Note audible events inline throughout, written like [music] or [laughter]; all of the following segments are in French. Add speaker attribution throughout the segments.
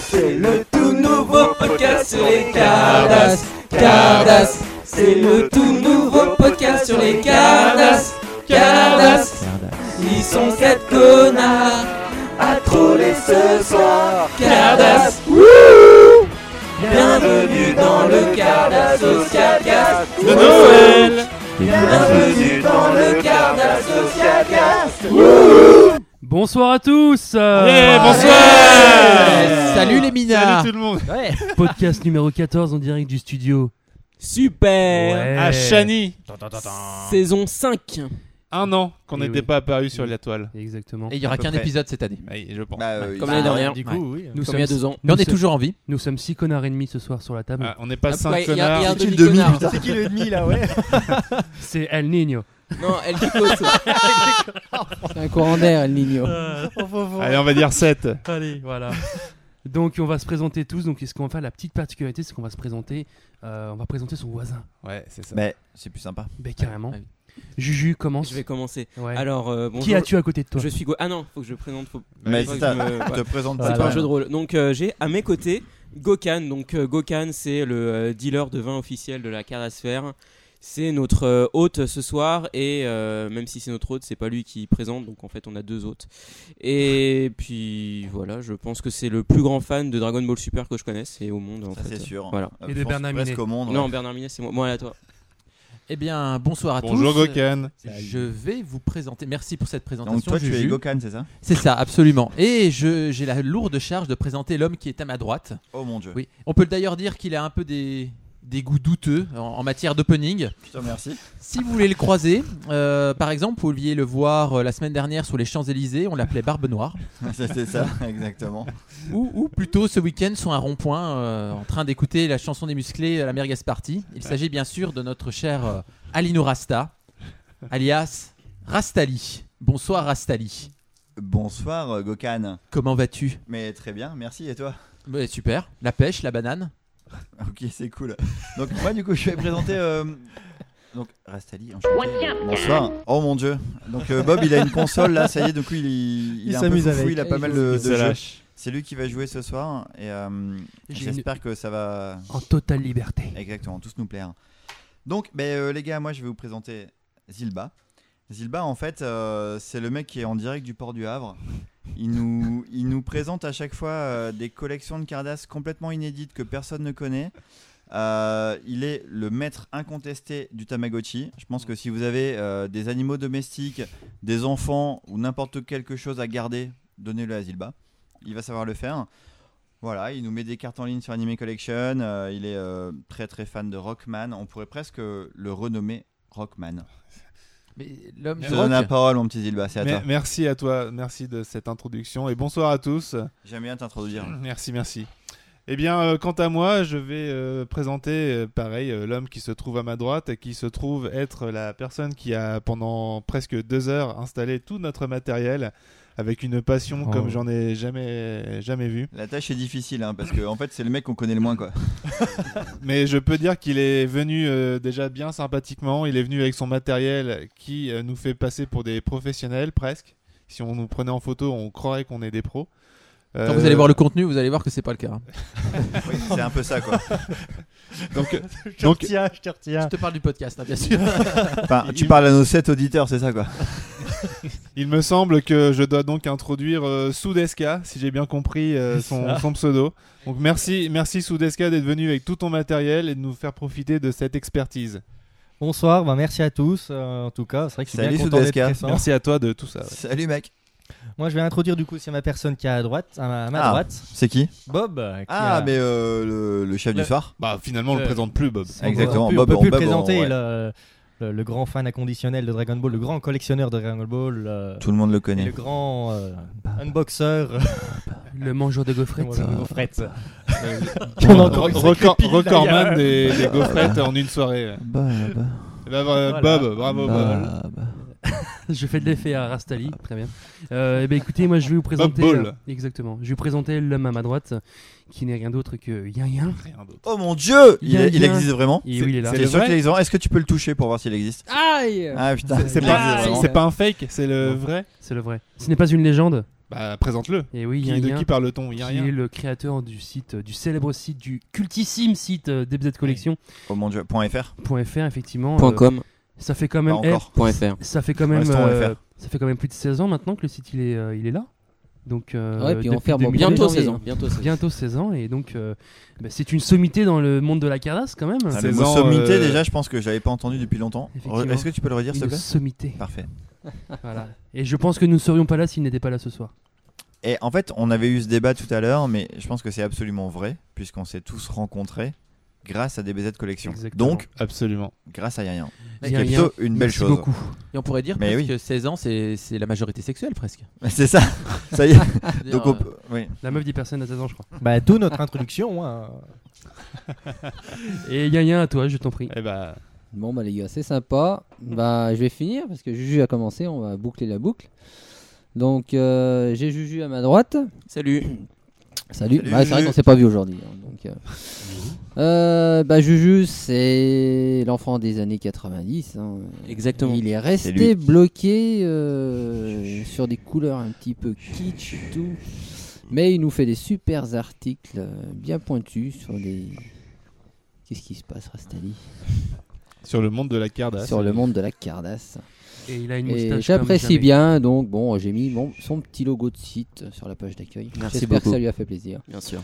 Speaker 1: C'est le tout nouveau podcast sur les Cardas, Cardas. C'est le tout nouveau podcast sur les Cardas, Cardas. Ils sont sept connards à troller ce soir, Cardas. Bienvenue dans le Cardas Social Cast de Noël. Bienvenue dans le Cardas Social Cast.
Speaker 2: Bonsoir à tous euh,
Speaker 3: Yeah, bonsoir
Speaker 4: Ouais. Salut les minards
Speaker 3: Salut tout le monde
Speaker 2: Podcast numéro 14 en direct du studio.
Speaker 1: Super.
Speaker 3: À Chani,
Speaker 1: Saison 5.
Speaker 3: un an qu'on
Speaker 2: Eh
Speaker 3: n'était
Speaker 2: oui.
Speaker 3: pas apparu sur
Speaker 2: Oui.
Speaker 3: la toile.
Speaker 2: Exactement. Bah, euh,
Speaker 4: Et il y aura
Speaker 3: peu
Speaker 4: qu'un
Speaker 3: près.
Speaker 4: épisode cette année.
Speaker 3: Oui, je pense.
Speaker 1: Comme l'année dernière.
Speaker 4: du coup,
Speaker 1: Ouais.
Speaker 4: oui.
Speaker 2: Nous
Speaker 1: Comme
Speaker 2: sommes,
Speaker 1: il y a deux ans.
Speaker 4: Mais on
Speaker 2: Nous
Speaker 4: est
Speaker 2: sommes-
Speaker 4: toujours en vie.
Speaker 2: nous sommes six connards et demi ce soir sur la table.
Speaker 3: Ah, on n'est pas cinq
Speaker 1: Après, il y a-
Speaker 3: connards.
Speaker 1: il y a un
Speaker 4: C'est une
Speaker 1: demi-connard.
Speaker 4: demi,
Speaker 5: C'est qui le demi là, ouais
Speaker 2: [laughs] C'est El Niño.
Speaker 1: Non, El Kiko.
Speaker 2: [laughs]
Speaker 1: C'est un courant d'air, El Nino.
Speaker 2: Euh,
Speaker 3: Allez, on va dire 7.
Speaker 2: oh, Allez, voilà. Donc on va se présenter tous. Donc ce qu'on va faire, la petite particularité, c'est qu'on va se présenter. euh, on va présenter son voisin.
Speaker 3: Ouais, c'est ça.
Speaker 5: Mais c'est plus sympa.
Speaker 2: Ben carrément.
Speaker 1: Ouais.
Speaker 2: Juju commence.
Speaker 1: Je vais commencer.
Speaker 2: Ouais.
Speaker 1: Alors, euh, bonjour.
Speaker 2: Qui as-tu à côté de toi
Speaker 1: Je suis Go. Ah non, faut que je présente. Faut...
Speaker 5: Mais
Speaker 1: faut
Speaker 5: c'est
Speaker 1: que
Speaker 5: ça,
Speaker 1: je me-
Speaker 5: on
Speaker 1: ouais.
Speaker 5: te présente
Speaker 1: C'est
Speaker 2: Voilà.
Speaker 1: pas un jeu de rôle. Donc euh, j'ai à mes côtés Gokan. Donc euh, Gokan, c'est le euh, dealer de vin officiel de la Carasphère. C'est notre euh, hôte ce soir et euh, même si c'est notre hôte, c'est pas lui qui présente. Donc en fait, on a deux hôtes. Et puis voilà, je pense que c'est le plus grand fan de Dragon Ball Super que je connaisse et au monde en
Speaker 5: Ça
Speaker 1: fait.
Speaker 5: c'est sûr.
Speaker 1: Voilà.
Speaker 5: Euh,
Speaker 2: Et
Speaker 5: je
Speaker 2: de
Speaker 5: pense
Speaker 2: Bernard
Speaker 5: presque
Speaker 2: Minet.
Speaker 5: au monde.
Speaker 1: Non, Bernard Minet, c'est moi. Moi, à toi.
Speaker 4: Eh bien, bonsoir à
Speaker 3: Bonjour
Speaker 4: tous.
Speaker 3: Gokan.
Speaker 4: Je vais vous présenter. Merci pour cette présentation.
Speaker 5: Donc toi tu es
Speaker 4: Juju.
Speaker 5: Gokan, c'est ça
Speaker 4: C'est ça, absolument. Et je- j'ai la lourde charge de présenter l'homme qui est à ma droite.
Speaker 5: Oh mon dieu.
Speaker 4: Oui. On peut d'ailleurs dire qu'il a un peu des, des goûts douteux en, en matière d'opening.
Speaker 5: Putain, merci.
Speaker 4: Si vous voulez le croiser, euh, par exemple, vous pouviez le voir euh, la semaine dernière sur les Champs-Élysées. On l'appelait Barbe
Speaker 5: [laughs]
Speaker 4: Noire.
Speaker 5: C'était ça, exactement.
Speaker 4: ou, ou plutôt ce week-end sur un rond-point euh, en train d'écouter la chanson des musclés à la Merguez Party. Il s'agit bien sûr de notre cher euh, Alino Rasta, alias Rastali. Bonsoir Rastali.
Speaker 5: Bonsoir euh, Gokan.
Speaker 4: Comment vas-tu
Speaker 5: Mais très bien, merci et toi
Speaker 4: Bah, Super. La pêche, la banane.
Speaker 5: Ok, c'est cool. Donc moi du coup je vais présenter... euh, Donc Rastali, enchanté. Bonsoir. Oh mon dieu. Donc euh, Bob il a une console là, ça y est, donc il, il, il est est un un peu peu foufou, foufou, Il a pas mal de,
Speaker 3: Il se
Speaker 5: de jeux.
Speaker 3: lâche.
Speaker 5: C'est lui qui va jouer ce soir et euh,
Speaker 2: J'ai une-
Speaker 5: j'espère que ça va...
Speaker 2: En totale liberté.
Speaker 5: Exactement, tous nous plaire. Donc, ben, euh, les gars, moi je vais vous présenter Zilba. Zilba, en fait, euh, c'est le mec qui est en direct du port du Havre. Il nous, il nous présente à chaque fois euh, des collections de Cardass complètement inédites que personne ne connaît. Euh, il est le maître incontesté du Tamagotchi. Je pense que si vous avez euh, des animaux domestiques, des enfants ou n'importe quelque chose à garder, donnez-le à Zilba. Il va savoir le faire. Voilà, il nous met des cartes en ligne sur Anime Collection. euh, il est euh, très très fan de Rockman. On pourrait presque euh, le renommer Rockman.
Speaker 4: Mais l'homme
Speaker 5: Je
Speaker 4: se
Speaker 5: te donne la
Speaker 4: rock.
Speaker 5: parole, mon petit Zilba. C'est à
Speaker 3: Mais-
Speaker 5: toi.
Speaker 3: Merci à toi, merci de cette introduction et bonsoir à tous.
Speaker 5: J'aime bien t'introduire.
Speaker 3: Merci, merci. Eh bien, euh, quant à moi, je vais euh, présenter, euh, pareil, euh, l'homme qui se trouve à ma droite et qui se trouve être la personne qui a, pendant presque deux heures, installé tout notre matériel avec une passion
Speaker 2: Oh.
Speaker 3: comme j'en ai jamais, jamais vu.
Speaker 5: La tâche est difficile hein, parce que en fait c'est le mec qu'on connaît le moins quoi.
Speaker 3: Mais je peux dire qu'il est venu euh, déjà bien sympathiquement. Il est venu avec son matériel qui euh, nous fait passer pour des professionnels presque. Si on nous prenait en photo, on croirait qu'on est des pros. Euh,
Speaker 4: Quand vous allez voir le contenu, vous allez voir que c'est pas le cas. hein.
Speaker 5: [laughs] Oui, c'est un peu ça quoi.
Speaker 3: [laughs] Donc, euh,
Speaker 5: Je
Speaker 3: donc
Speaker 5: je te
Speaker 4: Je te parle du podcast, hein, bien sûr. [laughs]
Speaker 5: Enfin, tu parles à nos 7 auditeurs, c'est ça quoi.
Speaker 3: [laughs] il me semble que je dois donc introduire euh, Soudeska, si j'ai bien compris euh, son, son pseudo. Donc merci, merci Soudeska d'être venu avec tout ton matériel et de nous faire profiter de cette expertise.
Speaker 6: Bonsoir, ben merci à tous. euh, en tout cas, c'est vrai que je suis
Speaker 5: Salut,
Speaker 6: bien content d'être
Speaker 5: Soudeska.
Speaker 6: présent.
Speaker 3: Merci à toi de tout ça. ouais.
Speaker 5: Salut mec.
Speaker 6: Moi, je vais introduire du coup c'est ma personne qui est à droite, à ma, à ma
Speaker 5: Ah.
Speaker 6: droite,
Speaker 5: C'est qui
Speaker 6: Bob. euh, qui
Speaker 5: Ah
Speaker 6: a-
Speaker 5: mais euh, le, le chef
Speaker 6: Le-
Speaker 5: du soir.
Speaker 3: Bah finalement, on le
Speaker 6: Euh,
Speaker 3: présente plus, Bob.
Speaker 6: on peut-
Speaker 5: Exactement,
Speaker 6: On peut, on
Speaker 5: Bob,
Speaker 6: peut
Speaker 5: on-
Speaker 6: plus
Speaker 5: Bob,
Speaker 6: le présenter
Speaker 5: on- ouais.
Speaker 6: le, le- le grand fan inconditionnel de Dragon Ball, le grand collectionneur de Dragon Ball, le,
Speaker 5: Tout le monde
Speaker 6: et
Speaker 5: le
Speaker 6: le
Speaker 5: connaît.
Speaker 6: grand euh, unboxer.
Speaker 2: Bah, [laughs] Le mangeur de gaufrettes.
Speaker 6: Voilà, le gros fret.
Speaker 3: Re-
Speaker 6: On a encore une sacrée
Speaker 3: record-
Speaker 6: pile,
Speaker 3: recordman
Speaker 6: d'ailleurs.
Speaker 3: des,
Speaker 2: [laughs]
Speaker 3: des gaufrettes en une soirée. ouais.
Speaker 5: Bah, bah,
Speaker 3: Eh ben, euh,
Speaker 6: Voilà.
Speaker 3: Bob, bravo Bob.
Speaker 5: bah, bah.
Speaker 2: [laughs]
Speaker 5: Ah.
Speaker 2: Je fais de l'effet à Rastali, très bien. Euh, eh ben, écoutez, moi je vais vous présenter.
Speaker 3: Ball.
Speaker 2: euh, exactement. Je vais vous présenter l'homme à ma droite, qui n'est rien d'autre que Yin Yin.
Speaker 3: Rien d'autre.
Speaker 5: Oh mon dieu, il,
Speaker 2: Il y a
Speaker 5: il
Speaker 2: bien-
Speaker 5: existe vraiment.
Speaker 2: Et oui, il est là.
Speaker 3: C'est
Speaker 5: T'es
Speaker 3: le
Speaker 5: sûr
Speaker 3: vrai
Speaker 5: qu'il existe vraiment Est-ce que tu peux le toucher pour voir s'il existe
Speaker 1: Aïe
Speaker 5: Ah putain,
Speaker 3: C'est
Speaker 5: il
Speaker 3: pas,
Speaker 5: existe
Speaker 3: c'est-
Speaker 5: vraiment.
Speaker 3: c'est pas un fake, c'est le vrai.
Speaker 2: C'est le vrai. Ce n'est pas une légende,
Speaker 3: Bah, présente-le.
Speaker 2: Et oui, il y
Speaker 3: Qui-
Speaker 2: a un
Speaker 3: de
Speaker 2: lien
Speaker 3: qui parle-t-on Il y a
Speaker 2: qui est
Speaker 3: rien.
Speaker 2: le créateur du site, euh, du célèbre site, du cultissime site euh, DBZ Collection.fr,
Speaker 5: Oh mon dieu, point .fr
Speaker 2: effectivement. euh,
Speaker 1: Point .com,
Speaker 2: ça fait quand
Speaker 5: Pas
Speaker 2: même. eh,
Speaker 5: encore.
Speaker 1: point .fr.
Speaker 2: ça fait quand même.
Speaker 5: Restons
Speaker 2: euh,
Speaker 5: FR.
Speaker 2: ça fait quand même plus de 16 ans maintenant que le site il est, euh, il est là. Donc. euh,
Speaker 7: Ah Ouais, puis on
Speaker 2: depuis
Speaker 7: ferme au
Speaker 2: 2000
Speaker 7: bientôt
Speaker 2: janvier.
Speaker 7: 16 ans. Bientôt 16 ans.
Speaker 2: Bientôt 16 ans et donc euh, bah, c'est une sommité dans le monde de la cardasse quand même.
Speaker 5: Ah,
Speaker 3: Ces
Speaker 5: le mot
Speaker 3: ans,
Speaker 5: sommité,
Speaker 3: euh,
Speaker 5: déjà, je pense que j'avais pas entendu depuis longtemps.
Speaker 2: Effectivement.
Speaker 5: Re- Est-ce que tu peux le redire, s'il te
Speaker 2: Une
Speaker 5: plaît
Speaker 2: sommité.
Speaker 5: Parfait.
Speaker 2: Voilà. Et je pense que nous ne serions pas là s'il n'était pas là ce
Speaker 3: [laughs]
Speaker 2: soir.
Speaker 5: Et en fait, on avait eu ce débat tout à l'heure, mais je pense que c'est absolument vrai, puisqu'on s'est tous rencontrés grâce à DBZ Collection.
Speaker 2: Exactement.
Speaker 5: Donc,
Speaker 3: Absolument.
Speaker 5: grâce à Yann.
Speaker 2: Il
Speaker 5: C'est
Speaker 2: y a rien.
Speaker 5: plutôt une belle
Speaker 2: Merci
Speaker 5: chose.
Speaker 2: beaucoup.
Speaker 4: Et on pourrait dire
Speaker 5: Mais
Speaker 4: presque que 16 ans, c'est c'est la majorité sexuelle presque.
Speaker 5: [laughs] C'est ça. Ça
Speaker 4: [laughs]
Speaker 5: y est.
Speaker 4: C'est-à-dire,
Speaker 5: Donc, on
Speaker 4: euh,
Speaker 5: peut- oui.
Speaker 2: La meuf dit personne à 16 ans, je crois.
Speaker 6: Bah, d'où notre introduction.
Speaker 7: Euh,
Speaker 6: hein.
Speaker 2: Et Yann, à toi, je t'en prie.
Speaker 3: Eh bah,
Speaker 7: Bon, bah les gars, c'est sympa. Bah, je vais finir parce que Juju a commencé. On va boucler la boucle. Donc, euh, j'ai Juju à ma droite.
Speaker 1: Salut.
Speaker 7: Salut.
Speaker 5: Salut,
Speaker 7: Ouais, c'est vrai
Speaker 5: Juju.
Speaker 7: qu'on s'est pas vu aujourd'hui. hein, donc, euh. Euh, bah, Juju, c'est l'enfant des années 90. hein.
Speaker 1: Exactement.
Speaker 7: Il est
Speaker 5: C'est
Speaker 7: resté bloqué euh, sur des couleurs un petit peu kitsch et tout. Mais il nous fait des super articles euh, bien pointus sur des. Qu'est-ce qui se passe, Rastali
Speaker 3: sur le monde de la Cardass.
Speaker 7: Sur
Speaker 3: [laughs]
Speaker 7: le monde de la Cardass.
Speaker 2: Et il a une moustache.
Speaker 7: Et
Speaker 2: comme
Speaker 7: j'apprécie
Speaker 2: jamais.
Speaker 7: bien, donc bon, j'ai mis mon- son petit logo de site sur la page d'accueil.
Speaker 1: Merci
Speaker 7: J'espère que
Speaker 1: beaucoup.
Speaker 7: ça lui a fait plaisir.
Speaker 1: Bien sûr.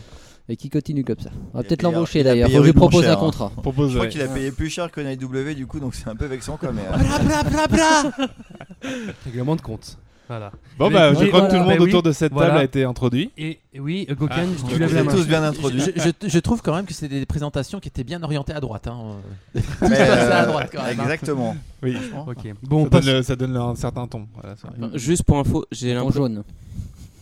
Speaker 7: Et qui continue comme ça. On va
Speaker 5: Et
Speaker 7: peut-être
Speaker 5: il a- il
Speaker 7: l'embaucher
Speaker 5: a
Speaker 7: d'ailleurs.
Speaker 5: payé
Speaker 7: Faut que je lui
Speaker 5: rudement
Speaker 7: propose un
Speaker 5: cher, hein.
Speaker 7: contrat.
Speaker 3: Propose.
Speaker 5: Je crois
Speaker 3: ouais.
Speaker 5: qu'il a payé plus cher que W du coup, donc c'est un peu vexant euh. quand même.
Speaker 2: Règlement de compte. Voilà.
Speaker 3: Bon,
Speaker 2: Mais
Speaker 3: bah, je
Speaker 2: écoutez,
Speaker 3: crois que tout
Speaker 2: voilà.
Speaker 3: le monde
Speaker 2: Bah oui,
Speaker 3: autour de cette table
Speaker 2: voilà.
Speaker 3: a été introduit.
Speaker 2: Et et oui, euh, Gokan,
Speaker 3: Ah,
Speaker 2: tu lèves la
Speaker 5: Vous
Speaker 2: main.
Speaker 5: êtes tous bien
Speaker 4: Je,
Speaker 5: introduits.
Speaker 4: je- je trouve quand même que c'est des présentations qui étaient bien orientées à droite. hein, euh. [laughs]
Speaker 5: Mais,
Speaker 4: Ça, c'est à
Speaker 5: euh,
Speaker 4: droite, quand même, hein.
Speaker 5: Exactement.
Speaker 3: Oui.
Speaker 2: Ok. Bon, on
Speaker 3: Ça donne,
Speaker 2: passe.
Speaker 3: le- ça donne un certain ton. Voilà, ça.
Speaker 1: Enfin, Juste pour info, j'ai
Speaker 7: En
Speaker 1: l'impr-
Speaker 7: jaune.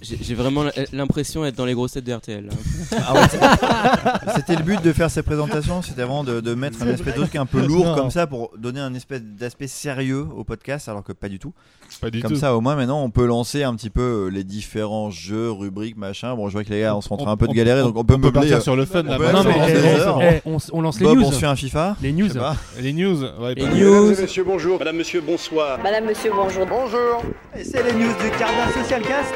Speaker 1: j'ai- j'ai vraiment l'impression d'être dans les grosses têtes de RTL. là.
Speaker 3: [laughs]
Speaker 5: Ah ouais,
Speaker 2: [laughs]
Speaker 5: c'est- c'était le but de faire ces présentations, c'était vraiment de, de mettre un espèce de truc un peu lourd
Speaker 6: Non.
Speaker 5: comme ça pour donner un espèce d'aspect sérieux au podcast, alors que pas du tout.
Speaker 3: Pas du
Speaker 5: comme
Speaker 3: tout.
Speaker 5: ça, au moins maintenant, on peut lancer un petit peu euh, les différents jeux, rubriques, machin. Bon, je vois que les gars, on se rentre
Speaker 3: On-
Speaker 5: un peu de
Speaker 3: on-
Speaker 5: galère, donc on peut
Speaker 3: On peut
Speaker 5: meubler.
Speaker 3: partir
Speaker 5: euh,
Speaker 3: sur le fun là.
Speaker 5: peut-
Speaker 3: maintenant.
Speaker 5: Non, mais-
Speaker 2: eh,
Speaker 5: les
Speaker 2: eh,
Speaker 5: heures.
Speaker 2: eh, on s- on lance les
Speaker 5: Bob, on
Speaker 2: news.
Speaker 5: se fait un FIFA.
Speaker 2: Les
Speaker 5: Je
Speaker 2: news.
Speaker 5: sais pas.
Speaker 3: Les news. ouais,
Speaker 1: Les
Speaker 3: pas-
Speaker 1: news.
Speaker 8: Monsieur, bonjour. Madame, monsieur, bonsoir.
Speaker 9: Madame, monsieur, bonjour.
Speaker 10: C'est les news du Cardin Social Cast.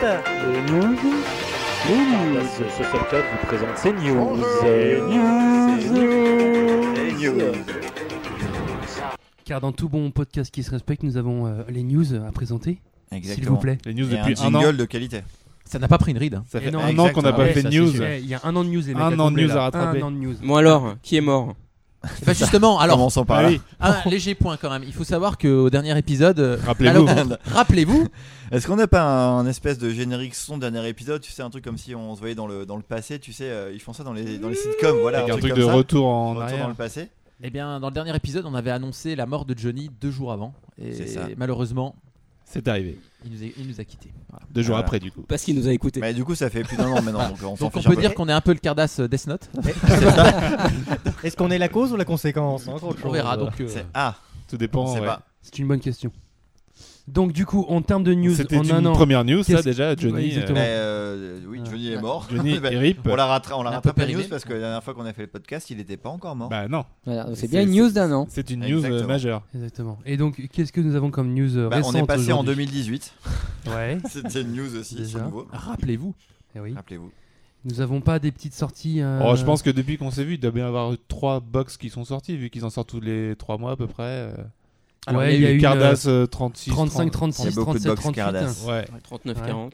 Speaker 8: Ce Socialcast vous présente ses news. Ses news. Ses news.
Speaker 2: Car dans tout bon podcast qui se respecte, nous avons euh, les news à présenter. S'il vous
Speaker 5: Exactement.
Speaker 2: plaît.
Speaker 3: Les news
Speaker 5: Et un
Speaker 3: depuis un an.
Speaker 5: jingle de qualité.
Speaker 4: Ça n'a pas pris une ride. hein.
Speaker 3: Ça
Speaker 2: Et
Speaker 3: fait
Speaker 2: non,
Speaker 3: un an qu'on n'a pas
Speaker 2: Eh,
Speaker 3: fait de
Speaker 2: ça,
Speaker 3: news.
Speaker 2: c'est- eh, Il y a un an de news, les mecs.
Speaker 3: Un an de
Speaker 2: tomber,
Speaker 3: news
Speaker 2: là.
Speaker 3: à rattraper.
Speaker 2: Un an de news.
Speaker 1: Bon alors, qui est mort
Speaker 4: Eh
Speaker 5: [laughs]
Speaker 2: [laughs]
Speaker 4: ben, justement, alors
Speaker 5: Commençons par
Speaker 3: Ah
Speaker 5: là.
Speaker 3: oui.
Speaker 4: [laughs] Un léger point quand même. Il faut savoir qu'au dernier épisode, euh,
Speaker 3: Rappelez-vous.
Speaker 5: [laughs]
Speaker 4: à l'occasion- rappelez-vous,
Speaker 5: Est-ce qu'on n'a pas un, espèce de générique son dernier épisode Tu sais, un truc comme si on se voyait dans le, dans le passé, tu sais, euh, ils font ça dans les, dans les sitcoms, voilà.
Speaker 3: Avec un truc
Speaker 5: comme
Speaker 3: de
Speaker 5: ça.
Speaker 3: retour en
Speaker 5: Retour dans le
Speaker 3: arrière.
Speaker 5: passé.
Speaker 4: eh bien, dans le dernier épisode, on avait annoncé la mort de Johnny deux jours avant, et
Speaker 5: C'est ça.
Speaker 4: malheureusement,
Speaker 3: C'est arrivé.
Speaker 4: il nous, est- il nous a quittés. Voilà.
Speaker 3: Deux jours
Speaker 5: Voilà.
Speaker 3: après, du coup.
Speaker 1: Parce qu'il nous a écoutés.
Speaker 5: Mais du coup, ça fait plus d'un an maintenant, donc euh, on s'en
Speaker 4: Donc on
Speaker 5: fiche un
Speaker 4: peut
Speaker 5: peu.
Speaker 4: dire qu'on est un peu le Cardass euh, Death Note. [laughs]
Speaker 6: Est-ce qu'on est la cause ou la conséquence hein, Encore autre
Speaker 4: On
Speaker 6: chose.
Speaker 4: verra. Donc euh,
Speaker 5: C'est- Ah,
Speaker 3: Tout dépend. euh,
Speaker 5: on sait
Speaker 3: ouais.
Speaker 5: pas.
Speaker 2: C'est une bonne question. Donc, du coup, en termes de news,
Speaker 3: C'était
Speaker 2: en un
Speaker 3: une
Speaker 2: an.
Speaker 3: première news, ça
Speaker 2: Qu'est-ce-
Speaker 3: déjà,
Speaker 2: Ouais,
Speaker 3: Johnny.
Speaker 2: exactement.
Speaker 3: euh,
Speaker 5: Mais euh, oui, Johnny est mort. [laughs]
Speaker 3: Johnny
Speaker 5: Ben,
Speaker 3: et Rip.
Speaker 5: on la rattrape, on la
Speaker 4: Un peu
Speaker 5: rattrape la
Speaker 4: périmé.
Speaker 5: news parce que la dernière fois qu'on a fait le podcast, il n'était pas encore mort.
Speaker 3: Bah non,
Speaker 7: Voilà, donc
Speaker 3: C'est-
Speaker 7: c'est bien une news d'un an.
Speaker 3: c'est une news euh,
Speaker 5: Exactement.
Speaker 3: majeure.
Speaker 2: Exactement. Et donc, qu'est-ce que nous avons comme news euh,
Speaker 5: Bah, on
Speaker 2: récente
Speaker 5: est passé en
Speaker 2: aujourd'hui
Speaker 3: [laughs]
Speaker 5: 2018.
Speaker 2: Ouais.
Speaker 5: [laughs] C'était une news aussi,
Speaker 2: Déjà.
Speaker 5: c'est nouveau.
Speaker 4: rappelez-vous.
Speaker 2: eh oui.
Speaker 5: Rappelez-vous.
Speaker 2: Nous avons pas des petites sorties. euh,
Speaker 3: Oh, je pense que depuis qu'on s'est vu, il doit bien y avoir eu trois box qui sont sorties, vu qu'ils en sortent tous les trois mois à peu près. euh.
Speaker 4: Alors,
Speaker 2: Ouais,
Speaker 4: il y a eu
Speaker 2: une,
Speaker 3: Cardass euh, 36.
Speaker 2: 35,
Speaker 3: 30.
Speaker 2: 36,
Speaker 5: Il y a beaucoup de
Speaker 2: 37,
Speaker 5: box
Speaker 2: 38.
Speaker 5: Cardass.
Speaker 3: Ouais.
Speaker 1: 39-40.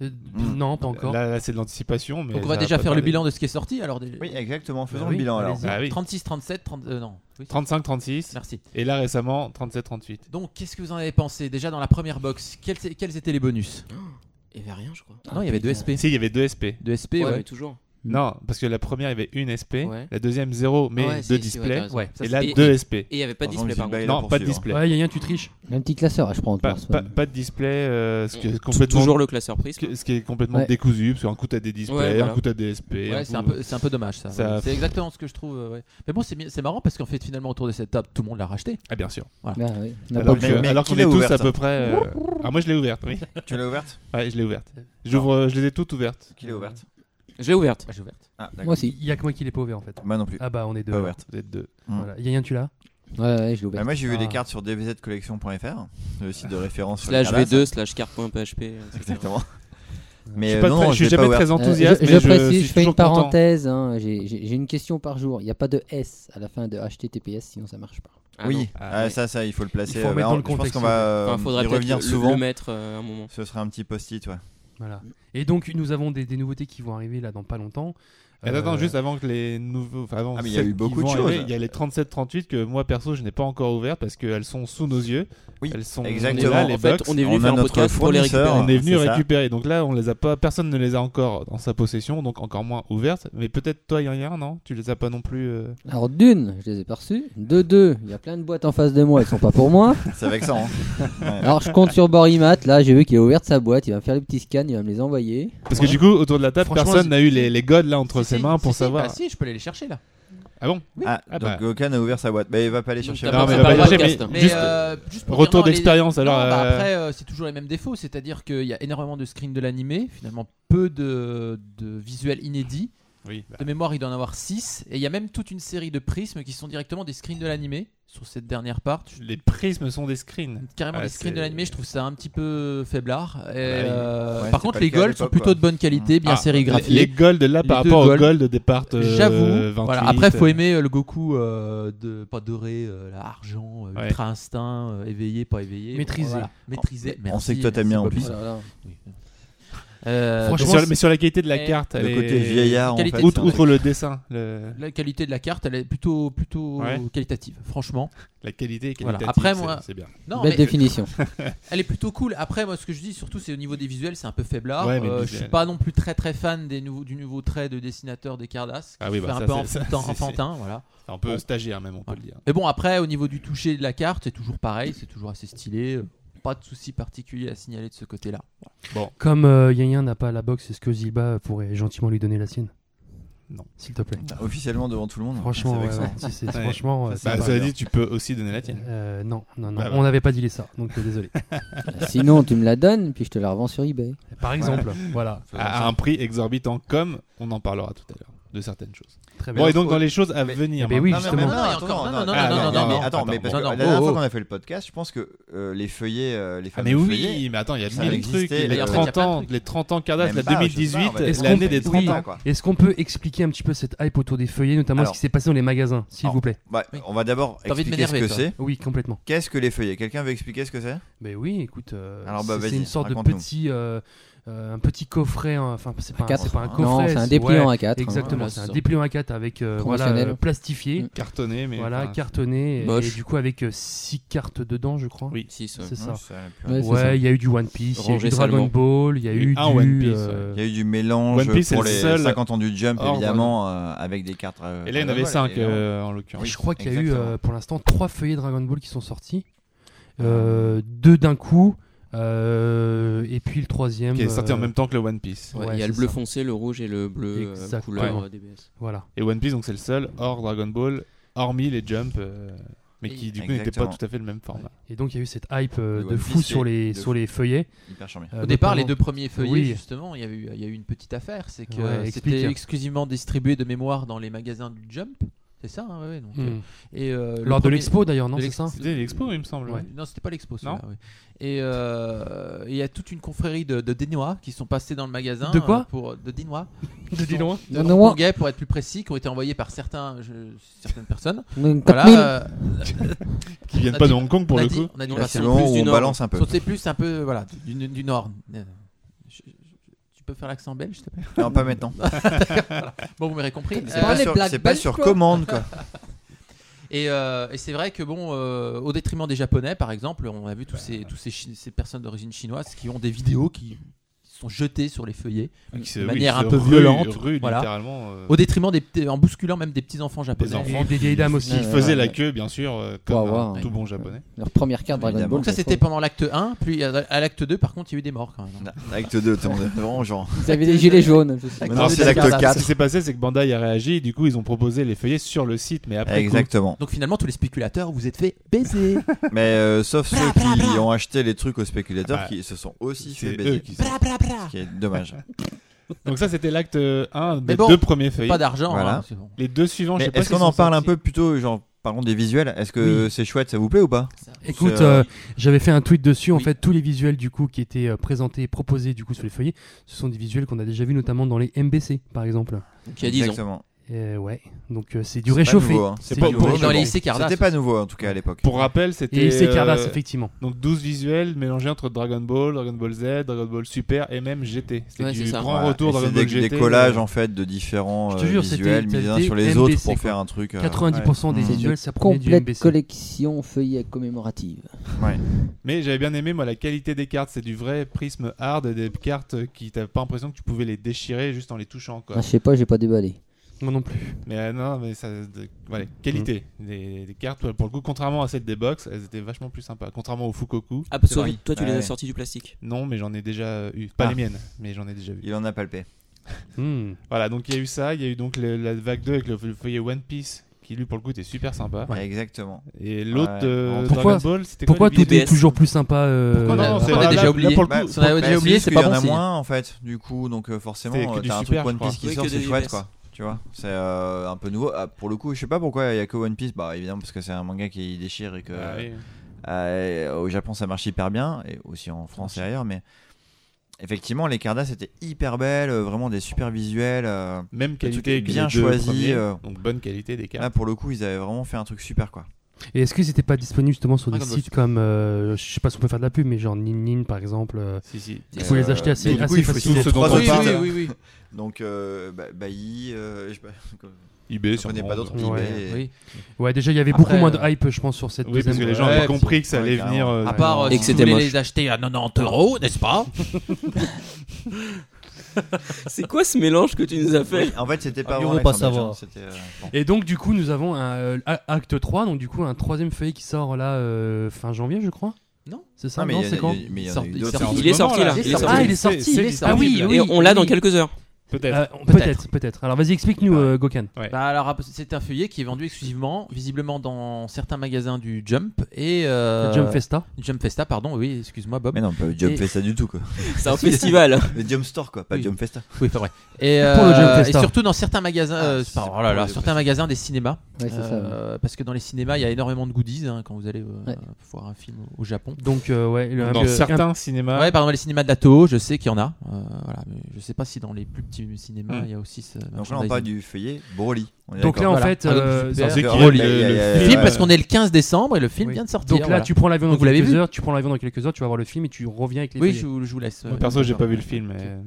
Speaker 2: Euh,
Speaker 5: Mm.
Speaker 2: Non, pas encore.
Speaker 3: Là, là, c'est de l'anticipation. mais
Speaker 4: Hmm. Donc on va
Speaker 3: ça
Speaker 4: déjà
Speaker 3: pas
Speaker 4: faire le
Speaker 3: tarder.
Speaker 4: bilan de ce qui est sorti. Alors des-
Speaker 5: Oui, exactement. Faisons le
Speaker 2: oui,
Speaker 5: bilan alors.
Speaker 2: allez-y.
Speaker 3: Bah oui.
Speaker 4: 36, 37, 30, euh, non. Oui,
Speaker 3: 35, 36.
Speaker 4: Merci.
Speaker 3: Et là récemment, 37, 38.
Speaker 4: Donc qu'est-ce que vous en avez pensé déjà dans la première box Quels, quels étaient les bonus
Speaker 1: Oh,
Speaker 4: Ah
Speaker 1: Il y avait rien, je crois.
Speaker 4: Non, il y avait deux SP.
Speaker 3: Si, il y avait deux SP.
Speaker 4: Deux SP,
Speaker 1: Ouais,
Speaker 4: ouais.
Speaker 1: mais toujours.
Speaker 3: Non, parce que la première, il y avait une SP.
Speaker 1: Ouais. Ah
Speaker 3: La deuxième, zéro, mais
Speaker 1: Ouais, si,
Speaker 3: deux
Speaker 1: si, ouais, t'as
Speaker 3: displays.
Speaker 1: raison.
Speaker 4: Ouais, ça,
Speaker 3: et là,
Speaker 1: c'est-
Speaker 3: deux SP.
Speaker 1: Et il y avait pas de
Speaker 5: Heureusement que
Speaker 1: display par
Speaker 5: Zilba est
Speaker 1: contre.
Speaker 5: là
Speaker 3: Non,
Speaker 5: pour
Speaker 3: pas de
Speaker 4: hein.
Speaker 5: suivre.
Speaker 3: display.
Speaker 2: Ouais, Yann, tu triches.
Speaker 7: Un petit classeur, je pense.
Speaker 3: Pas,
Speaker 7: pour ce
Speaker 3: pas-
Speaker 7: moment.
Speaker 3: pas de display, euh, ce, que,
Speaker 1: Tout-
Speaker 3: complètement,
Speaker 1: Toujours le classeur prise.
Speaker 3: ce que- ce qui est complètement
Speaker 7: Ouais.
Speaker 3: décousu, parce qu'un coup t'as des displays,
Speaker 1: Ouais, voilà.
Speaker 3: un coup t'as des SP.
Speaker 4: Ouais,
Speaker 3: un
Speaker 4: c'est un
Speaker 3: coup-
Speaker 4: peu, c'est un peu dommage ça.
Speaker 3: Ça-
Speaker 4: Ouais. C'est exactement ce que je trouve. euh, ouais. Mais bon, c'est mi- c'est marrant parce qu'en fait, finalement, autour de cette table, tout le monde l'a racheté.
Speaker 3: Ah, bien sûr.
Speaker 7: Ah, oui. On n'a pas
Speaker 3: Alors
Speaker 7: le
Speaker 3: que-
Speaker 7: choix.
Speaker 5: mais
Speaker 3: alors
Speaker 5: qui
Speaker 3: qu'on
Speaker 5: l'a
Speaker 3: est tous
Speaker 5: ouverte
Speaker 3: à peu près. euh, Ah, moi je l'ai ouverte, oui.
Speaker 5: Tu l'as ouverte
Speaker 3: Ouais, je l'ai ouverte. J'ouvre, euh, je les ai toutes ouvertes.
Speaker 5: Qui l'a ouverte
Speaker 1: Je l'ai ouverte.
Speaker 4: Ah, j'ai ouverte.
Speaker 5: Ah,
Speaker 7: Moi
Speaker 5: d'accord.
Speaker 7: aussi.
Speaker 2: Il y a que moi qui l'ai pas ouvert en fait.
Speaker 5: Moi non plus.
Speaker 2: Ah bah, on est deux.
Speaker 5: Pas ouverte. Mmh.
Speaker 3: Vous êtes deux.
Speaker 2: Voilà. Yann, tu l'as
Speaker 7: Ouais, ouais, je l'ai
Speaker 5: Bah,
Speaker 7: ouvert.
Speaker 5: moi j'ai vu
Speaker 2: Ah.
Speaker 5: les cartes sur dbzcollection.fr, le site de référence. sur les
Speaker 1: Slash
Speaker 5: cartes. [laughs]
Speaker 1: V2, slash carte.php. euh, etc.
Speaker 5: Exactement. Mais
Speaker 3: suis
Speaker 5: euh,
Speaker 3: pas
Speaker 5: non,
Speaker 3: très-
Speaker 5: non,
Speaker 3: je suis
Speaker 5: vais
Speaker 3: jamais
Speaker 5: pas
Speaker 3: très
Speaker 5: ouvert.
Speaker 3: en- enthousiaste,
Speaker 7: Euh, je,
Speaker 3: mais
Speaker 7: je
Speaker 3: je
Speaker 7: précise,
Speaker 3: suis
Speaker 7: je, fais une
Speaker 3: toujours content.
Speaker 7: parenthèse. hein, J'ai j'ai- j'ai une question par jour. Il n'y a pas de S à la fin de HTTPS, sinon ça marche pas.
Speaker 1: Ah non.
Speaker 5: oui,
Speaker 1: Ah,
Speaker 5: Ah,
Speaker 1: ouais.
Speaker 5: ça, ça, il faut le placer.
Speaker 2: Il faut
Speaker 5: euh,
Speaker 2: remettre
Speaker 5: bah,
Speaker 2: dans le
Speaker 5: je pense
Speaker 2: contexte,
Speaker 5: qu'on va euh,
Speaker 1: Enfin, faudra
Speaker 5: y
Speaker 1: peut-être
Speaker 5: revenir
Speaker 1: le,
Speaker 5: souvent.
Speaker 1: le mettre euh, un moment.
Speaker 5: Ce serait un petit post-it, ouais.
Speaker 2: Voilà. Et donc, nous avons des, des nouveautés qui vont arriver là dans pas longtemps.
Speaker 3: Et attends,
Speaker 2: Euh,
Speaker 3: juste avant que les nouveaux. Enfin, avant
Speaker 5: Ah, mais il y a
Speaker 3: celles
Speaker 5: eu
Speaker 3: qui
Speaker 5: beaucoup de
Speaker 3: vont
Speaker 5: choses.
Speaker 3: arriver, Il y a les 37-38 que moi perso je n'ai pas encore ouvert parce qu'elles sont sous nos yeux.
Speaker 5: Oui,
Speaker 3: elles sont
Speaker 1: On est
Speaker 5: exactement.
Speaker 3: là,
Speaker 1: là,
Speaker 3: les
Speaker 1: en fait,
Speaker 3: box.
Speaker 1: on est venu
Speaker 5: On a
Speaker 1: faire un
Speaker 5: notre
Speaker 1: podcast pour les
Speaker 5: fournisseur.
Speaker 1: récupérer.
Speaker 3: On est venu
Speaker 5: c'est ça.
Speaker 3: récupérer. Donc là, on les a pas. Personne ne les a encore en sa possession, donc encore moins ouvertes. Mais peut-être toi, Yann, non Tu les as pas non plus. euh,
Speaker 7: Alors d'une, je les ai pas reçus. De deux, il y a plein de boîtes en face de moi, elles sont pas pour moi.
Speaker 5: [laughs] C'est vexant. hein.
Speaker 7: [laughs] Alors je compte sur Borimat. Là, j'ai vu qu'il a ouvert sa boîte. Il va me faire les petits scans, il va me les envoyer.
Speaker 3: Parce que du
Speaker 7: [laughs]
Speaker 3: coup, autour de la table,
Speaker 4: Franchement,
Speaker 3: personne
Speaker 4: c'est-
Speaker 3: n'a eu les, les godes là entre
Speaker 4: Si,
Speaker 3: ses
Speaker 4: si,
Speaker 3: mains
Speaker 4: si,
Speaker 3: pour
Speaker 4: si,
Speaker 3: savoir.
Speaker 4: bah si, je peux aller les chercher là.
Speaker 3: Ah bon
Speaker 5: Ah,
Speaker 3: Ah bah.
Speaker 5: donc Gokan a ouvert sa boîte. Mais il va pas aller
Speaker 1: Donc,
Speaker 5: chercher.
Speaker 1: t'as pas-
Speaker 5: la boîte.
Speaker 1: t'as
Speaker 3: mais
Speaker 1: pas le
Speaker 3: j'ai-
Speaker 1: podcast.
Speaker 3: mais-
Speaker 4: Mais
Speaker 3: Juste,
Speaker 4: euh, juste pour
Speaker 3: Retour
Speaker 4: dire, non, les-
Speaker 3: d'expérience alors.
Speaker 4: Non, bah
Speaker 3: euh,
Speaker 4: après, euh, c'est toujours les mêmes défauts. C'est-à-dire qu'il y a énormément de screens de l'animé, finalement peu de, de visuels inédits.
Speaker 3: oui, bah,
Speaker 4: De mémoire, il doit en avoir 6. Et il y a même toute une série de prismes qui sont directement des screens de l'animé sur cette dernière part. Je-
Speaker 3: Les prismes sont des screens.
Speaker 4: Carrément
Speaker 3: Ah,
Speaker 4: des screens de
Speaker 3: c'est- Bah
Speaker 4: l'animé, je trouve ça un petit peu faiblard. Et, euh,
Speaker 5: Ouais,
Speaker 4: par
Speaker 5: c'était
Speaker 4: contre,
Speaker 5: pas
Speaker 4: les
Speaker 5: le cas à
Speaker 4: golds sont
Speaker 5: l'époque,
Speaker 4: plutôt
Speaker 5: quoi.
Speaker 4: de bonne qualité, bien
Speaker 3: Ah,
Speaker 4: sérigraphiés.
Speaker 3: Les golds là par
Speaker 4: Les deux
Speaker 3: rapport aux
Speaker 4: golds.
Speaker 3: golds des parts. euh,
Speaker 4: J'avoue.
Speaker 3: 28,
Speaker 4: Voilà. Après, faut
Speaker 3: euh,
Speaker 4: aimer euh, le Goku euh, de pas doré, euh, là, argent, euh,
Speaker 3: Ouais.
Speaker 4: ultra instinct, euh, éveillé, pas éveillé.
Speaker 2: Maîtrisé.
Speaker 4: Voilà. Maîtrisé.
Speaker 5: Oh, On
Speaker 4: Merci,
Speaker 5: sait que toi, t'aimes
Speaker 4: merci,
Speaker 5: bien en
Speaker 4: Bobby.
Speaker 5: plus.
Speaker 7: Oh là là.
Speaker 4: Euh,
Speaker 3: Mais
Speaker 2: Franchement,
Speaker 4: donc,
Speaker 3: sur, mais sur la qualité de la
Speaker 4: Et-
Speaker 3: carte,
Speaker 5: Le
Speaker 3: elle
Speaker 5: côté
Speaker 3: est-
Speaker 5: vieillard, en
Speaker 4: qualité
Speaker 5: fait.
Speaker 4: de
Speaker 3: Outre,
Speaker 5: c'est un
Speaker 3: outre le dessin, le-
Speaker 4: la qualité de la carte, elle est plutôt, plutôt
Speaker 3: Ouais.
Speaker 4: qualitative, franchement.
Speaker 3: la qualité est
Speaker 4: Voilà.
Speaker 3: qualitative,
Speaker 4: Après,
Speaker 3: c'est-
Speaker 4: moi-
Speaker 3: c'est bien.
Speaker 4: Non,
Speaker 7: Belle
Speaker 4: mais
Speaker 7: définition.
Speaker 4: [laughs] elle est plutôt cool. Après, moi, ce que je dis surtout, c'est au niveau des visuels, c'est un peu faiblard.
Speaker 3: Ouais, mais le
Speaker 4: Euh, je
Speaker 3: visuel.
Speaker 4: suis pas non plus très très fan des nouveaux, du nouveau trait de dessinateur des Cardass, qui
Speaker 3: Ah oui, bah,
Speaker 4: fait
Speaker 3: ça,
Speaker 4: un peu
Speaker 3: c'est- ça,
Speaker 4: enfantin,
Speaker 3: [laughs] c'est-
Speaker 4: enfantin, voilà.
Speaker 3: Enfin, on peut stagiaire même, on peut
Speaker 4: Ouais.
Speaker 3: le dire.
Speaker 4: Mais bon, après, au niveau du toucher de la carte, c'est toujours pareil, c'est toujours assez stylé. euh, Pas de souci particulier à signaler de ce côté-là.
Speaker 2: Comme euh, Yann n'a pas la box, est-ce que Zilba pourrait gentiment lui donner la sienne
Speaker 3: Non.
Speaker 2: S'il te plaît.
Speaker 5: peu- Officiellement devant tout le monde.
Speaker 2: Franchement,
Speaker 5: C'est
Speaker 2: ouais,
Speaker 5: vexant.
Speaker 2: ouais, si, c'est-
Speaker 3: Ouais.
Speaker 2: franchement, euh,
Speaker 3: Bah,
Speaker 2: c'est
Speaker 3: cela
Speaker 2: pas-
Speaker 3: dit, tu peux aussi donner la tienne.
Speaker 2: Euh, non, non, non,
Speaker 5: Ah
Speaker 3: Bah, bah.
Speaker 2: on n'avait pas dit ça, donc euh, désolé.
Speaker 7: Bah, Sinon, tu me la donnes, puis je te la revends sur eBay.
Speaker 2: Par exemple, voilà,
Speaker 3: À, à un prix exorbitant, comme on en parlera tout à l'heure de certaines choses.
Speaker 2: très bien.
Speaker 3: Bon, et donc dans les choses à venir. hein.
Speaker 2: mais
Speaker 3: maintenant.
Speaker 5: hein.
Speaker 2: oui,
Speaker 5: Non, mais-
Speaker 2: justement.
Speaker 5: mais
Speaker 4: Non, non,
Speaker 5: attends,
Speaker 4: encore- non,
Speaker 5: ah,
Speaker 4: non, non, non, non,
Speaker 5: mais
Speaker 4: non,
Speaker 5: attends, mais
Speaker 4: attends,
Speaker 5: parce
Speaker 4: non,
Speaker 5: que
Speaker 4: non,
Speaker 5: la dernière
Speaker 4: oh,
Speaker 5: fois
Speaker 4: oh.
Speaker 5: qu'on a fait le podcast, je pense que euh, les feuillets, euh, les
Speaker 3: Ah,
Speaker 5: fameux
Speaker 3: mais
Speaker 5: feuillets,
Speaker 3: oui, mais attends, il y a
Speaker 5: Ça
Speaker 3: mille
Speaker 5: existait,
Speaker 3: trucs. Les
Speaker 5: mais en fait,
Speaker 3: 30
Speaker 4: il y a plein de
Speaker 3: ans,
Speaker 4: trucs.
Speaker 3: les 30 ans Cardass,
Speaker 5: Même
Speaker 3: la
Speaker 2: Bah,
Speaker 5: pas, je sais pas,
Speaker 3: 2018,
Speaker 5: on va-
Speaker 2: est-ce
Speaker 3: l'année
Speaker 2: qu'on-
Speaker 3: des
Speaker 2: oui.
Speaker 3: 30 ans.
Speaker 5: quoi.
Speaker 2: Est-ce qu'on peut expliquer un petit peu cette hype autour des feuillets, notamment
Speaker 5: Alors-
Speaker 2: ce qui s'est passé dans les magasins, s'il
Speaker 5: Alors-
Speaker 2: vous plaît
Speaker 5: Bah,
Speaker 4: Oui.
Speaker 5: On va d'abord
Speaker 4: envie de
Speaker 5: expliquer ce
Speaker 4: m'énerver,
Speaker 5: que
Speaker 4: toi.
Speaker 5: c'est.
Speaker 2: Oui, complètement.
Speaker 5: Qu'est-ce que les feuillets Quelqu'un veut expliquer ce que c'est
Speaker 2: Mais oui, écoute, euh,
Speaker 5: Alors, bah,
Speaker 2: c'est c'est
Speaker 5: vas-y,
Speaker 2: une sorte de
Speaker 5: raconte-nous.
Speaker 2: petit, euh, euh, un petit coffret, hein, enfin c'est pas, un-
Speaker 7: quatre.
Speaker 2: c'est pas un
Speaker 5: Non,
Speaker 2: coffret,
Speaker 7: non, c'est un dépliant
Speaker 2: ouais,
Speaker 7: à 4.
Speaker 2: Exactement,
Speaker 1: Voilà,
Speaker 2: c'est
Speaker 1: c'est
Speaker 2: un
Speaker 1: ça.
Speaker 2: dépliant à 4 avec euh, voilà,
Speaker 7: Conventionnel.
Speaker 2: euh, plastifié,
Speaker 7: Mm.
Speaker 3: Cartonné, mais.
Speaker 2: voilà,
Speaker 3: enfin,
Speaker 2: cartonné, et- et,
Speaker 1: Moche.
Speaker 2: du coup avec 6 cartes dedans, je crois.
Speaker 1: Oui, si, ça.
Speaker 2: C'est ça.
Speaker 5: Non, c'est la pure-
Speaker 7: Ouais, c'est ça.
Speaker 2: Ouais, il y a eu du One Piece, il y a eu du
Speaker 1: Rangé
Speaker 2: Dragon
Speaker 1: salement.
Speaker 2: Ball, il y a
Speaker 3: Oui,
Speaker 2: eu
Speaker 3: un
Speaker 2: du.
Speaker 3: One Piece,
Speaker 2: euh,
Speaker 5: Il y a eu du mélange
Speaker 3: One Piece,
Speaker 5: pour
Speaker 3: c'est le
Speaker 5: les
Speaker 3: seul
Speaker 5: 50 ans du jump,
Speaker 3: hors
Speaker 5: évidemment, euh, avec des cartes. euh,
Speaker 3: Et là, il y en
Speaker 5: Dragon
Speaker 3: avait
Speaker 5: Ball,
Speaker 3: 5
Speaker 5: évidemment.
Speaker 3: en l'occurrence.
Speaker 5: Oui,
Speaker 2: je crois qu'il y a eu
Speaker 5: exactement.
Speaker 2: euh, pour l'instant trois feuillets Dragon Ball qui sont sortis. Euh, deux d'un coup. euh, et puis le troisième.
Speaker 3: Qui est sorti en
Speaker 2: euh,
Speaker 3: même temps que le One Piece.
Speaker 1: Ouais,
Speaker 2: Ouais,
Speaker 1: il y a le
Speaker 2: c'est
Speaker 1: bleu
Speaker 2: ça.
Speaker 1: foncé, le rouge et le bleu euh,
Speaker 2: Exactement.
Speaker 1: couleur euh, DBS.
Speaker 2: Voilà.
Speaker 3: Et One Piece, donc c'est le seul hors Dragon Ball, hormis les jumps, euh, mais qui du coup n'étaient pas
Speaker 5: Exactement.
Speaker 3: tout à fait le même format.
Speaker 2: Et donc il y a eu cette hype euh,
Speaker 5: Le
Speaker 2: de
Speaker 5: One
Speaker 2: fou
Speaker 5: Piece
Speaker 2: sur
Speaker 5: et
Speaker 2: les,
Speaker 5: de
Speaker 2: sur les feuillets.
Speaker 5: Hyper charmé.
Speaker 2: euh,
Speaker 4: Au départ, les
Speaker 2: notamment-
Speaker 4: deux premiers feuillets,
Speaker 2: Oui.
Speaker 4: justement, il y, a eu, il y a eu une petite affaire. C'est que
Speaker 2: Ouais,
Speaker 4: euh,
Speaker 2: explique.
Speaker 4: c'était exclusivement distribué de mémoire dans les magasins du Jump. C'est ça, hein, ouais, ouais, donc,
Speaker 2: Hmm.
Speaker 4: euh, et, euh, le
Speaker 2: Lors de
Speaker 4: premier-
Speaker 2: l'expo d'ailleurs, non
Speaker 4: de
Speaker 2: C'est
Speaker 4: l'ex-
Speaker 2: ça
Speaker 3: C'était l'expo, il me semble.
Speaker 4: Ouais. Non, c'était pas l'expo. celui-là,
Speaker 3: Non
Speaker 4: ouais. Et euh, il y a toute une confrérie de, de Dénois qui sont passés dans le magasin.
Speaker 2: De quoi
Speaker 4: euh, pour, De Dénois.
Speaker 2: De Dinois
Speaker 7: Non,
Speaker 4: de
Speaker 7: non, moi.
Speaker 4: Hongkongais, pour être plus précis, qui ont été envoyés par certains, je- certaines personnes.
Speaker 7: Donc, 4000.
Speaker 4: Voilà, euh,
Speaker 3: [laughs] Qui viennent
Speaker 4: On a
Speaker 3: pas
Speaker 4: dit-
Speaker 3: de Hong Kong pour
Speaker 4: on a
Speaker 3: le
Speaker 4: dit-
Speaker 3: coup.
Speaker 4: On a dit
Speaker 1: Là,
Speaker 4: on va
Speaker 5: c'est
Speaker 4: sur-
Speaker 5: le moment
Speaker 1: plus
Speaker 5: où
Speaker 1: du
Speaker 5: on
Speaker 1: Nord.
Speaker 5: balance un peu.
Speaker 4: sauter plus un peu voilà, du, du- du Nord. Euh, je- je- tu peux faire l'accent belge, s'il te plaît
Speaker 5: Non, pas
Speaker 4: [laughs]
Speaker 5: maintenant.
Speaker 4: Bon, vous m'aurez compris.
Speaker 5: C'est
Speaker 4: Euh,
Speaker 5: pas
Speaker 7: les
Speaker 5: sur-
Speaker 7: Black
Speaker 5: c'est pas
Speaker 7: Belt,
Speaker 5: sur
Speaker 7: quoi.
Speaker 5: commande, quoi.
Speaker 4: [laughs] Et, euh, et c'est vrai que bon, euh, au détriment des Japonais, par exemple, on a vu tous ces tous ces, Chi- ces personnes d'origine chinoise qui ont des vidéos qui sont jetées sur les feuillets,
Speaker 3: Ah, Qui se-
Speaker 4: de
Speaker 3: oui,
Speaker 4: manière
Speaker 3: qui
Speaker 4: un
Speaker 3: se
Speaker 4: peu
Speaker 3: rue-
Speaker 4: violente.
Speaker 3: rue,
Speaker 4: Voilà.
Speaker 3: littéralement. euh,
Speaker 4: au détriment des petits- en bousculant même des petits enfants
Speaker 3: Des
Speaker 4: japonais.
Speaker 3: enfants
Speaker 2: Et des
Speaker 3: qui-
Speaker 2: vieilles dames aussi.
Speaker 3: Qui
Speaker 7: Ouais, ouais,
Speaker 3: faisaient
Speaker 7: ouais,
Speaker 3: la
Speaker 7: ouais.
Speaker 3: queue, bien sûr, euh,
Speaker 7: Pour
Speaker 3: comme
Speaker 7: avoir,
Speaker 3: un
Speaker 7: ouais.
Speaker 3: tout bon japonais.
Speaker 7: Leur première carte Dragon
Speaker 5: Évidemment.
Speaker 7: Ball.
Speaker 4: Donc ça
Speaker 7: je
Speaker 4: c'était
Speaker 7: crois.
Speaker 4: pendant l'acte 1, puis à à l'acte 2 par contre il y a eu des morts quand même.
Speaker 5: Acte 2,
Speaker 4: [laughs]
Speaker 5: t'es vraiment genre.
Speaker 7: Ils avaient des gilets jaunes. je sais.
Speaker 5: Maintenant,
Speaker 3: Non,
Speaker 5: c'est
Speaker 3: c'est
Speaker 5: l'acte
Speaker 3: ça. Ce
Speaker 5: 4.
Speaker 3: qui s'est passé, c'est que Bandai a réagi, et du coup, ils ont proposé les feuillets sur le site, mais après. coup.
Speaker 5: Exactement.
Speaker 4: Donc finalement tous les spéculateurs vous êtes fait baiser.
Speaker 3: [laughs]
Speaker 5: Mais euh, sauf ceux qui ont acheté les trucs aux spéculateurs
Speaker 3: Ah bah,
Speaker 5: qui se sont aussi fait
Speaker 3: C'est
Speaker 5: baiser.
Speaker 3: eux qui sont-
Speaker 5: Ce qui est dommage.
Speaker 3: Donc, ça, c'était l'acte 1 des
Speaker 4: Mais bon,
Speaker 3: deux premiers feuillets.
Speaker 4: Pas d'argent.
Speaker 5: Voilà.
Speaker 4: hein, c'est bon.
Speaker 3: Les deux suivants, je
Speaker 5: Mais
Speaker 3: sais pas
Speaker 5: est-ce
Speaker 3: s'ils
Speaker 5: qu'on en
Speaker 3: sont
Speaker 5: parle un
Speaker 3: sortis.
Speaker 5: peu plutôt genre parlons des visuels. Est-ce que c'est chouette, ça vous plaît ou pas
Speaker 2: Écoute,
Speaker 5: C'est, euh,
Speaker 2: euh, j'avais fait un tweet dessus. En
Speaker 1: Oui.
Speaker 2: fait, tous les visuels du coup qui étaient euh, présentés, proposés du coup sur les feuillets, ce sont des visuels qu'on a déjà vus notamment dans les MBC par exemple.
Speaker 1: Qui a 10 ans.
Speaker 5: Exactement.
Speaker 2: Euh, ouais, donc euh, c'est
Speaker 5: C'est
Speaker 2: du
Speaker 5: pas
Speaker 2: réchauffé.
Speaker 5: nouveau, hein.
Speaker 3: C'est
Speaker 2: C'est
Speaker 3: pas-
Speaker 2: du
Speaker 3: pour-
Speaker 2: réchauffé.
Speaker 4: dans les lycées Cardas.
Speaker 5: C'était pas nouveau euh, en tout cas à l'époque.
Speaker 3: Pour rappel,
Speaker 2: Et
Speaker 3: c'était
Speaker 2: lycée Cardas,
Speaker 3: euh,
Speaker 2: effectivement.
Speaker 3: donc 12 visuels mélangés entre Dragon Ball, Dragon Ball Z, Dragon Ball Super et même GT. C'était
Speaker 1: Ouais,
Speaker 3: du
Speaker 1: c'est ça.
Speaker 3: grand
Speaker 5: Voilà.
Speaker 3: retour
Speaker 5: Et
Speaker 3: Dragon
Speaker 5: c'est
Speaker 3: Ball
Speaker 5: des,
Speaker 3: GT.
Speaker 5: des collages
Speaker 3: euh.
Speaker 5: en fait de différents
Speaker 2: Je te
Speaker 5: euh,
Speaker 2: jure,
Speaker 5: visuels
Speaker 2: c'était-
Speaker 5: mis les uns
Speaker 2: c'était
Speaker 5: sur les
Speaker 2: MBC,
Speaker 5: autres pour
Speaker 2: quoi.
Speaker 5: faire un truc. euh,
Speaker 2: 90%
Speaker 5: ouais.
Speaker 2: des
Speaker 5: Mm.
Speaker 2: visuels, ça provenait du
Speaker 7: Complète
Speaker 2: MBC.
Speaker 7: collection feuillet commémorative.
Speaker 3: Mais j'avais bien aimé moi la qualité des cartes, c'est du vrai prisme hard, des cartes qui t'avais pas l'impression que tu pouvais les déchirer juste en les touchant quoi.
Speaker 7: Ah, je sais pas, j'ai pas déballé.
Speaker 2: Moi non plus. Mm.
Speaker 3: Mais euh, non, mais ça, de- voilà, qualité. Des, des cartes ouais, pour le coup, contrairement à celles des box, elles étaient vachement plus sympas. Contrairement au Fukoku.
Speaker 1: Ah, parce
Speaker 3: C'est vrai.
Speaker 1: que toi, tu
Speaker 5: Ah
Speaker 1: les
Speaker 5: ouais.
Speaker 1: as sortis du plastique.
Speaker 3: Non, mais j'en ai déjà euh, eu. Pas
Speaker 5: Ah.
Speaker 3: les miennes, mais j'en ai déjà vu.
Speaker 5: Il en a palpé.
Speaker 2: Hmm.
Speaker 3: Voilà, donc il y a eu ça, il y a eu donc le- la vague 2 avec le, le foyer One Piece qui lui pour le coup était super sympa.
Speaker 5: Exactement.
Speaker 3: Et l'autre
Speaker 5: Ouais.
Speaker 3: de
Speaker 2: Pourquoi-
Speaker 3: Dragon Ball, c'était
Speaker 2: Pourquoi
Speaker 3: quoi les
Speaker 2: tout est
Speaker 1: BBS?
Speaker 2: toujours plus sympa euh,
Speaker 3: Pourquoi non,
Speaker 2: là-
Speaker 3: c'est-
Speaker 4: on a
Speaker 3: là-
Speaker 4: déjà
Speaker 3: là,
Speaker 4: oublié.
Speaker 3: pour le coup,
Speaker 4: Bah, si on
Speaker 5: Bah,
Speaker 4: avait déjà oublié,
Speaker 5: juste
Speaker 4: c'est
Speaker 5: qu'il
Speaker 4: pas
Speaker 5: y en
Speaker 4: bon
Speaker 5: a
Speaker 4: signe.
Speaker 5: moins en fait, du coup, donc euh, forcément,
Speaker 3: C'était que
Speaker 5: euh,
Speaker 3: du
Speaker 5: t'as un
Speaker 3: super,
Speaker 5: truc One
Speaker 3: je crois.
Speaker 5: Piece qui
Speaker 1: Oui,
Speaker 5: sort,
Speaker 1: que
Speaker 5: c'est
Speaker 1: des
Speaker 5: chouette
Speaker 1: US.
Speaker 5: quoi. Tu vois, c'est euh, un peu nouveau. Ah, pour le coup, je sais pas pourquoi il y a que One Piece. Bah évidemment parce que c'est un manga qui déchire et que
Speaker 3: Ah oui.
Speaker 5: euh, au Japon ça marche hyper bien et aussi en France et ailleurs. Mais effectivement, les Cardas c'était hyper belle, euh, vraiment des super visuels. euh,
Speaker 3: Même
Speaker 5: est
Speaker 3: qualité, que
Speaker 5: bien
Speaker 3: les deux
Speaker 5: choisi,
Speaker 3: premiers,
Speaker 5: euh.
Speaker 3: donc bonne qualité des cartes.
Speaker 5: Là pour le coup, ils avaient vraiment fait un truc super quoi.
Speaker 2: Et est-ce que c'était pas disponible justement sur des
Speaker 3: Ah,
Speaker 4: Dragon Ball
Speaker 2: sites comme, euh, je sais pas si on peut faire de la pub, mais genre Nin Nin par exemple. euh,
Speaker 3: Si, si.
Speaker 2: Il faut les acheter assez,
Speaker 5: mais du coup,
Speaker 2: assez
Speaker 5: il faut
Speaker 2: facilement.
Speaker 3: tous se Trois
Speaker 5: Ah, oui,
Speaker 3: autres
Speaker 5: oui,
Speaker 3: parts.
Speaker 5: oui, oui, oui. Donc, euh, bah, Bailly, euh, [laughs] je
Speaker 3: eBay,
Speaker 5: ne connais
Speaker 3: sûrement.
Speaker 5: pas d'autres
Speaker 2: ouais.
Speaker 5: eBay.
Speaker 2: Ouais.
Speaker 5: et-
Speaker 4: Oui.
Speaker 2: Ouais, déjà il y avait
Speaker 4: Après,
Speaker 2: beaucoup moins de
Speaker 4: euh,
Speaker 2: hype, je pense, sur cette
Speaker 3: Oui,
Speaker 2: deuxième.
Speaker 3: parce que les gens
Speaker 4: Ouais,
Speaker 3: avaient
Speaker 4: parce-
Speaker 3: compris que ça allait
Speaker 5: ouais,
Speaker 3: venir. euh,
Speaker 4: À part euh,
Speaker 1: Et
Speaker 4: si
Speaker 1: que
Speaker 4: vous
Speaker 1: c'était
Speaker 4: voulez
Speaker 1: moche.
Speaker 4: les acheter à 90 euros, n'est-ce pas
Speaker 1: [laughs] C'est quoi ce mélange que tu nous as fait
Speaker 5: Oui, En fait, c'était
Speaker 6: Ah,
Speaker 5: pas
Speaker 6: on
Speaker 5: avant
Speaker 6: veut pas
Speaker 5: Alexandre
Speaker 6: savoir.
Speaker 5: Jones, c'était, euh, bon.
Speaker 2: Et donc du coup nous avons un euh, acte 3, donc du coup un troisième feuillet qui sort là euh, fin janvier je crois.
Speaker 4: Non.
Speaker 2: c'est ça.
Speaker 5: mais
Speaker 2: non,
Speaker 5: il y en a-
Speaker 2: c'est quand
Speaker 5: il y a- mais il y en a
Speaker 4: Sort-
Speaker 5: eu
Speaker 4: il
Speaker 5: d'autres.
Speaker 1: Il
Speaker 4: sort-
Speaker 3: en
Speaker 1: est
Speaker 3: ce moment,
Speaker 1: sorti, là,
Speaker 3: là.
Speaker 1: il est sorti.
Speaker 2: Ah il est sorti,
Speaker 3: c'est-
Speaker 2: il est
Speaker 3: c'est-
Speaker 2: sorti. Ah oui, oui,
Speaker 1: Et on l'a dans
Speaker 2: oui.
Speaker 1: quelques heures.
Speaker 3: Peut-être.
Speaker 2: Euh,
Speaker 4: Peut-être.
Speaker 2: peut-être, peut-être. Alors vas-y explique-nous
Speaker 5: Ouais.
Speaker 2: euh, Gokhan.
Speaker 4: Bah alors c'est un feuillet qui est vendu exclusivement, visiblement dans certains magasins du Jump et euh,
Speaker 2: Jump Festa.
Speaker 4: Jump Festa, pardon. Oui, excuse-moi Bob.
Speaker 5: Mais non, pas Jump
Speaker 4: Et-
Speaker 5: Festa du tout quoi.
Speaker 1: C'est un
Speaker 5: [laughs]
Speaker 1: festival.
Speaker 5: Mais Jump Store quoi, pas
Speaker 4: Oui.
Speaker 5: Jump Festa.
Speaker 4: Oui, pas vrai. Et,
Speaker 2: Pour le
Speaker 4: euh,
Speaker 2: Jump Festa.
Speaker 4: et surtout dans certains magasins,
Speaker 5: Ah,
Speaker 4: euh,
Speaker 5: c'est
Speaker 4: pardon,
Speaker 5: pour
Speaker 4: oh là
Speaker 5: le
Speaker 4: là,
Speaker 5: Jump
Speaker 4: certains
Speaker 5: Festa.
Speaker 4: magasins des cinémas,
Speaker 7: Ouais, c'est ça.
Speaker 4: euh, parce que dans les cinémas il y a énormément de goodies hein, quand vous allez euh,
Speaker 7: Ouais.
Speaker 4: voir un film au- au Japon.
Speaker 2: Donc euh, ouais, le-
Speaker 3: Dans
Speaker 2: un-
Speaker 3: certains
Speaker 4: Ouais,
Speaker 3: cinémas.
Speaker 4: par exemple les cinémas de la Toho, je sais qu'il y en a. Euh, voilà, mais je sais pas si dans les plus petits cinémas
Speaker 3: Hmm.
Speaker 4: il y a aussi ce.
Speaker 5: Mmh. Donc là, on parle du feuillet Broly. On est
Speaker 2: Donc là en
Speaker 5: d'accord.
Speaker 4: Voilà.
Speaker 2: fait
Speaker 4: Ah, donc,
Speaker 2: euh,
Speaker 4: super.
Speaker 3: ceux qui
Speaker 5: Broly.
Speaker 3: aiment le-
Speaker 5: Il y a-
Speaker 3: le
Speaker 4: Le
Speaker 5: il y a-
Speaker 4: film
Speaker 5: euh,
Speaker 4: parce qu'on est le 15 décembre et le film
Speaker 2: Oui.
Speaker 4: vient de sortir.
Speaker 2: donc là
Speaker 4: voilà.
Speaker 2: tu prends l'avion dans
Speaker 4: Donc, vous l'avez
Speaker 2: quelques
Speaker 4: vu
Speaker 2: heures, tu prends l'avion dans quelques heures, tu vas voir le film et tu reviens avec les
Speaker 4: Oui,
Speaker 2: feuillets.
Speaker 4: je, vous- je vous laisse.
Speaker 3: Moi
Speaker 4: euh,
Speaker 3: perso, j'ai pas vu le
Speaker 4: Ok.
Speaker 3: film. mais, euh,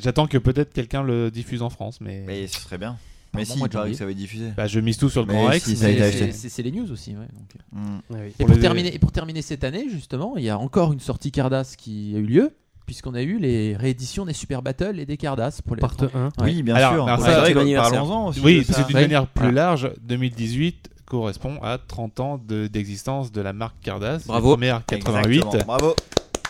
Speaker 3: J'attends que peut-être quelqu'un le diffuse en France, mais.
Speaker 5: Mais ce serait bien.
Speaker 4: Pardon,
Speaker 5: Mais si,
Speaker 4: moi,
Speaker 5: il paraît
Speaker 4: j'ai
Speaker 5: que ça va être diffusé.
Speaker 3: Bah, je mise tout sur le
Speaker 5: Mais
Speaker 3: Grand Rex.
Speaker 5: si, ça a
Speaker 4: C'est-
Speaker 5: été
Speaker 3: mais-
Speaker 5: acheté.
Speaker 4: c'est- C'est c'est les news aussi. ouais, donc, euh.
Speaker 5: Hmm.
Speaker 2: Ouais, oui.
Speaker 4: Et
Speaker 3: Pour
Speaker 4: pour,
Speaker 3: les-
Speaker 4: terminer, hein. et pour terminer cette année, justement, il y a encore une sortie Cardass qui a eu lieu, puisqu'on a eu les rééditions des Super Battle et des Cardass pour les.
Speaker 2: Part 1.
Speaker 4: Ouais.
Speaker 5: Oui, bien
Speaker 3: Alors,
Speaker 5: sûr.
Speaker 3: alors,
Speaker 5: Ouais,
Speaker 3: ça,
Speaker 5: c'est
Speaker 1: c'est
Speaker 5: vrai,
Speaker 1: l'anniversaire.
Speaker 5: Parlons-en aussi.
Speaker 3: Oui,
Speaker 5: de ça.
Speaker 3: c'est d'une
Speaker 4: Oui.
Speaker 3: manière plus
Speaker 4: Voilà.
Speaker 3: large. 2018 correspond à 30 ans de- d'existence de, la marque Cardass.
Speaker 1: Bravo.
Speaker 3: La Première 88.
Speaker 5: Exactement. Bravo.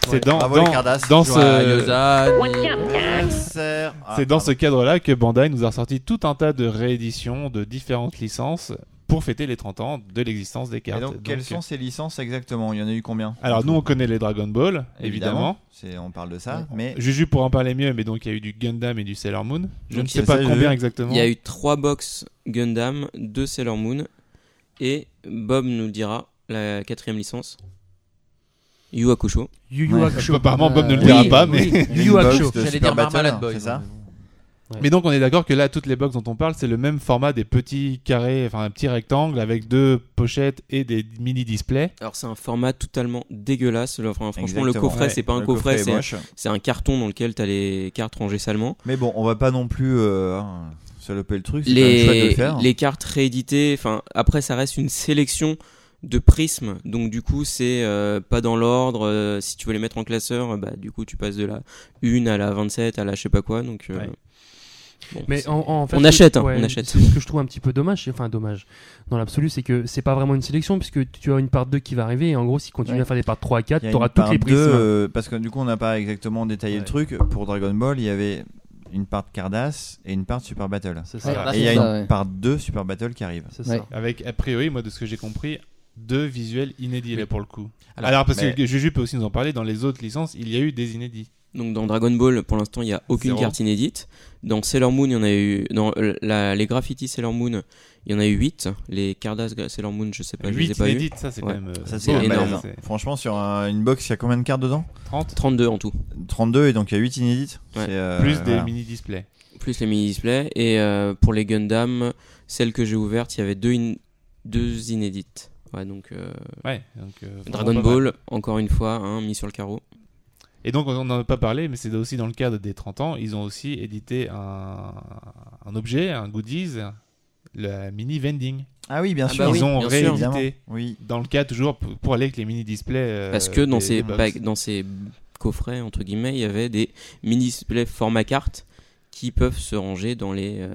Speaker 3: C'est dans,
Speaker 5: Bravo les
Speaker 3: dans,
Speaker 5: Cardass.
Speaker 3: dans
Speaker 4: Joyeux
Speaker 3: ce,
Speaker 4: anniversaire.
Speaker 5: Anniversaire. Ah,
Speaker 3: c'est dans
Speaker 5: pardon.
Speaker 3: ce cadre-là que Bandai nous a ressorti tout un tas de rééditions de différentes licences pour fêter les 30 ans de l'existence des
Speaker 5: Et
Speaker 3: cartes.
Speaker 5: donc,
Speaker 3: Donc, euh,
Speaker 5: quelles sont ces licences exactement Il y en a eu combien
Speaker 3: Alors nous on connaît les Dragon Ball, évidemment.
Speaker 5: C'est- On parle de ça, mais
Speaker 3: Juju pour en parler mieux, mais donc il y a eu du Gundam et du Sailor Moon. Je
Speaker 1: Donc,
Speaker 3: ne
Speaker 1: il y
Speaker 3: sais
Speaker 5: a
Speaker 3: pas
Speaker 5: ça, j'ai
Speaker 3: combien
Speaker 5: vu.
Speaker 3: exactement.
Speaker 1: Il y a eu trois box Gundam, deux Sailor Moon, et Bob nous dira la quatrième licence. Yu Hakusho.
Speaker 2: Yu Yu
Speaker 5: Ouais.
Speaker 2: Hakusho.
Speaker 3: Apparemment Bob ne le
Speaker 7: Euh,
Speaker 3: dira
Speaker 2: oui,
Speaker 3: pas, mais...
Speaker 2: oui. Yu
Speaker 5: Ring
Speaker 2: Yu
Speaker 5: Box
Speaker 2: Hakusho.
Speaker 5: de
Speaker 4: J'allais
Speaker 5: Super
Speaker 4: dire Marmalade
Speaker 5: Battle,
Speaker 4: Boy.
Speaker 5: c'est ça
Speaker 3: Mais donc on est d'accord que là toutes les box dont on parle c'est le même format des petits carrés, enfin un petit rectangle avec deux pochettes et des mini displays.
Speaker 1: Alors c'est un format totalement dégueulasse. Le- enfin, franchement, le
Speaker 5: Exactement.
Speaker 1: coffret, c'est pas un
Speaker 5: Le
Speaker 1: coffret,
Speaker 5: est
Speaker 1: c'est-
Speaker 5: moche.
Speaker 1: c'est un carton dans lequel t'as les cartes rangées salement.
Speaker 5: Mais bon, on va pas non plus euh, hein, saloper le truc. c'est quand même chouette de le
Speaker 1: les,
Speaker 5: faire.
Speaker 1: les cartes rééditées, enfin après ça reste une sélection de prismes, donc du coup c'est euh, pas dans l'ordre, euh, si tu veux les mettre en classeur, euh, bah du coup tu passes de la 1 à la 27 à la je sais pas quoi, donc euh,
Speaker 3: Ouais.
Speaker 1: bon,
Speaker 2: Mais
Speaker 1: c'est-
Speaker 2: en, en fait,
Speaker 1: On
Speaker 2: ce-
Speaker 1: achète, hein,
Speaker 2: ouais,
Speaker 1: on achète.
Speaker 2: c'est Ce que je trouve un petit peu dommage, c'est- enfin dommage, dans l'absolu, c'est que c'est pas vraiment une sélection puisque tu as une part 2 qui va arriver et en gros, s'ils continuent
Speaker 7: Ouais.
Speaker 2: à faire des parts 3 à
Speaker 5: Il y
Speaker 2: 4,
Speaker 5: a
Speaker 2: tu auras
Speaker 5: une
Speaker 2: toutes
Speaker 5: part
Speaker 2: les prises. hein.
Speaker 5: deux, euh, parce que du coup, on n'a pas exactement détaillé le truc. Pour Dragon Ball, il y avait une part de Cardass et une part de Super Battle.
Speaker 2: C'est
Speaker 7: Ouais.
Speaker 2: ça.
Speaker 5: et il y a
Speaker 7: c'est
Speaker 5: une
Speaker 7: ça, ouais.
Speaker 5: part 2 Super Battle qui arrive.
Speaker 2: C'est
Speaker 7: Ouais.
Speaker 2: ça.
Speaker 3: Avec a priori, moi de ce que j'ai compris, deux visuels inédits là pour le coup. Alors,
Speaker 4: Alors,
Speaker 3: parce
Speaker 5: mais-
Speaker 3: que Juju peut aussi nous en parler, dans les autres licences il y a eu des inédits.
Speaker 1: Donc dans Dragon Ball, pour l'instant, il n'y a aucune
Speaker 3: Zéro.
Speaker 1: carte inédite. Dans Sailor Moon, il y en a eu. Dans euh, la- les graffitis Sailor Moon, il y en a eu 8. Les Cardass Gra- Sailor Moon, je sais pas, Bah, je les ai
Speaker 3: 8
Speaker 1: pas eu.
Speaker 3: inédites, ça c'est
Speaker 1: Ouais.
Speaker 3: quand même. euh,
Speaker 5: Ça,
Speaker 1: hein. c'est
Speaker 3: balèze,
Speaker 1: énorme.
Speaker 3: c'est
Speaker 5: Franchement, sur un- une box, il y a combien de cartes dedans
Speaker 3: 30
Speaker 1: 32 en tout,
Speaker 5: 32 et donc il y a 8 inédites.
Speaker 1: Ouais.
Speaker 5: C'est, euh,
Speaker 3: plus des
Speaker 5: voilà.
Speaker 3: mini-displays.
Speaker 1: plus les mini-displays. Et euh, pour les Gundam, celles que j'ai ouvertes, il y avait deux, in- deux inédites. Ouais, donc euh,
Speaker 3: Ouais, donc, euh,
Speaker 1: Dragon
Speaker 3: vraiment pas mal.
Speaker 1: Ball, encore une fois, hein, mis sur le carreau.
Speaker 3: Et donc, on n'en a pas parlé, mais c'est aussi dans le cadre des 30 ans, ils ont aussi édité un, un objet, un goodies, la mini vending.
Speaker 5: Ah oui, bien
Speaker 1: Ah
Speaker 5: sûr.
Speaker 1: bah oui,
Speaker 3: ils ont
Speaker 1: bien
Speaker 3: réédité
Speaker 5: évidemment. Oui.
Speaker 3: dans le cadre toujours pour, pour aller avec les mini displays. euh,
Speaker 1: Parce que dans
Speaker 3: des-
Speaker 1: ces,
Speaker 3: des box.
Speaker 1: bagues- dans ces coffrets, entre guillemets, il y avait des mini-displays format carte qui peuvent se ranger dans les, euh,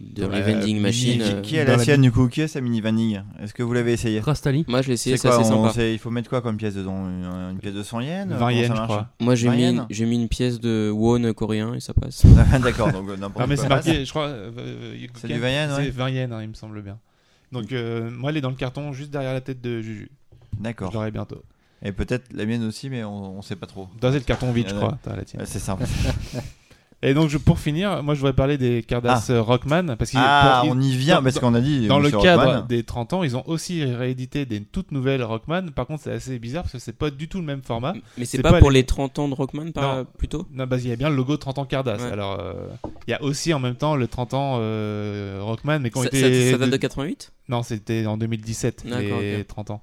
Speaker 1: dans
Speaker 3: Dans
Speaker 1: les
Speaker 3: la
Speaker 1: vending
Speaker 5: euh, Qui,
Speaker 1: machines. euh,
Speaker 5: qui- qui a
Speaker 3: dans
Speaker 5: la
Speaker 3: la
Speaker 5: sienne du coup Qui a sa mini vanille Est-ce que vous l'avez essayé
Speaker 2: Rastali.
Speaker 1: Moi, je l'ai essayé,
Speaker 5: C'est
Speaker 1: ça
Speaker 5: quoi
Speaker 1: c'est
Speaker 5: on-
Speaker 1: sympa.
Speaker 5: c'est- Il faut mettre quoi comme pièce dedans une, une pièce de 100 yens
Speaker 3: 20
Speaker 5: Comment
Speaker 3: yens,
Speaker 5: ça
Speaker 3: je
Speaker 5: marche
Speaker 3: crois.
Speaker 1: Moi, j'ai mis,
Speaker 5: Ryan
Speaker 1: j'ai mis une pièce de Won coréen et ça passe.
Speaker 5: [laughs] D'accord, donc euh, n'importe
Speaker 3: Non, mais
Speaker 5: quoi.
Speaker 3: c'est marqué, je crois. euh, euh,
Speaker 5: C'est
Speaker 3: Ken,
Speaker 5: du 20 yens,
Speaker 3: C'est
Speaker 5: ouais.
Speaker 3: 20 yens, hein, il me semble bien. Donc, euh, moi, elle est dans le carton juste derrière la tête de Juju. Je
Speaker 5: D'accord.
Speaker 3: l'aurai bientôt.
Speaker 5: Et peut-être la mienne aussi, mais on, on sait pas trop.
Speaker 3: Dans le carton vide, je
Speaker 5: Euh,
Speaker 3: crois. T'as la tienne.
Speaker 5: Ouais, C'est
Speaker 3: [laughs]
Speaker 5: simple.
Speaker 3: Et donc, je, pour finir, moi, je voudrais parler des Cardass euh, Rockman. Parce que
Speaker 5: Ah, on y vient
Speaker 3: dans-
Speaker 5: parce qu'on a dit.
Speaker 3: Dans le
Speaker 5: Monsieur
Speaker 3: cadre
Speaker 5: Rockman.
Speaker 3: des 30 ans, ils ont aussi réédité des toutes nouvelles Rockman. Par contre, c'est assez bizarre parce que c'est pas du tout le même format.
Speaker 1: Mais c'est
Speaker 3: C'est
Speaker 1: pas,
Speaker 3: pas
Speaker 1: pour
Speaker 3: les-
Speaker 1: les 30 ans de Rockman, pas
Speaker 3: Non.
Speaker 1: plutôt
Speaker 3: Non, bah, il y a bien le logo 30 ans Cardass.
Speaker 1: Ouais.
Speaker 3: Alors, euh, il y a aussi en même temps le 30 ans euh, Rockman, mais quand
Speaker 1: ça,
Speaker 3: était
Speaker 1: ça- ça date de 88
Speaker 3: Non, c'était en 2017,
Speaker 1: D'accord,
Speaker 3: les
Speaker 1: ok.
Speaker 3: 30 ans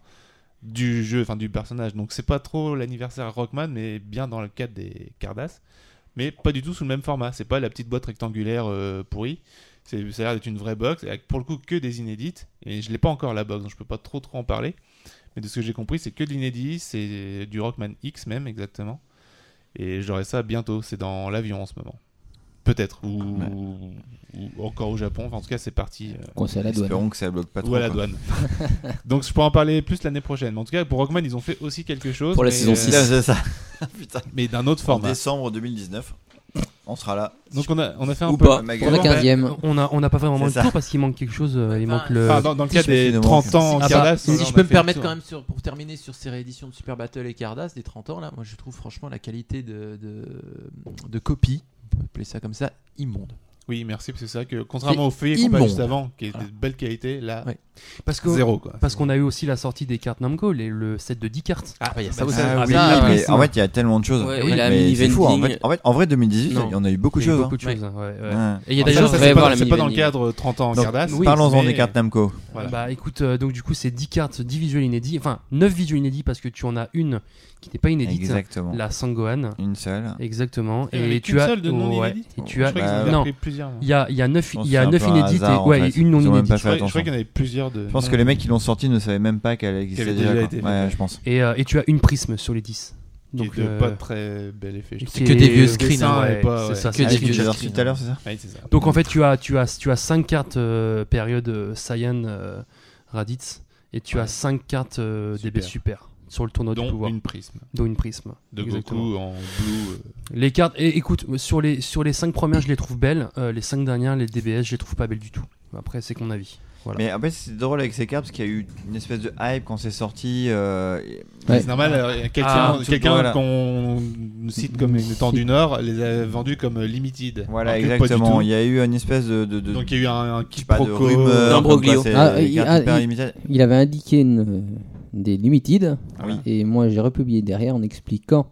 Speaker 3: du jeu, enfin du personnage. Donc, c'est pas trop l'anniversaire Rockman, mais bien dans le cadre des Cardass. Mais pas du tout sous le même format. C'est pas la petite boîte rectangulaire euh, pourrie. C'est, ça a l'air d'être une vraie box, avec pour le coup que des inédites. Et je l'ai pas encore la box, donc je peux pas trop trop en parler. Mais de ce que j'ai compris, c'est que de l'inédit, c'est du Rockman X même exactement. Et j'aurai ça bientôt. C'est dans l'avion en ce moment. Peut-être ou, ou encore au Japon. Enfin, en tout cas, c'est parti. euh,
Speaker 7: Qu'on sait à la douane.
Speaker 5: Espérons que ça bloque pas trop.
Speaker 3: ou à la
Speaker 5: quoi.
Speaker 3: douane. Donc je pourrais en parler plus l'année prochaine. Mais en tout cas, pour Rockman, ils ont fait aussi quelque chose.
Speaker 1: Pour la
Speaker 3: mais,
Speaker 1: saison
Speaker 3: euh,
Speaker 1: six.
Speaker 5: Putain, [laughs] c'est
Speaker 3: [laughs]
Speaker 5: ça. Putain.
Speaker 3: mais d'un autre
Speaker 5: En
Speaker 3: format.
Speaker 5: décembre 2019, on sera là.
Speaker 3: Donc on a, on a fait un
Speaker 1: Ou
Speaker 3: peu.
Speaker 1: pas.
Speaker 5: Magali.
Speaker 7: Pour la
Speaker 3: Bon,
Speaker 7: 15ème.
Speaker 2: bah, On a, on a pas vraiment
Speaker 5: C'est
Speaker 2: le
Speaker 5: ça.
Speaker 2: tour parce qu'il manque quelque chose. euh, il
Speaker 4: Enfin,
Speaker 2: manque le.
Speaker 3: Enfin, dans, dans le
Speaker 5: Si
Speaker 3: cas
Speaker 5: je me
Speaker 3: des
Speaker 5: fais
Speaker 3: 30 ans
Speaker 5: demander.
Speaker 3: en
Speaker 4: Ah bah,
Speaker 3: Cardass,
Speaker 4: si
Speaker 3: on
Speaker 4: je
Speaker 3: a
Speaker 4: peux me
Speaker 3: fait le
Speaker 4: permettre
Speaker 3: tour.
Speaker 4: quand même sur- pour terminer sur ces rééditions de Super Battle et Cardass des 30 ans là, moi je trouve franchement la qualité de, de, de copie, on peut appeler ça comme ça, immonde.
Speaker 3: Oui, merci, parce que c'est vrai que contrairement au feuillet qu'on
Speaker 4: immonde.
Speaker 3: a juste avant, qui était
Speaker 4: Voilà.
Speaker 3: de belle qualité, là,
Speaker 4: Ouais.
Speaker 2: Parce que-
Speaker 3: zéro quoi.
Speaker 2: Parce qu'on a eu aussi la sortie des cartes Namco, les- le set de 10 cartes.
Speaker 4: Ah, il y a ça
Speaker 3: bah,
Speaker 4: aussi.
Speaker 3: ça,
Speaker 4: Ah,
Speaker 3: oui,
Speaker 4: ça,
Speaker 5: Ah,
Speaker 4: euh,
Speaker 5: mais en fait, il y a tellement de choses.
Speaker 1: Ouais,
Speaker 5: Mais
Speaker 1: et
Speaker 5: oui,
Speaker 1: la
Speaker 5: mais
Speaker 1: mini
Speaker 5: c'est fou, en
Speaker 1: vending.
Speaker 5: fait. En fait, en vrai,
Speaker 1: Non.
Speaker 5: 2018, il y en a eu beaucoup de
Speaker 2: Il y a eu
Speaker 5: choses. hein.
Speaker 2: Beaucoup de choses. hein, ouais, ouais.
Speaker 5: Ouais.
Speaker 4: Et il y a
Speaker 3: Enfin,
Speaker 4: d'ailleurs
Speaker 3: ça,
Speaker 1: je
Speaker 3: c'est
Speaker 1: vais
Speaker 3: pas
Speaker 1: voir
Speaker 3: dans-
Speaker 1: la
Speaker 3: C'est pas dans le
Speaker 1: mini-vanille.
Speaker 3: cadre 30 ans en
Speaker 5: Donc,
Speaker 3: Cardass.
Speaker 2: oui,
Speaker 5: Parlons-en
Speaker 3: mais-
Speaker 5: des cartes Namco.
Speaker 3: Voilà.
Speaker 2: Bah écoute, euh, donc du coup c'est 10 cartes, 10 visuels inédits, enfin 9 visuels inédits parce que tu en as une qui n'est pas inédite,
Speaker 5: Exactement.
Speaker 2: la Sangohan,
Speaker 5: Une seule. Bah,
Speaker 2: exactement.
Speaker 3: Il y en avait
Speaker 2: Et tu
Speaker 3: qu'une
Speaker 2: as,
Speaker 3: seule de non
Speaker 2: ouais,
Speaker 3: inédite
Speaker 2: et tu as,
Speaker 3: Je crois qu'ils en
Speaker 2: non,
Speaker 3: ont pris plusieurs.
Speaker 2: il y a, il y a 9,
Speaker 5: pense
Speaker 2: il y
Speaker 5: que
Speaker 2: a
Speaker 5: c'est un
Speaker 2: 9
Speaker 5: peu un
Speaker 2: inédites
Speaker 5: hasard,
Speaker 2: et ouais,
Speaker 5: en
Speaker 2: et
Speaker 5: fait.
Speaker 2: une non
Speaker 5: Ils ont même
Speaker 2: inédite.
Speaker 5: pas
Speaker 3: Je crois-
Speaker 5: fait
Speaker 3: je crois
Speaker 5: attention.
Speaker 3: qu'il y en avait plusieurs de.
Speaker 5: Je pense que les mecs qui l'ont sorti ne savaient même pas qu'elle
Speaker 3: Qu'elle
Speaker 5: existait
Speaker 3: avait
Speaker 5: déjà.
Speaker 3: déjà
Speaker 5: quoi.
Speaker 3: été
Speaker 5: Ouais,
Speaker 3: faite.
Speaker 5: je pense.
Speaker 2: Et, euh, et tu as une prisme sur les 10.
Speaker 3: Donc,
Speaker 2: Donc euh,
Speaker 3: pas très bel effet. je trouve.
Speaker 2: qui
Speaker 4: que
Speaker 2: est-
Speaker 4: des vieux
Speaker 2: le
Speaker 4: screens,
Speaker 2: dessin
Speaker 3: hein,
Speaker 2: est
Speaker 3: ouais.
Speaker 2: pas- c'est
Speaker 3: Ouais.
Speaker 2: ça,
Speaker 4: Que
Speaker 2: c'est
Speaker 4: des
Speaker 2: des
Speaker 4: vieux
Speaker 2: vieux
Speaker 5: J'ai
Speaker 4: screens.
Speaker 5: sorti tout à l'heure, c'est ça
Speaker 3: Ouais, c'est ça.
Speaker 2: Donc en fait, tu as, tu as, tu as 5 cartes euh, période euh, Saiyan euh, Raditz et tu as 5 cartes euh,
Speaker 3: Super.
Speaker 2: DB Super sur le tournoi du
Speaker 3: Dont
Speaker 2: pouvoir,
Speaker 3: une prisme
Speaker 2: dont une prisme.
Speaker 3: de
Speaker 2: Exactement.
Speaker 3: Goku en blue. euh,
Speaker 2: Les cartes, et écoute, sur les, sur les 5 premières, je les trouve belles. euh, les 5 dernières, les DBS, je les trouve pas belles du tout. Après, c'est qu'on avis. Voilà.
Speaker 5: Mais en fait, c'est drôle avec ces cartes parce qu'il y a eu une espèce de hype quand c'est sorti. euh, et-
Speaker 7: Ouais.
Speaker 3: C'est normal, euh,
Speaker 5: Ah,
Speaker 3: quelqu'un
Speaker 5: tout-
Speaker 3: quelqu'un
Speaker 5: voilà.
Speaker 3: qu'on cite comme étant du Nord les a vendus comme euh, Limited.
Speaker 5: Voilà,
Speaker 3: Alors que pas du
Speaker 5: exactement.
Speaker 3: tout.
Speaker 5: Il y a eu une espèce de. de, de
Speaker 3: Donc il y a eu un, un
Speaker 5: je sais pas, de
Speaker 3: quiproquo.
Speaker 5: rumeur.
Speaker 1: D'un
Speaker 5: comme quoi
Speaker 1: broglio.
Speaker 5: c'est
Speaker 7: Ah,
Speaker 5: des
Speaker 7: il-
Speaker 5: cartes
Speaker 7: ah,
Speaker 5: hyper
Speaker 7: il-
Speaker 5: limitées.
Speaker 7: Il avait indiqué une- euh, des limited
Speaker 3: Ah
Speaker 5: Oui,
Speaker 7: et moi j'ai republié derrière en expliquant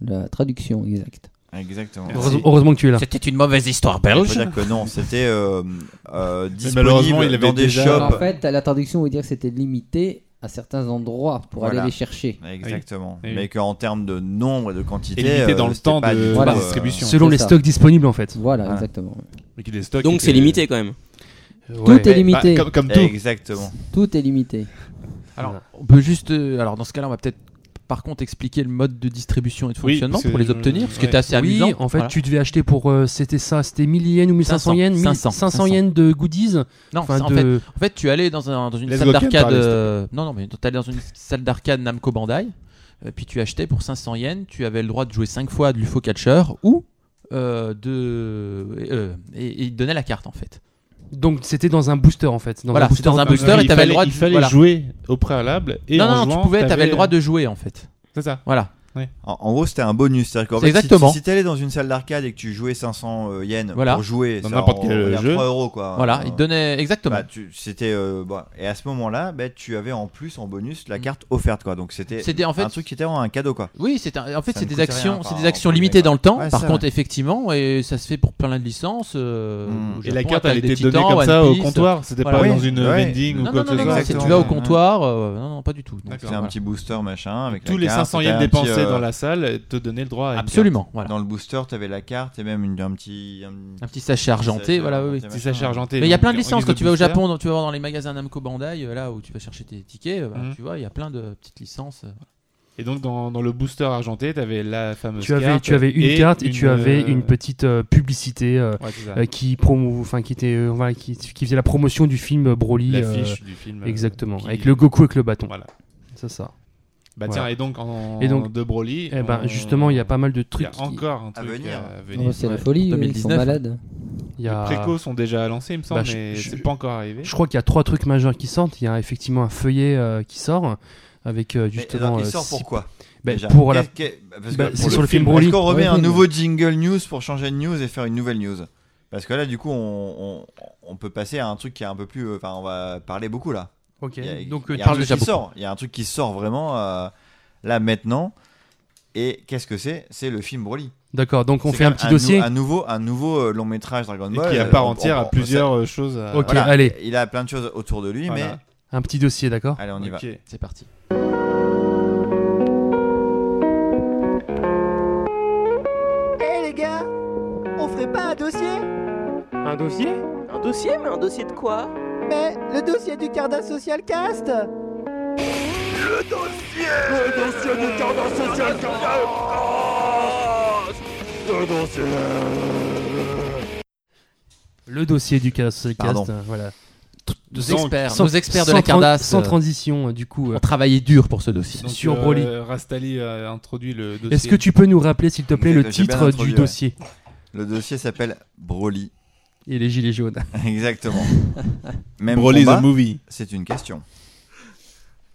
Speaker 7: la traduction exacte.
Speaker 5: exactement.
Speaker 3: Merci.
Speaker 2: Heureusement, heureusement que tu es là.
Speaker 4: C'était une mauvaise histoire
Speaker 5: Il
Speaker 4: belge.
Speaker 5: faut dire que non, c'était euh, euh, disponible
Speaker 3: malheureusement, il avait
Speaker 5: dans des
Speaker 3: déjà-
Speaker 5: shops.
Speaker 3: Hop.
Speaker 7: En fait, la traduction veut dire que c'était limité à certains endroits pour
Speaker 5: Voilà.
Speaker 7: aller les chercher.
Speaker 5: Exactement.
Speaker 3: Oui.
Speaker 5: Mais qu'en termes de nombre et de quantité,
Speaker 3: Et limité dans le
Speaker 5: euh, c'était
Speaker 3: temps
Speaker 5: pas
Speaker 3: de-
Speaker 5: du tout,
Speaker 7: Voilà.
Speaker 5: euh,
Speaker 3: distribution.
Speaker 2: Selon
Speaker 7: C'est
Speaker 2: les
Speaker 7: ça.
Speaker 2: stocks disponibles, en fait.
Speaker 7: Voilà,
Speaker 5: Voilà.
Speaker 7: exactement.
Speaker 3: Mais qui des stocks
Speaker 1: Donc
Speaker 3: étaient-
Speaker 1: c'est limité quand même.
Speaker 2: Ouais.
Speaker 7: Tout est limité.
Speaker 3: Bah, comme, comme tout.
Speaker 5: Eh, Exactement.
Speaker 7: Tout est limité.
Speaker 4: Alors, on peut juste. euh, alors, dans ce cas-là, on va peut-être par contre expliquer le mode de distribution et de
Speaker 3: Oui,
Speaker 4: fonctionnement
Speaker 3: parce que
Speaker 4: pour les
Speaker 3: je-
Speaker 4: obtenir, ce qui
Speaker 3: ouais.
Speaker 4: est assez
Speaker 2: oui,
Speaker 4: amusant.
Speaker 2: en fait,
Speaker 4: Voilà.
Speaker 2: tu devais acheter pour. euh, c'était ça, c'était 1000 yens ou 1500 yens
Speaker 4: 500,
Speaker 2: 500 yens de goodies.
Speaker 4: Non,
Speaker 2: Enfin,
Speaker 4: en,
Speaker 2: de...
Speaker 4: fait, en fait, tu allais dans, un- dans une
Speaker 3: Let's
Speaker 4: salle
Speaker 3: go, Ken,
Speaker 4: d'arcade.
Speaker 3: parle, s'il te plaît.
Speaker 4: euh, non, non, mais tu allais dans une salle d'arcade Namco Bandai. euh, puis tu achetais pour 500 yens. Tu avais le droit de jouer 5 fois à de l'UFO Catcher ou euh, de. et, euh, et, et il te donnait la carte en fait.
Speaker 2: Donc, c'était dans un booster, en fait. Dans
Speaker 4: Voilà,
Speaker 2: un booster
Speaker 4: c'était dans un
Speaker 2: auto-
Speaker 4: booster et
Speaker 3: il
Speaker 4: t'avais
Speaker 3: fallait,
Speaker 4: le droit de-
Speaker 3: il fallait
Speaker 4: voilà.
Speaker 3: jouer au préalable et
Speaker 4: non,
Speaker 3: en
Speaker 4: non, non,
Speaker 3: jouant,
Speaker 4: tu pouvais, t'avais le droit de jouer en fait.
Speaker 3: C'est ça.
Speaker 4: Voilà.
Speaker 3: Oui.
Speaker 5: En, en gros, c'était un bonus. C'est-à-dire qu'en
Speaker 4: C'est
Speaker 5: fait, si-
Speaker 4: exactement.
Speaker 5: Si, t'allais dans une salle d'arcade et que tu jouais 500 euh, yens
Speaker 4: Voilà.
Speaker 5: pour jouer,
Speaker 3: Dans
Speaker 5: ça,
Speaker 3: n'importe
Speaker 5: en-
Speaker 3: quel
Speaker 5: il y a
Speaker 3: jeu.
Speaker 5: 3 euros quoi.
Speaker 4: Voilà,
Speaker 5: Euh,
Speaker 4: il donnait exactement.
Speaker 5: bah, tu- c'était euh, bah, et à ce moment-là, bah, tu avais en plus en bonus la carte offerte quoi. Donc c'était
Speaker 4: Mm. C'était en fait
Speaker 5: un truc qui était vraiment un cadeau quoi.
Speaker 4: Oui, c'est un- en fait
Speaker 5: Ça
Speaker 4: c'est
Speaker 5: ne coûte
Speaker 4: des
Speaker 5: rien,
Speaker 4: actions,
Speaker 5: enfin,
Speaker 4: c'est des
Speaker 5: en
Speaker 4: actions
Speaker 5: premier,
Speaker 4: limitées dans le temps.
Speaker 5: Ouais,
Speaker 4: Par
Speaker 5: ça,
Speaker 4: contre, effectivement, et ça se fait pour plein de licences. euh,
Speaker 5: Mm.
Speaker 4: au
Speaker 3: Et la
Speaker 4: Japon,
Speaker 3: carte, elle
Speaker 4: Attaque des
Speaker 3: était donnée
Speaker 4: Titans,
Speaker 3: comme ça
Speaker 4: One
Speaker 3: au
Speaker 4: Piece.
Speaker 3: comptoir. C'était
Speaker 4: voilà.
Speaker 3: pas
Speaker 5: Oui,
Speaker 3: dans une
Speaker 5: ouais.
Speaker 3: vending ou
Speaker 4: Non,
Speaker 3: quoi
Speaker 4: non,
Speaker 3: que
Speaker 4: non,
Speaker 3: ce
Speaker 4: non,
Speaker 3: soit.
Speaker 4: c'est- tu
Speaker 5: exactement.
Speaker 4: vas au
Speaker 5: Ouais.
Speaker 4: comptoir. euh, non, non, pas du tout. Donc,
Speaker 3: D'accord.
Speaker 5: C'est un
Speaker 4: voilà.
Speaker 5: petit booster machin avec
Speaker 3: Tous
Speaker 5: la
Speaker 3: les
Speaker 5: carte,
Speaker 3: 500
Speaker 5: t'avais
Speaker 3: yens
Speaker 5: un petit,
Speaker 3: dépensés
Speaker 5: euh,
Speaker 3: dans la salle te donnaient le droit à une
Speaker 4: Absolument, voilà.
Speaker 5: Dans le booster, t'avais la carte et même une- un petit un
Speaker 4: Un petit sachet argenté, voilà. oui, oui.
Speaker 3: carte. Si ça charge en télé,
Speaker 4: Mais il y a
Speaker 3: donc,
Speaker 4: plein de
Speaker 3: en guise
Speaker 4: licences quand tu vas au
Speaker 3: booster.
Speaker 4: Japon, dans- tu vas voir dans les magasins Namco Bandai, euh, là où tu vas chercher tes tickets, euh, bah,
Speaker 3: Mhm.
Speaker 4: tu vois, il y a plein de petites licences. euh.
Speaker 3: Et donc dans, dans le booster argenté, t'avais la fameuse
Speaker 2: Tu avais,
Speaker 3: carte
Speaker 2: tu avais une carte et tu avais
Speaker 3: euh,
Speaker 2: une petite euh, publicité euh,
Speaker 3: ouais, c'est ça.
Speaker 2: euh, qui, promou- enfin, qui, était, euh, voilà, qui, qui faisait la promotion du film Broly. euh,
Speaker 3: l'affiche du film. euh,
Speaker 2: exactement,
Speaker 3: qui-
Speaker 2: avec le Goku avec le bâton.
Speaker 3: Voilà.
Speaker 2: C'est ça.
Speaker 3: Bah
Speaker 2: Voilà.
Speaker 3: tiens, et donc en
Speaker 2: Et donc-
Speaker 3: de Broly.
Speaker 2: Eh ben,
Speaker 3: on-
Speaker 2: justement, il y a pas mal de
Speaker 3: il y a
Speaker 2: trucs. qui-
Speaker 3: encore un truc
Speaker 5: venir. Ah,
Speaker 3: à
Speaker 7: Oh,
Speaker 3: venir.
Speaker 7: c'est la
Speaker 3: Ouais.
Speaker 7: folie, oui, ils sont
Speaker 4: 2019.
Speaker 7: malades.
Speaker 2: il y a-
Speaker 3: Les précos sont déjà lancés, il me semble,
Speaker 2: Bah, je-
Speaker 3: mais
Speaker 2: je-
Speaker 3: c'est pas encore arrivé.
Speaker 2: Je crois qu'il y a trois trucs majeurs qui sortent. Il y a effectivement un feuillet euh, qui sort avec euh, justement.
Speaker 5: il
Speaker 2: euh,
Speaker 5: sort
Speaker 2: six-
Speaker 5: pourquoi
Speaker 2: bah,
Speaker 5: déjà
Speaker 2: pour la-
Speaker 5: Qu'est- qu'est- parce que
Speaker 2: bah,
Speaker 5: pour
Speaker 2: c'est sur
Speaker 5: le-
Speaker 2: le film
Speaker 5: Est-ce
Speaker 2: Broly.
Speaker 5: qu'on remet
Speaker 7: Ouais,
Speaker 5: un
Speaker 7: mais-
Speaker 5: nouveau jingle news pour changer de news et faire une nouvelle news Parce que là, du coup, on, on- on peut passer à un truc qui est un peu plus. euh, Enfin, on va parler beaucoup là.
Speaker 2: Ok.
Speaker 5: Il y a-
Speaker 2: Donc
Speaker 5: il
Speaker 2: euh,
Speaker 5: y a un
Speaker 2: parle
Speaker 5: truc
Speaker 2: déjà
Speaker 5: qui
Speaker 2: beaucoup.
Speaker 5: sort. Il y a un truc qui sort vraiment euh, là maintenant. Et qu'est-ce que c'est C'est le film Broly.
Speaker 2: D'accord. Donc on
Speaker 5: C'est
Speaker 2: fait
Speaker 5: quand
Speaker 2: un
Speaker 5: même
Speaker 2: petit dossier.
Speaker 5: nou- un nouveau, un nouveau euh, long métrage Dragon
Speaker 3: Et
Speaker 5: Ball.
Speaker 3: qui, à
Speaker 5: euh,
Speaker 3: part
Speaker 5: on-
Speaker 3: entière,
Speaker 5: on-
Speaker 3: a
Speaker 5: on-
Speaker 3: plusieurs euh, choses à.
Speaker 2: Ok,
Speaker 5: voilà.
Speaker 2: allez,
Speaker 5: Il a plein de choses autour de lui,
Speaker 3: Voilà.
Speaker 5: mais
Speaker 2: un petit dossier, d'accord.
Speaker 5: allez, on y va.
Speaker 3: Ok.
Speaker 4: C'est parti.
Speaker 10: Eh les gars, on ferait pas un dossier
Speaker 8: Un dossier
Speaker 9: Un dossier, mais un dossier de quoi
Speaker 10: Mais le dossier du Cardin Social Cast
Speaker 2: Le dossier du cast.
Speaker 5: Pardon.
Speaker 2: euh, voilà.
Speaker 4: Nos
Speaker 3: Donc,
Speaker 4: experts,
Speaker 2: sans-
Speaker 4: nos experts de
Speaker 2: sans
Speaker 4: la
Speaker 2: tran-
Speaker 4: Cardass
Speaker 2: Sans
Speaker 4: euh,
Speaker 2: transition, euh, du coup. euh,
Speaker 4: ont travaillé dur pour ce dossier.
Speaker 3: Donc,
Speaker 2: Sur
Speaker 3: euh,
Speaker 2: Broly.
Speaker 3: Rastali a introduit le dossier.
Speaker 2: Est-ce que tu peux nous rappeler, s'il te plaît,
Speaker 5: J'ai-
Speaker 2: le
Speaker 5: j'ai
Speaker 2: titre
Speaker 5: bien introduit,
Speaker 2: du
Speaker 5: ouais.
Speaker 2: dossier
Speaker 5: Le dossier s'appelle Broly.
Speaker 2: Et les gilets jaunes.
Speaker 5: [laughs]
Speaker 2: [laughs]
Speaker 5: Exactement. Même
Speaker 3: Broly
Speaker 5: combat,
Speaker 3: the movie.
Speaker 5: c'est une question.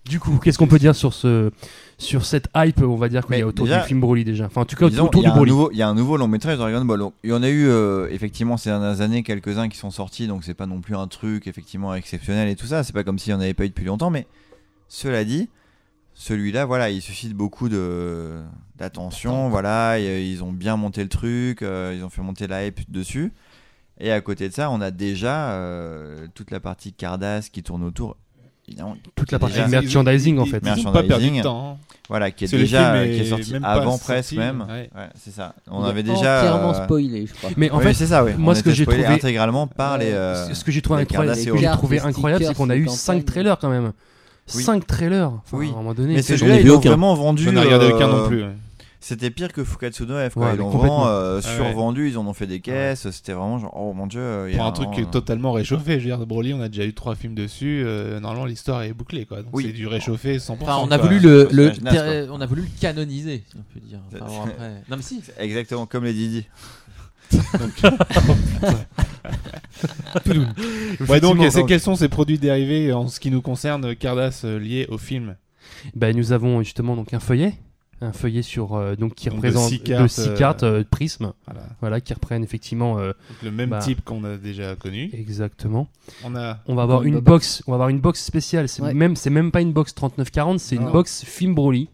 Speaker 2: Du coup, qu'est-ce qu'on peut dire sur ce, sur cette hype, on va dire qu'il y
Speaker 5: Mais
Speaker 2: a autour
Speaker 5: déjà-
Speaker 2: du film Broly déjà. Enfin, en tout cas,
Speaker 5: Disons,
Speaker 2: autour
Speaker 5: il y
Speaker 2: du
Speaker 5: a un
Speaker 2: Broly.
Speaker 5: nouveau- Il y a un nouveau long métrage de Dragon Ball. Donc, il y en a eu euh, effectivement ces dernières années quelques-uns qui sont sortis, donc c'est pas non plus un truc effectivement exceptionnel et tout ça. C'est pas comme s'il n'y en avait pas eu depuis longtemps, mais cela dit, celui-là, voilà, il suscite beaucoup de d'attention. Voilà, et, euh, ils ont bien monté le truc, euh, ils ont fait monter la hype dessus. Et à côté de ça, on a déjà euh, toute la partie Cardass qui tourne autour. Évidemment,
Speaker 2: Toute la partie
Speaker 5: Déjà-
Speaker 2: merchandising, en fait.
Speaker 3: Ils n'ont pas
Speaker 5: Merchandising.
Speaker 3: perdu de temps. hein.
Speaker 5: Voilà, qui est
Speaker 3: Parce que le
Speaker 5: déjà
Speaker 3: film
Speaker 5: euh, qui est
Speaker 3: est
Speaker 5: sorti
Speaker 3: même pas
Speaker 5: avant
Speaker 3: sorti,
Speaker 5: presse même.
Speaker 3: ouais.
Speaker 5: Ouais, c'est ça. On
Speaker 7: Il est
Speaker 5: avait déjà
Speaker 7: Entièrement
Speaker 5: euh,
Speaker 7: spoilé, je crois.
Speaker 2: Mais en
Speaker 5: oui,
Speaker 2: fait,
Speaker 5: c'est ça, oui.
Speaker 2: moi,
Speaker 5: On
Speaker 2: ce que
Speaker 5: était
Speaker 2: j'ai
Speaker 5: spoilé
Speaker 2: trouvé-
Speaker 5: intégralement par les. euh,
Speaker 2: ce que j'ai trouvé
Speaker 5: les
Speaker 2: incroyable,
Speaker 5: Cardass
Speaker 2: ce
Speaker 5: et
Speaker 2: que j'ai
Speaker 7: Oliver.
Speaker 2: trouvé
Speaker 7: Les
Speaker 2: incroyable, c'est
Speaker 7: stickers,
Speaker 2: qu'on a
Speaker 7: les
Speaker 2: eu
Speaker 7: campagnes.
Speaker 2: 5 trailers quand même.
Speaker 5: Oui.
Speaker 2: 5 trailers. Enfin,
Speaker 5: Oui.
Speaker 2: À un moment donné,
Speaker 5: Mais
Speaker 2: c'est-
Speaker 5: celui-là,
Speaker 1: ai
Speaker 5: ils
Speaker 1: vu
Speaker 5: l'ont
Speaker 1: aucun.
Speaker 5: vraiment vendu.
Speaker 3: Je n'ai regardé
Speaker 5: euh,
Speaker 3: aucun non plus. ouais.
Speaker 5: C'était pire que Fukatsu no F,
Speaker 2: Ouais,
Speaker 5: quoi. Ils
Speaker 2: mais
Speaker 5: l'ont
Speaker 2: complètement.
Speaker 5: vraiment euh,
Speaker 3: Ah ouais.
Speaker 5: survendu, ils en ont fait des caisses. C'était vraiment genre, oh mon dieu. euh, il y
Speaker 3: Pour
Speaker 5: a
Speaker 3: un truc qui est totalement réchauffé. Je veux dire, Broly, on a déjà eu trois films dessus. euh, normalement, l'histoire est bouclée, quoi. Donc
Speaker 5: Oui.
Speaker 3: c'est du réchauffé 100%.
Speaker 4: Enfin, on a
Speaker 3: quoi.
Speaker 4: voulu le,
Speaker 5: C'est
Speaker 4: le-
Speaker 5: un gymnase,
Speaker 4: ter- on a voulu le canoniser, si on peut dire. Enfin, bon, après- Non mais si.
Speaker 5: [laughs] Exactement, comme les Didi.
Speaker 3: [laughs] Ouais, donc,
Speaker 2: Effectivement.
Speaker 3: c'est quels sont ces produits dérivés en ce qui nous concerne, Cardass, euh, liés au film
Speaker 2: Bah, nous avons justement donc un feuillet, un feuillet sur euh, donc qui
Speaker 3: Donc, de
Speaker 2: représente
Speaker 3: six
Speaker 2: de
Speaker 3: cartes,
Speaker 2: six
Speaker 3: euh,
Speaker 2: cartes euh, prismes,
Speaker 3: Voilà.
Speaker 2: voilà qui reprennent effectivement euh,
Speaker 3: Donc, le même
Speaker 2: Bah.
Speaker 3: type qu'on a déjà connu.
Speaker 2: exactement.
Speaker 3: On a.
Speaker 2: On va avoir
Speaker 7: Comme
Speaker 2: une
Speaker 3: bah,
Speaker 7: Bob.
Speaker 2: box, on va avoir une box spéciale, c'est
Speaker 7: Ouais.
Speaker 2: même c'est même pas une box 39-40, c'est une
Speaker 3: Non.
Speaker 2: box film Broly.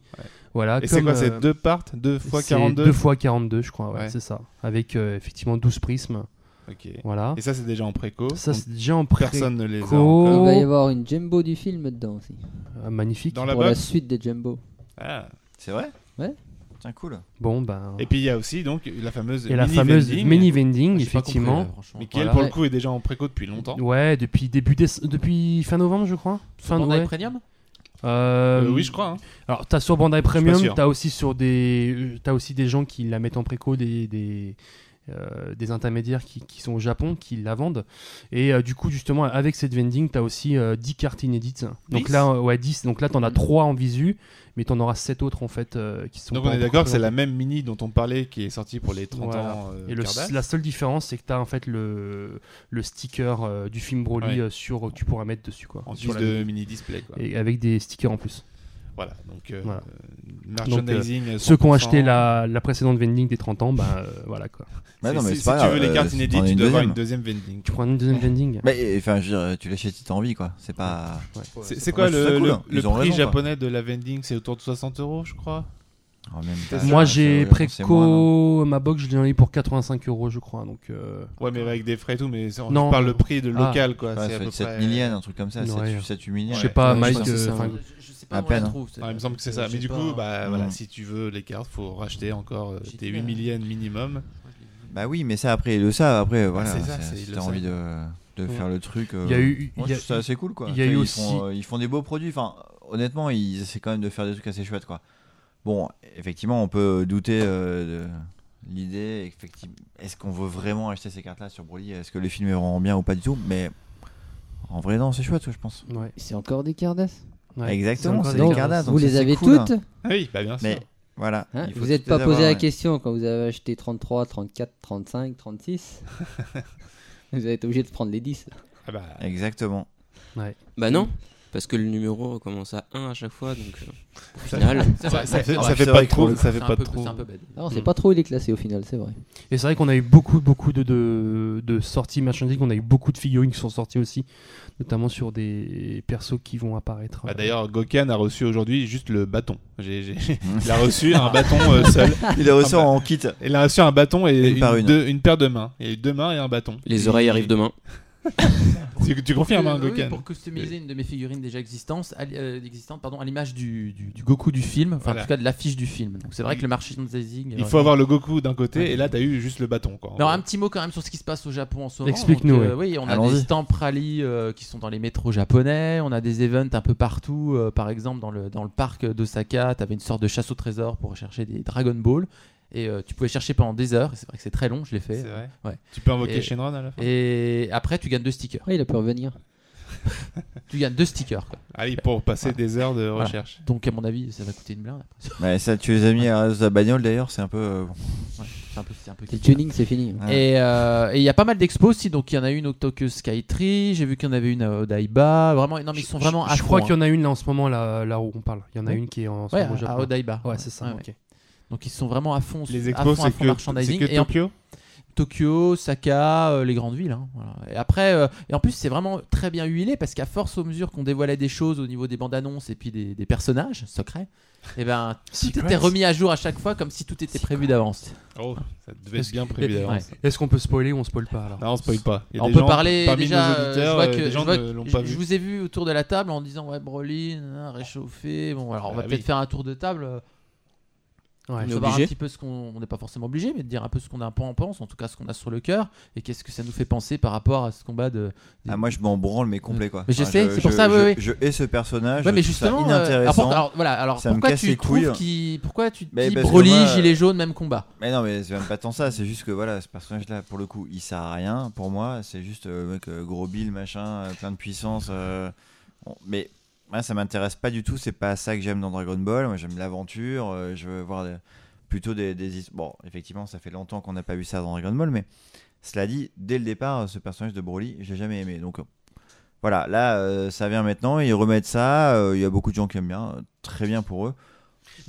Speaker 2: Voilà,
Speaker 3: Et
Speaker 2: comme,
Speaker 3: c'est quoi
Speaker 2: euh,
Speaker 3: C'est deux parts Deux fois
Speaker 2: c'est
Speaker 3: 42
Speaker 2: deux fois 42 je crois, ouais,
Speaker 3: Ouais.
Speaker 2: c'est ça. Avec euh, effectivement 12 prismes,
Speaker 3: Ok.
Speaker 2: voilà.
Speaker 3: Et ça, c'est déjà en préco.
Speaker 2: Ça
Speaker 3: donc
Speaker 2: c'est déjà en pré
Speaker 3: personne ne les a.
Speaker 2: préco.
Speaker 3: encore.
Speaker 7: Il va y avoir une Jumbo du film dedans aussi.
Speaker 2: Ah, magnifique.
Speaker 3: Dans la
Speaker 7: pour la
Speaker 3: box.
Speaker 7: suite des Jumbo.
Speaker 3: Ah.
Speaker 5: C'est vrai
Speaker 7: Ouais.
Speaker 5: Tiens, cool.
Speaker 2: Bon ben
Speaker 3: Et puis, il y a aussi donc la fameuse.
Speaker 2: et la
Speaker 3: mini
Speaker 2: fameuse
Speaker 3: vending,
Speaker 2: mini vending
Speaker 4: J'ai pas compris,
Speaker 2: effectivement.
Speaker 4: là, franchement.
Speaker 3: Mais qui,
Speaker 2: Voilà.
Speaker 3: elle, pour le
Speaker 7: Ouais.
Speaker 3: coup, est déjà en préco depuis longtemps.
Speaker 2: Ouais, depuis début déce- depuis fin novembre je crois. Fin
Speaker 4: Bandai
Speaker 2: ouais.
Speaker 4: Premium
Speaker 2: Euh,
Speaker 3: Euh, oui, je crois. hein.
Speaker 2: Alors, t'as sur Bandai
Speaker 3: Je
Speaker 2: Premium,
Speaker 3: suis pas sûr.
Speaker 2: t'as aussi sur des, euh, t'as aussi des gens qui la mettent en préco, des des, euh, des intermédiaires qui, qui sont au Japon, qui la vendent. Et euh, du coup, justement, avec cette vending, t'as aussi euh, 10 cartes inédites. Donc
Speaker 3: Dix
Speaker 2: là, euh, ouais, 10. Donc là, t'en as 3 en visu, mais t'en auras 7 autres en fait euh, qui sont.
Speaker 3: Donc
Speaker 2: pas
Speaker 3: on est
Speaker 2: encore
Speaker 3: d'accord que c'est la
Speaker 2: présentées.
Speaker 3: même mini dont on parlait qui est sortie pour les 30
Speaker 2: Voilà.
Speaker 3: ans. euh,
Speaker 2: Et le-
Speaker 3: Cardass.
Speaker 2: la seule différence, c'est que t'as en fait le, le sticker euh, du film Broly
Speaker 3: Ouais.
Speaker 2: euh, sur, tu pourras mettre dessus quoi.
Speaker 3: en
Speaker 2: Sur
Speaker 3: plus
Speaker 2: la-
Speaker 3: de mini display quoi.
Speaker 2: Et avec des stickers en plus.
Speaker 3: Voilà, donc euh,
Speaker 2: Voilà. euh,
Speaker 3: merchandising.
Speaker 2: Ceux qui ont
Speaker 3: 100%.
Speaker 2: acheté la, la précédente vending des 30 ans, bah euh, voilà quoi.
Speaker 5: [laughs] Bah non,
Speaker 3: Si-
Speaker 5: mais
Speaker 3: si
Speaker 5: c'est pas
Speaker 3: tu veux
Speaker 5: grave,
Speaker 3: les cartes
Speaker 5: euh,
Speaker 3: inédites,
Speaker 5: t'en as
Speaker 3: tu
Speaker 5: une
Speaker 3: dois avoir
Speaker 5: deuxième.
Speaker 3: une deuxième vending.
Speaker 2: Tu prends une deuxième vending
Speaker 5: Mais enfin, je veux dire, tu l'achètes si t'as envie, quoi. C'est pas.
Speaker 3: C'est c'est
Speaker 5: Moi,
Speaker 3: quoi
Speaker 5: je trouve
Speaker 3: le,
Speaker 5: ça cool,
Speaker 3: le-
Speaker 5: hein.
Speaker 3: le
Speaker 5: Ils ont
Speaker 3: prix
Speaker 5: raison, quoi.
Speaker 3: japonais de la vending C'est autour de 60 euros, je crois.
Speaker 5: En même
Speaker 3: C'est
Speaker 5: temps,
Speaker 3: ça.
Speaker 2: Moi
Speaker 5: c'est-
Speaker 2: j'ai
Speaker 5: c'est moins, hein.
Speaker 2: préco ma box, je l'ai eu pour 85 euros je crois. Donc euh,
Speaker 3: Ouais, mais avec des frais et tout, mais c'est- on
Speaker 2: Non.
Speaker 3: parle le prix de
Speaker 2: Ah.
Speaker 3: local, quoi.
Speaker 5: Ouais,
Speaker 3: c'est
Speaker 5: ça
Speaker 3: à
Speaker 5: doit
Speaker 3: peu
Speaker 5: être 7
Speaker 3: près-
Speaker 5: 000 yens, un truc comme ça.
Speaker 2: Ouais.
Speaker 5: 7 ou 7 000 yens.
Speaker 2: je sais pas,
Speaker 1: ouais, je
Speaker 2: Mike.
Speaker 1: pense que
Speaker 2: euh,
Speaker 1: c'est ça.
Speaker 2: enfin,
Speaker 4: Je sais pas
Speaker 5: À
Speaker 4: où on la
Speaker 5: peine.
Speaker 4: trouve, cette-
Speaker 3: Ouais, il me semble que c'est
Speaker 4: je
Speaker 3: ça. Mais
Speaker 4: sais
Speaker 3: du
Speaker 4: pas,
Speaker 3: coup,
Speaker 4: hein.
Speaker 3: bah,
Speaker 5: Mm.
Speaker 3: voilà, si tu veux les cartes, faut racheter encore euh,
Speaker 4: J'ai
Speaker 3: tes
Speaker 4: dit,
Speaker 3: 8 000
Speaker 4: euh,
Speaker 3: yens minimum.
Speaker 5: Bah oui, mais ça, après, le ça,
Speaker 9: Ah,
Speaker 5: après, Euh, voilà.
Speaker 3: c'est ça,
Speaker 5: c'est-
Speaker 3: c'est
Speaker 5: Si
Speaker 3: le
Speaker 5: t'as
Speaker 3: ça.
Speaker 5: envie de de faire le truc.
Speaker 2: il y a
Speaker 5: euh,
Speaker 2: eu.
Speaker 5: Moi,
Speaker 2: il y a-
Speaker 5: je trouve ça assez cool quoi.
Speaker 2: il y a
Speaker 5: Tu
Speaker 2: eu
Speaker 5: vois, ils,
Speaker 2: aussi-
Speaker 5: font, euh, ils font des beaux produits. Enfin, honnêtement, ils essaient quand même de faire des trucs assez chouettes quoi. Bon, effectivement, on peut douter euh, de l'idée. effectivement, Est-ce qu'on veut vraiment acheter ces cartes-là sur Broly Est-ce que les films iront bien ou pas du tout Mais en vrai, non, c'est chouette, quoi, je pense.
Speaker 2: ouais.
Speaker 7: C'est encore des Cardass.
Speaker 2: Ouais.
Speaker 5: Exactement,
Speaker 2: C'est
Speaker 5: c'est
Speaker 2: encore
Speaker 5: des
Speaker 2: des
Speaker 5: cartes.
Speaker 7: vous les avez toutes
Speaker 3: Ah oui, bah bien sûr.
Speaker 5: Mais voilà.
Speaker 7: hein
Speaker 5: il faut
Speaker 7: Vous n'êtes
Speaker 5: toutes les
Speaker 7: pas posé
Speaker 5: avoir,
Speaker 7: la
Speaker 5: ouais.
Speaker 7: question quand vous avez acheté 33, 34, 35,
Speaker 3: [laughs]
Speaker 7: 36 Vous avez été obligé de prendre les 10.
Speaker 3: Ah bah,
Speaker 5: Exactement.
Speaker 1: Bah non, parce que le numéro recommence à 1 à chaque fois, donc euh, au final.
Speaker 4: C'est
Speaker 3: ça,
Speaker 4: vrai,
Speaker 3: ça-
Speaker 4: c'est
Speaker 3: ça
Speaker 4: vrai.
Speaker 3: fait
Speaker 5: C'est
Speaker 3: pas
Speaker 5: vrai
Speaker 3: de
Speaker 5: que pour
Speaker 3: trou.
Speaker 5: le
Speaker 3: Ça
Speaker 4: C'est
Speaker 3: fait
Speaker 4: un
Speaker 3: pas Hmm. de
Speaker 4: peu-
Speaker 3: trou.
Speaker 4: C'est un peu bête.
Speaker 7: Alors, on sait
Speaker 1: Hmm.
Speaker 2: Mm.
Speaker 7: pas trop où il est classé au final, c'est vrai.
Speaker 2: Et c'est vrai qu'on a eu beaucoup, beaucoup de, de, de sorties merchandising, on a eu beaucoup de figurines qui sont sorties aussi, notamment sur des persos qui vont
Speaker 4: [laughs]
Speaker 2: apparaître.
Speaker 3: Bah,
Speaker 2: euh,
Speaker 3: D'ailleurs, Gokan a reçu aujourd'hui juste le bâton. J'ai- j'ai- [laughs] Il a reçu un bâton euh, seul.
Speaker 5: Mm. [laughs] Il est
Speaker 3: Ah
Speaker 5: ressort
Speaker 3: bah.
Speaker 5: en kit.
Speaker 3: Il a reçu un bâton et
Speaker 5: Une
Speaker 3: une,
Speaker 5: par une.
Speaker 3: deux- une paire de mains. Il y a eu deux mains et un bâton.
Speaker 1: Les oreilles arrivent demain.
Speaker 3: Tu, tu confirmes, hein,
Speaker 4: Oui,
Speaker 3: Gokan
Speaker 4: Pour customiser une de mes figurines déjà existantes, à l- euh, existantes, pardon, à l'image du, du- du Goku du film, enfin
Speaker 3: Voilà.
Speaker 4: en tout cas de l'affiche du film. Donc c'est vrai
Speaker 3: Il-
Speaker 4: que le merchandising.
Speaker 3: Il
Speaker 4: euh,
Speaker 3: faut avoir le Goku d'un côté
Speaker 4: Ouais.
Speaker 3: et là, t'as eu juste le bâton. Quoi.
Speaker 4: Alors un petit mot quand même sur ce qui se passe au Japon en ce moment.
Speaker 2: Explique-nous,
Speaker 4: Donc, euh, oui, on a
Speaker 5: Allons-y.
Speaker 4: des stamps rally euh, qui sont dans les métros japonais, on a des events un peu partout. euh, par exemple, dans le, dans le parc d'Osaka, tu avais une sorte de chasse au trésor pour chercher des Dragon Ball. Et euh, tu pouvais chercher pendant des heures. C'est vrai que c'est très long, je l'ai fait.
Speaker 3: C'est vrai.
Speaker 4: Ouais.
Speaker 3: Tu peux invoquer
Speaker 4: Et-
Speaker 3: Shenron à la fin
Speaker 4: Et après, tu gagnes deux stickers.
Speaker 7: Après, il a pu revenir.
Speaker 4: [laughs] Tu gagnes deux stickers. quoi.
Speaker 3: Allez, Ah pour passer
Speaker 4: Voilà.
Speaker 3: des heures de
Speaker 4: Voilà.
Speaker 3: recherche.
Speaker 4: Donc, à mon avis, ça va coûter une blinde. après.
Speaker 5: Ouais, Bah, ça, tu les as mis à la bagnole d'ailleurs, c'est un peu. euh, bon.
Speaker 4: Ouais, c'est un peu, c'est un peu
Speaker 7: C'est le
Speaker 4: kiffant.
Speaker 7: tuning, c'est fini.
Speaker 3: Ah.
Speaker 5: Ouais.
Speaker 4: Et euh, et il y a pas mal d'expos aussi, donc il y en a une au Tokyo Skytree, j'ai vu qu'il y en avait une à Odaiba, vraiment, non mais ils sont
Speaker 2: je-
Speaker 4: vraiment
Speaker 2: je,
Speaker 4: à
Speaker 2: je crois
Speaker 4: fond,
Speaker 2: qu'il y en a une là en ce moment, là, là où on parle. Il y en a
Speaker 4: Oui.
Speaker 2: une qui est en ce
Speaker 4: hein.
Speaker 2: moment au
Speaker 4: Ouais, à
Speaker 2: Japon.
Speaker 4: Odaiba.
Speaker 2: Ouais, c'est ça,
Speaker 4: Ouais, ouais.
Speaker 2: ok.
Speaker 4: Donc ils sont vraiment à fond,
Speaker 3: Les
Speaker 4: à
Speaker 3: expos,
Speaker 4: fond, à fond
Speaker 3: c'est que, c'est
Speaker 4: merchandising.
Speaker 3: que
Speaker 4: et en
Speaker 3: Tokyo
Speaker 4: Tokyo, Saka, euh, les grandes villes. hein, voilà. Et après, euh, et en plus, c'est vraiment très bien huilé parce qu'à force, au mesure qu'on dévoilait des choses au niveau des bandes annonces et puis des, des personnages secrets, et
Speaker 2: [laughs]
Speaker 4: ben tout était remis à jour à chaque fois comme si tout était prévu d'avance.
Speaker 3: Oh, ça devait
Speaker 2: Est-ce
Speaker 3: être bien prévu d'avance.
Speaker 4: Ouais.
Speaker 2: Est-ce qu'on peut spoiler ou on spoil pas alors
Speaker 3: Non, on spoil pas. Il y a
Speaker 4: On
Speaker 3: des
Speaker 4: peut
Speaker 3: gens
Speaker 4: parler
Speaker 3: parmi
Speaker 4: déjà.
Speaker 3: nos
Speaker 4: euh,
Speaker 3: auditeurs,
Speaker 4: je vois
Speaker 3: euh,
Speaker 4: que
Speaker 3: des gens
Speaker 4: je, vois
Speaker 3: ne l'ont
Speaker 4: que-
Speaker 3: pas
Speaker 4: je- je
Speaker 3: vu.
Speaker 4: vous ai vu autour de la table en disant ouais Broly, hein, réchauffé. Bon alors on
Speaker 3: Ah
Speaker 4: va
Speaker 3: bah
Speaker 4: peut-être
Speaker 3: oui.
Speaker 4: faire un tour de table.
Speaker 2: Ouais.
Speaker 1: On est
Speaker 4: On savoir un
Speaker 1: obligé.
Speaker 4: petit peu ce qu'on on n'est pas forcément obligé, mais de dire un peu ce qu'on a un peu en pense, en tout cas ce qu'on a sur le cœur, et qu'est-ce que ça nous fait penser par rapport à ce combat de.
Speaker 5: Ah, moi, je m'en branle, mais complet quoi.
Speaker 4: Mais je sais, c'est pour ça,
Speaker 5: je,
Speaker 4: ouais, ouais.
Speaker 5: Je hais ce personnage.
Speaker 4: Ouais, mais
Speaker 5: je trouve ça
Speaker 4: justement, euh, alors,
Speaker 5: inintéressant.
Speaker 4: pour- alors, voilà, alors
Speaker 5: Ça me
Speaker 4: pourquoi
Speaker 5: casse
Speaker 4: tu
Speaker 5: les couilles.
Speaker 4: trouves qui, pourquoi tu te
Speaker 5: Mais
Speaker 4: dis
Speaker 5: parce que
Speaker 4: Broly,
Speaker 5: moi, euh,
Speaker 4: gilet jaune, même combat
Speaker 5: Mais non, mais c'est même pas tant ça, c'est juste que voilà, ce personnage-là, pour le coup, il sert à rien. Pour moi, c'est juste euh, le mec euh, gros bill, machin, euh, plein de puissance. euh, bon, mais moi, ça m'intéresse pas du tout, c'est pas ça que j'aime dans Dragon Ball. Moi, j'aime l'aventure, euh, je veux voir des- plutôt des, des his- Bon, effectivement, ça fait longtemps qu'on n'a pas vu ça dans Dragon Ball, mais cela dit, dès le départ, euh, ce personnage de Broly, j'ai jamais aimé. Donc euh, voilà, là, euh, ça vient maintenant, ils remettent ça, euh, il y a beaucoup de gens qui aiment bien, euh, très bien pour eux.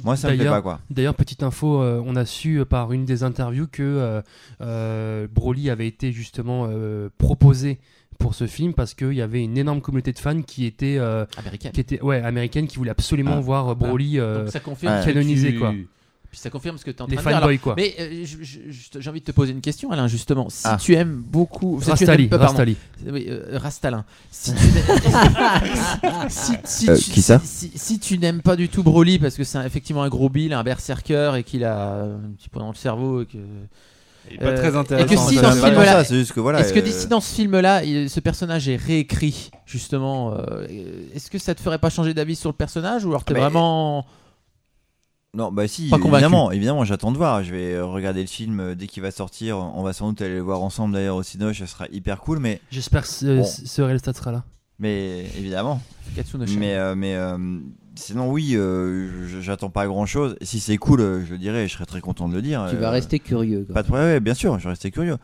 Speaker 5: Moi, ça me plaît
Speaker 2: D'ailleurs,
Speaker 5: pas, quoi.
Speaker 2: D'ailleurs, petite info, euh, on a su euh, par une des interviews que euh, euh, Broly avait été justement euh, proposé pour ce film parce qu'il y avait une énorme communauté de fans qui était, euh,
Speaker 4: américain.
Speaker 2: qui était ouais, américaine qui voulait absolument
Speaker 5: Ah.
Speaker 2: voir euh, Broly euh,
Speaker 4: Bah, Donc ça confirme
Speaker 5: ouais.
Speaker 4: ce que
Speaker 2: Canonisé,
Speaker 4: tu-
Speaker 2: quoi.
Speaker 4: Puis ça confirme ce que tu es en train
Speaker 2: les
Speaker 4: de dire. Alors,
Speaker 2: fanboys quoi.
Speaker 4: Mais euh, je- je- je- j'ai envie de te poser une question, Alain, justement. Si
Speaker 5: Ah.
Speaker 4: tu aimes beaucoup. si tu
Speaker 2: Rastali,
Speaker 4: n'aimes pas- pardon.
Speaker 2: Rastali.
Speaker 4: Oui, euh, Rastalin.
Speaker 2: [laughs]
Speaker 4: Si tu n'aimes- [laughs] si- si-
Speaker 5: Euh,
Speaker 4: si-
Speaker 5: qui ça
Speaker 4: si- si tu n'aimes pas du tout Broly parce que c'est un- effectivement un gros bill, un berserker et qu'il a euh, un petit point dans le cerveau et que.
Speaker 3: Il est pas
Speaker 4: Euh,
Speaker 3: très
Speaker 4: et
Speaker 3: intéressant.
Speaker 4: que si
Speaker 3: ça,
Speaker 4: dans
Speaker 5: C'est
Speaker 4: ce
Speaker 3: ça,
Speaker 5: pas
Speaker 4: film-là,
Speaker 5: tant
Speaker 3: ça.
Speaker 5: ça, c'est juste que voilà.
Speaker 4: est-ce que
Speaker 5: euh,
Speaker 4: si dans ce film-là, il- ce personnage est réécrit justement, euh, est-ce que ça te ferait pas changer d'avis sur le personnage ou alors
Speaker 5: Ah,
Speaker 4: t'es
Speaker 5: mais-
Speaker 4: vraiment
Speaker 5: Non, bah si,
Speaker 4: Pas convaincu.
Speaker 5: évidemment, évidemment, j'attends de voir. Je vais euh, regarder le film euh, dès qu'il va sortir. On va sans doute aller le voir ensemble d'ailleurs au Cinoche, ça sera hyper cool, mais,
Speaker 2: J'espère que ce,
Speaker 5: Bon.
Speaker 2: ce réalistat sera là.
Speaker 5: mais évidemment.
Speaker 4: Katsuno-chan
Speaker 5: Mais, euh, mais euh, sinon, oui, euh, je- j'attends pas grand chose. Si c'est cool, euh, je le dirai, je serai très content de le dire.
Speaker 7: Tu
Speaker 5: Euh,
Speaker 7: vas rester curieux. quoi.
Speaker 5: Pas de problème, ouais, bien sûr, je vais rester curieux.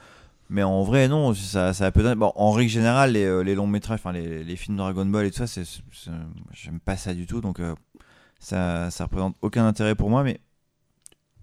Speaker 5: Mais en vrai, non, ça, ça a peu d'in- bon, En règle générale, les, euh, les longs métrages, enfin les, les films de Dragon Ball et tout ça, c'est, c'est- j'aime pas ça du tout, donc euh, ça, ça représente aucun intérêt pour moi, mais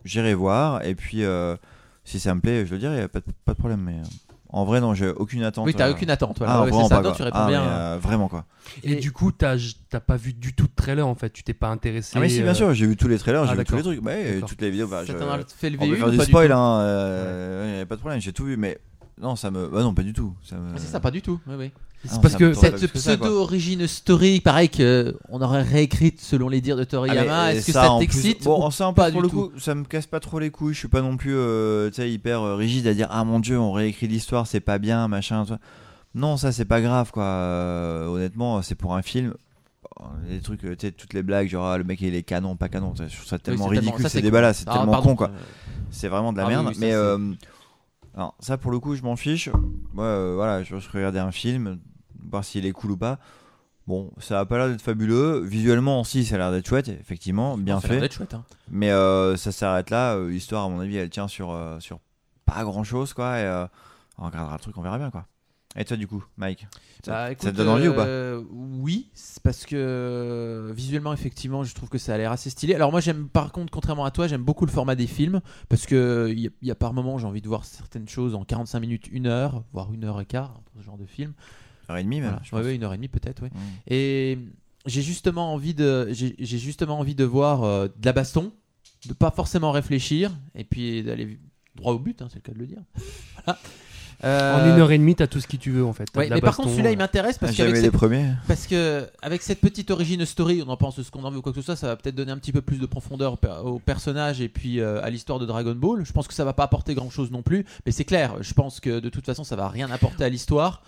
Speaker 5: j'irai voir. Et puis, euh, si ça me plaît, je le dirai, pas, de- pas de problème. Mais euh, en vrai, non, j'ai aucune attente.
Speaker 4: Oui, t'as
Speaker 5: euh,
Speaker 4: aucune attente. voilà.
Speaker 5: Ah,
Speaker 4: Ouais,
Speaker 5: vraiment
Speaker 4: c'est ça.
Speaker 5: pas,
Speaker 4: Non,
Speaker 5: quoi.
Speaker 4: tu réponds
Speaker 5: Ah,
Speaker 4: bien. hein.
Speaker 5: mais, euh, vraiment, quoi.
Speaker 2: Et,
Speaker 4: Et-
Speaker 2: du coup, t'as t'as pas vu du tout de trailer en fait, tu t'es pas intéressé.
Speaker 5: Ah, mais si, bien
Speaker 2: euh,
Speaker 5: sûr, j'ai vu tous les trailers,
Speaker 2: Ah,
Speaker 5: j'ai vu tous les
Speaker 2: d'accord.
Speaker 5: trucs, ouais,
Speaker 2: D'accord.
Speaker 5: toutes les vidéos. bah,
Speaker 4: Ça
Speaker 5: je-
Speaker 4: t'en a fait le
Speaker 5: On peut
Speaker 4: VU
Speaker 5: faire
Speaker 4: ou
Speaker 5: du
Speaker 4: pas
Speaker 5: spoil,
Speaker 4: tout
Speaker 5: hein, euh, y a pas de problème, j'ai tout vu, mais non, ça me. Bah non, pas du tout. Ça me...
Speaker 4: Ah, C'est ça, pas du tout. Oui, oui.
Speaker 5: Ah,
Speaker 2: C'est
Speaker 5: non,
Speaker 2: parce
Speaker 5: ça
Speaker 2: que
Speaker 5: me tente pas
Speaker 4: Cette
Speaker 5: plus que ça, quoi.
Speaker 4: pseudo-origine story, pareil, qu'on aurait réécrite selon les dires de Toriyama,
Speaker 5: Ah, mais,
Speaker 4: est-ce que
Speaker 5: et
Speaker 4: ça
Speaker 5: en plus-
Speaker 4: t'excite
Speaker 5: Bon,
Speaker 4: ou
Speaker 5: ça, en plus,
Speaker 4: pas
Speaker 5: pour
Speaker 4: du
Speaker 5: le
Speaker 4: tout
Speaker 5: coup, ça me casse pas trop les couilles. Je suis pas non plus euh, tu sais, hyper euh, rigide à dire Ah mon dieu, on réécrit l'histoire, c'est pas bien, machin. tu vois. Non, ça, c'est pas grave, quoi. Euh, honnêtement, c'est pour un film. Bon, Les trucs, euh, tu sais, toutes les blagues, genre ah, le mec il est canon, pas canon, tu sais, je trouve ça tellement
Speaker 4: c'est tellement-
Speaker 5: ridicule,
Speaker 4: ça,
Speaker 5: c'est
Speaker 4: c'est
Speaker 5: des balades, c'est
Speaker 4: Ah,
Speaker 5: tellement
Speaker 4: pardon.
Speaker 5: con, quoi. Euh, C'est vraiment de la
Speaker 4: Ah oui,
Speaker 5: merde.
Speaker 4: oui, ça,
Speaker 5: mais
Speaker 4: c'est-
Speaker 5: euh, alors, ça, pour le coup, je m'en fiche. Moi, euh, voilà, je je regardais un film, voir s'il est cool ou pas. Bon, ça a pas l'air d'être fabuleux. Visuellement, si, ça a l'air d'être chouette, effectivement, bien
Speaker 4: Ça a l'air
Speaker 5: fait.
Speaker 4: d'être chouette, hein.
Speaker 5: Mais euh, ça s'arrête là. Euh, L'histoire, à mon avis, elle tient sur, euh, sur pas grand chose, quoi. Et, euh, on regardera le truc, on verra bien, quoi. Et toi, du coup, Mike Ça,
Speaker 4: Bah,
Speaker 5: ça
Speaker 4: écoute,
Speaker 5: te donne envie ou pas
Speaker 4: euh, Oui, c'est parce que euh, visuellement, effectivement, je trouve que ça a l'air assez stylé. Alors moi, j'aime par contre, contrairement à toi, j'aime beaucoup le format des films parce que il y, a- il y a par moment, j'ai envie de voir certaines choses en 45 minutes, une heure, voire une heure et quart hein, pour ce genre de film.
Speaker 5: Heure et demie, même.
Speaker 4: Voilà.
Speaker 5: je
Speaker 4: Ouais,
Speaker 5: pense.
Speaker 4: ouais, une heure et demie peut-être, oui.
Speaker 5: Mm.
Speaker 4: Et j'ai justement envie de, j'ai j'ai justement envie de voir euh, de la baston, de pas forcément réfléchir et puis d'aller droit au but, hein, c'est le cas de le dire. [laughs] Voilà.
Speaker 2: En
Speaker 4: Euh,
Speaker 2: une heure et demie, t'as tout ce qui tu veux en fait. T'as
Speaker 4: ouais,
Speaker 2: de la
Speaker 4: mais par contre,
Speaker 2: baston,
Speaker 4: celui-là,
Speaker 2: euh,
Speaker 4: il m'intéresse parce
Speaker 5: J'avais
Speaker 4: qu'avec
Speaker 5: Ah, les
Speaker 4: cette
Speaker 5: premiers.
Speaker 4: parce que avec cette petite origine story, on en pense ce qu'on en veut ou quoi que ce soit, ça va peut-être donner un petit peu plus de profondeur au per- au personnage et puis euh, à l'histoire de Dragon Ball. Je pense que ça va pas apporter grand-chose non plus, mais c'est clair, je pense que de toute façon ça va rien apporter à l'histoire.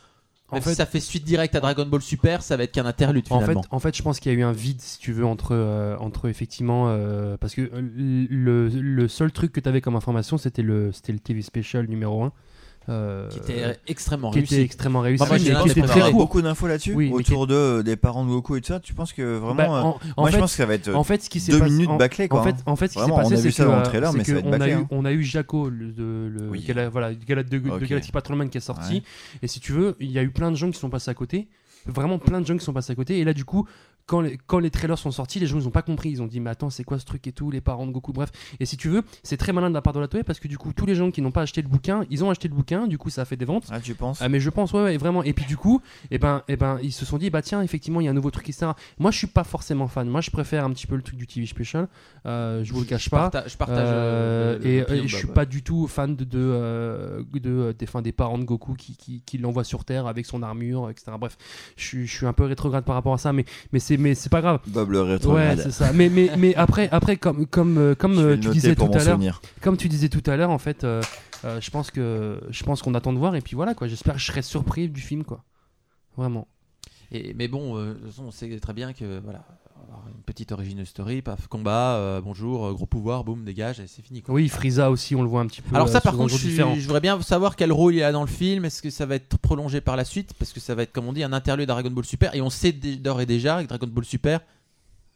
Speaker 2: En
Speaker 4: Même
Speaker 2: fait-
Speaker 4: si ça fait suite directe à Dragon Ball Super, ça va être qu'un interlude
Speaker 2: En fait,
Speaker 4: finalement.
Speaker 2: en fait, je pense qu'il y a eu un vide, si tu veux, entre, euh, entre effectivement. euh, parce que euh, le, le seul truc que tu avais comme information, c'était le, c'était le TV Special numéro 1. euh,
Speaker 4: qui était extrêmement
Speaker 2: qui
Speaker 4: réussi.
Speaker 2: était extrêmement réussi.
Speaker 4: Bah, moi,
Speaker 2: mais
Speaker 4: j'ai l'un
Speaker 2: qui
Speaker 4: des
Speaker 2: était très
Speaker 4: préférés.
Speaker 5: T'auras
Speaker 2: court.
Speaker 5: beaucoup d'infos là-dessus
Speaker 2: Oui, mais
Speaker 5: Autour de, euh, des parents de Goku et tout ça Tu penses que vraiment.
Speaker 2: Bah,
Speaker 5: euh,
Speaker 2: en, en
Speaker 5: moi,
Speaker 2: fait,
Speaker 5: je pense que ça va être euh,
Speaker 2: en fait, ce qui s'est
Speaker 5: deux
Speaker 2: passé-
Speaker 5: minutes
Speaker 2: en-
Speaker 5: bâclées, quoi. hein.
Speaker 2: En fait, en fait, ce qui s'est
Speaker 5: Vraiment, on
Speaker 2: passé,
Speaker 5: a vu
Speaker 2: c'est
Speaker 5: ça
Speaker 2: que,
Speaker 5: dans le
Speaker 2: euh,
Speaker 5: trailer,
Speaker 2: c'est
Speaker 5: mais ça va
Speaker 2: que
Speaker 5: être
Speaker 2: on a
Speaker 5: bâclé,
Speaker 2: eu,
Speaker 5: hein.
Speaker 2: on a eu Jaco, le, de, le
Speaker 5: Oui.
Speaker 2: gala- voilà, du gala- de, de
Speaker 5: Ok.
Speaker 2: Galaxy Patrolman qui est sorti.
Speaker 5: Ouais.
Speaker 2: Et si tu veux, il y a eu plein de gens qui sont passés à côté. Vraiment plein de gens qui sont passés à côté. Et là, du coup, quand les, quand les trailers sont sortis, les gens, ils ont pas compris. Ils ont dit, mais attends, c'est quoi ce truc et tout, les parents de Goku, bref. Et si tu veux, c'est très malin de la part de la Toei parce que du coup, tous les gens qui n'ont pas acheté le bouquin, ils ont acheté le bouquin. Du coup, ça a fait des ventes.
Speaker 5: Ah, tu penses
Speaker 2: Ah mais je pense ouais, ouais vraiment et puis du coup et ben et ben ils se sont dit bah tiens effectivement il y a un nouveau truc etc moi je suis pas forcément fan moi je préfère un petit peu le truc du TV special euh, je vous le cache pas
Speaker 4: parta- je partage.
Speaker 2: Euh,
Speaker 4: euh, le-
Speaker 2: et,
Speaker 4: l'opinion
Speaker 2: et
Speaker 4: de
Speaker 2: je suis
Speaker 4: Bob.
Speaker 2: pas du tout fan de de, euh, de, euh, des, enfin, des parents de Goku qui, qui, qui l'envoient sur Terre avec son armure etc bref je, suis- je suis un peu rétrograde par rapport à ça mais mais c'est mais c'est pas grave
Speaker 5: Bob le
Speaker 2: ouais
Speaker 5: rétrograde.
Speaker 2: c'est ça mais mais mais après après comme comme euh, comme
Speaker 5: Je vais
Speaker 2: euh,
Speaker 5: le
Speaker 2: tu
Speaker 5: noter
Speaker 2: disais
Speaker 5: pour
Speaker 2: tout
Speaker 5: mon
Speaker 2: à l'heure
Speaker 5: souvenir.
Speaker 2: comme tu disais tout à l'heure, en fait, euh, euh, je pense que je pense qu'on attend de voir et puis voilà quoi. J'espère que je serai surpris du film quoi. Vraiment.
Speaker 4: Et- mais bon, euh, de toute façon, on sait très bien que voilà, avoir une petite origine story, paf, combat, euh, bonjour, euh, gros pouvoir, boum, dégage, et c'est fini. quoi.
Speaker 2: Oui, Frieza aussi, on le voit un petit peu.
Speaker 4: Alors
Speaker 2: euh,
Speaker 4: ça par
Speaker 2: sous un
Speaker 4: contre,
Speaker 2: jour
Speaker 4: je, suis-
Speaker 2: différent.
Speaker 4: je voudrais bien savoir quel rôle il a dans le film. Est-ce que ça va être prolongé par la suite Parce que ça va être, comme on dit, un interlude à Dragon Ball Super. Et on sait dé- d'ores et déjà que Dragon Ball Super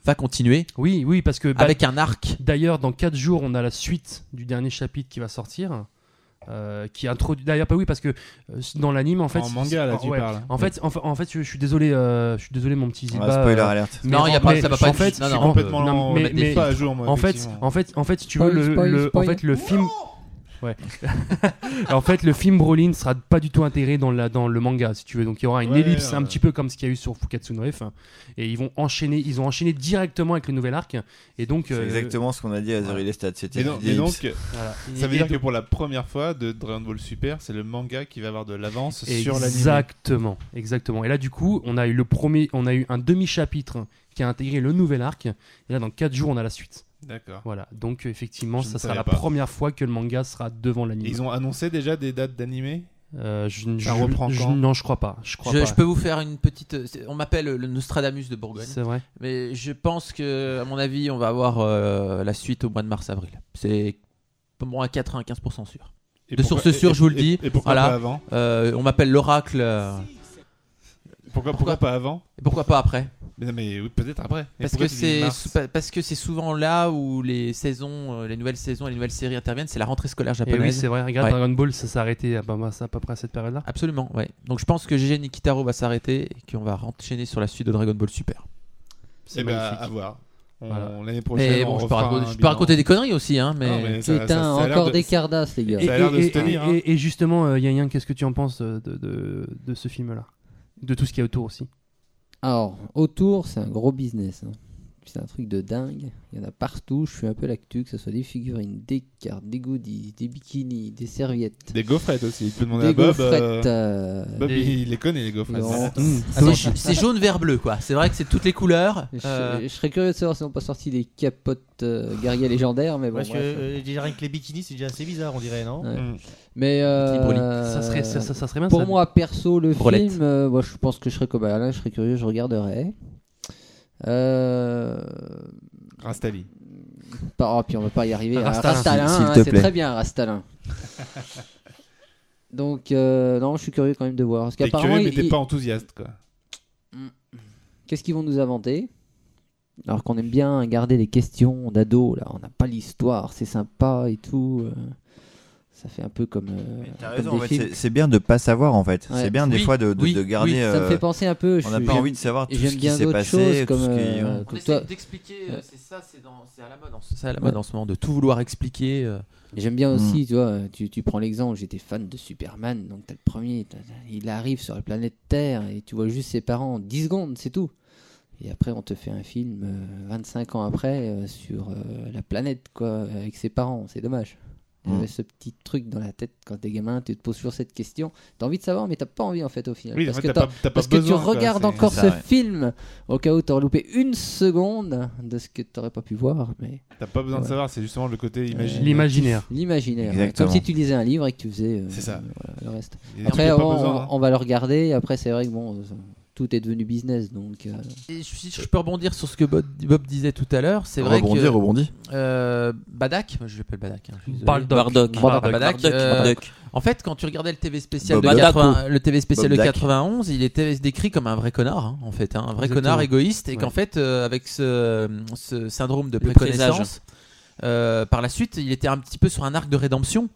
Speaker 4: va continuer
Speaker 2: Oui, oui, parce que bah,
Speaker 4: avec un arc.
Speaker 2: d'ailleurs dans 4 jours, on a la suite du dernier chapitre qui va sortir. euh, qui introduit d'ailleurs pas oui parce que euh, dans l'anime en fait
Speaker 3: En manga, là, tu
Speaker 2: ouais.
Speaker 3: parles.
Speaker 2: en fait en, fa- en fait je, je suis désolé euh, je suis désolé mon petit
Speaker 5: Ouais,
Speaker 2: Zilba
Speaker 5: Spoiler
Speaker 2: euh,
Speaker 5: alerte.
Speaker 2: mais-
Speaker 4: Non, il y a pas-
Speaker 2: mais
Speaker 4: ça va pas
Speaker 2: en
Speaker 4: être-
Speaker 2: fait
Speaker 4: non, non,
Speaker 2: en-
Speaker 4: on peut-
Speaker 3: complètement
Speaker 2: non, mais- mais-
Speaker 3: pas à jour, moi.
Speaker 2: En fait,
Speaker 3: effectivement.
Speaker 2: en fait, en fait, si tu veux,
Speaker 7: Spoil,
Speaker 2: le,
Speaker 7: spoil,
Speaker 2: le- en
Speaker 7: spoil.
Speaker 2: fait, le film. Ouais. [laughs] en fait, le film Brolin sera pas du tout intégré dans, la, dans le manga, si tu veux. Donc il y aura une
Speaker 3: Ouais,
Speaker 2: ellipse,
Speaker 3: ouais.
Speaker 2: un petit peu comme ce qu'il y a eu sur Fukatsu no F. Et ils vont enchaîner, ils ont enchaîné directement avec le nouvel arc. Et donc.
Speaker 5: C'est
Speaker 2: euh,
Speaker 5: exactement ce qu'on a dit à The Real Estate. C'était
Speaker 3: Mais non-
Speaker 5: des
Speaker 3: mais
Speaker 5: ellipses.
Speaker 3: donc,
Speaker 2: voilà.
Speaker 3: ça veut
Speaker 2: Et
Speaker 3: dire que
Speaker 2: donc-
Speaker 3: pour la première fois de Dragon Ball Super, c'est le manga qui va avoir de l'avance sur l'anime.
Speaker 2: Exactement, exactement. Et là, du coup, on a eu le premier, on a eu un demi-chapitre qui a intégré le nouvel arc. Et là, dans 4 jours, on a la suite.
Speaker 3: D'accord.
Speaker 2: Voilà. Donc, effectivement,
Speaker 3: Je ne
Speaker 2: ça sera
Speaker 3: savais
Speaker 2: la
Speaker 3: pas.
Speaker 2: première fois que le manga sera devant l'anime.
Speaker 3: Et Ils ont annoncé déjà des dates d'animé
Speaker 2: Euh, je, je,
Speaker 3: Ça reprend
Speaker 2: je-
Speaker 3: quand
Speaker 2: non, je crois pas. Je crois
Speaker 4: Je,
Speaker 2: pas.
Speaker 4: je peux vous faire une petite. euh, c'est- On m'appelle le Nostradamus de Bourgogne,
Speaker 2: C'est vrai.
Speaker 4: mais je pense que, à mon avis, on va avoir euh, la suite au mois de mars-avril. C'est pour moi à 95% sûr.
Speaker 3: Et
Speaker 4: De
Speaker 3: pourquoi-
Speaker 4: source sûre,
Speaker 3: et-
Speaker 4: je vous le
Speaker 3: et-
Speaker 4: dis.
Speaker 3: Et pourquoi
Speaker 4: Voilà.
Speaker 3: pas avant
Speaker 4: Euh, on m'appelle l'oracle. euh,
Speaker 3: Pourquoi,
Speaker 4: Pourquoi
Speaker 3: pourquoi pas avant
Speaker 4: et pourquoi pas après
Speaker 3: Mais, mais oui, peut-être après. Et
Speaker 4: Parce
Speaker 3: pourquoi
Speaker 4: que
Speaker 3: tu dis
Speaker 4: c'est
Speaker 3: mars
Speaker 4: pa- parce que c'est souvent là où les saisons, euh, les nouvelles saisons, et les nouvelles séries interviennent. C'est la rentrée scolaire
Speaker 2: Et Eh oui,
Speaker 4: japonaise.
Speaker 2: c'est vrai. Regarde,
Speaker 4: Ouais.
Speaker 2: Dragon Ball, ça s'est arrêté à, peu près- à peu près à cette période-là.
Speaker 4: Absolument, ouais. Donc je pense que GG Nikitaro va s'arrêter et qu'on va enchaîner sur la suite de Dragon Ball Super.
Speaker 2: C'est
Speaker 3: Eh ben,
Speaker 2: magnifique.
Speaker 3: à voir. On-
Speaker 2: Voilà.
Speaker 3: L'année prochaine,
Speaker 4: Mais
Speaker 3: on
Speaker 4: bon, je peux,
Speaker 3: refera
Speaker 4: raconter,
Speaker 3: un
Speaker 4: je peux raconter
Speaker 3: bilan.
Speaker 4: des conneries aussi, hein, mais.
Speaker 3: Non, mais ça- ça-
Speaker 7: Putain,
Speaker 3: ça a l'air
Speaker 7: encore
Speaker 3: de-
Speaker 7: des cardasses, les gars.
Speaker 3: Ça a l'air de se
Speaker 2: et-
Speaker 3: tenir,
Speaker 2: et-
Speaker 3: hein.
Speaker 2: et- et justement, euh, Yann, Yann, qu'est-ce que tu en penses euh, de, de, de ce film-là De tout ce qu'il y a autour aussi
Speaker 7: Alors, autour, c'est un gros business. hein. C'est un truc de dingue. Il y en a partout. Je suis un peu l'actu, que ce soit des figurines, des cartes, des goodies, des bikinis, des serviettes,
Speaker 3: Des gaufrettes aussi. Il peut demander
Speaker 7: des
Speaker 3: à Bob. euh,
Speaker 7: gaufrettes. euh,
Speaker 3: Bob,
Speaker 2: Des-
Speaker 3: il il les connaît, les gaufrettes.
Speaker 7: non.
Speaker 4: Attends, c'est c'est jaune, vert, bleu, quoi. C'est vrai que c'est toutes les couleurs.
Speaker 7: Je,
Speaker 4: euh,
Speaker 7: je serais curieux de savoir si on pas sorti des capotes euh, guerriers légendaires, mais bon.
Speaker 6: Parce que
Speaker 7: bref.
Speaker 6: euh, déjà rien que les bikinis, c'est déjà assez bizarre, on dirait, non
Speaker 7: Ouais.
Speaker 3: Mm.
Speaker 7: Mais euh,
Speaker 4: brûlis.
Speaker 2: ça, serait, ça, ça- ça serait bien
Speaker 7: Pour
Speaker 2: ça.
Speaker 7: moi, perso, le
Speaker 4: Brolette.
Speaker 7: film, euh, moi, je pense que je serais comme Alain, je serais curieux, je regarderais. Euh...
Speaker 3: Rastali.
Speaker 7: Pas... oh, puis on va pas y arriver.
Speaker 2: Rastalin.
Speaker 7: Rastalin,
Speaker 5: S'il- s'il
Speaker 7: hein,
Speaker 5: te
Speaker 7: c'est
Speaker 5: plaît.
Speaker 7: très bien, Rastalin. Donc, euh, non, je suis curieux quand même de voir. Parce
Speaker 3: T'es
Speaker 7: qu'apparemment,
Speaker 3: curieux, mais t'es
Speaker 7: ils-
Speaker 3: pas enthousiaste, quoi.
Speaker 7: qu'est-ce qu'ils vont nous inventer Alors qu'on aime bien garder les questions d'ado, là, on n'a pas l'histoire, c'est sympa et tout. euh, Ça fait un peu comme. euh,
Speaker 5: T'as
Speaker 7: comme
Speaker 5: raison,
Speaker 7: des
Speaker 5: en fait,
Speaker 7: films.
Speaker 5: c'est- c'est bien de pas savoir en fait.
Speaker 7: Ouais.
Speaker 5: C'est bien des
Speaker 4: Oui,
Speaker 5: fois de, de-
Speaker 4: oui,
Speaker 5: de garder.
Speaker 4: oui.
Speaker 7: Ça me fait
Speaker 5: euh,
Speaker 7: penser un peu. je
Speaker 5: on n'a
Speaker 7: suis-
Speaker 5: pas envie de savoir tout
Speaker 7: Et
Speaker 5: ce
Speaker 7: j'aime
Speaker 5: qui
Speaker 7: bien
Speaker 5: s'est
Speaker 7: d'autres
Speaker 5: passé,
Speaker 7: choses
Speaker 5: tout
Speaker 7: comme.
Speaker 5: ce qui. hein.
Speaker 7: euh,
Speaker 5: ouais.
Speaker 7: comme
Speaker 4: On essaie
Speaker 7: toi.
Speaker 4: d'expliquer,
Speaker 7: Ouais.
Speaker 4: euh, c'est ça, c'est dans- c'est à la mode en ce- c'est à la mode en ce moment de tout vouloir expliquer. euh.
Speaker 7: J'aime bien
Speaker 5: Mm.
Speaker 7: aussi, tu vois, tu, tu prends l'exemple, j'étais fan de Superman, donc t'as le premier, t'as- il arrive sur la planète Terre et tu vois juste ses parents en 10 secondes, c'est tout. Et après, on te fait un film euh, 25 ans après euh, sur euh, la planète, quoi, avec ses parents, c'est dommage.
Speaker 5: Mm.
Speaker 7: J'avais ce petit truc dans la tête quand t'es gamin, tu te poses toujours cette question, t'as envie de savoir, mais t'as pas envie en fait au final.
Speaker 3: Oui, en
Speaker 7: parce que
Speaker 3: fait, t'as
Speaker 7: t'as-
Speaker 3: pas, t'as pas
Speaker 7: parce que
Speaker 3: besoin.
Speaker 7: tu
Speaker 3: quoi,
Speaker 7: regardes
Speaker 3: c'est-
Speaker 7: encore
Speaker 5: ça,
Speaker 7: ce
Speaker 5: ouais.
Speaker 7: film au cas où t'aurais loupé une seconde de ce que t'aurais pas pu voir, mais
Speaker 3: T'as pas besoin de savoir, c'est justement le côté imaginaire.
Speaker 2: L'imaginaire.
Speaker 7: l'imaginaire. ouais.
Speaker 5: Euh, Exactement.
Speaker 7: Comme si tu lisais un livre et que tu faisais euh,
Speaker 3: C'est ça.
Speaker 7: voilà, le reste.
Speaker 3: Et tu
Speaker 7: Après,
Speaker 3: n'as
Speaker 7: on,
Speaker 3: pas besoin, hein.
Speaker 7: on va le regarder. Après, c'est vrai que bon, euh, tout est devenu business, donc. euh,
Speaker 4: Et je- si je peux rebondir sur ce que Bob, Bob disait tout à l'heure, c'est vrai
Speaker 5: Rebondis,
Speaker 4: que
Speaker 5: rebondis.
Speaker 4: euh, Badak, moi je l'appelle Badak. hein, je suis désolé.
Speaker 1: Bardock.
Speaker 4: Bardock.
Speaker 1: Bardock.
Speaker 4: Euh,
Speaker 1: Bardock.
Speaker 4: En fait, quand tu regardais le TV spécial
Speaker 5: Bob
Speaker 4: de
Speaker 1: Dac.
Speaker 4: 80 le TV spécial
Speaker 5: Bob
Speaker 4: de
Speaker 5: Dac.
Speaker 4: 91, il était décrit comme un vrai connard, hein, en fait, hein, un vrai
Speaker 2: Exactement.
Speaker 4: connard égoïste, et
Speaker 2: Ouais.
Speaker 4: qu'en fait, euh, avec ce, ce syndrome de
Speaker 1: Le
Speaker 4: préconnaissance, euh, par la suite, il était un petit peu sur un arc de rédemption.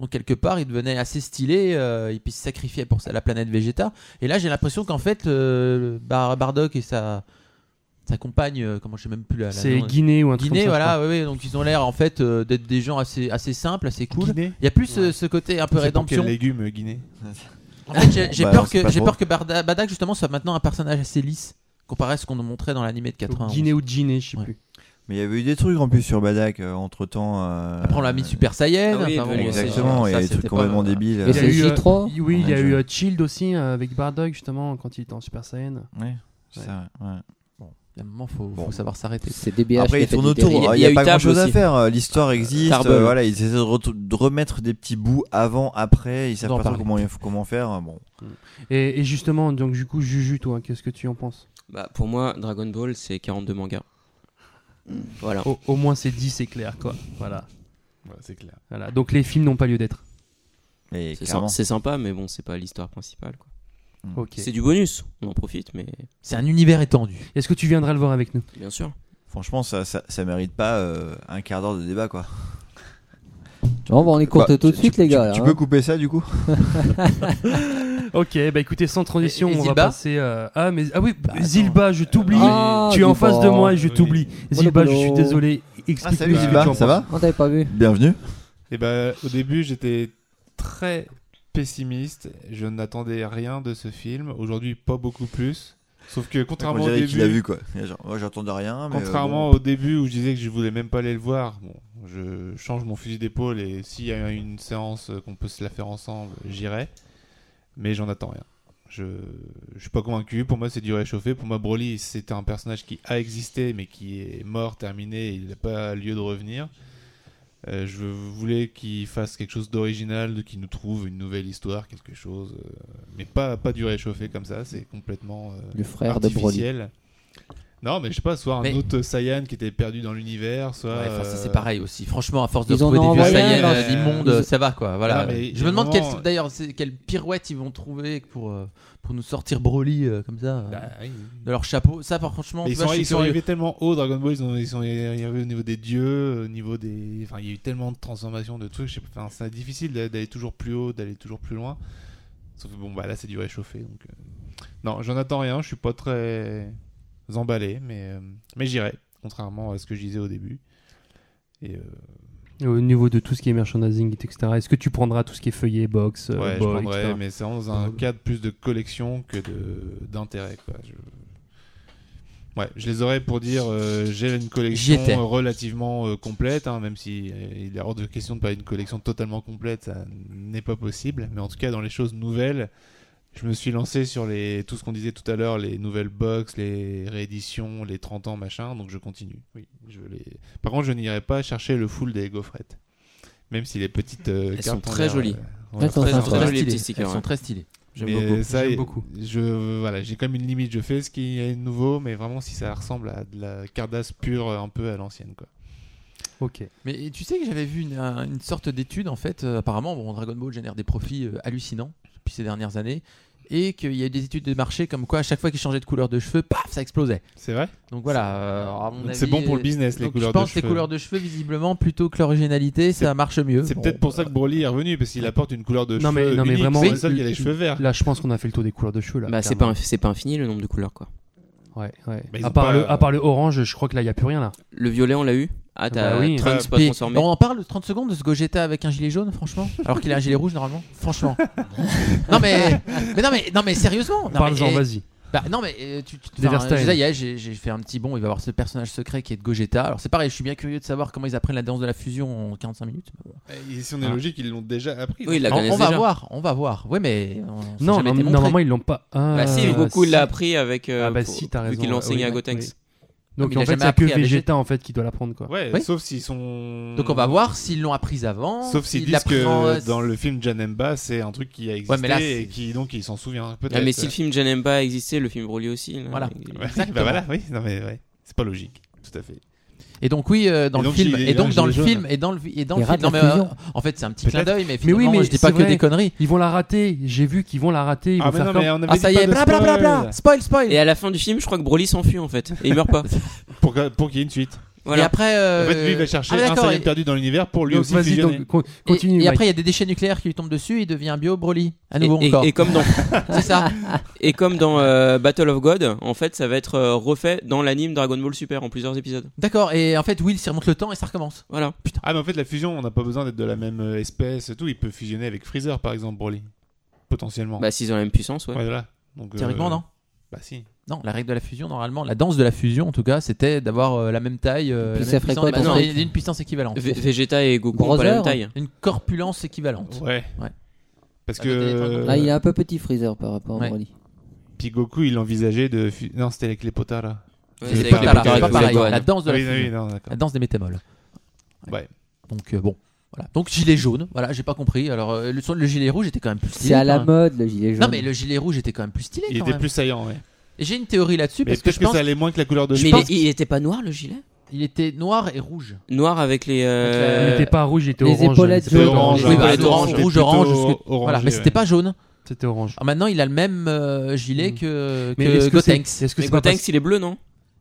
Speaker 4: Donc quelque part, il devenait assez stylé, euh, et puis il se sacrifiait pour ça, la planète Vegeta. Et là, j'ai l'impression qu'en fait, euh, Bar- Bardock et sa sa compagne, euh, comment je sais même plus la, la
Speaker 2: C'est
Speaker 4: nom-
Speaker 2: Guinée ou un truc
Speaker 4: Guinée,
Speaker 2: comme ça, je
Speaker 4: voilà, ouais, ouais, donc ils ont l'air en fait euh, d'être des gens assez assez simples, assez cool.
Speaker 3: Guinée
Speaker 4: Il y a plus ce-
Speaker 2: Ouais.
Speaker 4: ce côté un peu
Speaker 3: C'est pour
Speaker 4: rédemption.
Speaker 3: quel légume, Guinée
Speaker 4: En fait, j'ai- j'ai
Speaker 5: Bah,
Speaker 4: peur
Speaker 5: alors, c'est
Speaker 4: que
Speaker 5: pas
Speaker 4: j'ai
Speaker 5: trop.
Speaker 4: peur que Barda- Badak justement soit maintenant un personnage assez lisse comparé à ce qu'on nous montrait dans l'animé de
Speaker 2: crois.
Speaker 4: 91.
Speaker 2: Guinée ou Guinée, je sais
Speaker 4: Ouais.
Speaker 2: plus.
Speaker 5: Mais il y avait eu des trucs en plus sur Badak euh, entre temps.
Speaker 4: Après on l'a mis Super Saiyan.
Speaker 1: Ah oui,
Speaker 4: enfin, bon,
Speaker 1: oui,
Speaker 5: Exactement,
Speaker 4: c'est-
Speaker 5: il y a
Speaker 4: ça,
Speaker 5: des trucs
Speaker 4: c'était pas-
Speaker 5: complètement débiles.
Speaker 7: Et
Speaker 5: euh,
Speaker 2: Il y a
Speaker 7: c'est
Speaker 2: eu, euh,
Speaker 7: J3
Speaker 2: y- Oui, il y a
Speaker 5: Ouais,
Speaker 2: eu
Speaker 5: je-
Speaker 2: euh, Child aussi euh, avec Bardock justement quand il était en Super Saiyan.
Speaker 5: ouais, c'est ça, ouais.
Speaker 4: Il y a un moment faut, faut
Speaker 5: Bon.
Speaker 4: savoir s'arrêter.
Speaker 7: C'est DBH.
Speaker 5: Après,
Speaker 7: qui a
Speaker 5: ils
Speaker 7: fait
Speaker 5: tournent
Speaker 7: du
Speaker 5: autour. hein.
Speaker 7: dérive.
Speaker 3: hein,
Speaker 5: Il
Speaker 1: il
Speaker 5: n'y
Speaker 1: y
Speaker 5: a,
Speaker 1: a eu
Speaker 5: pas grand
Speaker 1: Tarbell
Speaker 5: chose à
Speaker 1: aussi.
Speaker 5: faire. euh, L'histoire
Speaker 7: Ah,
Speaker 5: existe.
Speaker 1: Tarbell.
Speaker 5: euh, voilà, ils essaient de, retou- de remettre des petits bouts avant, après. Ils savent
Speaker 4: D'en
Speaker 5: pas trop
Speaker 4: parler.
Speaker 5: comment, comment faire. hein, Bon.
Speaker 3: Mm.
Speaker 2: Et, et justement, donc du coup, Juju, toi, qu'est-ce que tu en penses
Speaker 1: Bah, pour moi, Dragon Ball, c'est 42 mangas.
Speaker 3: Mm.
Speaker 1: Voilà.
Speaker 2: au, au moins c'est dit, c'est clair, quoi. Voilà.
Speaker 3: Oh, bah, Ouais, C'est clair.
Speaker 2: voilà. Donc les films n'ont pas lieu d'être.
Speaker 5: Mais
Speaker 1: C'est
Speaker 5: clairement.
Speaker 1: symp- c'est sympa, mais bon, c'est pas l'histoire principale. quoi.
Speaker 3: Mm.
Speaker 2: Ok.
Speaker 1: C'est du bonus, on en profite, mais
Speaker 4: C'est un univers étendu.
Speaker 2: Est-ce que tu viendras le voir avec nous
Speaker 1: bien sûr.
Speaker 5: Franchement, ça, ça, ça mérite pas euh, un quart d'heure de débat, quoi.
Speaker 7: Bon, bah, on est courte
Speaker 5: Bah,
Speaker 7: tout de
Speaker 5: tu-
Speaker 7: suite,
Speaker 5: tu-
Speaker 7: les gars.
Speaker 5: Tu, tu
Speaker 7: là,
Speaker 5: peux
Speaker 7: hein.
Speaker 5: couper ça, du coup
Speaker 7: [laughs]
Speaker 2: Ok, bah écoutez, sans transition,
Speaker 4: Et- et
Speaker 2: on va
Speaker 4: Zilba
Speaker 2: passer. euh, Ah, mais ah oui,
Speaker 4: attends.
Speaker 2: Zilba, je t'oublie.
Speaker 7: Ah,
Speaker 2: tu es en
Speaker 7: Zilba.
Speaker 2: face de moi et je
Speaker 3: Oui.
Speaker 2: t'oublie.
Speaker 7: Bon
Speaker 2: Zilba, je
Speaker 7: boulot.
Speaker 2: suis désolé.
Speaker 5: Ah,
Speaker 2: Explique-nous
Speaker 5: salut
Speaker 2: ce que
Speaker 5: Ziba,
Speaker 2: tu en
Speaker 5: ça
Speaker 2: penses.
Speaker 5: va
Speaker 7: On t'avait pas vu.
Speaker 5: Bienvenue.
Speaker 3: Et ben, au début, j'étais très pessimiste. Je n'attendais rien de ce film. Aujourd'hui, pas beaucoup plus. Sauf que
Speaker 5: On
Speaker 3: contrairement au
Speaker 5: dirait
Speaker 3: début,
Speaker 5: qu'il l'a vu, quoi. Il est Genre, moi, j'entends de rien. Mais, euh,
Speaker 3: contrairement
Speaker 5: bon.
Speaker 3: au début où je disais que je voulais même pas aller le voir, bon, je change mon fusil d'épaule et s'il y a une séance euh, qu'on peut se la faire ensemble, j'irai. Mais j'en attends rien. Je, je suis pas convaincu. Pour moi, c'est du réchauffé. Pour moi, Broly, c'était un personnage qui a existé, mais qui est mort, terminé. Il n'a pas lieu de revenir. Euh, je voulais qu'il fasse quelque chose d'original, de- qu'il nous trouve une nouvelle histoire, quelque chose, euh, mais pas pas du réchauffé comme ça. C'est complètement euh,
Speaker 7: Le frère de Broly.
Speaker 3: artificiel. Non, mais je sais pas, soit un
Speaker 4: Mais-
Speaker 3: autre Saiyan qui était perdu dans l'univers, soit.
Speaker 4: Ouais, enfin, ça c'est
Speaker 3: euh,
Speaker 4: pareil aussi. Franchement, à force de
Speaker 7: Ils en
Speaker 4: trouver
Speaker 7: ont
Speaker 4: des vieux
Speaker 7: envoyé un
Speaker 4: Saiyans
Speaker 3: dans-
Speaker 4: euh, immondes,
Speaker 7: Ils-
Speaker 4: ça va quoi. Voilà.
Speaker 3: Non, mais il y
Speaker 4: Je
Speaker 3: a
Speaker 4: me
Speaker 3: un
Speaker 4: demande
Speaker 3: moment-
Speaker 4: quelle- d'ailleurs c'est- quelle pirouette ils vont trouver pour euh, pour nous sortir Broly euh, comme ça euh,
Speaker 3: bah, oui.
Speaker 4: de leur chapeau. Ça, par- franchement,
Speaker 3: Mais ils
Speaker 4: tu vois,
Speaker 3: sont,
Speaker 4: je suis
Speaker 3: ils sont
Speaker 4: curieux.
Speaker 3: arrivés tellement haut, Dragon Ball, ils, ont- ils sont arrivés au niveau des dieux, au niveau des. Enfin, il y a eu tellement de transformations, de trucs, je sais pas, enfin, c'est difficile d'a- d'aller toujours plus haut, d'aller toujours plus loin. Sauf que bon, bah là, c'est du réchauffé. Donc, euh, Non, j'en attends rien, je suis pas très emballé, mais, euh, mais j'irai. contrairement à ce que je disais au début. Et euh,
Speaker 2: Et Au niveau de tout ce qui est merchandising, etc., est-ce que tu prendras tout ce qui est feuillet, box, euh,
Speaker 3: ouais, je
Speaker 2: boy,
Speaker 3: prendrais,
Speaker 2: etc.?
Speaker 3: mais c'est vraiment dans un
Speaker 2: Euh,
Speaker 3: cadre plus de collection que de- d'intérêt. quoi. Je- Ouais, je les aurais pour dire euh, j'ai une collection
Speaker 4: étais.
Speaker 3: euh, relativement euh, complète, hein, même si euh, il est hors de question de pas une collection totalement complète, ça n'est pas possible. Mais en tout cas, dans les choses nouvelles, je me suis lancé sur les tout ce qu'on disait tout à l'heure, les nouvelles box, les rééditions, les 30 ans machin, donc je continue. Oui, je les. Par contre, je n'irai pas chercher le full des gaufrettes, même si les petites euh,
Speaker 1: Elles
Speaker 3: cartes
Speaker 1: sont
Speaker 3: ont
Speaker 1: très
Speaker 3: l'air,
Speaker 1: jolies.
Speaker 3: ont
Speaker 7: D'accord,
Speaker 3: l'air
Speaker 1: Très,
Speaker 3: sympas.
Speaker 1: très joli, les
Speaker 4: stylées.
Speaker 1: petits stickers,
Speaker 4: Elles sont
Speaker 1: ouais.
Speaker 4: très stylées.
Speaker 1: J'aime
Speaker 3: Mais
Speaker 1: beaucoup.
Speaker 3: ça,
Speaker 2: J'aime
Speaker 3: il-
Speaker 2: beaucoup.
Speaker 3: Je, voilà, j'ai quand même une limite. Je fais ce qui est nouveau, mais vraiment si ça ressemble à de la cardasse pure, euh, un peu à l'ancienne, quoi.
Speaker 2: Ok.
Speaker 4: Mais tu sais que j'avais vu une, un- une sorte d'étude, en fait, euh, apparemment, bon, Dragon Ball génère des profits euh, hallucinants depuis ces dernières années, et qu'il y a eu des études de marché comme quoi à chaque fois qu'ils changeaient de couleur de cheveux, paf, ça explosait.
Speaker 3: C'est vrai.
Speaker 4: Donc voilà, euh, à mon
Speaker 3: Donc c'est
Speaker 4: avis,
Speaker 3: bon pour le
Speaker 4: euh,
Speaker 3: business les
Speaker 4: donc
Speaker 3: couleurs
Speaker 4: je pense
Speaker 3: de
Speaker 4: les
Speaker 3: cheveux.
Speaker 4: couleurs de cheveux, visiblement, plutôt que l'originalité,
Speaker 3: C'est-
Speaker 4: ça marche mieux.
Speaker 3: C'est
Speaker 4: Bon,
Speaker 3: peut-être pour ça que Broly est revenu parce qu'il apporte une couleur de
Speaker 2: Non,
Speaker 3: cheveux
Speaker 2: mais- non, mais
Speaker 3: unique.
Speaker 2: vraiment,
Speaker 3: c'est
Speaker 2: oui.
Speaker 3: le seul qui a les cheveux verts.
Speaker 2: Là, je pense qu'on a fait le tour des couleurs de cheveux. Là,
Speaker 3: Ah,
Speaker 1: Bah, c'est pas,
Speaker 2: clairement.
Speaker 1: un- c'est pas infini le nombre de couleurs quoi.
Speaker 2: Ouais, ouais.
Speaker 3: Bah, ils
Speaker 2: à,
Speaker 3: ont
Speaker 2: part
Speaker 3: pas-
Speaker 2: le, à part le orange, je crois que là, il n'y a plus rien. là.
Speaker 1: Le violet on l'a eu. Ah t'as
Speaker 2: Bah oui.
Speaker 1: Trunks
Speaker 3: Ah,
Speaker 1: pas
Speaker 4: Et
Speaker 1: transformé.
Speaker 4: on en parle 30 secondes de ce Gogeta avec un gilet jaune, franchement. Alors qu'il a un gilet rouge normalement.
Speaker 1: [laughs]
Speaker 4: Franchement. non mais, mais non mais non mais sérieusement. Non, mais,
Speaker 2: Parle-en,
Speaker 4: eh,
Speaker 2: vas-y.
Speaker 4: bah, non mais eh, tu, tu
Speaker 2: Des
Speaker 4: enfin,
Speaker 2: Verstappen.
Speaker 4: je disais, hier, j'ai j'ai fait un petit bond. Il va y avoir ce personnage secret qui est de Gogeta. Alors c'est pareil, je suis bien curieux de savoir comment ils apprennent la danse de la fusion en 45 minutes. Bon.
Speaker 3: Eh, Et si on est
Speaker 4: Ah.
Speaker 3: logique, ils l'ont déjà appris.
Speaker 1: Oui, il la
Speaker 4: On,
Speaker 1: connaissent
Speaker 4: on va
Speaker 1: déjà.
Speaker 4: voir, on va voir. Ouais mais on- ça a
Speaker 2: Non, non,
Speaker 4: jamais été montré.
Speaker 2: normalement, ils l'ont pas. Ah,
Speaker 1: Bah si, beaucoup
Speaker 2: si.
Speaker 1: l'a appris avec. euh,
Speaker 2: Ah bah
Speaker 1: pour-
Speaker 2: si, t'as
Speaker 1: Vu
Speaker 2: raison,
Speaker 1: qu'il
Speaker 2: ouais,
Speaker 1: l'enseigne
Speaker 2: oui,
Speaker 1: à
Speaker 2: oui.
Speaker 1: Gotenks.
Speaker 2: Donc,
Speaker 4: Mais il a
Speaker 2: en fait,
Speaker 4: jamais
Speaker 2: c'est que
Speaker 4: appris à Vegeta.
Speaker 2: Vegeta en fait qui doit l'apprendre quoi.
Speaker 3: Ouais,
Speaker 4: Oui.
Speaker 3: sauf s'ils sont.
Speaker 4: Donc on va voir s'ils l'ont apprise avant.
Speaker 3: Sauf s'ils
Speaker 4: s'il
Speaker 3: disent
Speaker 4: l'apprend, euh,
Speaker 3: que dans le film Janemba, c'est un truc qui a existé
Speaker 4: mais là, c'est-
Speaker 3: et qui donc il s'en souvient peut-être.
Speaker 1: Ah, mais si le film Janemba existait, le film Broly aussi. là.
Speaker 4: Voilà.
Speaker 1: Il-
Speaker 3: [laughs] Ouais, bah voilà, oui, non mais ouais, c'est pas logique, tout à fait.
Speaker 4: Et donc oui, euh, dans
Speaker 3: Et
Speaker 4: le
Speaker 3: donc,
Speaker 4: film,
Speaker 3: il-
Speaker 4: et
Speaker 3: il a un
Speaker 4: donc dans le
Speaker 3: gilet jaune.
Speaker 4: film, et dans le et dans
Speaker 7: Il
Speaker 4: le film.
Speaker 7: rate la
Speaker 4: mais, euh,
Speaker 7: fusion.
Speaker 4: en fait, c'est un petit clin
Speaker 3: Peut-être.
Speaker 4: d'œil, mais finalement,
Speaker 2: oui, mais
Speaker 4: je dis pas
Speaker 2: c'est
Speaker 4: que
Speaker 2: vrai.
Speaker 4: des conneries.
Speaker 2: Ils vont la rater. J'ai vu qu'ils vont la rater. Ils
Speaker 3: Ah
Speaker 2: vont
Speaker 3: mais
Speaker 2: faire
Speaker 3: non,
Speaker 2: comme-
Speaker 3: mais on avait
Speaker 4: Ah
Speaker 3: dit
Speaker 4: ça y
Speaker 3: pas
Speaker 4: est,
Speaker 3: de
Speaker 4: bla bla bla
Speaker 3: spoil.
Speaker 4: bla, spoil spoil.
Speaker 1: Et à la fin du film, je crois que Broly s'enfuit en fait. Et il meurt pas.
Speaker 3: [laughs] Pour, que- pour qu'il y ait une suite.
Speaker 4: Et
Speaker 1: Voilà.
Speaker 4: après, euh,
Speaker 3: En fait, lui, il va
Speaker 4: ah,
Speaker 3: chercher un
Speaker 4: d'accord,
Speaker 3: Saiyan
Speaker 4: et-
Speaker 3: perdu dans l'univers pour lui
Speaker 2: Donc,
Speaker 3: aussi
Speaker 2: vas-y,
Speaker 3: fusionner.
Speaker 2: donc, con-
Speaker 4: et-
Speaker 2: continue.
Speaker 4: Et,
Speaker 2: Mike.
Speaker 4: après, il y a des déchets nucléaires qui lui tombent dessus, il devient bio Broly. À
Speaker 1: Et,
Speaker 4: nouveau
Speaker 1: et-
Speaker 4: encore.
Speaker 1: et comme dans,
Speaker 4: [laughs] C'est ça.
Speaker 1: et comme dans euh, Battle of God, en fait, ça va être euh, refait dans l'anime Dragon Ball Super en plusieurs épisodes.
Speaker 4: D'accord. Et en fait, Will s'y remonte le temps et ça recommence.
Speaker 1: Voilà.
Speaker 3: Ah, mais en fait, la fusion, on n'a pas besoin d'être de la même euh, espèce et tout. Il peut fusionner avec Freezer, par exemple, Broly. Potentiellement.
Speaker 1: Bah, s'ils ont la même puissance, ouais.
Speaker 3: Ouais, voilà. Donc, euh,
Speaker 4: Théoriquement, non.
Speaker 3: Bah, si.
Speaker 4: Non, la règle de la fusion, normalement, la danse de la fusion, en tout cas, c'était d'avoir euh, la même taille, euh,
Speaker 7: Puis
Speaker 4: la
Speaker 7: ça
Speaker 4: même
Speaker 7: ferait
Speaker 4: puissance,
Speaker 7: quoi,
Speaker 4: bah,
Speaker 1: ton
Speaker 4: non,
Speaker 7: truc
Speaker 4: et une puissance équivalente.
Speaker 1: V- Vegeta et Goku ont pas la
Speaker 7: Brother. hein.
Speaker 1: même taille.
Speaker 4: Une corpulence équivalente.
Speaker 3: Ouais.
Speaker 4: Ouais.
Speaker 3: Parce
Speaker 4: Ah,
Speaker 3: que.
Speaker 4: mais t'as des trucs-
Speaker 7: Là, il est
Speaker 3: euh,
Speaker 7: un peu petit Freezer par rapport
Speaker 4: Ouais.
Speaker 7: à Broly.
Speaker 3: Puis Goku, il envisageait de. fu- Non, c'était avec les potards.
Speaker 1: Ouais,
Speaker 3: C'est
Speaker 1: c'est
Speaker 3: pas
Speaker 1: avec les
Speaker 3: pareil,
Speaker 1: Potara et
Speaker 3: c'est
Speaker 4: pas
Speaker 1: Goku et
Speaker 4: pareil.
Speaker 1: Gohan.
Speaker 4: La danse de la
Speaker 3: oui,
Speaker 4: fusion.
Speaker 3: oui, non, d'accord.
Speaker 4: La danse des métaboles.
Speaker 3: Ouais.
Speaker 4: Donc euh, bon, voilà. Donc gilet jaune, voilà, j'ai pas compris. Alors euh, le, le gilet rouge était quand même plus stylé.
Speaker 7: C'est à la
Speaker 4: quand même.
Speaker 7: mode le gilet jaune.
Speaker 4: Non mais le gilet rouge était quand même plus stylé
Speaker 3: Il
Speaker 4: quand
Speaker 3: était
Speaker 4: même.
Speaker 3: plus saillant, ouais.
Speaker 4: Et j'ai une théorie là-dessus
Speaker 3: Mais
Speaker 4: parce que
Speaker 3: peut-être
Speaker 4: je
Speaker 3: que
Speaker 4: pense
Speaker 3: ça allait moins que la couleur de
Speaker 1: Mais
Speaker 3: cheveux.
Speaker 1: il, il était pas noir le gilet
Speaker 4: qu'il était noir et rouge.
Speaker 1: Noir avec les. euh,
Speaker 2: Il était pas rouge, il était
Speaker 7: les
Speaker 2: orange.
Speaker 7: épaulettes
Speaker 2: C'était
Speaker 7: jaunes.
Speaker 2: orange. hein.
Speaker 1: Oui, bah,
Speaker 3: C'était
Speaker 1: orange,
Speaker 3: plutôt
Speaker 4: rouge, orange, jusque- voilà,
Speaker 3: orangé,
Speaker 4: mais c'était
Speaker 3: ouais.
Speaker 4: pas jaune.
Speaker 2: C'était orange.
Speaker 4: Alors maintenant, il a le même euh, gilet
Speaker 2: Mm.
Speaker 4: que,
Speaker 2: Mais
Speaker 4: que
Speaker 2: est-ce que c'est
Speaker 4: euh, Gotenks.
Speaker 2: est-ce que
Speaker 1: Mais
Speaker 2: c'est pas
Speaker 1: Gotenks,
Speaker 2: parce-
Speaker 1: il est bleu, non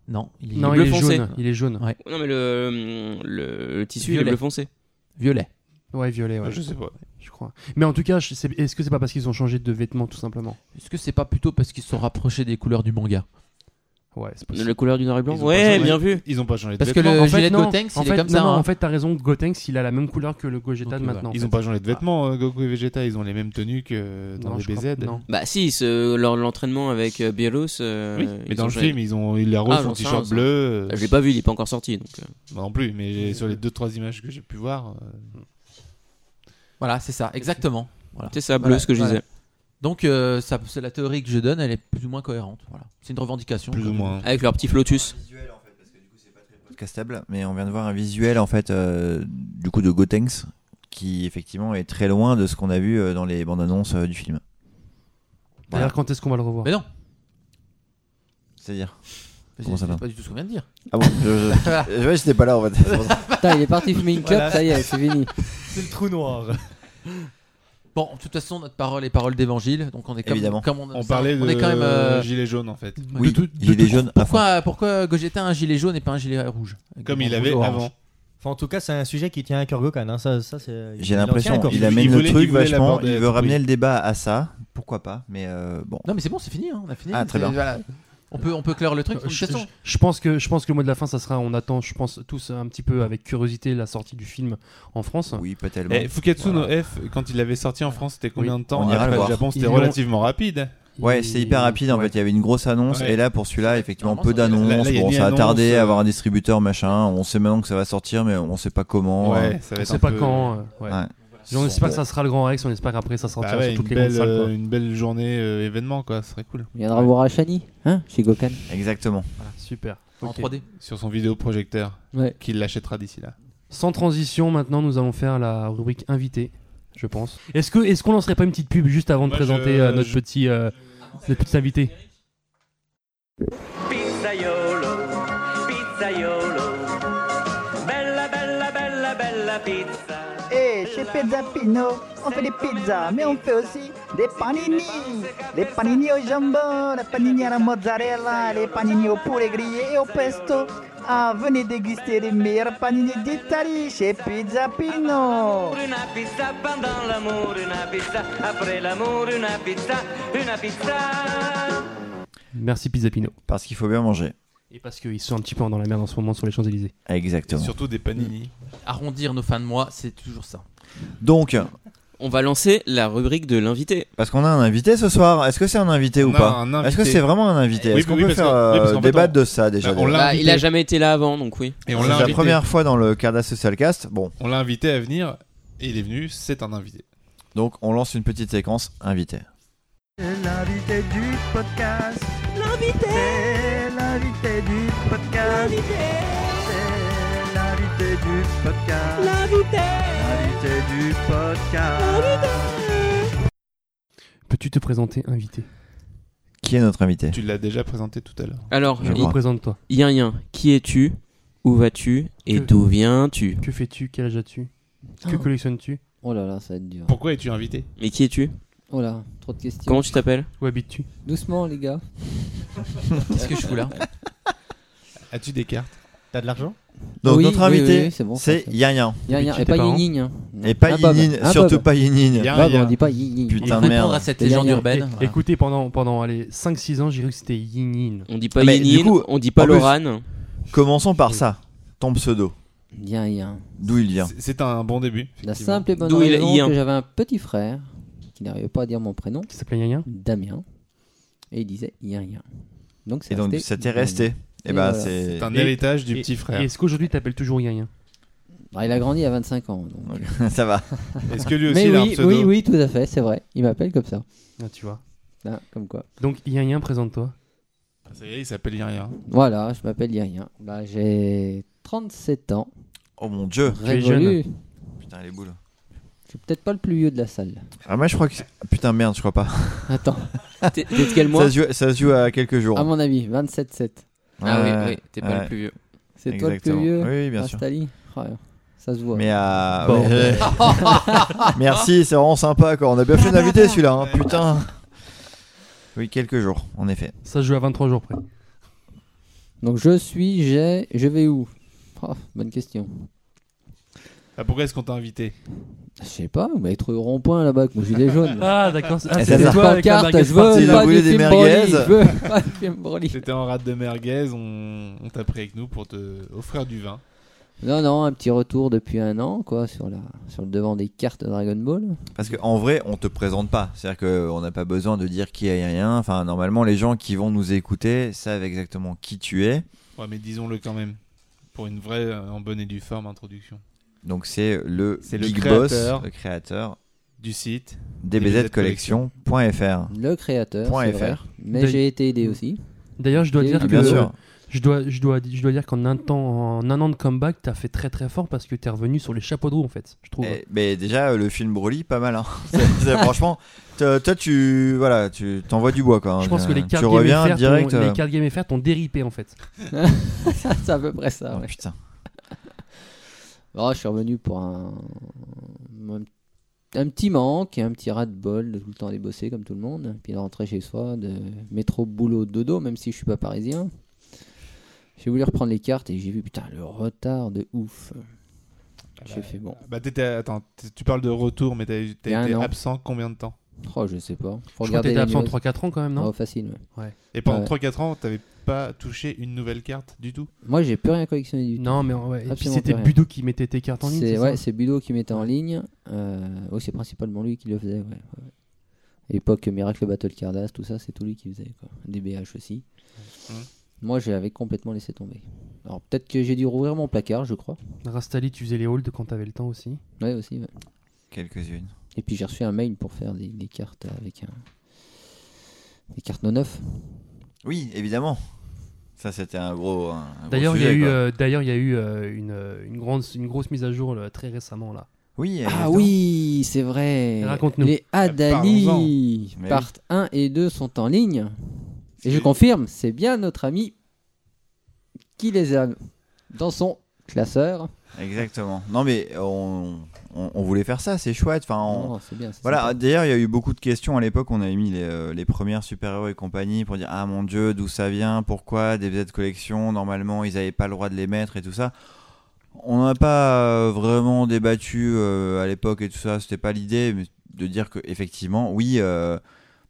Speaker 4: Non, il est
Speaker 2: Non,
Speaker 1: bleu
Speaker 2: il est
Speaker 1: foncé.
Speaker 2: jaune. Il est jaune.
Speaker 4: Ouais.
Speaker 1: Non, mais le, le, le tissu, il
Speaker 4: Violet.
Speaker 1: est bleu foncé.
Speaker 4: violet.
Speaker 2: Ouais, violet. ouais.
Speaker 3: Je sais pas.
Speaker 2: Je crois. Mais en tout cas, je sais- est-ce que c'est pas parce qu'ils ont changé de vêtements tout simplement
Speaker 4: Est-ce que c'est pas plutôt parce qu'ils se sont rapprochés des couleurs du manga
Speaker 2: Ouais, c'est possible.
Speaker 1: La couleur du noir et blanc
Speaker 3: Ils ont pas
Speaker 1: Ouais,
Speaker 3: changé.
Speaker 1: bien vu.
Speaker 3: Ils ont pas changé de
Speaker 4: Parce que
Speaker 3: vêtements.
Speaker 4: le
Speaker 2: en
Speaker 4: gilet
Speaker 2: fait,
Speaker 4: de
Speaker 2: non.
Speaker 4: Gotenks,
Speaker 2: en
Speaker 4: il
Speaker 2: fait,
Speaker 4: est comme
Speaker 2: non,
Speaker 4: ça.
Speaker 2: non,
Speaker 4: hein.
Speaker 2: en fait, t'as raison. Gotenks, il a la même couleur que le Gogeta
Speaker 4: Donc,
Speaker 2: de maintenant.
Speaker 4: voilà.
Speaker 2: en
Speaker 3: Ils
Speaker 2: fait.
Speaker 3: ont pas changé de vêtements, euh, Goku et Vegeta, ils ont les mêmes tenues que dans
Speaker 2: Non,
Speaker 3: les
Speaker 2: je crois-
Speaker 3: BZ.
Speaker 2: non.
Speaker 1: Bah si, ce- leur- l'entraînement avec euh, Bielos. euh,
Speaker 3: Oui,
Speaker 1: ils
Speaker 3: mais dans
Speaker 1: ont
Speaker 3: le
Speaker 1: changé.
Speaker 3: film, ils ont ils leur
Speaker 1: Ah,
Speaker 3: refont
Speaker 1: j'en
Speaker 3: un
Speaker 1: sais
Speaker 3: t-shirt
Speaker 1: rien,
Speaker 3: bleu. euh,
Speaker 1: Ah, Je l'ai pas vu, il est pas encore sorti. Donc, euh.
Speaker 3: Moi non plus, mais j'ai- sur les deux trois images que j'ai pu voir, euh,
Speaker 4: Voilà, c'est ça, exactement.
Speaker 1: c'est ça, bleu,
Speaker 4: Voilà,
Speaker 1: ce que je
Speaker 4: voilà.
Speaker 1: disais.
Speaker 4: Donc euh, ça, c'est la théorie que je donne, elle est plus ou moins cohérente. Voilà, c'est une revendication.
Speaker 3: plus ou moins.
Speaker 1: Avec leur petit Flotus.
Speaker 5: visuel en fait, parce que du coup, c'est pas très podcastable, mais on vient de voir un visuel en fait, euh, du coup, de Gotenks qui effectivement est très loin de ce qu'on a vu euh, dans les bandes annonces euh, du film. Voilà.
Speaker 2: D'ailleurs, quand est-ce qu'on va le revoir
Speaker 4: Mais non,
Speaker 5: C'est-à-dire.
Speaker 4: c'est
Speaker 5: Comment ça va
Speaker 4: c'est pas du tout ce qu'on vient de dire.
Speaker 5: Ah bon je,
Speaker 4: [laughs]
Speaker 7: Euh,
Speaker 5: je- ouais, j'étais pas là en fait. C'est pour ça.
Speaker 7: Putain, il est parti fumer une clope,
Speaker 6: Voilà.
Speaker 7: ça y est, c'est fini.
Speaker 6: C'est le trou noir.
Speaker 4: Bon, de toute façon, notre parole est parole d'évangile, donc on est comme,
Speaker 5: Évidemment.
Speaker 4: comme on,
Speaker 3: On
Speaker 4: ça,
Speaker 3: parlait
Speaker 4: on
Speaker 3: de
Speaker 4: est quand même. euh,
Speaker 3: gilet jaune en fait,
Speaker 4: de
Speaker 5: Oui,
Speaker 4: tout-
Speaker 5: il est jaune à fond.
Speaker 4: pourquoi, pourquoi Gogeta a un gilet jaune et pas un gilet rouge
Speaker 3: comme
Speaker 4: Rouge,
Speaker 3: il avait
Speaker 4: orange.
Speaker 3: avant.
Speaker 6: Enfin, en tout cas, c'est un sujet qui tient à cœur Gokan. hein. Ça, ça, c'est- il
Speaker 5: J'ai
Speaker 6: en tient à
Speaker 5: l'impression
Speaker 6: cœur.
Speaker 5: il
Speaker 3: Il
Speaker 5: amène
Speaker 3: voulait-
Speaker 5: le
Speaker 3: il
Speaker 5: truc
Speaker 3: voulait
Speaker 5: vachement.
Speaker 3: l'aborder,
Speaker 5: Il veut
Speaker 3: oui.
Speaker 5: ramener le débat à ça. Pourquoi pas Mais euh, bon.
Speaker 4: Non, mais c'est bon, c'est fini, hein, on a fini.
Speaker 5: Ah, très
Speaker 4: C'est-
Speaker 5: bien.
Speaker 4: voilà. On peut, on peut clore le truc. De toute
Speaker 2: Euh, Je,
Speaker 4: façon,
Speaker 2: je- je pense que je pense que le mot de la fin, ça sera. On attend, je pense tous un petit peu avec curiosité la sortie du film en France.
Speaker 5: Oui, pas tellement.
Speaker 3: Eh, Fuketsu no F, quand il l'avait sorti en France, c'était combien de temps
Speaker 5: On ira le
Speaker 3: Après le
Speaker 5: voir.
Speaker 3: Japon, c'était
Speaker 2: Ils l'ont-
Speaker 3: relativement rapide.
Speaker 5: Ouais, c'est hyper rapide en
Speaker 3: Ouais.
Speaker 5: fait. Il y avait une grosse annonce
Speaker 3: Ouais.
Speaker 5: et là pour celui-là, effectivement, peu
Speaker 4: Là, là,
Speaker 3: il y a
Speaker 5: d'annonces.
Speaker 3: une
Speaker 5: Bon, ça a
Speaker 3: annonce,
Speaker 5: tardé
Speaker 3: euh,
Speaker 5: à avoir un distributeur, machin. On sait maintenant que ça va sortir, mais on sait pas comment. hein.
Speaker 3: Ouais, ça
Speaker 2: On
Speaker 3: va être
Speaker 2: sait
Speaker 3: un
Speaker 2: pas
Speaker 3: peu-
Speaker 2: quand. euh, ouais.
Speaker 5: Ouais.
Speaker 2: Et on espère que ça sera le grand Rex. On espère qu'après ça sortira
Speaker 3: Bah ouais,
Speaker 2: sur
Speaker 3: une,
Speaker 2: toutes les grandes
Speaker 3: belle,
Speaker 2: salles. quoi.
Speaker 3: euh, une belle journée euh, événement, quoi. Ce serait cool.
Speaker 7: On viendra voir Ashani, hein, chez Gokan.
Speaker 5: Exactement.
Speaker 2: Voilà, super.
Speaker 4: en
Speaker 2: Ok.
Speaker 4: 3D.
Speaker 3: Sur son vidéoprojecteur,
Speaker 7: Ouais.
Speaker 3: qu'il l'achètera d'ici là.
Speaker 2: Sans transition, maintenant nous allons faire la rubrique invité, je pense. Est-ce que est-ce qu'on lancerait pas une petite pub juste avant de
Speaker 3: Moi,
Speaker 2: présenter
Speaker 3: je-
Speaker 2: euh, notre
Speaker 3: je-
Speaker 2: petit euh, notre petit invité
Speaker 10: euh, Pizzaiolo, pizzaiolo, bella bella bella bella pizza.
Speaker 9: Et Eh, chez Pizza Pino, on fait des pizzas, mais on fait aussi des panini. Des panini au jambon, des panini à la mozzarella, des panini au poulet grillé et au pesto. Ah, venez déguster les meilleurs panini d'Italie chez Pizza Pino.
Speaker 10: Una pizza pendant l'amour, una pizza après l'amour, una pizza, una pizza.
Speaker 2: Merci Pizzapino.
Speaker 5: Parce qu'il faut bien manger.
Speaker 2: Et parce qu'ils sont un petit peu dans la merde en ce moment sur les Champs-Élysées.
Speaker 3: Et
Speaker 5: Exactement.
Speaker 3: surtout des panini.
Speaker 4: Arrondir nos fins de mois, c'est toujours ça.
Speaker 5: Donc,
Speaker 1: On va lancer la rubrique de l'invité.
Speaker 5: parce qu'on a un invité ce soir. Est-ce que c'est un invité
Speaker 3: On
Speaker 5: ou
Speaker 3: a
Speaker 5: pas
Speaker 3: un invité.
Speaker 5: Est-ce que c'est vraiment un invité
Speaker 3: Oui,
Speaker 5: Est-ce qu'on
Speaker 3: oui,
Speaker 5: peut
Speaker 3: parce
Speaker 5: faire
Speaker 3: que-
Speaker 5: euh,
Speaker 3: oui, parce qu'en fait,
Speaker 5: débattre
Speaker 3: on-
Speaker 5: de ça déjà
Speaker 3: Bah, on
Speaker 5: d'ailleurs
Speaker 3: l'a
Speaker 1: Bah,
Speaker 3: invité.
Speaker 1: il a jamais été là avant, donc oui.
Speaker 3: Et on
Speaker 5: C'est
Speaker 3: l'a
Speaker 5: la
Speaker 3: invité.
Speaker 5: première fois dans le Cardass Social Cast. Bon,
Speaker 3: On l'a invité à venir et il est venu. C'est un invité.
Speaker 5: donc on lance une petite séquence invité.
Speaker 10: L'invité du podcast. L'invité. L'invité du podcast. L'invité. L'invité du podcast. L'invité. L'invité du podcast.
Speaker 2: Peux-tu te présenter invité
Speaker 5: Qui est notre invité
Speaker 3: Tu l'as déjà présenté tout à l'heure.
Speaker 1: Alors,
Speaker 5: Je vois.
Speaker 2: Présente-toi.
Speaker 1: Yin Yin, qui es-tu Où vas-tu Et
Speaker 2: Que-
Speaker 1: d'où viens-tu
Speaker 2: Que fais-tu Quel âge as-tu Que collectionnes-tu
Speaker 7: Ah. Oh là là, ça va être dur.
Speaker 3: Pourquoi es-tu invité
Speaker 1: Mais qui es-tu
Speaker 7: Oh là, trop de questions.
Speaker 1: Comment tu t'appelles
Speaker 2: Où habites-tu
Speaker 7: Doucement, les gars.
Speaker 4: Qu'est-ce que je fous là
Speaker 3: As-tu des cartes
Speaker 6: T'as de l'argent
Speaker 5: Donc
Speaker 7: Oui,
Speaker 5: notre
Speaker 7: oui,
Speaker 5: invité,
Speaker 7: oui, oui, c'est bon,
Speaker 5: c'est
Speaker 7: ça, ça.
Speaker 5: Yanyan.
Speaker 7: Y a rien,
Speaker 2: Habites-tu
Speaker 7: et pas
Speaker 2: tes parents
Speaker 7: Yinin. hein.
Speaker 5: Et
Speaker 7: Non,
Speaker 5: pas
Speaker 7: un Bob,
Speaker 5: Yinine,
Speaker 7: un
Speaker 5: surtout
Speaker 7: Bob.
Speaker 5: pas Yinine.
Speaker 3: Il y a un-
Speaker 7: Bob,
Speaker 3: il y a-
Speaker 7: on dit pas Yinin.
Speaker 5: Putain de
Speaker 4: Répondre à
Speaker 5: merde.
Speaker 4: cette
Speaker 7: Et
Speaker 4: légende
Speaker 7: derrière,
Speaker 4: urbaine. voilà.
Speaker 2: Écoutez, pendant, pendant allez, 5-6 ans, j'ai cru que c'était Yin Yin.
Speaker 1: On dit pas
Speaker 5: Ah, mais
Speaker 1: Yin
Speaker 5: du
Speaker 1: Yin,
Speaker 5: coup,
Speaker 1: on dit pas
Speaker 5: en plus-
Speaker 1: Lorane.
Speaker 5: Commençons par ça. Ton pseudo,
Speaker 7: Yin Yin.
Speaker 5: d'où il vient
Speaker 3: C'est- C'est un bon début.
Speaker 7: La
Speaker 3: effectivement.
Speaker 7: simple et bonne
Speaker 1: D'où il-
Speaker 7: raison
Speaker 1: Yin.
Speaker 7: que j'avais un petit frère qui n'arrivait pas à dire mon prénom,
Speaker 2: Qui s'appelait Yin Yin
Speaker 7: Damien, et il disait Yin Yin. Donc
Speaker 5: Et
Speaker 7: c'est
Speaker 5: donc
Speaker 7: resté
Speaker 5: ça t'est
Speaker 7: Yin Yin.
Speaker 5: resté. Et
Speaker 7: Et
Speaker 5: bah
Speaker 7: voilà.
Speaker 5: c'est.
Speaker 3: C'est un
Speaker 2: Et-
Speaker 3: héritage du
Speaker 2: et-
Speaker 3: petit frère.
Speaker 2: Et Est-ce qu'aujourd'hui t'appelles toujours Yin Yin
Speaker 7: Ah, il a grandi à 25 ans. donc.
Speaker 5: [laughs] ça va.
Speaker 3: [laughs] Est-ce que lui aussi
Speaker 7: Mais
Speaker 3: il a un
Speaker 7: oui,
Speaker 3: pseudo
Speaker 7: oui, oui, tout à fait, c'est vrai. Il m'appelle comme ça.
Speaker 2: Ah, tu vois.
Speaker 7: Là, comme quoi.
Speaker 2: Donc Yin Yin, présente-toi.
Speaker 3: Ah, Ça y est, il s'appelle Yanyan.
Speaker 7: Voilà, je m'appelle Yin Yin. Bah, j'ai 37 ans.
Speaker 5: Oh mon dieu.
Speaker 2: es
Speaker 7: Révolu.
Speaker 5: Putain les boules.
Speaker 7: Je suis peut-être pas le plus vieux de la salle.
Speaker 5: Ah moi je crois que c'est- putain merde je crois pas. [laughs]
Speaker 7: Attends,
Speaker 1: T'es t'es de quel mois
Speaker 5: Ça se joue, ça se joue à quelques jours.
Speaker 7: à Ah, mon avis, 27-7.
Speaker 1: Ah
Speaker 5: Ouais,
Speaker 1: oui, oui, t'es pas
Speaker 5: ouais,
Speaker 1: le plus vieux.
Speaker 7: C'est toi le plus
Speaker 5: exactement.
Speaker 7: vieux
Speaker 5: Oui, oui, bien sûr.
Speaker 7: Rastali Ah, Ça se voit.
Speaker 5: Mais à.
Speaker 2: Bordel.
Speaker 5: Merci, c'est vraiment sympa quoi. On a bien fait d'inviter celui-là, hein, putain. Oui, quelques jours, en effet.
Speaker 2: Ça se joue à 23 jours près.
Speaker 7: Donc je suis, j'ai, je vais où Ah, Bonne question.
Speaker 3: Ah, pourquoi est-ce qu'on t'a invité
Speaker 7: Je sais pas, vous m'avez trouvé au rond-point là-bas avec mon gilet jaune. là.
Speaker 2: [laughs] Ah, d'accord.
Speaker 5: Et
Speaker 2: Ah,
Speaker 5: c'est
Speaker 2: c'était
Speaker 5: ça.
Speaker 2: toi avec la
Speaker 7: pancarte,
Speaker 2: merguez
Speaker 7: je
Speaker 2: party.
Speaker 5: Il
Speaker 7: veux
Speaker 5: a
Speaker 7: pas
Speaker 5: brûlé
Speaker 7: du
Speaker 5: des
Speaker 7: film
Speaker 5: merguez.
Speaker 7: Broly, je veux pas du film Broly.
Speaker 3: T'étais en rade de merguez, on, on t'a pris avec nous pour te offrir du vin.
Speaker 7: Non, non, un petit retour depuis un an, quoi, sur, la, sur le devant des cartes Dragon Ball.
Speaker 5: Parce qu'en vrai, on te présente pas. C'est-à-dire qu'on n'a pas besoin de dire qui est rien. Enfin, normalement, les gens qui vont nous écouter savent exactement qui tu es.
Speaker 3: Ouais, mais disons-le quand même. Pour une vraie, euh, en bonne et due forme, introduction.
Speaker 5: Donc, c'est le
Speaker 3: C'est le
Speaker 5: Big
Speaker 3: créateur.
Speaker 5: Boss, le créateur,
Speaker 3: Du site.
Speaker 5: dbzcollection.fr.
Speaker 7: Le créateur,
Speaker 5: Ah. Point
Speaker 7: c'est
Speaker 5: fr.
Speaker 7: vrai. Mais
Speaker 2: D'ailleurs-
Speaker 7: j'ai été aidé aussi.
Speaker 2: D'ailleurs, je dois
Speaker 7: Et-
Speaker 2: dire
Speaker 5: Ah,
Speaker 2: que
Speaker 5: bien
Speaker 7: le-
Speaker 5: sûr.
Speaker 2: je dois, je dois, je dois dire qu'en un temps, en un an de comeback, t'as fait très très fort parce que t'es revenu sur les chapeaux de roue en fait. Je trouve.
Speaker 5: Eh, mais déjà, euh, le film Broly, pas mal. Hein. [laughs] C'est-
Speaker 2: [laughs]
Speaker 5: c'est- franchement, te- toi, tu voilà, tu t'envoies du bois quoi. hein.
Speaker 2: je pense que les
Speaker 5: tu
Speaker 2: cartes Game
Speaker 5: reviens
Speaker 2: FR
Speaker 5: direct.
Speaker 2: t'ont-
Speaker 5: euh,
Speaker 2: les cartes Game FR t'ont déripé en fait.
Speaker 7: [laughs] c'est à peu près ça,
Speaker 5: oh,
Speaker 7: ouais.
Speaker 5: putain.
Speaker 7: Oh, je suis revenu pour un, un, un petit manque et un petit ras-de-bol de tout le temps aller bosser comme tout le monde. Puis de rentrer chez soi, de métro, boulot, dodo, même si je suis pas parisien. J'ai voulu reprendre les cartes et j'ai vu putain le retard de ouf. J'ai fait bon.
Speaker 2: Ah
Speaker 3: Bah, t'étais. Attends, t- tu parles de retour, mais t'as t'as
Speaker 7: Il y a un
Speaker 3: été
Speaker 7: an.
Speaker 3: absent combien de temps
Speaker 7: Oh, je sais pas. Faut
Speaker 2: Je crois que
Speaker 7: regarder
Speaker 2: t'étais
Speaker 7: les
Speaker 2: absent
Speaker 7: news.
Speaker 2: 3-4 ans quand même, non
Speaker 7: Oh, facile, ouais.
Speaker 3: Et pendant
Speaker 7: Ouais.
Speaker 3: 3-4 ans, t'avais pas touché une nouvelle carte du tout
Speaker 7: Moi, j'ai plus rien collectionné du tout.
Speaker 2: Non, mais ouais. et puis
Speaker 7: Absolument
Speaker 2: c'était
Speaker 7: pas rien.
Speaker 2: Budo qui mettait tes cartes en ligne.
Speaker 7: Ah, C'est
Speaker 2: ça
Speaker 7: ouais, c'est Budo qui mettait en ligne. Euh, oui, c'est principalement lui qui le faisait. ouais, ouais, ouais. À l'époque, Miracle Battle Cardass, tout ça, c'est tout lui qui faisait. Quoi. DBH aussi.
Speaker 3: Mhm.
Speaker 7: Moi, j'avais complètement laissé tomber. Alors peut-être que j'ai dû rouvrir mon placard, je crois.
Speaker 2: Rastali, tu faisais les holds quand t'avais le temps aussi.
Speaker 7: Ouais, aussi. ouais.
Speaker 5: Quelques-unes.
Speaker 7: Et puis j'ai reçu un mail pour faire des, des cartes avec un. Des cartes non neuf.
Speaker 5: Oui, évidemment. Ça, c'était un gros. un gros
Speaker 2: D'ailleurs, il y a
Speaker 5: sujet,
Speaker 2: eu,
Speaker 5: quoi.
Speaker 2: euh, d'ailleurs, il y a eu euh, une, euh, une grande, une grosse mise à jour là, très récemment là.
Speaker 5: Oui,
Speaker 7: Ah
Speaker 5: évidemment.
Speaker 7: oui, c'est vrai.
Speaker 2: Raconte-nous.
Speaker 7: Les Adali
Speaker 5: Eh, Mais oui.
Speaker 7: partent 1 et 2 sont en ligne. Et je
Speaker 5: C'est-
Speaker 7: confirme, c'est bien notre ami qui les a dans son classeur.
Speaker 5: Exactement. Non, mais on, on- on voulait faire ça, c'est chouette. Enfin, on-
Speaker 7: Non, c'est bien. c'est
Speaker 5: Voilà,
Speaker 7: sympa.
Speaker 5: d'ailleurs, il y a eu beaucoup de questions à l'époque. On avait mis les, euh, les premières super-héros et compagnie pour dire Ah mon dieu, d'où ça vient Pourquoi Des vedettes collection Normalement, ils n'avaient pas le droit de les mettre et tout ça. On n'en a pas euh, vraiment débattu euh, à l'époque et tout ça. C'était pas l'idée mais de dire que effectivement, oui. euh,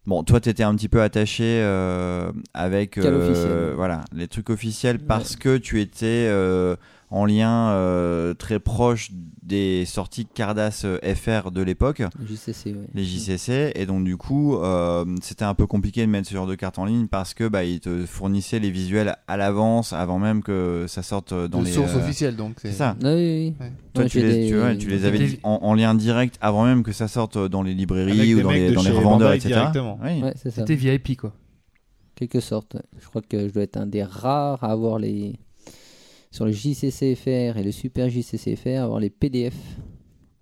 Speaker 5: Bon, toi, t'étais un petit peu attaché euh, avec
Speaker 7: Cale
Speaker 5: euh,
Speaker 7: officielle.
Speaker 5: voilà les trucs officiels
Speaker 7: Ouais.
Speaker 5: parce que tu étais euh, en lien euh, très proche des sorties Cardass euh, FR de l'époque
Speaker 7: JCC, ouais.
Speaker 5: les JCC et donc du coup euh, c'était un peu compliqué de mettre ce genre de carte en ligne parce que bah ils te fournissaient les visuels à l'avance avant même que ça sorte euh, dans
Speaker 3: De
Speaker 5: les
Speaker 3: source
Speaker 5: euh,
Speaker 3: officielle, donc.
Speaker 5: c'est ça
Speaker 7: Ah oui, oui, oui.
Speaker 3: Ouais.
Speaker 5: toi
Speaker 7: Ouais,
Speaker 5: tu
Speaker 7: j'ai
Speaker 5: les,
Speaker 7: des-
Speaker 5: tu, ouais, tu les avais
Speaker 2: des-
Speaker 5: dit en, en lien direct avant même que ça sorte euh, dans les
Speaker 3: Avec
Speaker 5: librairies
Speaker 3: des
Speaker 5: ou dans
Speaker 3: mecs
Speaker 5: les,
Speaker 3: de
Speaker 5: dans les
Speaker 3: chez
Speaker 5: revendeurs
Speaker 3: Bandai
Speaker 5: etc
Speaker 3: directement.
Speaker 5: Oui.
Speaker 7: Ouais, c'est ça.
Speaker 2: C'était VIP quoi.
Speaker 7: Quelque sorte. ouais. Je crois que je dois être un des rares à avoir les. Sur le JCCFR et le super JCCFR, avoir les PDF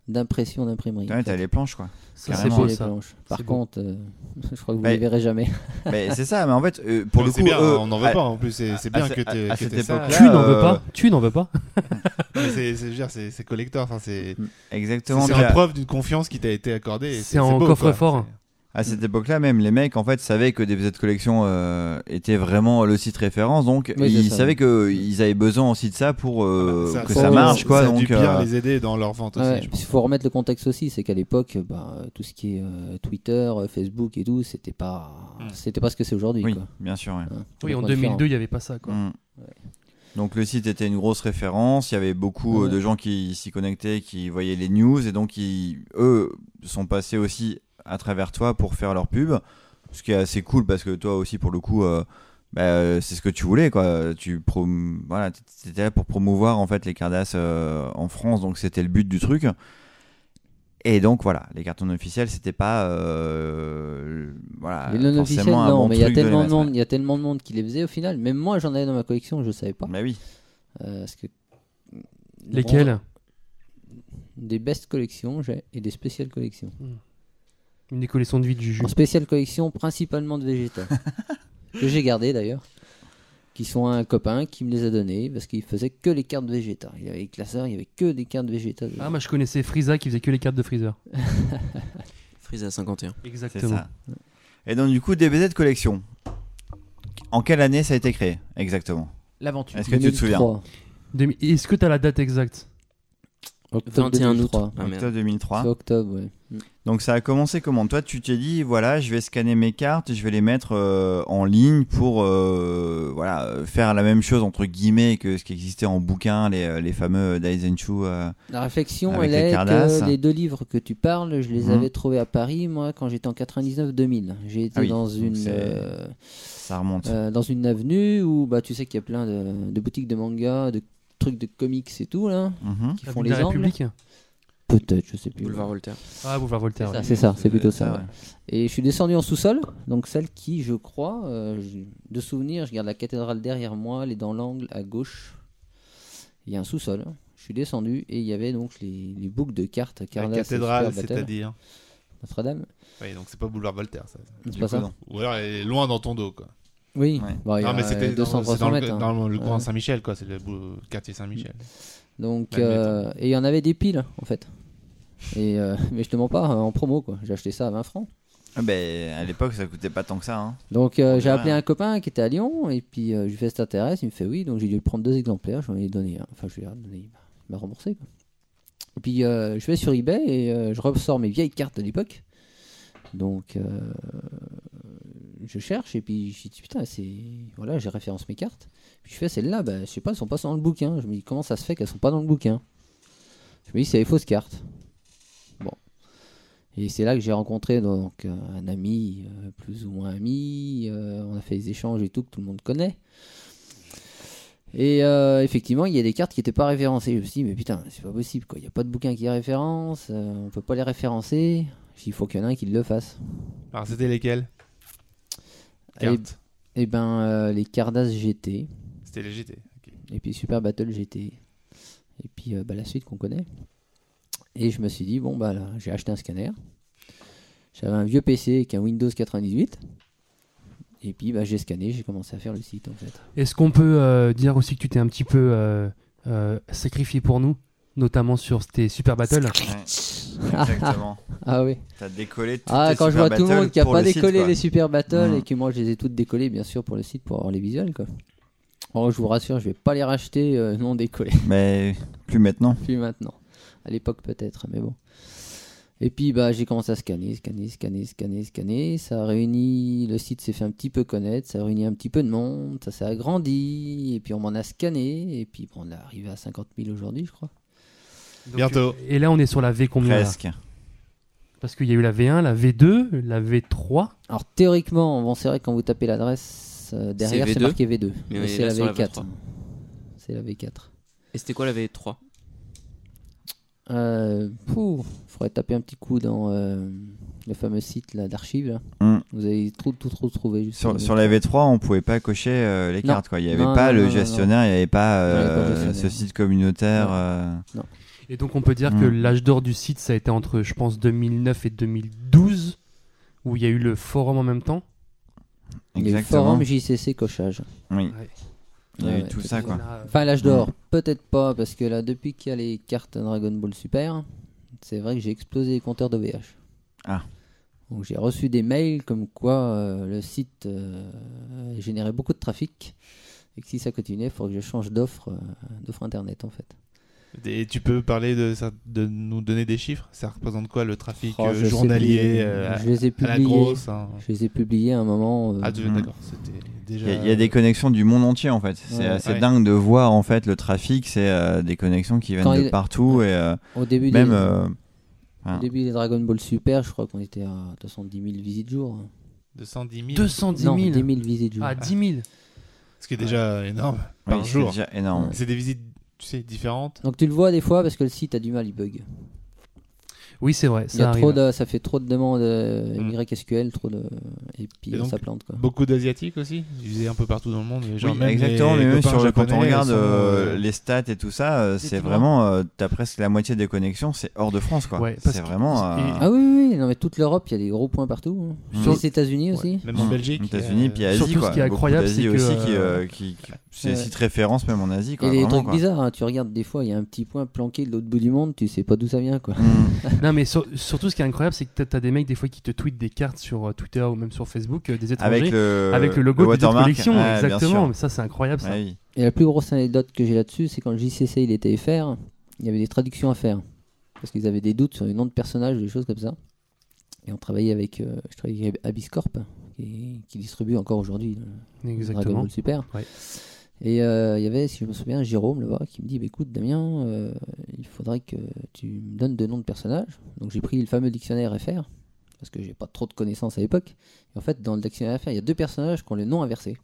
Speaker 7: d'impression d'imprimerie.
Speaker 5: Ouais, t'as les planches quoi
Speaker 2: Ça, c'est
Speaker 7: Carrément,
Speaker 2: beau
Speaker 7: les
Speaker 2: ça.
Speaker 7: planches. Par
Speaker 2: C'est beau.
Speaker 7: contre, euh, [laughs] je crois que vous
Speaker 5: Ouais.
Speaker 7: les verrez jamais.
Speaker 5: mais c'est ça mais en fait euh, pour
Speaker 3: Mais
Speaker 5: le
Speaker 3: c'est
Speaker 5: coup
Speaker 3: bien,
Speaker 5: eux, ah,
Speaker 3: on n'en
Speaker 5: à-
Speaker 3: veut pas en plus. C'est c'est
Speaker 5: à-
Speaker 3: bien
Speaker 5: à-
Speaker 3: que t'aies
Speaker 5: à
Speaker 3: que
Speaker 5: cette
Speaker 3: t'aies ça.
Speaker 5: époque-là,
Speaker 2: Tu n'en
Speaker 5: euh,
Speaker 2: veux pas Tu n'en veux
Speaker 3: [laughs]
Speaker 2: pas
Speaker 3: Mais C'est c'est- je veux dire, c'est- c'est collector. enfin, C'est
Speaker 5: exactement
Speaker 3: c'est
Speaker 5: puis
Speaker 3: la
Speaker 5: à-
Speaker 3: preuve d'une confiance qui t'a été accordée. et
Speaker 2: Mm. C'est en
Speaker 3: beau,
Speaker 2: coffre-fort.
Speaker 3: quoi.
Speaker 5: À cette époque-là, même les mecs en fait savaient que DBZ Collection euh, était vraiment le site référence, donc
Speaker 7: Oui, c'est
Speaker 5: ils
Speaker 7: ça.
Speaker 5: savaient que ils avaient besoin aussi de ça pour euh,
Speaker 3: C'est-
Speaker 5: que ça, marche quoi.
Speaker 3: Ça a
Speaker 5: donc
Speaker 3: dû bien
Speaker 5: euh,
Speaker 3: les aider dans leur vente aussi.
Speaker 7: Ouais,
Speaker 3: je pense.
Speaker 7: puis il faut remettre le contexte aussi, c'est qu'à l'époque, bah, euh, tout ce qui est euh, Twitter, euh, Facebook et tout, c'était pas,
Speaker 3: Mm.
Speaker 7: c'était pas ce que c'est aujourd'hui.
Speaker 5: oui,
Speaker 7: quoi.
Speaker 5: bien sûr. ouais.
Speaker 7: Hein,
Speaker 2: Oui, en
Speaker 7: complètement
Speaker 2: 2002,
Speaker 7: différent.
Speaker 2: il n'y avait pas ça quoi.
Speaker 5: Mm. Donc le site était une grosse référence. Il y avait beaucoup euh, de gens qui s'y connectaient, qui voyaient les news et donc ils, eux sont passés aussi à travers toi pour faire leur pub, ce qui est assez cool parce que toi aussi pour le coup. euh, bah, euh, c'est ce que tu voulais quoi tu prom voilà t'étais là pour promouvoir en fait les Cardass euh, en France donc c'était le but du truc et donc voilà les cartons officiels c'était pas euh, voilà
Speaker 7: Les non officiels,
Speaker 5: forcément un
Speaker 7: non,
Speaker 5: bon
Speaker 7: mais il y a
Speaker 5: truc de les
Speaker 7: tellement de
Speaker 5: mettre,
Speaker 7: monde, il y a tellement de monde qui les faisait au final. Même moi, j'en avais dans ma collection, je savais pas.
Speaker 5: ouais. bah oui
Speaker 7: Euh, parce que
Speaker 2: Lesquels
Speaker 7: Des best collections, j'ai et des spéciales collections.
Speaker 2: Une des collections de vie du jus.
Speaker 7: En spéciale collection, principalement
Speaker 5: [laughs]
Speaker 7: de Vegeta, que j'ai gardé d'ailleurs, qui sont à un copain qui me les a donnés parce qu'il faisait que les cartes de Vegeta. Il y avait les classeurs, il y avait que des cartes de Vegeta. dedans.
Speaker 2: Ah, moi je connaissais Frieza qui faisait que les cartes
Speaker 7: [laughs]
Speaker 2: de Freezer.
Speaker 1: Freeze à 51.
Speaker 5: C'est
Speaker 2: Exactement.
Speaker 5: ça. Et donc, du coup, DBZ Collection. En quelle année ça a été créé Exactement.
Speaker 4: L'aventure.
Speaker 5: Est-ce que tu te souviens
Speaker 7: 2003,
Speaker 2: Demi- Est-ce que tu as la date exacte
Speaker 7: octobre
Speaker 1: 21 août.
Speaker 7: 2003.
Speaker 1: Ah, merde.
Speaker 5: Octobre 2003.
Speaker 7: C'est octobre, ouais.
Speaker 5: Donc, ça a commencé comment Toi, tu t'es dit, voilà, je vais scanner mes cartes, je vais les mettre euh, en ligne pour euh, voilà, euh, faire la même chose, entre guillemets, que ce qui existait en bouquin, les, euh, les fameux Daizenshu. euh,
Speaker 7: La réflexion,
Speaker 5: Avec les
Speaker 7: elle est
Speaker 5: Cardass.
Speaker 7: que les deux livres que tu parles, je les
Speaker 5: Mhm.
Speaker 7: avais trouvés à Paris, moi, quand j'étais en 99-2000. J'ai été
Speaker 5: Ah oui,
Speaker 7: dans,
Speaker 5: donc
Speaker 7: une,
Speaker 5: c'est-
Speaker 7: euh,
Speaker 5: ça remonte.
Speaker 7: euh, dans une avenue où bah, tu sais qu'il y a plein de, de boutiques de mangas, de trucs de comics et tout, là,
Speaker 5: Mhm.
Speaker 7: qui
Speaker 2: La
Speaker 7: font
Speaker 2: Coupe de
Speaker 7: les
Speaker 2: la
Speaker 7: angles.
Speaker 2: République
Speaker 7: Peut-être, je sais plus.
Speaker 1: Boulevard Voltaire.
Speaker 2: Ah, Boulevard Voltaire.
Speaker 7: Ah,
Speaker 2: ouais.
Speaker 7: c'est ça, c'est plutôt
Speaker 5: Ça,
Speaker 7: ça. ouais. Et je suis descendu en sous-sol, donc celle qui, je crois, euh, j- de souvenir, je garde la cathédrale derrière moi, elle est dans l'angle à gauche. Il y a un sous-sol. Je suis descendu et il y avait donc les, les boucles de cartes
Speaker 3: La
Speaker 7: Cardass et
Speaker 3: cathédrale,
Speaker 7: Super Battle,
Speaker 3: c'est-à-dire.
Speaker 7: Notre-Dame.
Speaker 3: hein. Oui, donc c'est pas boulevard Voltaire. Ça.
Speaker 7: C'est
Speaker 5: Du
Speaker 7: pas
Speaker 5: coup,
Speaker 7: ça
Speaker 5: non.
Speaker 3: Ou alors elle est loin dans ton dos. Quoi.
Speaker 7: Oui,
Speaker 5: Ouais.
Speaker 7: Bon, il y
Speaker 3: non,
Speaker 7: a
Speaker 3: mais c'était dans,
Speaker 7: 200
Speaker 3: c'est dans
Speaker 7: 300
Speaker 3: le,
Speaker 7: mètres. hein.
Speaker 3: dans le coin
Speaker 7: Ouais. Mm.
Speaker 3: Saint-Michel, quoi. C'est le bou- quartier Saint-Michel.
Speaker 7: Donc,
Speaker 3: Admettons.
Speaker 7: euh, et il y en avait des piles en fait. Et euh, [laughs] mais je te mens pas, euh, en promo quoi. J'ai acheté ça à 20 francs.
Speaker 5: Ah, ben, à l'époque, ça coûtait pas tant que ça. hein.
Speaker 7: Donc euh,
Speaker 5: Ouais.
Speaker 7: j'ai appelé un copain qui était à Lyon et puis euh, je lui fais ça t'intéresse, il me fait oui, donc j'ai dû lui prendre deux exemplaires, j'en ai donné un. Enfin je lui ai donné, il m'a- il m'a remboursé quoi. Et puis euh, je vais sur eBay et euh, je ressors mes vieilles cartes de l'époque Donc, euh, je cherche et puis je dis putain, c'est. Voilà, j'ai référence mes cartes. Puis je fais celles-là, bah, je sais pas, elles sont pas dans le bouquin. hein. Je me dis comment ça se fait qu'elles sont pas dans le bouquin Je me dis c'est les fausses cartes. Bon. Et c'est là que j'ai rencontré donc euh, un ami, euh, plus ou moins ami. euh, on a fait des échanges et tout que tout le monde connaît. Et euh, effectivement, il y a des cartes qui n'étaient pas référencées. Je me suis dit, mais putain, c'est pas possible, quoi. Il n'y a pas de bouquin qui les référence, euh, on peut pas les référencer. J'ai dit, Il faut qu'il y en ait un qui le fasse.
Speaker 3: Alors, c'était lesquels Cartes.
Speaker 7: Et, et Eh ben, euh, les Cardas GT,
Speaker 3: C'était les GT. ok.
Speaker 7: et puis Super Battle GT, et puis euh, bah, la suite qu'on connaît. Et je me suis dit, bon, bah là, j'ai acheté un scanner. J'avais un vieux PC avec un Windows 98. Et puis, bah, j'ai scanné, j'ai commencé à faire le site, en fait.
Speaker 2: Est-ce qu'on peut euh, dire aussi que tu t'es un petit peu euh, euh, sacrifié pour nous, notamment sur tes Super Battle
Speaker 7: [laughs]
Speaker 5: Exactement.
Speaker 7: Ah oui.
Speaker 5: T'as décollé toutes
Speaker 7: Ah,
Speaker 5: tes
Speaker 7: quand je
Speaker 5: Super
Speaker 7: vois tout le
Speaker 5: Battle
Speaker 7: monde qui a
Speaker 5: pour
Speaker 7: pas
Speaker 5: le site,
Speaker 7: décollé
Speaker 5: quoi.
Speaker 7: les super battles
Speaker 5: Mhm.
Speaker 7: et que moi je les ai toutes décollées, bien sûr, pour le site, pour avoir les visuels, quoi. Oh, je vous rassure, je vais pas les racheter euh, non décollés, [laughs]
Speaker 5: Mais plus maintenant.
Speaker 7: plus maintenant. À l'époque, peut-être, mais bon. Et puis, bah, j'ai commencé à scanner, scanner, scanner, scanner, scanner. Ça a réuni, le site s'est fait un petit peu connaître, ça a réuni un petit peu de monde, ça s'est agrandi, et puis on m'en a scanné, et puis bon, on est arrivé à 50 000 aujourd'hui, je crois.
Speaker 3: Bientôt.
Speaker 2: Euh, Et là, on est sur la V combien là
Speaker 5: Presque.
Speaker 2: Parce qu'il y a eu la V1, la V2, la V3.
Speaker 7: Alors théoriquement, bon, c'est vrai que quand vous tapez l'adresse euh, derrière,
Speaker 1: C'est
Speaker 7: c'est
Speaker 1: V2.
Speaker 7: marqué V2.
Speaker 1: Mais
Speaker 7: Mais,
Speaker 1: on est
Speaker 7: c'est
Speaker 1: là
Speaker 7: la
Speaker 1: sur la
Speaker 7: V4.
Speaker 1: V3.
Speaker 7: C'est la V4.
Speaker 1: Et c'était quoi la V3
Speaker 7: Euh, pouh, faudrait taper un petit coup dans euh, le fameux site là, d'archives. là.
Speaker 5: Mm.
Speaker 7: Vous allez tout, tout, tout trouver. juste
Speaker 5: Sur,
Speaker 7: V4.
Speaker 5: sur la V3, on pouvait pas cocher euh, les
Speaker 7: Mmh. Non.
Speaker 5: cartes. Quoi. Il n'y avait
Speaker 7: Non,
Speaker 5: pas
Speaker 7: non,
Speaker 5: le
Speaker 7: non, non,
Speaker 5: gestionnaire, il n'y avait pas,
Speaker 7: Non, il y avait pas
Speaker 5: euh,
Speaker 7: le gestionnaire.
Speaker 5: ce site communautaire.
Speaker 7: Non.
Speaker 5: euh,
Speaker 2: Et donc on peut dire que
Speaker 5: Mm.
Speaker 2: l'âge d'or du site, ça a été entre, je pense, 2009 et 2012, où il y a eu le forum en même temps.
Speaker 7: Il y a eu
Speaker 5: exactement.
Speaker 7: Forum JCC cochage.
Speaker 5: Oui.
Speaker 2: Ouais.
Speaker 5: Il y a
Speaker 7: Ouais,
Speaker 5: eu
Speaker 7: ouais,
Speaker 5: tout
Speaker 7: tout
Speaker 5: ça. Quoi.
Speaker 7: Enfin, l'âge d'or, peut-être pas, parce que là, depuis qu'il y a les cartes Dragon Ball Super, c'est vrai que j'ai explosé les compteurs de VH.
Speaker 5: Ah.
Speaker 7: Donc j'ai reçu des mails comme quoi euh, le site euh, générait beaucoup de trafic et que si ça continuait, il faudrait que je change d'offre euh, d'offre internet en fait.
Speaker 3: Et tu peux parler de, ça- de nous donner des chiffres Ça représente quoi le trafic
Speaker 7: Oh,
Speaker 3: euh,
Speaker 7: je sais
Speaker 3: journalier
Speaker 7: plus.
Speaker 3: euh,
Speaker 7: je les ai
Speaker 3: à, à la
Speaker 7: publiés.
Speaker 3: grosse hein.
Speaker 7: Je les ai publiés à un moment. euh,
Speaker 3: Ah, tu-
Speaker 5: Mm.
Speaker 3: d'accord, c'était déjà.
Speaker 5: Il y, a- il y a des connexions du monde entier en fait. C'est
Speaker 7: Ouais.
Speaker 5: assez
Speaker 3: Ouais.
Speaker 5: dingue de voir en fait le trafic. C'est euh, des connexions qui viennent
Speaker 7: Quand
Speaker 5: de
Speaker 7: il-
Speaker 5: partout et euh,
Speaker 7: au début des-
Speaker 5: même. euh,
Speaker 7: au début des Dragon Ball Super, je crois qu'on était à 210 000 visites jour.
Speaker 3: 210 000.
Speaker 2: 210 000,
Speaker 7: Non, 10 000 visites jour.
Speaker 2: Ah, 10 000
Speaker 3: Ce qui est déjà énorme
Speaker 5: oui,
Speaker 3: par
Speaker 5: c'est
Speaker 3: jour.
Speaker 5: déjà énorme.
Speaker 3: C'est des visites, tu sais, différentes.
Speaker 7: Donc tu le vois des fois parce que le site a du mal, il bug.
Speaker 2: Oui, c'est vrai,
Speaker 7: Il y
Speaker 2: ça
Speaker 7: a
Speaker 2: arrive.
Speaker 7: trop de, ça fait trop de demandes euh,
Speaker 3: Mm.
Speaker 7: YSQL, trop de, et puis
Speaker 3: Et donc,
Speaker 7: ça plante quoi.
Speaker 3: Beaucoup d'asiatiques aussi. Ils faisaient un peu partout dans le monde. Genre
Speaker 5: Oui,
Speaker 3: même
Speaker 5: exactement,
Speaker 3: les
Speaker 5: mais même
Speaker 3: copains
Speaker 5: sur le, quand on
Speaker 3: japonais
Speaker 5: regarde
Speaker 3: sont,
Speaker 5: euh,
Speaker 3: euh,
Speaker 5: les stats et tout ça, euh,
Speaker 7: hein.
Speaker 5: c'est vraiment, euh, t'as presque la moitié des connexions, c'est hors de France quoi.
Speaker 2: Ouais, parce
Speaker 5: c'est
Speaker 2: que-
Speaker 5: vraiment.
Speaker 2: et-
Speaker 5: euh,
Speaker 7: Ah oui, oui, oui, non mais toute l'Europe, il y a des gros points partout. hein.
Speaker 5: Mm.
Speaker 7: Sur les États-Unis aussi.
Speaker 3: Même en
Speaker 5: Mm.
Speaker 3: Belgique.
Speaker 5: Aux États-Unis,
Speaker 3: euh,
Speaker 5: puis Asie.
Speaker 2: surtout, ce
Speaker 5: quoi.
Speaker 2: qui est
Speaker 5: Beaucoup
Speaker 2: incroyable,
Speaker 5: d'Asie
Speaker 2: c'est que,
Speaker 5: aussi qui,
Speaker 2: euh,
Speaker 5: euh, qui- qui- c'est des
Speaker 7: Ouais.
Speaker 5: sites références même en Asie. Quoi,
Speaker 7: et des
Speaker 5: vraiment,
Speaker 7: trucs
Speaker 5: quoi.
Speaker 7: bizarres, hein. tu regardes des fois, il y a un petit point planqué de l'autre bout du monde, tu sais pas d'où ça vient quoi.
Speaker 2: [laughs]
Speaker 5: Mm.
Speaker 2: Non, mais sur- surtout, ce qui est incroyable, c'est que t'as- t'as des mecs, des fois, qui te tweetent des cartes sur euh, Twitter ou même sur Facebook, euh, des étrangers,
Speaker 5: Avec le,
Speaker 2: avec le logo de de
Speaker 5: watermark.
Speaker 2: collection.
Speaker 5: Ouais, bien
Speaker 2: exactement,
Speaker 5: sûr.
Speaker 2: mais ça, c'est incroyable, ça.
Speaker 5: Ouais, oui.
Speaker 7: Et la plus grosse anecdote que j'ai là-dessus, c'est quand le JCC il était FR, il y avait des traductions à faire. Parce qu'ils avaient des doutes sur les noms de personnages, des choses comme ça. Et on travaillait avec, euh, je travaillais avec Abyscorp, qui, qui distribue encore aujourd'hui euh, le Dragon
Speaker 2: Exactement.
Speaker 7: Ball Super.
Speaker 2: Ouais.
Speaker 7: Et euh, il y avait, si je me souviens, Jérôme là-bas qui me dit bah, écoute, Damien, euh, il faudrait que tu me donnes deux noms de personnages. Donc j'ai pris le fameux dictionnaire FR, parce que j'ai pas trop de connaissances à l'époque. Et en fait, dans le dictionnaire FR, il y a deux personnages qui ont les noms inversés.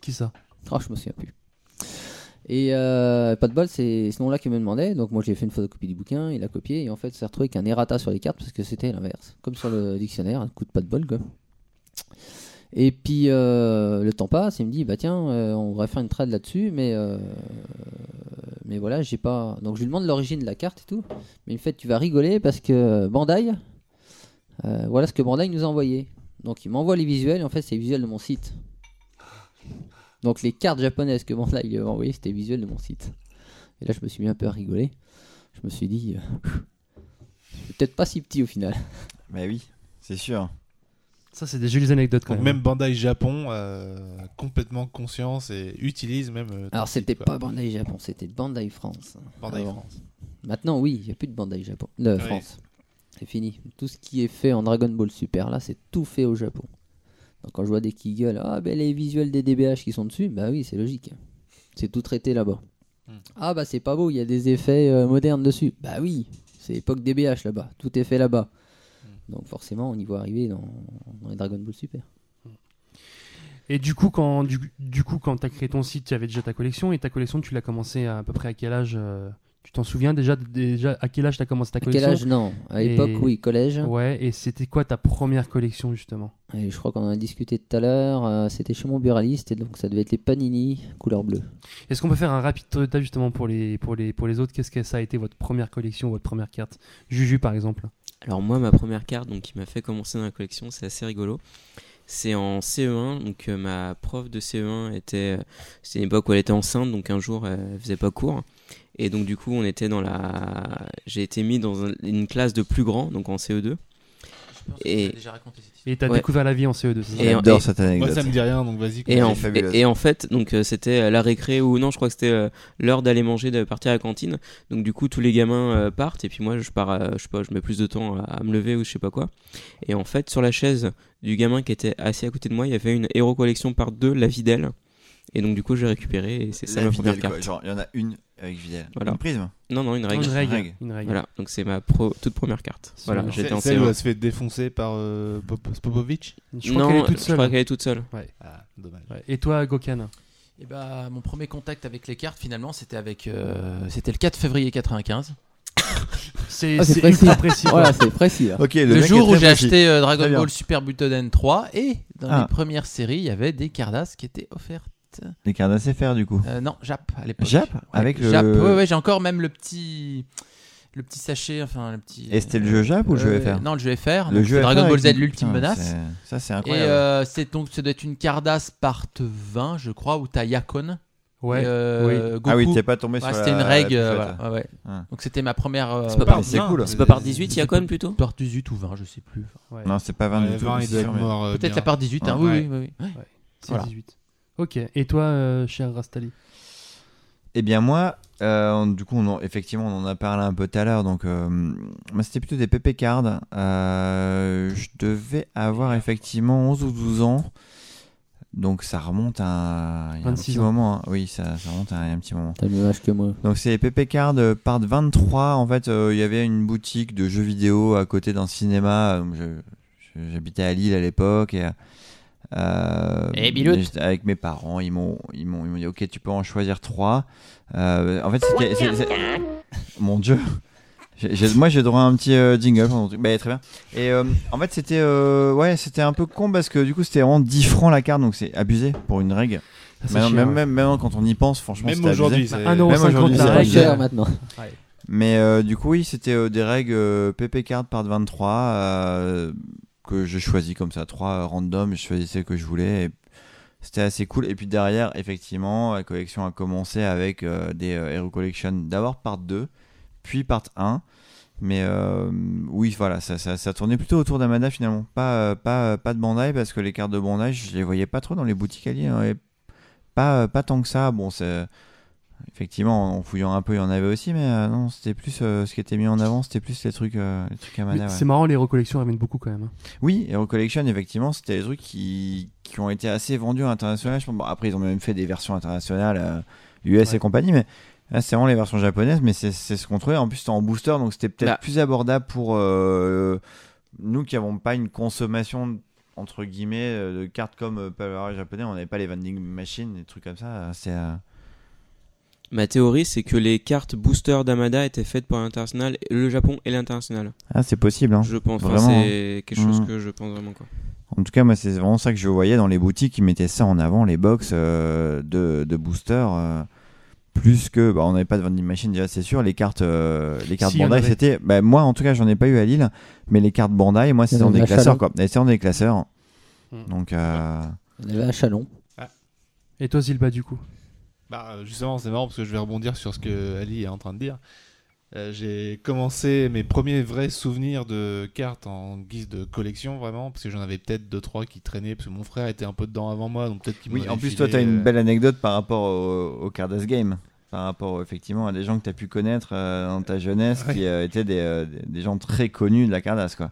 Speaker 2: Qui ça
Speaker 7: Ah, je me souviens plus. Et euh, pas de bol, c'est ce nom-là qui me demandait. Donc moi j'ai fait une photocopie du bouquin, il a copié et en fait ça s'est retrouvé qu'un errata sur les cartes parce que c'était l'inverse, comme sur le dictionnaire, un coup de pas de bol quoi. Et puis euh, le temps passe, il me dit bah tiens euh, on va faire une trade là-dessus, mais euh, mais voilà j'ai pas. Donc je lui demande l'origine de la carte et tout, mais il me fait tu vas rigoler parce que Bandai, euh, voilà ce que Bandai nous a envoyé. Donc il m'envoie les visuels, et en fait c'est les visuels de mon site. Donc les cartes japonaises que Bandai lui avait envoyées, c'était visuel de mon site. Et là, je me suis mis un peu à rigoler. Je me suis dit, euh, je suis peut-être pas si petit
Speaker 5: [laughs]
Speaker 7: au final.
Speaker 5: Bah oui, c'est sûr.
Speaker 2: Ça, c'est des jolies anecdotes quand
Speaker 3: Donc
Speaker 2: même.
Speaker 3: même Bandai Japon euh, a complètement conscience et utilise même. euh, ton
Speaker 7: Alors,
Speaker 3: site,
Speaker 7: c'était
Speaker 3: quoi.
Speaker 7: pas Bandai Japon, c'était Bandai France.
Speaker 3: Bandai
Speaker 7: Alors,
Speaker 3: France.
Speaker 7: Maintenant, oui, il n'y a plus de Bandai Japon. De
Speaker 3: Oui.
Speaker 7: France. c'est fini. Tout ce qui est fait en Dragon Ball Super, là, c'est tout fait au Japon. Donc quand je vois des qui gueulent, ah ben les visuels des DBH qui sont dessus, bah oui, c'est logique. C'est tout traité là-bas.
Speaker 3: Hmm.
Speaker 7: Ah bah c'est pas beau, il y a des effets euh, modernes dessus. Bah oui, c'est époque DBH là-bas, tout est fait là-bas.
Speaker 3: Hmm.
Speaker 7: Donc forcément, on y voit arriver dans, dans les Dragon Ball Super.
Speaker 2: Et du coup, quand du, du coup, quand t'as créé ton site, tu avais déjà ta collection et ta collection, tu l'as commencé à, à peu près à quel âge euh, Tu t'en souviens déjà déjà à quel âge t'as commencé ta
Speaker 7: À quel
Speaker 2: collection
Speaker 7: âge Non, à l'époque,
Speaker 2: Et-
Speaker 7: oui, collège.
Speaker 2: Ouais. Et c'était quoi ta première collection justement
Speaker 7: Et je crois qu'on en a discuté tout à l'heure, euh, c'était chez mon buraliste, et donc ça devait être les Panini couleur bleue.
Speaker 2: Est-ce qu'on peut faire un rapide tour de table justement pour les pour les pour les autres Qu'est-ce que ça a été votre première collection, votre première carte Juju par exemple.
Speaker 1: Alors moi, ma première carte, donc qui m'a fait commencer dans la collection, c'est assez rigolo. C'est en CE1, donc euh, ma prof de CE1 était, euh, c'était une époque où elle était enceinte, donc un jour euh, elle faisait pas cours, et donc du coup on était dans la, j'ai été mis dans un- une classe de plus grand, donc en CE2. Et-
Speaker 4: déjà raconté cette histoire.
Speaker 2: Et t'as
Speaker 1: Ouais.
Speaker 2: découvert la vie en CE2. c'est ça
Speaker 1: Et-
Speaker 5: J'adore cette anecdote.
Speaker 3: Moi, ça me dit rien, donc vas-y.
Speaker 1: Et en,
Speaker 5: fabuleuse.
Speaker 1: et, et en fait, donc euh, c'était la récré ou non, je crois que c'était euh, l'heure d'aller manger, de partir à la cantine. Donc du coup, tous les gamins euh, partent et puis moi, je pars, euh, je sais pas, je mets plus de temps à, à me lever ou je sais pas quoi. Et en fait, sur la chaise du gamin qui était assis à côté de moi, il y avait une Hero Collection par 2, la Videlle. Et donc du coup, j'ai récupéré et c'est ça
Speaker 5: La
Speaker 1: ma première
Speaker 5: Videl, quoi.
Speaker 1: carte.
Speaker 5: Genre, il y en a une avec Videl.
Speaker 1: Voilà.
Speaker 5: Une prisme.
Speaker 1: Non, non, une règle.
Speaker 2: Une règle.
Speaker 5: Règle.
Speaker 2: Une règle.
Speaker 1: Voilà, donc c'est ma pro- toute première carte.
Speaker 2: C'est
Speaker 1: Voilà,
Speaker 2: bien.
Speaker 1: j'étais en
Speaker 3: Celle où
Speaker 1: CE1.
Speaker 3: elle se fait défoncer par euh, Pop- Popovic
Speaker 2: Je crois qu'elle
Speaker 1: Non,
Speaker 2: est toute
Speaker 1: je crois
Speaker 2: seule.
Speaker 1: qu'elle est toute seule.
Speaker 3: Ah, dommage.
Speaker 2: Ouais. Et toi, Gokan
Speaker 4: Et bah, mon premier contact avec les cartes, finalement, c'était avec, euh, c'était le 4 février 95.
Speaker 2: [laughs] C'est
Speaker 7: Ah, c'est
Speaker 2: c'est
Speaker 7: précis.
Speaker 2: ultra précis.
Speaker 7: voilà, c'est précis là.
Speaker 5: Ok,
Speaker 4: Le,
Speaker 5: mec
Speaker 4: jour
Speaker 5: est
Speaker 4: où
Speaker 5: très
Speaker 4: j'ai
Speaker 5: précis.
Speaker 4: acheté euh, Dragon
Speaker 5: Très bien.
Speaker 4: Ball Super Butoden 3 et dans
Speaker 5: Ah.
Speaker 4: les premières séries, il y avait des Cardas qui étaient offertes.
Speaker 5: Les cartes à se faire, du coup.
Speaker 4: Euh, non, Jap à l'époque.
Speaker 5: Jap Avec le-
Speaker 4: Jap. Ouais, ouais, j'ai encore même le petit, le petit sachet, enfin le petit.
Speaker 5: Et c'était le jeu Jap ou le jeu
Speaker 4: Euh,
Speaker 5: FR
Speaker 4: Non, le jeu FR.
Speaker 5: Le
Speaker 4: donc
Speaker 5: jeu
Speaker 4: c'est Dragon
Speaker 5: FR
Speaker 4: Ball Z,
Speaker 5: avec-
Speaker 4: l'ultime
Speaker 5: Putain,
Speaker 4: menace.
Speaker 5: c'est- Ça, c'est
Speaker 4: Et
Speaker 5: incroyable.
Speaker 4: euh, c'est donc, ça doit être une Cardass part 20, je crois, où t'as Yakon.
Speaker 2: Ouais.
Speaker 4: et, euh, Goku.
Speaker 5: Ah oui, t'es pas tombé
Speaker 4: Ouais,
Speaker 5: sur
Speaker 4: c'était
Speaker 5: la-
Speaker 4: une
Speaker 5: la
Speaker 4: règle.
Speaker 5: plus
Speaker 4: euh,
Speaker 5: chouette.
Speaker 4: voilà, ouais, ouais.
Speaker 5: Ah.
Speaker 4: Donc c'était ma première. euh,
Speaker 1: C'est pas par,
Speaker 5: mais c'est cool.
Speaker 1: c'est pas par 18, il y a Con plutôt
Speaker 4: part 18 ou 20, je sais plus. Enfin,
Speaker 2: Ouais.
Speaker 5: Non, c'est pas 20
Speaker 3: Ouais,
Speaker 5: du tout.
Speaker 3: 20, il
Speaker 5: c'est
Speaker 3: doit
Speaker 5: sûr,
Speaker 3: être
Speaker 5: mais-
Speaker 3: mort. euh,
Speaker 4: Peut-être
Speaker 3: bien.
Speaker 4: la part 18, hein,
Speaker 5: Ouais.
Speaker 4: oui, oui, oui, oui.
Speaker 2: C'est
Speaker 4: Voilà.
Speaker 2: 18. Ok. Et toi, euh, cher Rastali
Speaker 5: Eh bien moi, euh, on- du coup, on en- effectivement, on en a parlé un peu tout à l'heure. Donc, euh, moi, c'était plutôt des PP cards. Euh, je devais avoir effectivement 11 ou 12 ans. Donc, ça remonte à il y a un
Speaker 2: 26
Speaker 5: petit
Speaker 2: ans.
Speaker 5: moment. hein. Oui, ça, ça remonte à un petit moment.
Speaker 7: T'as le même âge que moi.
Speaker 5: Donc c'est PP Card euh, part 23. En fait, euh, il y avait une boutique de jeux vidéo à côté d'un cinéma. Euh, je- je- J'habitais à Lille à l'époque. Et, euh,
Speaker 4: Eh, Biloute.
Speaker 5: j'étais Avec mes parents, ils m'ont ils m'ont ils m'ont dit OK, tu peux en choisir trois. Euh, en fait, c'était- c'est- c'est- mon Dieu. J'ai- j'ai- moi j'ai droit à un petit euh, jingle. pendant le truc. Bah, très bien. Et euh, en fait c'était euh, ouais c'était un peu con parce que du coup c'était vraiment 10 francs la carte donc c'est abusé pour une règle.
Speaker 2: Ah, c'est
Speaker 5: Maintenant,
Speaker 2: chiant,
Speaker 5: même,
Speaker 2: ouais.
Speaker 5: même, même quand on y pense franchement
Speaker 3: Même
Speaker 5: c'était abusé.
Speaker 3: aujourd'hui,
Speaker 2: Bah,
Speaker 3: c'est.
Speaker 2: un euro
Speaker 5: même
Speaker 2: cinquante
Speaker 5: aujourd'hui,
Speaker 2: la
Speaker 5: c'est
Speaker 7: C'est
Speaker 5: pas
Speaker 7: pas
Speaker 2: règle.
Speaker 5: cher.
Speaker 7: cher maintenant.
Speaker 5: Mais euh, du coup, oui, c'était euh, des règles euh, PP Card par 23 euh, que j'ai choisi comme ça, trois euh, random, je choisissais celle que je voulais. et C'était assez cool. Et puis derrière, effectivement, la collection a commencé avec euh, des euh, Hero Collection d'abord part 2, puis part 1. Mais euh, oui, voilà, ça, ça, ça tournait plutôt autour d'Amada finalement. Pas, euh, pas, euh, pas de Bandai parce que les cartes de Bandai, je les voyais pas trop dans les boutiques alliées. hein, et pas, euh, pas tant que ça. Bon, c'est. Effectivement, en fouillant un peu, il y en avait aussi, mais euh, non, c'était plus euh, ce qui était mis en avant, c'était plus les trucs, euh, les trucs
Speaker 2: Mais
Speaker 5: Amada. ouais.
Speaker 2: C'est marrant, les recollections ramènent beaucoup quand même. hein.
Speaker 5: Oui, Hero Collection, effectivement, c'était des trucs qui, qui ont été assez vendus à l'international. Je pense. Bon, après, ils ont même fait des versions internationales, euh, US
Speaker 2: Ouais.
Speaker 5: et compagnie, mais là, c'est vraiment les versions japonaises, mais c'est c'est ce qu'on trouvait. En plus, c'était en booster, donc c'était peut-être
Speaker 1: Bah.
Speaker 5: plus abordable pour euh, nous qui n'avons pas une consommation entre guillemets euh, de cartes comme euh, Power Rangers japonais. On n'avait pas les vending machines, des trucs comme ça. euh, C'est euh,
Speaker 1: Ma théorie, c'est que les cartes booster d'Amada étaient faites pour l'international, le Japon et l'international.
Speaker 5: ah, c'est possible. hein.
Speaker 1: Je pense, enfin,
Speaker 5: Vraiment,
Speaker 1: c'est quelque chose
Speaker 5: Mhm.
Speaker 1: que je pense vraiment. Quoi.
Speaker 5: En tout cas, moi, c'est vraiment ça que je voyais dans les boutiques. Ils mettaient ça en avant, les box euh, de, de boosters. euh, plus que. Bah, on n'avait pas de vending machine, déjà, c'est sûr. Les cartes, euh, les cartes
Speaker 2: Si, y en
Speaker 5: Bandai,
Speaker 2: avait.
Speaker 5: c'était. Bah, moi, en tout cas, j'en ai pas eu à Lille. Mais les cartes Bandai, moi,
Speaker 7: y en
Speaker 5: c'était dans
Speaker 7: avait
Speaker 5: des
Speaker 7: à
Speaker 5: classeurs,
Speaker 7: Chalon.
Speaker 5: quoi. C'était dans des classeurs.
Speaker 2: Mm.
Speaker 5: Donc. euh,
Speaker 7: On avait un chalon.
Speaker 2: Et toi, Zilba, du coup
Speaker 3: Bah, euh, justement, c'est marrant parce que je vais rebondir sur ce que Ali est en train de dire. Euh, j'ai commencé mes premiers vrais souvenirs de cartes en guise de collection, vraiment, parce que j'en avais peut-être deux trois qui traînaient, parce que mon frère était un peu dedans avant moi, donc peut-être qu'il m'en
Speaker 5: Oui, en
Speaker 3: avait
Speaker 5: plus,
Speaker 3: filé,
Speaker 5: toi, t'as une
Speaker 3: euh,
Speaker 5: belle anecdote par rapport au, au Cardass Game. par rapport effectivement à des gens que tu as pu connaître euh, dans ta jeunesse qui euh, étaient des, euh, des- des gens très connus de la Cardasse quoi.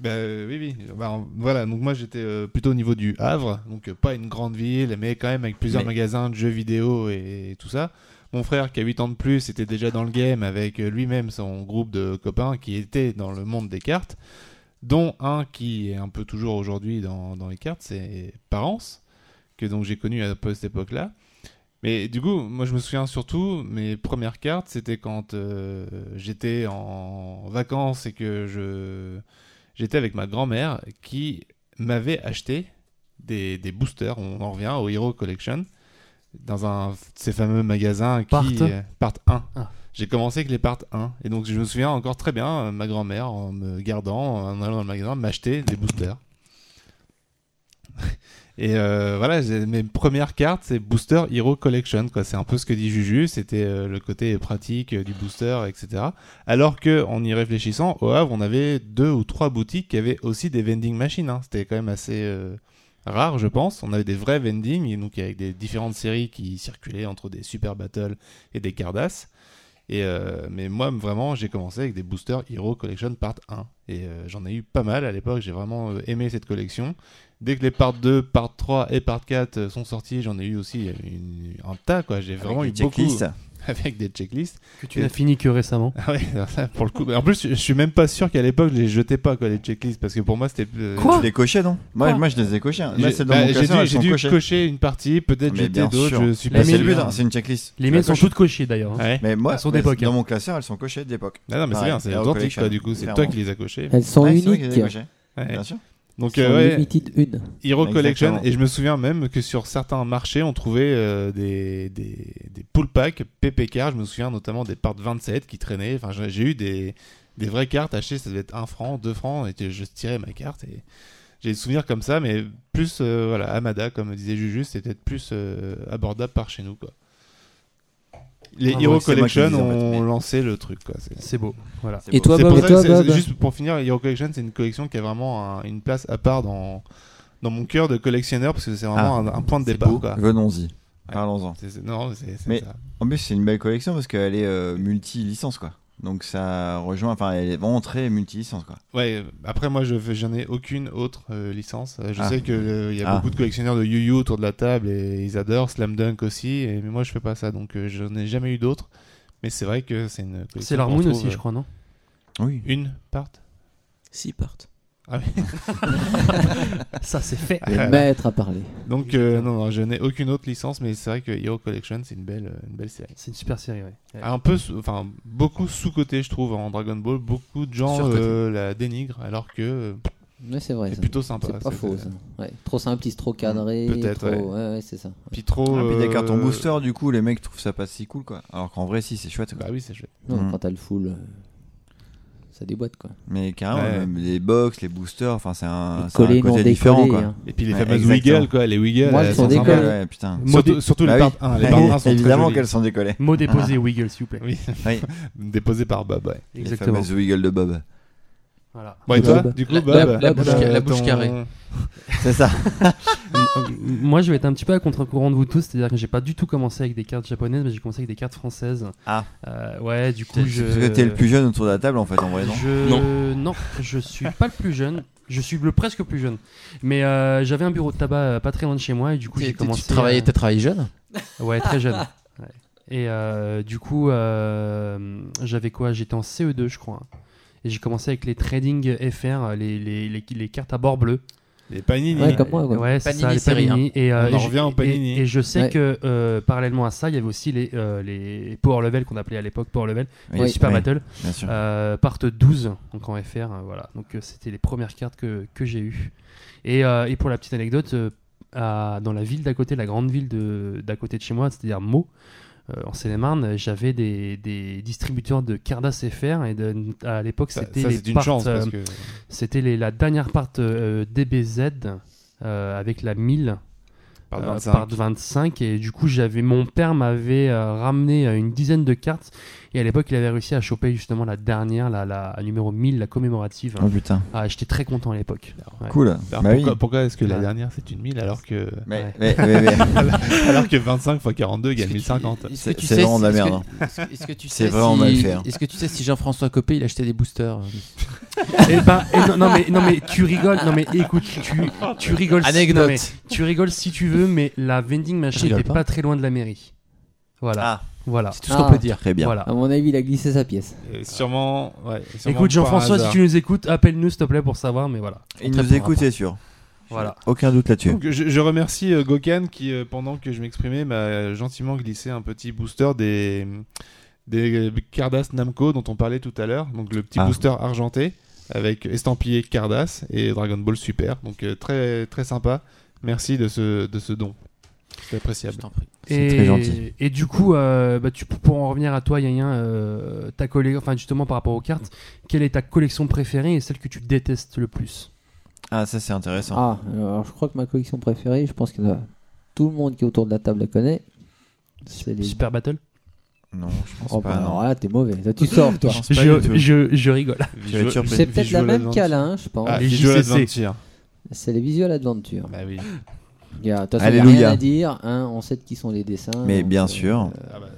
Speaker 3: Bah, euh, oui, oui. Bah, en- voilà, donc moi j'étais euh, plutôt au niveau du Havre, donc euh, pas une grande ville, mais quand même avec plusieurs
Speaker 5: Mais-
Speaker 3: magasins de jeux vidéo et, et tout ça. Mon frère, qui a 8 ans de plus, était déjà dans le game avec euh, lui-même son groupe de copains qui étaient dans le monde des cartes, dont un qui est un peu toujours aujourd'hui dans, dans les cartes, c'est Parence, que donc j'ai connu à peu cette époque-là. Mais du coup, moi je me souviens surtout, mes premières cartes, c'était quand euh, j'étais en vacances et que je j'étais avec ma grand-mère qui m'avait acheté des, des boosters, on en revient au Hero Collection, dans un de ces fameux magasins qui...
Speaker 2: Part
Speaker 3: euh, part 1.
Speaker 2: Ah.
Speaker 3: J'ai commencé avec les parts 1. Et donc je me souviens encore très bien, euh, ma grand-mère, en me gardant, en allant dans le magasin, m'acheter des boosters. Et euh, voilà, j'ai- mes premières cartes, c'est Booster Hero Collection. quoi. C'est un peu ce que dit Juju, c'était euh, le côté pratique euh, du booster, etc. Alors que, en y réfléchissant, au Havre, on avait deux ou trois boutiques qui avaient aussi des vending machines. hein. C'était quand même assez euh, rare, je pense. On avait des vrais vending, et donc avec des différentes séries qui circulaient entre des Super Battle et des Cardass. Et euh, mais moi, vraiment, j'ai commencé avec des boosters Hero Collection Part 1. Et euh, j'en ai eu pas mal à l'époque, j'ai vraiment euh, aimé cette collection. Dès que les Part 2, Part 3 et Part 4 euh, sont sortis, j'en ai eu aussi euh, une- un tas, quoi. J'ai
Speaker 5: Avec
Speaker 3: vraiment
Speaker 5: des
Speaker 3: eu beaucoup.
Speaker 5: checklists.
Speaker 3: [laughs] Avec des checklists.
Speaker 2: Que tu n'as fini que récemment.
Speaker 3: Ah ouais, alors ça, pour le coup. mais En plus, je- je suis même pas sûr qu'à l'époque, je les jetais pas, quoi, les checklists, parce que pour moi, c'était. euh,
Speaker 5: tu les cochais non moi,
Speaker 4: Quoi
Speaker 5: [laughs] moi je les ai cochés. hein.
Speaker 3: j'ai-
Speaker 5: Là c'est dans
Speaker 3: bah,
Speaker 5: mon
Speaker 3: j'ai
Speaker 5: classement,
Speaker 3: dû,
Speaker 5: elles
Speaker 3: j'ai
Speaker 5: sont
Speaker 3: dû
Speaker 5: cochées.
Speaker 3: cocher une partie, peut-être
Speaker 5: Mais
Speaker 3: jeter
Speaker 5: bien
Speaker 3: d'autres,
Speaker 5: sûr.
Speaker 3: je suis
Speaker 5: Bah,
Speaker 3: pas
Speaker 5: c'est
Speaker 3: sûr. Bah,
Speaker 5: le but, hein, c'est une checklist.
Speaker 2: Les
Speaker 5: Tu
Speaker 2: miennes
Speaker 5: la
Speaker 2: sont
Speaker 5: coches.
Speaker 2: toutes cochées d'ailleurs. hein.
Speaker 3: Ouais. Ah
Speaker 5: Mais moi,
Speaker 2: Elles sont
Speaker 5: bah,
Speaker 2: d'époque,
Speaker 5: dans
Speaker 2: hein.
Speaker 5: mon classeur, elles sont cochées d'époque.
Speaker 3: Non, non, mais c'est
Speaker 5: Pareil,
Speaker 3: bien, c'est
Speaker 5: Hero
Speaker 3: identique, quoi,
Speaker 5: Collection,
Speaker 3: du coup, c'est toi
Speaker 5: clairement.
Speaker 3: qui les as cochés.
Speaker 7: Elles sont
Speaker 5: Ouais, c'est vrai que
Speaker 7: uniques.
Speaker 5: c'est coché,
Speaker 3: Ouais.
Speaker 5: bien sûr.
Speaker 3: Donc,
Speaker 7: Elles
Speaker 3: euh,
Speaker 7: sont
Speaker 3: ouais,
Speaker 7: limited une.
Speaker 3: Hero Collection,
Speaker 5: Exactement.
Speaker 3: et je me souviens même que sur certains marchés, on trouvait euh, des, des, des pull packs PPK, je me souviens notamment des parts 27 qui traînaient, enfin j'ai- j'ai eu des, des vraies cartes achetées, ça devait être 1 franc, 2 francs, et je tirais ma carte, et j'ai des souvenirs comme ça, mais plus, euh, voilà, Amada, comme disait Juju, c'était peut-être plus euh, abordable par chez nous, quoi. Les
Speaker 2: Ah,
Speaker 3: Hero
Speaker 5: donc c'est moi qui
Speaker 3: Collection
Speaker 5: disais, en fait,
Speaker 3: ont
Speaker 5: mais-
Speaker 3: lancé le truc, quoi. c'est-
Speaker 2: C'est beau. Voilà.
Speaker 5: C'est
Speaker 7: Et
Speaker 5: beau.
Speaker 7: toi,
Speaker 3: c'est
Speaker 7: Bob
Speaker 3: pour
Speaker 7: Et
Speaker 3: ça
Speaker 7: toi,
Speaker 3: que c'est-
Speaker 7: Bob
Speaker 3: juste pour finir, Hero Collection, c'est une collection qui a vraiment un- une place à part dans, dans mon cœur de collectionneur parce que c'est
Speaker 7: Ah.
Speaker 3: vraiment
Speaker 2: Ah.
Speaker 3: un, un point de
Speaker 5: C'est
Speaker 3: départ.
Speaker 5: beau.
Speaker 3: Quoi.
Speaker 5: Venons-y. Parlons-en.
Speaker 3: C'est- c'est- non, c'est c'est
Speaker 5: Mais-
Speaker 3: ça.
Speaker 5: En plus, c'est une belle collection parce qu'elle est euh, multi-licence, quoi. Donc ça rejoint, enfin, elle est vraiment très multi-licence, quoi.
Speaker 3: Ouais, euh, après, moi, je j'en ai aucune autre euh, licence. Euh, Je
Speaker 5: Ah.
Speaker 3: sais qu'il il y a
Speaker 5: Ah.
Speaker 3: beaucoup de collectionneurs de Yu-Yu autour de la table et ils adorent Slam Dunk aussi, et, mais moi, je fais pas ça donc euh, j'en ai jamais eu d'autres. Mais c'est vrai que c'est une collection. euh,
Speaker 2: C'est l'harmonie aussi, je crois, non
Speaker 5: Oui.
Speaker 3: Une part Ah
Speaker 1: Six parts.
Speaker 2: [laughs] Ça, c'est fait.
Speaker 7: Le maître à parler.
Speaker 3: Donc, euh, non, non, je n'ai aucune autre licence, mais c'est vrai que Hero Collection, c'est une belle, euh, une belle série. Ah,
Speaker 2: C'est une super série, ouais.
Speaker 3: un peu sous- enfin beaucoup sous côté je trouve en Dragon Ball beaucoup de gens
Speaker 5: Surcoté.
Speaker 3: euh, la dénigrent alors que euh,
Speaker 7: Mais c'est vrai.
Speaker 3: c'est
Speaker 7: ça.
Speaker 3: plutôt sympa
Speaker 7: C'est pas
Speaker 3: c'est-
Speaker 7: faux.
Speaker 3: c'est-
Speaker 7: ça. Ouais. Trop simple, c'est trop cadré. trop-
Speaker 3: Peut-être, ouais.
Speaker 7: Ouais, ouais, c'est ça.
Speaker 3: puis trop
Speaker 5: Et Ah, puis des
Speaker 3: euh,
Speaker 5: cartons booster, du coup, les mecs trouvent ça pas si cool, quoi. Alors qu'en vrai, si, c'est chouette, quoi.
Speaker 3: bah oui c'est chouette
Speaker 7: Non,
Speaker 5: Mhm.
Speaker 7: quand t'as le full, euh, ça déboîte quoi.
Speaker 5: Mais carrément,
Speaker 3: Ouais.
Speaker 5: même les box, les boosters, enfin, c'est un,
Speaker 7: Les
Speaker 5: c'est un
Speaker 7: collés non
Speaker 5: côté différent,
Speaker 7: décollés.
Speaker 5: quoi.
Speaker 7: hein.
Speaker 3: et puis les
Speaker 5: Ouais,
Speaker 3: fameuses
Speaker 5: exactement.
Speaker 3: Wiggle quoi les Wiggle
Speaker 7: Moi,
Speaker 3: elles
Speaker 7: elles
Speaker 5: sont
Speaker 7: sont
Speaker 3: sympas.
Speaker 7: décollées.
Speaker 5: Ouais, putain.
Speaker 3: surtout, surtout
Speaker 5: Bah
Speaker 3: les
Speaker 5: oui.
Speaker 3: parts 1
Speaker 5: [laughs]
Speaker 3: les parts 1 sont
Speaker 5: Évidemment
Speaker 3: très
Speaker 5: qu'elles sont décollées.
Speaker 2: Mot déposé, Wiggle, s'il vous plaît.
Speaker 3: jolies. [laughs]
Speaker 5: Oui,
Speaker 3: oui déposées par Bob ouais.
Speaker 5: les
Speaker 2: Exactement.
Speaker 5: fameuses Wiggle de Bob.
Speaker 2: Voilà.
Speaker 3: bon et toi
Speaker 7: Bob.
Speaker 3: du coup
Speaker 4: La-
Speaker 3: Bob
Speaker 4: la- la bouche
Speaker 3: euh,
Speaker 4: ca- la bouche
Speaker 3: ton-
Speaker 4: carrée.
Speaker 5: C'est
Speaker 3: [laughs]
Speaker 5: ça.
Speaker 2: Euh, Moi, je vais être un petit peu à contre-courant de vous tous, c'est-à-dire que j'ai pas du tout commencé avec des cartes japonaises, mais j'ai commencé avec des cartes françaises.
Speaker 5: Ah.
Speaker 2: Euh, ouais, du coup,
Speaker 5: C'est
Speaker 2: je.
Speaker 5: parce que t'es le plus jeune autour de la table, en fait, en vrai, non
Speaker 2: Je- non, je suis pas le plus jeune. Je suis le presque plus jeune. Mais euh, j'avais un bureau de tabac euh, pas très loin de chez moi et du coup
Speaker 4: T'es-
Speaker 2: j'ai
Speaker 4: t'es-
Speaker 2: commencé.
Speaker 4: Tu travaillais,
Speaker 2: à-
Speaker 4: t'as travaillé jeune
Speaker 2: Ouais, très jeune. Ouais. Et euh, du coup, euh, j'avais quoi J'étais en CE2, je crois. Et j'ai commencé avec les trading FR, les, les, les, les cartes à bord bleu.
Speaker 3: les Panini
Speaker 7: Ouais, comme moi. quoi.
Speaker 2: Ouais, c'est
Speaker 4: Panini
Speaker 2: ça, les
Speaker 4: série, hein.
Speaker 2: Panini. Et, euh,
Speaker 3: On
Speaker 2: et
Speaker 3: en
Speaker 2: je-
Speaker 3: revient aux
Speaker 2: et-
Speaker 3: Panini.
Speaker 2: Et, je sais
Speaker 7: Ouais.
Speaker 2: que euh, parallèlement à ça, il y avait aussi les, euh, les Power Level qu'on appelait à l'époque Power Level,
Speaker 5: Oui,
Speaker 2: les Super
Speaker 5: oui,
Speaker 2: Battle,
Speaker 5: Bien sûr.
Speaker 2: euh, part 12, donc en FR. euh, voilà, donc euh, c'était les premières cartes que, que j'ai eues. Et, euh, et pour la petite anecdote, euh, à- dans la ville d'à côté, la grande ville de- d'à côté de chez moi, c'est-à-dire Meaux, euh, en Seine-et-Marne, euh, j'avais des, des distributeurs de Cardass FR et de- à l'époque
Speaker 3: ça ça,
Speaker 2: c'était les
Speaker 3: c'est une
Speaker 2: parts,
Speaker 3: chance
Speaker 2: euh,
Speaker 3: parce que
Speaker 2: c'était les- la dernière part euh, DBZ euh, avec la 1000.
Speaker 3: Par
Speaker 2: euh,
Speaker 3: 25.
Speaker 2: par 25 et du coup j'avais mon père m'avait euh, ramené euh, une dizaine de cartes et à l'époque il avait réussi à choper justement la dernière la, la, la numéro 1000 la commémorative
Speaker 5: Oh putain,
Speaker 2: ah, j'étais très content à l'époque Ouais.
Speaker 5: cool.
Speaker 3: Alors,
Speaker 5: Bah oui.
Speaker 3: pourquoi pourquoi est-ce que la
Speaker 2: Ouais.
Speaker 3: dernière c'est une 1000 alors que
Speaker 5: Mais,
Speaker 2: Ouais.
Speaker 5: mais- mais-
Speaker 3: [laughs]
Speaker 5: mais- [laughs]
Speaker 3: alors que 25 x 42 égale 1050
Speaker 4: Est-ce
Speaker 5: C'est-
Speaker 4: que tu
Speaker 5: c'est
Speaker 4: sais
Speaker 5: vraiment de la
Speaker 4: si- est-ce que-
Speaker 5: merde, hein.
Speaker 4: est-ce que- Est-ce que tu
Speaker 5: C'est
Speaker 4: sais
Speaker 5: vraiment
Speaker 4: si-
Speaker 5: mal fait, hein.
Speaker 4: Est-ce que tu sais si Jean-François Copé il achetait des boosters euh,
Speaker 2: [laughs] Eh ben, eh non, non, mais, non mais tu rigoles, non mais écoute, tu, tu rigoles. si- non, mais
Speaker 4: Anecdote.
Speaker 2: tu rigoles si tu veux, mais la vending
Speaker 4: Je
Speaker 2: machine
Speaker 4: rigole
Speaker 2: n'est
Speaker 4: pas.
Speaker 2: pas. très loin de la mairie. Voilà,
Speaker 5: Ah,
Speaker 2: voilà,
Speaker 4: C'est tout ce qu'on
Speaker 7: Ah.
Speaker 4: peut dire.
Speaker 5: très bien.
Speaker 2: voilà.
Speaker 7: À mon avis, il a glissé sa pièce.
Speaker 3: Et sûrement ouais et sûrement
Speaker 2: Écoute
Speaker 3: par
Speaker 2: Jean-François, si
Speaker 3: hasard.
Speaker 2: tu nous écoutes, appelle-nous s'il te plaît pour savoir, mais voilà.
Speaker 5: Il
Speaker 4: Très
Speaker 5: nous
Speaker 4: bon
Speaker 5: écoute,
Speaker 4: rapport.
Speaker 5: c'est sûr.
Speaker 2: Voilà.
Speaker 5: Aucun doute là-dessus.
Speaker 3: Donc, je, je remercie euh, Gokan qui, euh, pendant que je m'exprimais, m'a euh, gentiment glissé un petit booster des, des Cardass Namco dont on parlait tout à l'heure. Donc le petit
Speaker 5: Ah.
Speaker 3: booster argenté avec estampillé Cardass et Dragon Ball Super. Donc euh, très très sympa. Merci de ce, de ce don. C'est
Speaker 4: Je
Speaker 3: appréciable.
Speaker 4: t'en prie.
Speaker 5: C'est très gentil.
Speaker 2: Et du coup, euh, bah, tu, pour en revenir à toi, Yann, euh, ta collé- enfin justement par rapport aux cartes, quelle est ta collection préférée et celle que tu détestes le plus
Speaker 5: Ah, ça c'est intéressant.
Speaker 7: Ah, alors je crois que ma collection préférée, je pense que euh, tout le monde qui est autour de la table la connaît. C'est les.
Speaker 2: Super Battle
Speaker 5: Non, je pense
Speaker 7: Oh,
Speaker 5: pas.
Speaker 7: bah,
Speaker 5: non.
Speaker 7: alors là, t'es mauvais. Là, tu sors, toi.
Speaker 2: je, je- je rigole.
Speaker 5: Je vais être surpris.
Speaker 7: C'est peut-être la
Speaker 3: Visual
Speaker 7: même
Speaker 3: Adventure.
Speaker 7: qu'Alain, je pense.
Speaker 3: Ah,
Speaker 2: les
Speaker 3: Visual
Speaker 2: JCC.
Speaker 3: Adventure.
Speaker 7: C'est les Visual Adventure.
Speaker 3: Bah oui.
Speaker 7: Il y a, de toute façon, il y a
Speaker 5: Alléluia.
Speaker 7: rien à dire. hein, on sait de qui sont les dessins.
Speaker 5: Mais
Speaker 7: donc,
Speaker 5: bien
Speaker 7: euh,
Speaker 5: sûr. Ah bah.
Speaker 7: euh,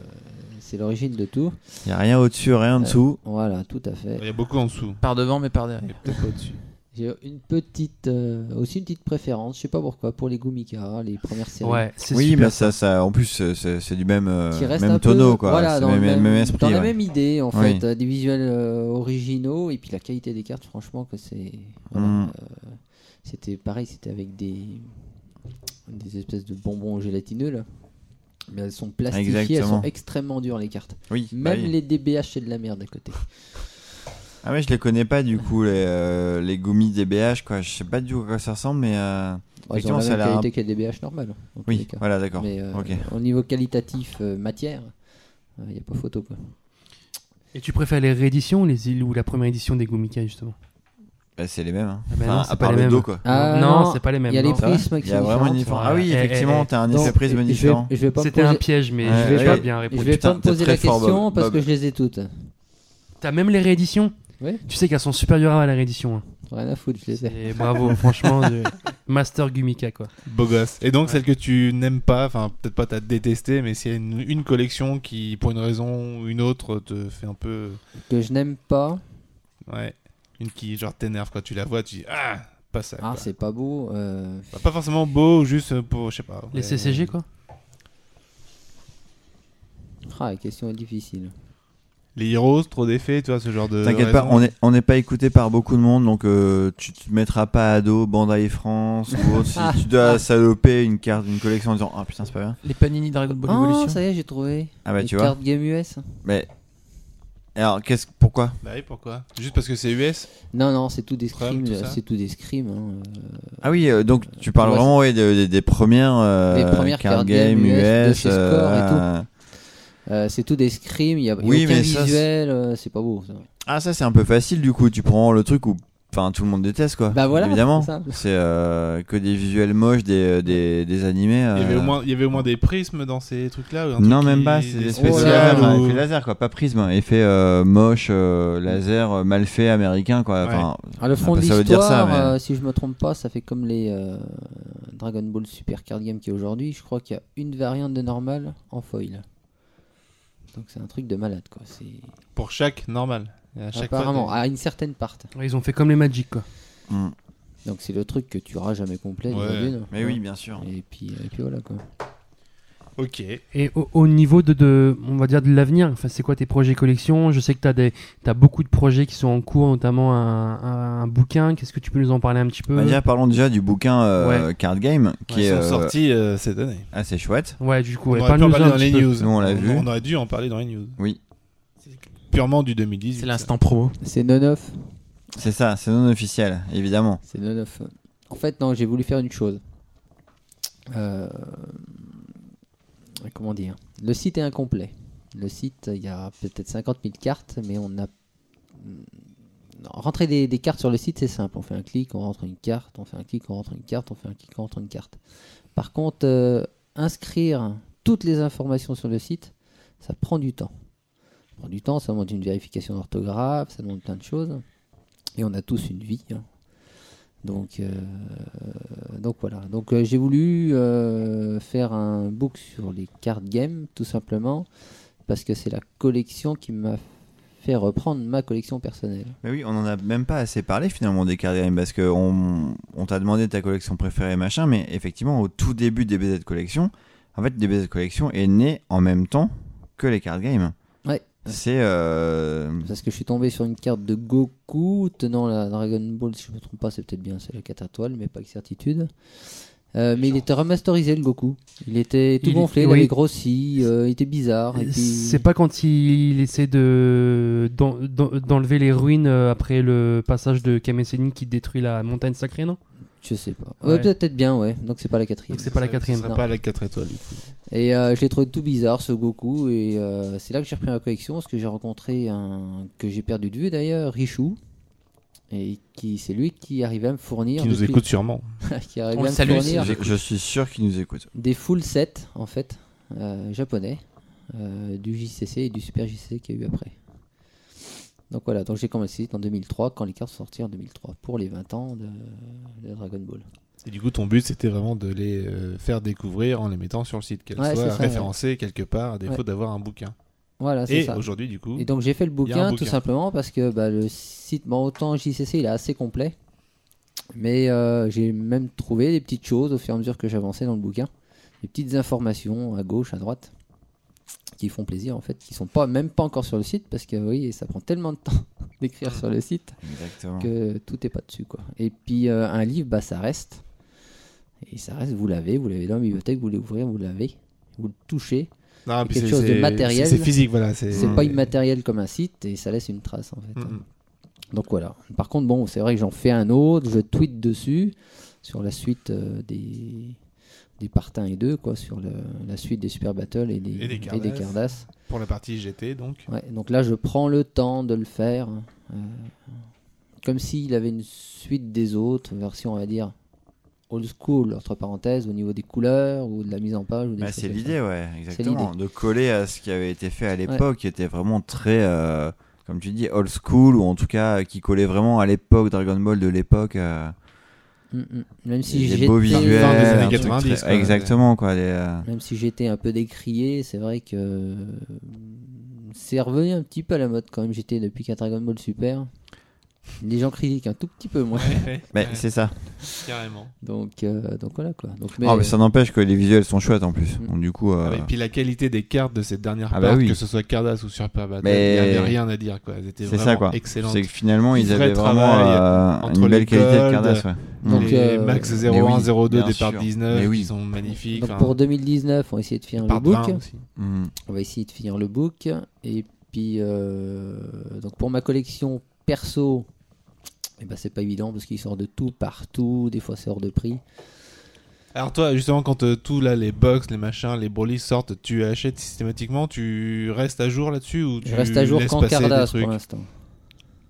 Speaker 7: c'est l'origine de tout.
Speaker 5: Il y a rien au-dessus, rien en dessous.
Speaker 7: Euh, Voilà, tout à fait.
Speaker 3: Il y a beaucoup en dessous.
Speaker 4: Par devant, mais par derrière.
Speaker 3: Et peut-être pas au-dessus.
Speaker 7: [laughs] J'ai une petite, euh, aussi une petite préférence, je sais pas pourquoi, pour les Gumika, les premières séries.
Speaker 2: Ouais, c'est
Speaker 5: Oui,
Speaker 2: super.
Speaker 5: mais ça, ça, en plus, euh, c'est c'est du même, euh,
Speaker 7: Qui restent un
Speaker 5: même
Speaker 7: peu-
Speaker 5: tonneau, quoi.
Speaker 7: Voilà,
Speaker 5: c'est
Speaker 7: dans,
Speaker 5: même,
Speaker 7: le même-
Speaker 5: même esprit.
Speaker 7: dans la
Speaker 5: ouais.
Speaker 7: même idée, en
Speaker 5: Oui.
Speaker 7: fait, euh, des visuels euh, originaux et puis la qualité des cartes, franchement, que c'est. voilà,
Speaker 5: Mm.
Speaker 7: euh, c'était pareil, c'était avec des, des espèces de bonbons gélatineux, là. Mais elles sont plastifiées,
Speaker 5: Exactement.
Speaker 7: elles sont extrêmement dures, les cartes.
Speaker 5: Oui, bah
Speaker 7: Même
Speaker 5: oui.
Speaker 7: les DBH, c'est de la merde à côté.
Speaker 5: Ah ouais, je les connais pas du coup les euh, les gummies DBH quoi. Je sais pas du tout à quoi ça ressemble, mais euh,
Speaker 7: Bon, elles
Speaker 5: Effectivement,
Speaker 7: ont
Speaker 5: ça
Speaker 7: la
Speaker 5: a l'air
Speaker 7: même qualité que les DBH normales. en tous les
Speaker 5: oui,
Speaker 7: cas.
Speaker 5: voilà, d'accord.
Speaker 7: Mais euh,
Speaker 5: ok.
Speaker 7: au niveau qualitatif euh, matière, il n'y a pas photo quoi.
Speaker 2: Et tu préfères les rééditions ou, les, ou la première édition des Gumika justement
Speaker 5: Bah, c'est les mêmes. Hein.
Speaker 2: Ah bah
Speaker 5: Enfin,
Speaker 2: non, c'est
Speaker 5: à
Speaker 2: pas
Speaker 5: part
Speaker 2: les
Speaker 5: le
Speaker 2: mêmes.
Speaker 5: dos quoi.
Speaker 7: Ah,
Speaker 2: non,
Speaker 7: non,
Speaker 2: c'est pas les mêmes.
Speaker 7: Il y a les
Speaker 2: non.
Speaker 5: ça va
Speaker 7: prismes qui
Speaker 5: Il y a
Speaker 7: sont
Speaker 5: vraiment
Speaker 7: différents.
Speaker 5: une différence.
Speaker 2: ouais.
Speaker 5: Ah oui,
Speaker 2: Eh, eh,
Speaker 5: effectivement,
Speaker 2: eh.
Speaker 5: t'as un
Speaker 7: Donc,
Speaker 5: effet prisme
Speaker 7: je vais,
Speaker 5: différent.
Speaker 7: je vais pas me
Speaker 2: C'était un
Speaker 7: poser,
Speaker 2: piège, mais
Speaker 5: Ouais,
Speaker 2: je vais
Speaker 5: ouais.
Speaker 2: pas bien
Speaker 7: je
Speaker 2: répondre.
Speaker 7: vais
Speaker 5: Putain,
Speaker 7: pas me poser
Speaker 5: t'es
Speaker 7: la
Speaker 5: très fort,
Speaker 7: question
Speaker 5: Bob.
Speaker 7: parce
Speaker 5: Bob.
Speaker 7: que je les ai toutes.
Speaker 2: T'as même les rééditions
Speaker 7: Oui.
Speaker 2: Tu sais qu'elles sont supérieures à la réédition. hein.
Speaker 7: Rien à foutre, je les ai.
Speaker 2: Et bravo, [laughs] franchement, je- Master Gumika quoi.
Speaker 3: Beau gosse. Et donc,
Speaker 2: Ouais.
Speaker 3: celle que tu n'aimes pas, enfin, peut-être pas t'as détesté, mais s'il y a une, une collection qui, pour une raison ou une autre, te fait un peu.
Speaker 7: Que je n'aime pas.
Speaker 3: Ouais. Une qui, genre, t'énerve quand tu la vois, tu dis Ah, pas ça.
Speaker 7: Ah,
Speaker 3: quoi.
Speaker 7: c'est pas beau. euh,
Speaker 3: Bah, pas forcément beau, juste pour, je sais pas.
Speaker 2: Les
Speaker 3: ouais.
Speaker 2: CCG quoi
Speaker 7: Ah, la question est difficile.
Speaker 3: Les heroes, trop d'effets, tu vois, ce genre de.
Speaker 5: T'inquiète pas,
Speaker 3: raison.
Speaker 5: on est on n'est pas écouté par beaucoup de monde, donc euh, tu te mettras pas à dos Bandai France ou
Speaker 7: [laughs]
Speaker 5: autre si tu dois saloper une carte d'une collection en disant ah putain c'est pas bien.
Speaker 4: Les Panini Dragon Ball
Speaker 7: Oh,
Speaker 4: Evolution.
Speaker 7: ça y est, j'ai trouvé.
Speaker 5: Ah bah
Speaker 7: Les
Speaker 5: tu vois.
Speaker 7: cartes Game US.
Speaker 5: Mais alors qu'est-ce pourquoi
Speaker 3: Bah oui, pourquoi Juste parce que c'est US
Speaker 7: Non, non, c'est tout des
Speaker 3: Scrum,
Speaker 7: scrims.
Speaker 3: tout ça
Speaker 7: C'est tout des scrims. hein, euh,
Speaker 5: Ah oui, euh, donc tu parles
Speaker 7: Ouais,
Speaker 5: vraiment ouais, de- de- des premières euh,
Speaker 7: Des premières
Speaker 5: card
Speaker 7: card
Speaker 5: game
Speaker 7: game
Speaker 5: US,
Speaker 7: US, de chez Score et
Speaker 5: euh,
Speaker 7: euh, c'est tout des scrims. Il y a, il y a
Speaker 5: Oui,
Speaker 7: aucun
Speaker 5: mais ça,
Speaker 7: visuel. euh, C'est pas beau. ça.
Speaker 5: Ah ça c'est un peu facile du coup, tu prends le truc où enfin tout le monde déteste quoi.
Speaker 7: Bah voilà.
Speaker 5: Évidemment.
Speaker 7: c'est ça.
Speaker 5: C'est euh, que des visuels moches des euh, des, des animés.
Speaker 3: il, y avait
Speaker 5: euh,
Speaker 3: au moins, il y avait au moins des prismes dans ces trucs-là ou un
Speaker 5: Non
Speaker 3: truc
Speaker 5: même
Speaker 3: qui-
Speaker 5: pas, c'est des
Speaker 7: Oh
Speaker 5: spéciales,
Speaker 7: là
Speaker 3: spéciales
Speaker 7: là.
Speaker 5: enfin,
Speaker 3: ou-
Speaker 5: effet laser quoi, pas prisme, hein, effet euh, moche euh, laser euh, mal fait américain quoi. Enfin,
Speaker 7: Ah, le
Speaker 5: Ah,
Speaker 7: fond
Speaker 5: bah,
Speaker 7: de
Speaker 5: ça veut dire ça,
Speaker 7: l'histoire,
Speaker 5: mais-
Speaker 7: euh, si je me trompe pas, ça fait comme les euh, Dragon Ball Super Card Game qui est aujourd'hui. Je crois qu'il y a une variante de normal en foil. Donc c'est un truc de malade quoi. C'est
Speaker 3: Pour chaque, normal. À chaque fois,
Speaker 7: apparemment
Speaker 3: t'as-
Speaker 7: à une certaine part.
Speaker 2: Ouais, Ils ont fait comme les Magic quoi.
Speaker 3: Mm.
Speaker 5: hmm.
Speaker 7: Donc c'est le truc que tu auras jamais complet.
Speaker 3: Ouais.
Speaker 7: déjà d'une.
Speaker 5: Mais oui, bien sûr.
Speaker 7: Et puis euh, et puis voilà quoi.
Speaker 3: Ok.
Speaker 2: Et au, au niveau de, de- on va dire de l'avenir, enfin, c'est quoi tes projets collection Je sais que tu as, des, t'as beaucoup de projets qui sont en cours, notamment un, un- un bouquin. Qu'est-ce que tu peux nous en parler un petit peu
Speaker 5: Bah, déjà, parlons déjà du bouquin euh, Card Game qui
Speaker 3: Ils
Speaker 5: est
Speaker 3: sont
Speaker 5: euh,
Speaker 3: sortis euh, cette année.
Speaker 5: assez chouette.
Speaker 2: Ouais, du coup, ouais,
Speaker 3: on aurait pu
Speaker 2: parle-nous
Speaker 3: en parler
Speaker 2: un
Speaker 3: dans les
Speaker 2: petit peu.
Speaker 3: news.
Speaker 5: Nous, on l'a vu.
Speaker 3: aurait dû en parler dans les news.
Speaker 5: Oui.
Speaker 3: Purement du 2018.
Speaker 4: C'est l'instant promo.
Speaker 7: C'est non off.
Speaker 5: C'est ça, c'est non officiel, évidemment.
Speaker 7: C'est non off. En fait non, j'ai voulu faire une chose. Euh, Comment dire Le site est incomplet. Le site, il y a peut-être 50 000 cartes, mais on a non, rentrer des, des cartes sur le site, c'est simple. On fait un clic, on rentre une carte, on fait un clic, on rentre une carte, on fait un clic, on rentre une carte. Par contre, euh, inscrire toutes les informations sur le site, ça prend du temps. Ça prend du temps, ça demande une vérification d'orthographe, ça demande plein de choses. Et on a tous une vie. hein. Donc, euh, donc voilà. Donc euh, j'ai voulu euh, faire un book sur les cartes game, tout simplement, parce que c'est la collection qui m'a fait reprendre ma collection personnelle.
Speaker 5: Mais oui, on en a même pas assez parlé finalement des cartes game parce que on, on t'a demandé ta collection préférée machin, mais effectivement au tout début des BZ Collection, en fait des BZ Collection est né en même temps que les cartes game.
Speaker 7: Ouais.
Speaker 5: C'est euh,
Speaker 7: Parce que je suis tombé sur une carte de Goku tenant la Dragon Ball, si je ne me trompe pas, c'est peut-être bien, c'est la 4 étoiles, mais pas avec certitude. Euh, mais il était remasterisé le Goku. Il était tout
Speaker 2: Il-
Speaker 7: gonflé, il
Speaker 2: oui.
Speaker 7: avait grossi, euh, il était bizarre. et puis-
Speaker 2: C'est pas quand il essaie de d'en- d'en- d'enlever les ruines euh, après le passage de Kamesenin qui détruit la montagne sacrée, non
Speaker 7: Je sais pas. Ouais,
Speaker 2: Ouais.
Speaker 7: peut-être bien, ouais. Donc c'est pas la quatrième.
Speaker 2: Donc c'est pas la quatrième.
Speaker 7: Non.
Speaker 3: pas la 4 étoiles. du coup.
Speaker 7: Et euh, je l'ai trouvé tout bizarre ce Goku et euh, c'est là que j'ai repris ma collection parce que j'ai rencontré un que j'ai perdu de vue d'ailleurs, Richu, et qui c'est lui qui arrivait à me fournir
Speaker 3: Qui nous
Speaker 7: depuis-
Speaker 3: écoute sûrement.
Speaker 7: [laughs] qui arrivait
Speaker 4: On le
Speaker 7: à me
Speaker 4: salue,
Speaker 7: fournir
Speaker 5: je, je suis sûr qu'ils nous écoutent.
Speaker 7: des full sets en fait euh, japonais euh, du JCC et du Super JCC qu'il y a eu après. Donc voilà, donc j'ai commencé en 2003 quand les cartes sont sorties en 2003 pour les 20 ans de, de Dragon Ball.
Speaker 3: Et du coup, ton but, c'était vraiment de les euh, faire découvrir en les mettant sur le site, qu'elles
Speaker 7: Ouais, c'est
Speaker 3: soient
Speaker 7: ça,
Speaker 3: référencées quelque part, à défaut
Speaker 7: Ouais.
Speaker 3: d'avoir un bouquin.
Speaker 7: Voilà, c'est
Speaker 3: Et
Speaker 7: ça.
Speaker 3: aujourd'hui, du coup,
Speaker 7: Et donc j'ai fait le
Speaker 3: Il y a
Speaker 7: bouquin,
Speaker 3: un
Speaker 7: tout
Speaker 3: bouquin.
Speaker 7: simplement parce que bah, le site, bon, autant JCC il est assez complet, mais euh, j'ai même trouvé des petites choses au fur et à mesure que j'avançais dans le bouquin, des petites informations à gauche, à droite, qui font plaisir en fait, qui sont pas même pas encore sur le site parce que oui, ça prend tellement de temps [laughs] d'écrire sur le site
Speaker 5: Exactement.
Speaker 7: que tout n'est pas dessus quoi. Et puis euh, un livre, bah ça reste, et ça reste, vous l'avez, vous l'avez dans la bibliothèque, vous l'ouvrez, vous l'avez, vous le touchez,
Speaker 3: Non,
Speaker 7: quelque
Speaker 3: puis c'est-
Speaker 7: chose de
Speaker 3: c'est-
Speaker 7: matériel.
Speaker 3: C'est physique, voilà. C'est
Speaker 7: c'est pas immatériel comme un site et ça laisse une trace en fait.
Speaker 3: Mm, mm.
Speaker 7: Donc voilà. Par contre, bon, c'est vrai que j'en fais un autre, je tweete dessus sur la suite euh, des des partins et deux quoi, sur le- la suite des Super Battle et des
Speaker 3: Et des Cardass.
Speaker 7: Cardass.
Speaker 3: Pour la partie GT, donc.
Speaker 7: Ouais, donc là, je prends le temps de le faire, euh, comme s'il avait une suite des autres version, on va dire old school entre parenthèses, au niveau des couleurs ou de la mise en page. ou des
Speaker 5: Bah,
Speaker 7: choses
Speaker 5: c'est
Speaker 7: comme ça.
Speaker 5: l'idée, ouais, exactement. De coller à ce qui avait été fait à l'époque, qui était vraiment très, euh, comme tu dis, old school, ou en tout cas qui collait vraiment à l'époque Dragon Ball de l'époque. euh,
Speaker 7: Mm, mm. Même si
Speaker 5: les
Speaker 7: j'étais
Speaker 5: beaux
Speaker 3: des
Speaker 5: visuels.
Speaker 3: années
Speaker 5: un truc
Speaker 3: 90,
Speaker 5: très-
Speaker 3: quoi.
Speaker 5: Exactement, quoi. les, euh,
Speaker 7: Même si j'étais un peu décrié, c'est vrai que euh, c'est revenu un petit peu à la mode quand même. J'étais depuis qu'un Dragon Ball Super. Les gens critiquent un tout petit peu moins.
Speaker 5: Mais c'est ça.
Speaker 3: Carrément.
Speaker 7: Donc, euh, donc voilà quoi. Donc, mais,
Speaker 5: Oh, mais ça n'empêche que les visuels sont chouettes en plus. Donc du coup. euh,
Speaker 3: Et Mm. Ah, puis la qualité des cartes de ces dernières
Speaker 5: Ah bah
Speaker 3: parts,
Speaker 5: oui.
Speaker 3: que ce soit Cardass ou Super Battle, il
Speaker 5: Mais-
Speaker 3: n'y avait rien à dire, quoi. Elles étaient
Speaker 5: C'est
Speaker 3: vraiment
Speaker 5: ça, quoi.
Speaker 3: excellentes.
Speaker 5: C'est que finalement ils
Speaker 3: Vrai
Speaker 5: avaient vraiment
Speaker 3: travail
Speaker 5: euh,
Speaker 3: entre
Speaker 5: une belle
Speaker 3: les
Speaker 5: qualité de
Speaker 3: codes,
Speaker 5: Cardass. Ouais.
Speaker 7: Donc,
Speaker 3: les
Speaker 7: euh,
Speaker 3: Max
Speaker 5: mais oui,
Speaker 3: 01, 02,
Speaker 5: bien
Speaker 3: départ
Speaker 5: sûr.
Speaker 3: 19,
Speaker 5: Mais
Speaker 3: qui
Speaker 5: oui.
Speaker 3: sont magnifiques.
Speaker 7: donc
Speaker 3: enfin,
Speaker 7: pour 2019, on va essayer de finir le
Speaker 3: départ
Speaker 7: book.
Speaker 3: 20 aussi.
Speaker 5: Mm.
Speaker 7: On va essayer de finir le book. Et puis, euh, donc pour ma collection perso, eh ben c'est pas évident parce qu'il sort de tout, partout. Des fois, c'est hors de prix.
Speaker 3: Alors toi, justement, quand euh, tout là, les box, les machins, les brolis sortent, tu achètes systématiquement, tu restes à jour là-dessus ou tu
Speaker 7: Je reste à jour
Speaker 3: laisses
Speaker 7: qu'en
Speaker 3: passer des
Speaker 7: Cardass
Speaker 3: trucs
Speaker 7: pour l'instant.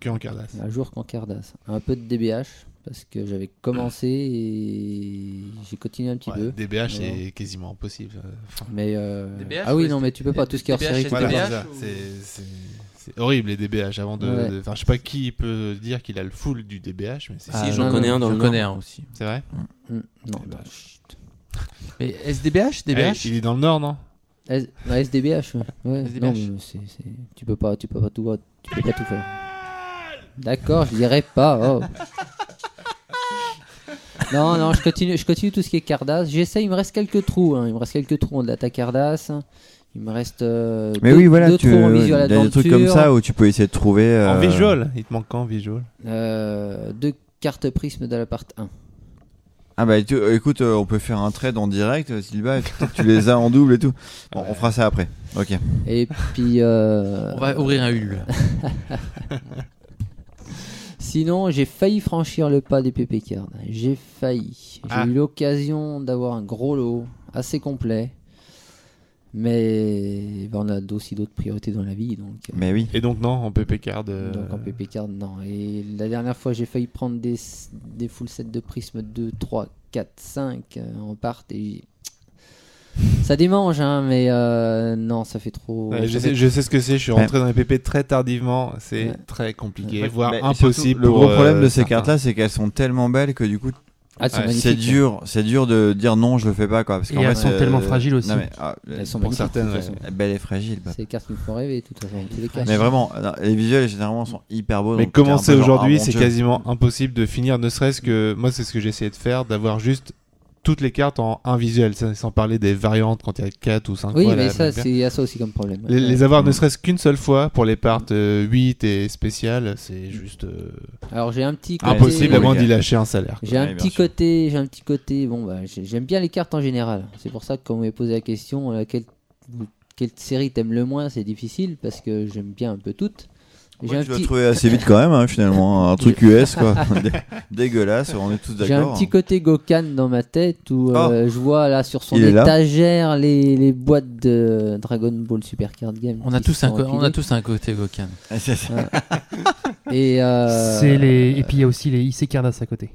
Speaker 3: que en Cardass
Speaker 7: Un jour qu'en Cardass. Un peu de DBH, parce que j'avais commencé et j'ai continué un petit
Speaker 3: Ouais,
Speaker 7: peu.
Speaker 3: DBH, c'est
Speaker 7: Ouais.
Speaker 3: quasiment impossible. euh, enfin,
Speaker 7: Mais euh,
Speaker 4: DBH,
Speaker 7: ah oui,
Speaker 4: ouais,
Speaker 7: non, mais tu peux pas, tout ce qui est hors
Speaker 4: DBH,
Speaker 7: série.
Speaker 4: c'est
Speaker 7: tu peux pas.
Speaker 3: Voilà,
Speaker 4: DBH
Speaker 3: c'est ça.
Speaker 4: ou-
Speaker 3: C'est- c'est- c'est horrible les DBH avant de.
Speaker 7: Ouais.
Speaker 3: de- Enfin, je sais pas qui peut dire qu'il a le full du DBH, mais c'est
Speaker 4: Ah,
Speaker 1: si, j'en
Speaker 7: non,
Speaker 1: connais
Speaker 7: non,
Speaker 1: un dans le
Speaker 4: J'en
Speaker 1: Nord.
Speaker 4: connais un aussi.
Speaker 3: c'est vrai.
Speaker 7: Mm, Non,
Speaker 3: Eh ben,
Speaker 7: bah, chut.
Speaker 4: Mais SDBH,
Speaker 3: Eh,
Speaker 4: DBH
Speaker 3: il est dans le Nord, non
Speaker 7: S- la SDBH, ouais. ouais.
Speaker 4: SDBH.
Speaker 7: Non, mais c'est, c'est- Tu peux pas, tu peux pas tout, tu peux pas tout faire. D'accord, je dirais pas. oh. non, non, je continue, je continue tout ce qui est Cardass. J'essaie, il me reste quelques trous. hein, Il me reste quelques trous en data Cardass. Il me reste euh,
Speaker 5: Mais
Speaker 7: deux,
Speaker 5: oui, voilà,
Speaker 7: deux
Speaker 5: tu
Speaker 7: trous en
Speaker 5: il y
Speaker 7: visual
Speaker 5: a des trucs comme
Speaker 7: adventure.
Speaker 5: ça où tu peux essayer de trouver.
Speaker 3: En
Speaker 5: euh,
Speaker 3: visual, il te manque en visual.
Speaker 7: Euh, deux cartes prismes de la part 1.
Speaker 5: Ah bah tu- euh, écoute, euh, on peut faire un trade en direct, euh, Sylvain. peut-être que tu les as en double et tout. Bon, on fera ça après. Ok.
Speaker 7: Et puis, euh,
Speaker 4: On va ouvrir un hul.
Speaker 7: [laughs] sinon, j'ai failli franchir le pas des PP Cards. J'ai failli. J'ai
Speaker 3: Ah.
Speaker 7: eu l'occasion d'avoir un gros lot assez complet. Mais ben, on a aussi d'autres priorités dans la vie. Donc, euh,
Speaker 5: Mais oui.
Speaker 3: Et donc, non, en PP Card. euh,
Speaker 7: donc en PP card, non. Et la dernière fois, j'ai failli prendre des, des full sets de prismes 2, 3, 4, 5 euh, en part et j'ai- [sniffs] ça démange, hein, mais euh, non, ça fait trop.
Speaker 3: ouais,
Speaker 7: ça
Speaker 3: je,
Speaker 7: fait-
Speaker 3: sais, je sais ce que c'est, je suis
Speaker 5: Ouais.
Speaker 3: rentré dans les PP très tardivement, c'est
Speaker 7: Ouais.
Speaker 3: très compliqué,
Speaker 7: Ouais.
Speaker 3: voire
Speaker 5: Mais surtout,
Speaker 3: impossible.
Speaker 5: Le
Speaker 3: Ah, pour,
Speaker 5: gros problème
Speaker 3: euh,
Speaker 5: de ces
Speaker 3: certains.
Speaker 5: cartes-là, c'est qu'elles sont tellement belles que du coup,
Speaker 7: Ah, elles sont
Speaker 3: Ouais,
Speaker 7: magnifiques,
Speaker 5: c'est dur, c'est dur de dire non, je le fais pas quoi. Parce
Speaker 2: Et
Speaker 5: qu'en
Speaker 2: elles
Speaker 5: fait, euh,
Speaker 2: sont tellement fragiles aussi.
Speaker 5: non, mais, ah,
Speaker 7: hein. Elles sont
Speaker 3: pour
Speaker 7: magnifiques.
Speaker 3: certaines,
Speaker 7: de toute
Speaker 3: ouais.
Speaker 7: façon.
Speaker 5: euh, Belles et fragiles. bah.
Speaker 7: C'est les cartes qui me font rêver, de toute façon. dans tous les cas.
Speaker 5: Mais vraiment, euh, non, les visuels généralement sont hyper beaux.
Speaker 3: Mais
Speaker 5: donc t'es un peu
Speaker 3: commencer
Speaker 5: genre,
Speaker 3: aujourd'hui,
Speaker 5: ah, mon
Speaker 3: c'est
Speaker 5: Dieu.
Speaker 3: quasiment impossible de finir, ne serait-ce que. Moi, c'est ce que j'ai essayé de faire, d'avoir juste toutes les cartes en un visuel, ça, sans parler des variantes quand il y a 4 ou 5
Speaker 7: Oui,
Speaker 3: fois. la
Speaker 7: mais
Speaker 3: même
Speaker 7: ça,
Speaker 3: paire.
Speaker 7: c'est il y a ça aussi comme problème.
Speaker 3: les,
Speaker 7: Ouais.
Speaker 3: les avoir ne
Speaker 5: Mm.
Speaker 3: serait-ce qu'une seule fois pour les parts 8 et spéciales, c'est juste euh,
Speaker 7: Alors j'ai un petit côté- euh,
Speaker 3: impossible
Speaker 5: à
Speaker 3: avant
Speaker 5: ok.
Speaker 3: d'y lâcher un salaire.
Speaker 7: J'ai un
Speaker 5: Ouais, bien
Speaker 7: petit
Speaker 5: sûr.
Speaker 7: côté, j'ai un petit côté. Bon, bah, j'ai- j'aime bien les cartes en général. C'est pour ça que quand vous m'avez posé la question, euh, quelle, quelle série t'aimes le moins, c'est difficile parce que j'aime bien un peu toutes. Mais J'ai
Speaker 5: Ouais,
Speaker 7: un
Speaker 5: tu l'as
Speaker 7: petit,
Speaker 5: trouvé assez vite quand même, hein, finalement. Un truc US,
Speaker 4: [laughs]
Speaker 5: quoi. Dé- Dégueulasse, on est tous
Speaker 7: j'ai un
Speaker 5: d'accord. Ah.
Speaker 7: petit côté Gokan dans ma tête où euh, je vois là sur son
Speaker 5: Il est là.
Speaker 7: étagère les, les boîtes de Dragon Ball Super Card Game.
Speaker 4: On a,
Speaker 7: qui
Speaker 4: tous un
Speaker 7: sont
Speaker 4: co- on a
Speaker 7: empilées.
Speaker 4: tous un côté Gokan.
Speaker 5: Ah, c'est ça.
Speaker 7: Et, euh,
Speaker 2: C'est les... Et puis il y a aussi les IC Cardas à côté.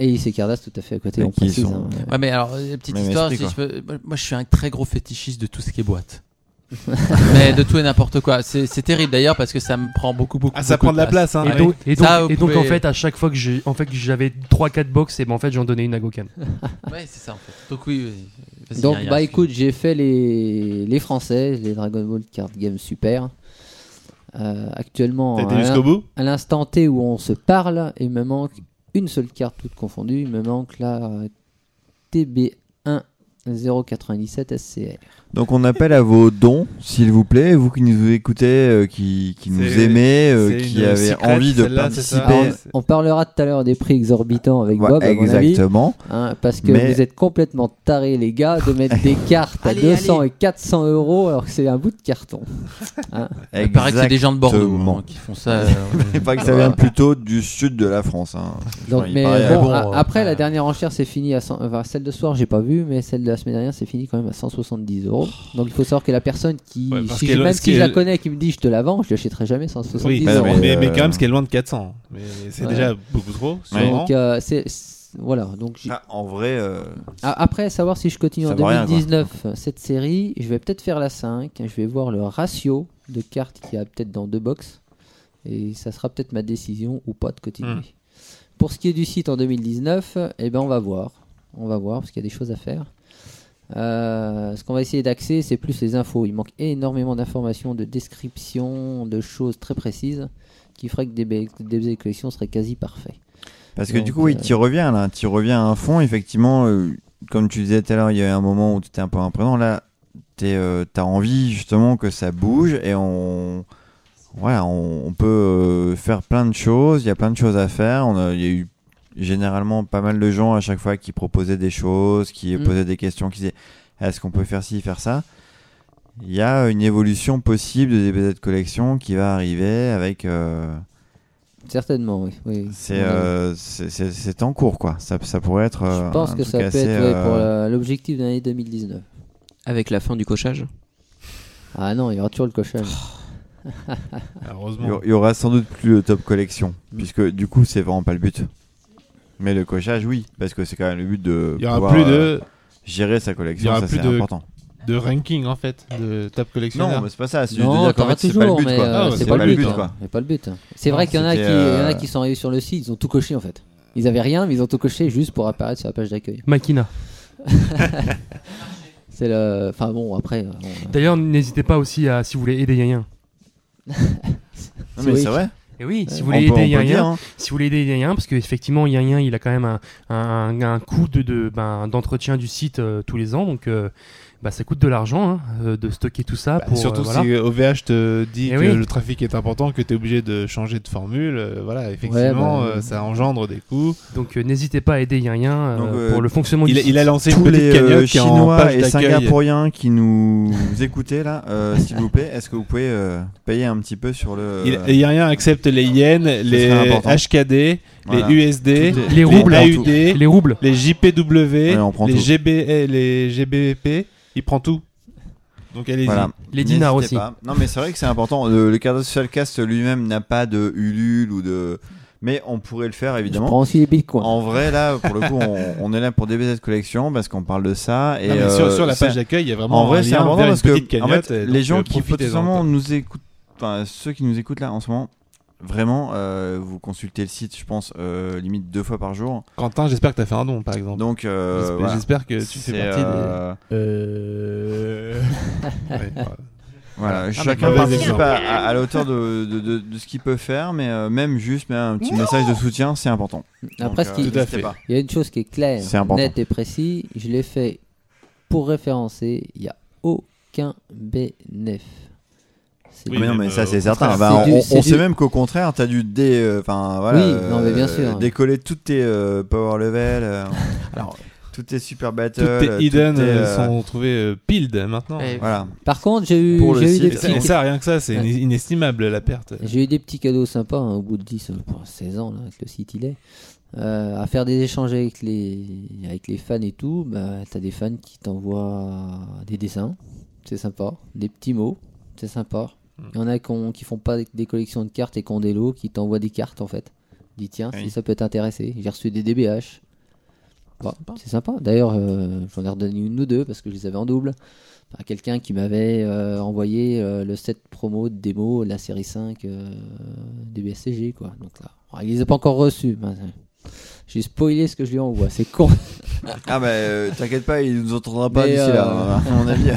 Speaker 7: et il s'écarte tout à fait à côté.
Speaker 5: Mais
Speaker 7: on
Speaker 5: qui
Speaker 7: précise,
Speaker 5: sont-
Speaker 7: hein.
Speaker 4: Ouais, mais alors, euh, petite
Speaker 5: Même
Speaker 4: histoire,
Speaker 5: esprit,
Speaker 4: si je peux- moi- moi je suis un très gros fétichiste de tout ce qui est boîte. [laughs] mais de tout et n'importe quoi. C'est c'est terrible d'ailleurs parce que ça me prend beaucoup, beaucoup.
Speaker 3: Ah, ça
Speaker 4: beaucoup
Speaker 3: prend de la place, hein.
Speaker 2: Et
Speaker 4: Ah
Speaker 2: donc, et donc-
Speaker 4: Ça, vous
Speaker 2: et donc, en
Speaker 4: pouvez-
Speaker 2: fait, à chaque fois que j'ai- en fait, que j'avais 3-4 box, et ben, en fait, j'en donnais une
Speaker 7: [laughs]
Speaker 2: à Gokan.
Speaker 4: [laughs] Ouais, c'est ça en fait. Donc oui, oui. Vas-y,
Speaker 7: Donc,
Speaker 4: Myriam,
Speaker 7: bah
Speaker 4: excuse-moi.
Speaker 7: écoute, j'ai fait les, les Français, les Dragon Ball Card Game Super. Euh, actuellement,
Speaker 3: T'as été
Speaker 7: à
Speaker 3: jusqu'au bout
Speaker 7: l'in- à l'instant T où on se parle, il me manque une seule carte toute confondue. Il me manque la euh, TB1 097 SCR.
Speaker 5: Donc on appelle à vos dons, s'il vous plaît, vous qui nous écoutez, euh, qui, qui nous
Speaker 3: C'est-
Speaker 5: aimez, euh,
Speaker 3: c'est
Speaker 5: qui
Speaker 3: une
Speaker 5: avez
Speaker 3: secrète,
Speaker 5: envie de
Speaker 3: celle-là, c'est ça
Speaker 5: participer.
Speaker 3: Ah,
Speaker 7: On parlera tout à l'heure des prix exorbitants avec
Speaker 5: Ouais,
Speaker 7: Bob, à mon avis,
Speaker 5: exactement.
Speaker 7: hein, parce que
Speaker 5: Mais-
Speaker 7: vous êtes complètement tarés, les gars, de
Speaker 3: [laughs]
Speaker 7: mettre des cartes à
Speaker 4: Allez,
Speaker 7: 200
Speaker 4: allez.
Speaker 7: et 400 euros alors que c'est un bout de carton.
Speaker 4: Il paraît que c'est des gens de Bordeaux
Speaker 5: Exactement.
Speaker 4: hein, qui
Speaker 5: [laughs]
Speaker 4: font ça. euh,
Speaker 5: Il paraît que ça vient plutôt du sud de la France. hein.
Speaker 7: Donc,
Speaker 5: Enfin, il
Speaker 7: mais
Speaker 5: paraît-
Speaker 7: bon,
Speaker 4: bon,
Speaker 7: a-
Speaker 4: euh,
Speaker 7: après la
Speaker 4: euh,
Speaker 7: dernière enchère c'est fini à 100 enfin, celle de ce soir j'ai pas vu mais celle de la semaine dernière c'est fini quand même à 170 euros donc il faut savoir que la personne qui
Speaker 3: Ouais, parce
Speaker 7: si-
Speaker 3: qu'elle-
Speaker 7: même
Speaker 3: ce
Speaker 7: si je la
Speaker 3: qu'elle-
Speaker 7: connais qui me dit je te la vends je l'achèterai jamais 170
Speaker 3: Oui,
Speaker 5: bah,
Speaker 7: euros Euh,
Speaker 3: mais,
Speaker 5: mais,
Speaker 3: mais
Speaker 5: euh,
Speaker 3: quand même, ce qui est loin de 400. Mais c'est
Speaker 7: Ouais.
Speaker 3: déjà beaucoup trop, sûrement.
Speaker 7: donc euh, c'est c'est- voilà donc j'ai-
Speaker 5: Ah, en vrai, euh,
Speaker 7: Ah, après savoir si je continue
Speaker 5: Ça
Speaker 7: en
Speaker 5: vaut rien,
Speaker 7: 2019 euh, cette série je vais peut-être faire la 5 je vais voir le ratio de cartes qu'il y a peut-être dans deux box et ça sera peut-être ma décision ou pas de continuer
Speaker 3: Hmm.
Speaker 7: Pour ce qui est du site en 2019, euh, eh ben on va voir. On va voir parce qu'il y a des choses à faire. Euh, ce qu'on va essayer d'axer, c'est plus les infos. Il manque énormément d'informations, de descriptions, de choses très précises qui ferait que des, be- des collections seraient quasi parfaits.
Speaker 5: parce que du
Speaker 7: Donc,
Speaker 5: coup, oui,
Speaker 7: euh,
Speaker 5: tu reviens là, tu reviens à fond. Effectivement, euh, comme tu disais tout à l'heure, il y a eu un moment où tu étais un peu imprenant. Là, tu as envie justement que ça bouge et on, voilà, on, on peut euh, faire plein de choses. Il y a plein de choses à faire. On a- Il y a eu généralement pas mal de gens à chaque fois qui proposaient des choses, qui
Speaker 7: Mm.
Speaker 5: posaient des questions, qui disaient est-ce qu'on peut faire ci, faire ça Il y a une évolution possible de DBZ de collection qui va arriver avec. euh,
Speaker 7: Certainement, oui. oui.
Speaker 5: C'est
Speaker 7: On a-
Speaker 5: euh, c'est- c'est c'est en cours quoi. Ça, ça pourrait être. euh,
Speaker 7: je pense
Speaker 5: un
Speaker 7: que
Speaker 5: truc
Speaker 7: ça peut
Speaker 5: assez,
Speaker 7: être ouais,
Speaker 5: euh,
Speaker 7: pour la- l'objectif de l'année 2019.
Speaker 1: [laughs] Avec la fin du cochage.
Speaker 7: Ah non, il y aura toujours le cochage.
Speaker 5: Il y
Speaker 3: [laughs] Heureusement.
Speaker 5: aura- il y aura sans doute plus le top collection
Speaker 7: Mm.
Speaker 5: puisque du coup c'est vraiment pas le but. Mais le cochage oui parce que c'est quand même le but de.
Speaker 3: Il y aura
Speaker 5: pouvoir,
Speaker 3: plus
Speaker 5: euh,
Speaker 3: de,
Speaker 5: gérer sa
Speaker 3: il y
Speaker 5: collection.
Speaker 3: aura
Speaker 5: Ça
Speaker 3: plus
Speaker 5: c'est
Speaker 3: de-
Speaker 5: important.
Speaker 3: de ranking, en fait, de top collectionneur.
Speaker 5: Non mais c'est pas ça. C'est juste de
Speaker 7: Non,
Speaker 5: dire qu'en
Speaker 7: t'auras
Speaker 5: fait, c'est pas le
Speaker 7: toujours,
Speaker 5: but
Speaker 7: mais
Speaker 5: quoi.
Speaker 7: euh,
Speaker 3: Ah ouais,
Speaker 7: c'est pas, le but.
Speaker 5: quoi.
Speaker 7: hein. C'est pas le but. C'est vrai
Speaker 5: Non,
Speaker 7: qu'il y, en a qui-
Speaker 5: c'était,
Speaker 7: il y en a
Speaker 5: euh,
Speaker 7: qui sont arrivés sur le site, ils ont tout coché en fait. Ils avaient rien, mais ils ont tout coché juste pour apparaître sur la page d'accueil.
Speaker 2: Makina.
Speaker 7: [laughs] C'est le. Enfin bon, après. euh, bon, euh,
Speaker 2: D'ailleurs, n'hésitez pas aussi à, si vous voulez aider
Speaker 3: [laughs]
Speaker 2: Yanyan.
Speaker 5: Non mais
Speaker 7: oui.
Speaker 5: c'est vrai.
Speaker 2: Et Eh oui, si vous
Speaker 5: On
Speaker 2: voulez
Speaker 5: peut- on peut
Speaker 2: aider
Speaker 5: le dire,
Speaker 2: Yanyan,
Speaker 5: hein.
Speaker 2: si vous voulez aider Yanyan, parce qu'effectivement, Yanyan, il a quand même un, un, un coût de, de- ben, d'entretien du site euh, tous les ans, donc euh, bah, ça coûte de l'argent hein, euh, de stocker tout ça.
Speaker 3: Bah,
Speaker 2: pour,
Speaker 3: surtout
Speaker 2: euh, voilà.
Speaker 3: si OVH te dit
Speaker 2: Eh
Speaker 3: que
Speaker 2: oui.
Speaker 3: le trafic est important, que tu es obligé de changer de formule, euh, voilà, effectivement,
Speaker 7: Ouais, bah,
Speaker 3: euh, ça engendre des coûts.
Speaker 2: Donc euh, n'hésitez pas à aider Yanyan euh,
Speaker 5: Donc, euh,
Speaker 2: pour le fonctionnement
Speaker 3: Il,
Speaker 2: du
Speaker 3: a-
Speaker 2: site.
Speaker 3: il a lancé une
Speaker 5: Tous
Speaker 3: petite
Speaker 5: les euh,
Speaker 3: cagnotte qui est en
Speaker 5: Chinois
Speaker 3: page
Speaker 5: et
Speaker 3: d'accueil.
Speaker 5: Singapouriens qui nous [laughs] écoutez là, euh, s'il vous plaît, est-ce que vous pouvez euh, payer un petit peu sur le.
Speaker 3: Il, il y a rien accepte les yens,
Speaker 5: euh,
Speaker 3: les
Speaker 5: serait important.
Speaker 3: HKD,
Speaker 5: Voilà.
Speaker 3: les USD,
Speaker 5: Tout est- hein.
Speaker 2: les roubles.
Speaker 3: AUD, les,
Speaker 2: Les roubles.
Speaker 3: JPW,
Speaker 5: Ouais, on prend
Speaker 3: les
Speaker 5: tout.
Speaker 3: GB, les GBP, il prend tout. Donc allez-y.
Speaker 5: Voilà.
Speaker 2: Les dinars
Speaker 5: N'hésitez
Speaker 2: aussi.
Speaker 5: pas. Non, mais c'est vrai que c'est important. Euh, Le, le Carlos Solcast lui-même n'a pas de Ulule ou de. Mais on pourrait le faire
Speaker 7: Je
Speaker 5: évidemment.
Speaker 7: prends aussi les bitcoins.
Speaker 5: En vrai, là, pour le coup, on, on est là pour DBZ Collection parce qu'on parle de ça. Et
Speaker 3: Non, mais sur,
Speaker 5: euh,
Speaker 3: sur la
Speaker 5: ça-
Speaker 3: page d'accueil, il y a vraiment
Speaker 5: en vrai,
Speaker 3: un
Speaker 5: c'est
Speaker 3: lien
Speaker 5: important
Speaker 3: vers une
Speaker 5: parce que
Speaker 3: petite
Speaker 5: en
Speaker 3: cagnotte.
Speaker 5: fait,
Speaker 3: et donc,
Speaker 5: les gens
Speaker 3: euh,
Speaker 5: qui
Speaker 3: profitez-en,
Speaker 5: potentiellement
Speaker 3: quoi.
Speaker 5: nous écoutent, enfin ceux qui nous écoutent là en ce moment, vraiment, euh, vous consultez le site, je pense, euh, limite deux fois par jour.
Speaker 3: Quentin, j'espère que t'as fait un don, par exemple.
Speaker 5: Donc, euh,
Speaker 3: J'espère-
Speaker 5: voilà.
Speaker 3: J'espère que tu
Speaker 5: C'est,
Speaker 3: fais partie
Speaker 5: euh, [laughs]
Speaker 6: Euh...
Speaker 3: des. Ouais, voilà.
Speaker 5: Voilà,
Speaker 3: mais
Speaker 5: chacun
Speaker 3: Ah, mauvais
Speaker 5: participe
Speaker 3: exemple.
Speaker 5: à, à- à la hauteur de, de- de- de ce qu'il peut faire, mais euh, même juste mais un petit message de soutien, c'est important.
Speaker 7: Après, ce
Speaker 5: Donc,
Speaker 7: qui-
Speaker 5: euh,
Speaker 3: Tout à
Speaker 5: n'hésitez
Speaker 3: fait.
Speaker 5: pas.
Speaker 7: Il y a une chose qui est claire,
Speaker 5: C'est important.
Speaker 7: nette et précise. Je l'ai fait pour référencer. Il n'y a aucun bénéf. C'est
Speaker 3: Oui,
Speaker 5: mais non,
Speaker 3: mais,
Speaker 5: mais ça
Speaker 3: euh, au
Speaker 5: c'est certain.
Speaker 7: contraire,
Speaker 5: Bah,
Speaker 7: c'est
Speaker 5: on
Speaker 7: du- c'est
Speaker 5: on sait
Speaker 7: du-
Speaker 5: même qu'au contraire, t'as dû dé, euh, enfin voilà,
Speaker 7: Oui,
Speaker 5: euh,
Speaker 7: non, mais bien sûr.
Speaker 5: décoller toutes tes euh, power level,
Speaker 7: [laughs]
Speaker 5: euh,
Speaker 4: Alors-
Speaker 5: toutes tes super battles,
Speaker 3: Toutes
Speaker 5: euh,
Speaker 3: tes hidden
Speaker 5: toutes tes,
Speaker 3: euh,
Speaker 5: euh,
Speaker 3: sont trouvées euh, pilled maintenant.
Speaker 4: Eh,
Speaker 5: Voilà.
Speaker 7: Par contre, j'ai eu,
Speaker 5: Pour le
Speaker 7: j'ai eu
Speaker 5: site,
Speaker 7: des
Speaker 5: c'est
Speaker 3: Et ça, et
Speaker 7: petits.
Speaker 3: ça, rien que ça, c'est
Speaker 7: Ouais.
Speaker 3: inestimable, inestimable la perte.
Speaker 7: J'ai eu des petits cadeaux sympas hein, au bout de 10, euh, pour 16 ans là, avec le site il est. Euh, à faire des échanges avec les, avec les fans et tout, bah, t'as des fans qui t'envoient des dessins, c'est sympa, des petits mots, c'est sympa. Il y en a qui ont- qui font pas des collections de cartes et qui ont des lots, qui t'envoient des cartes en fait. Dis tiens,
Speaker 5: Ah Oui.
Speaker 7: hein, si ça peut t'intéresser, j'ai reçu des DBH. Bah, c'est sympa. D'ailleurs, euh, j'en ai redonné une ou deux parce que je les avais en double. à quelqu'un qui m'avait euh, envoyé euh, le set promo de démo de la série 5 euh, des BSCG quoi. Donc là, oh, il les a pas encore reçus. Ben, euh, J'ai spoilé ce que je lui envoie,
Speaker 5: [laughs]
Speaker 7: c'est con.
Speaker 5: Ah bah euh, t'inquiète pas, il nous entendra pas
Speaker 7: Mais,
Speaker 5: d'ici
Speaker 7: euh,
Speaker 5: là, à mon
Speaker 7: [laughs]
Speaker 5: avis.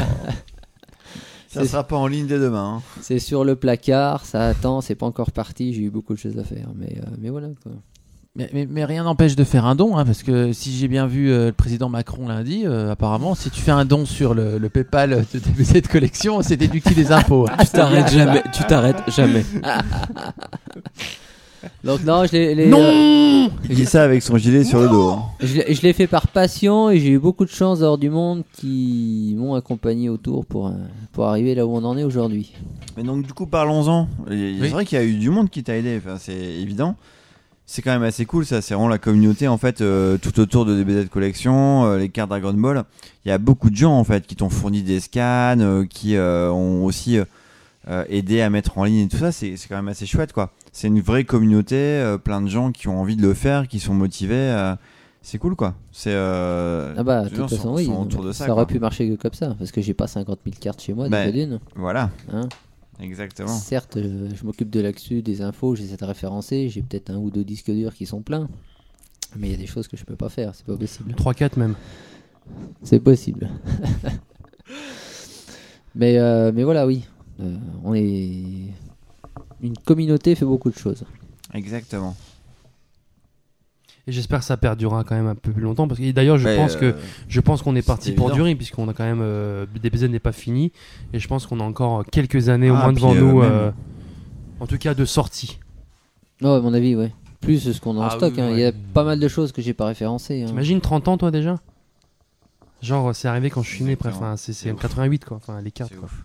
Speaker 5: ça
Speaker 7: C'est-
Speaker 5: sera pas en ligne dès demain. hein.
Speaker 7: c'est sur le placard, ça attend, c'est pas encore parti, j'ai eu beaucoup de choses à faire. Mais, euh, mais voilà
Speaker 5: [laughs]
Speaker 7: quoi.
Speaker 4: Mais, mais- mais rien n'empêche de faire un don, hein, parce que si j'ai bien vu euh, le président Macron lundi, euh, apparemment, si tu fais un don sur le, le PayPal de DBZ Collection, c'est déductible des impôts. hein. [laughs] Ah,
Speaker 1: Tu t'arrêtes jamais, tu t'arrêtes jamais.
Speaker 7: Donc non, je l'ai les, euh,
Speaker 4: non
Speaker 5: Il dit ça avec son gilet sur le dos. hein.
Speaker 7: je l'ai- je l'ai fait par passion et j'ai eu beaucoup de chance hors du monde qui m'ont accompagné autour pour, euh, pour arriver là où on en est aujourd'hui.
Speaker 5: Mais donc du coup parlons-en. Et
Speaker 4: Oui.
Speaker 5: C'est vrai qu'il y a eu du monde qui t'a aidé, enfin, c'est évident. C'est quand même assez cool ça, c'est vraiment la communauté en fait euh, tout autour de DBZ Collection, euh, les cartes Dragon Ball. Il y a beaucoup de gens en fait qui t'ont fourni des scans, euh, qui euh, ont aussi euh, euh, aidé à mettre en ligne et tout ça, c'est c'est quand même assez chouette quoi. C'est une vraie communauté, euh, plein de gens qui ont envie de le faire, qui sont motivés. euh, c'est cool quoi. C'est euh,
Speaker 7: Ah bah,
Speaker 5: les
Speaker 7: de
Speaker 5: gens
Speaker 7: toute façon,
Speaker 5: sont-
Speaker 7: oui.
Speaker 5: sont autour de ça.
Speaker 7: ça aurait
Speaker 5: quoi.
Speaker 7: pu marcher que comme ça, parce que j'ai pas 50 000 cartes chez moi,
Speaker 5: Ben,
Speaker 7: déjà d'une.
Speaker 5: Voilà,
Speaker 7: hein.
Speaker 5: exactement.
Speaker 7: Certes, euh, je m'occupe de l'actu, des infos, j'essaie de référencer, j'ai peut-être un ou deux disques durs qui sont pleins, mais il y a des choses que je peux pas faire, c'est pas possible.
Speaker 2: 3-4 même.
Speaker 7: C'est possible. mais, euh, mais voilà, oui. Euh, on est. Une communauté fait beaucoup de choses.
Speaker 5: Exactement.
Speaker 2: [laughs] Et j'espère que ça perdurera quand même un peu plus longtemps. Parce que et d'ailleurs, je
Speaker 5: Mais,
Speaker 2: pense que
Speaker 5: euh,
Speaker 2: je pense qu'on est parti
Speaker 5: c'est
Speaker 2: pour
Speaker 5: évident.
Speaker 2: durer, puisqu'on a quand même euh, DBZ n'est pas fini, et je pense qu'on a encore quelques années au
Speaker 5: Ah,
Speaker 2: moins
Speaker 5: puis,
Speaker 2: devant
Speaker 5: euh,
Speaker 2: nous.
Speaker 5: même.
Speaker 2: euh, en tout cas, de sortie.
Speaker 7: Non, à mon avis, ouais. Plus ce qu'on a en
Speaker 4: Ah
Speaker 7: stock.
Speaker 4: oui,
Speaker 7: hein.
Speaker 4: ouais.
Speaker 7: Il y a pas mal de choses que j'ai pas référencées. hein.
Speaker 2: T'imagines 30 ans toi déjà Genre, c'est arrivé quand je suis né, bref,
Speaker 5: Exactement.
Speaker 2: enfin, c'est c'est
Speaker 5: C'est
Speaker 2: en
Speaker 5: ouf.
Speaker 2: 88 quoi, enfin les cartes
Speaker 5: C'est
Speaker 2: quoi.
Speaker 5: ouf.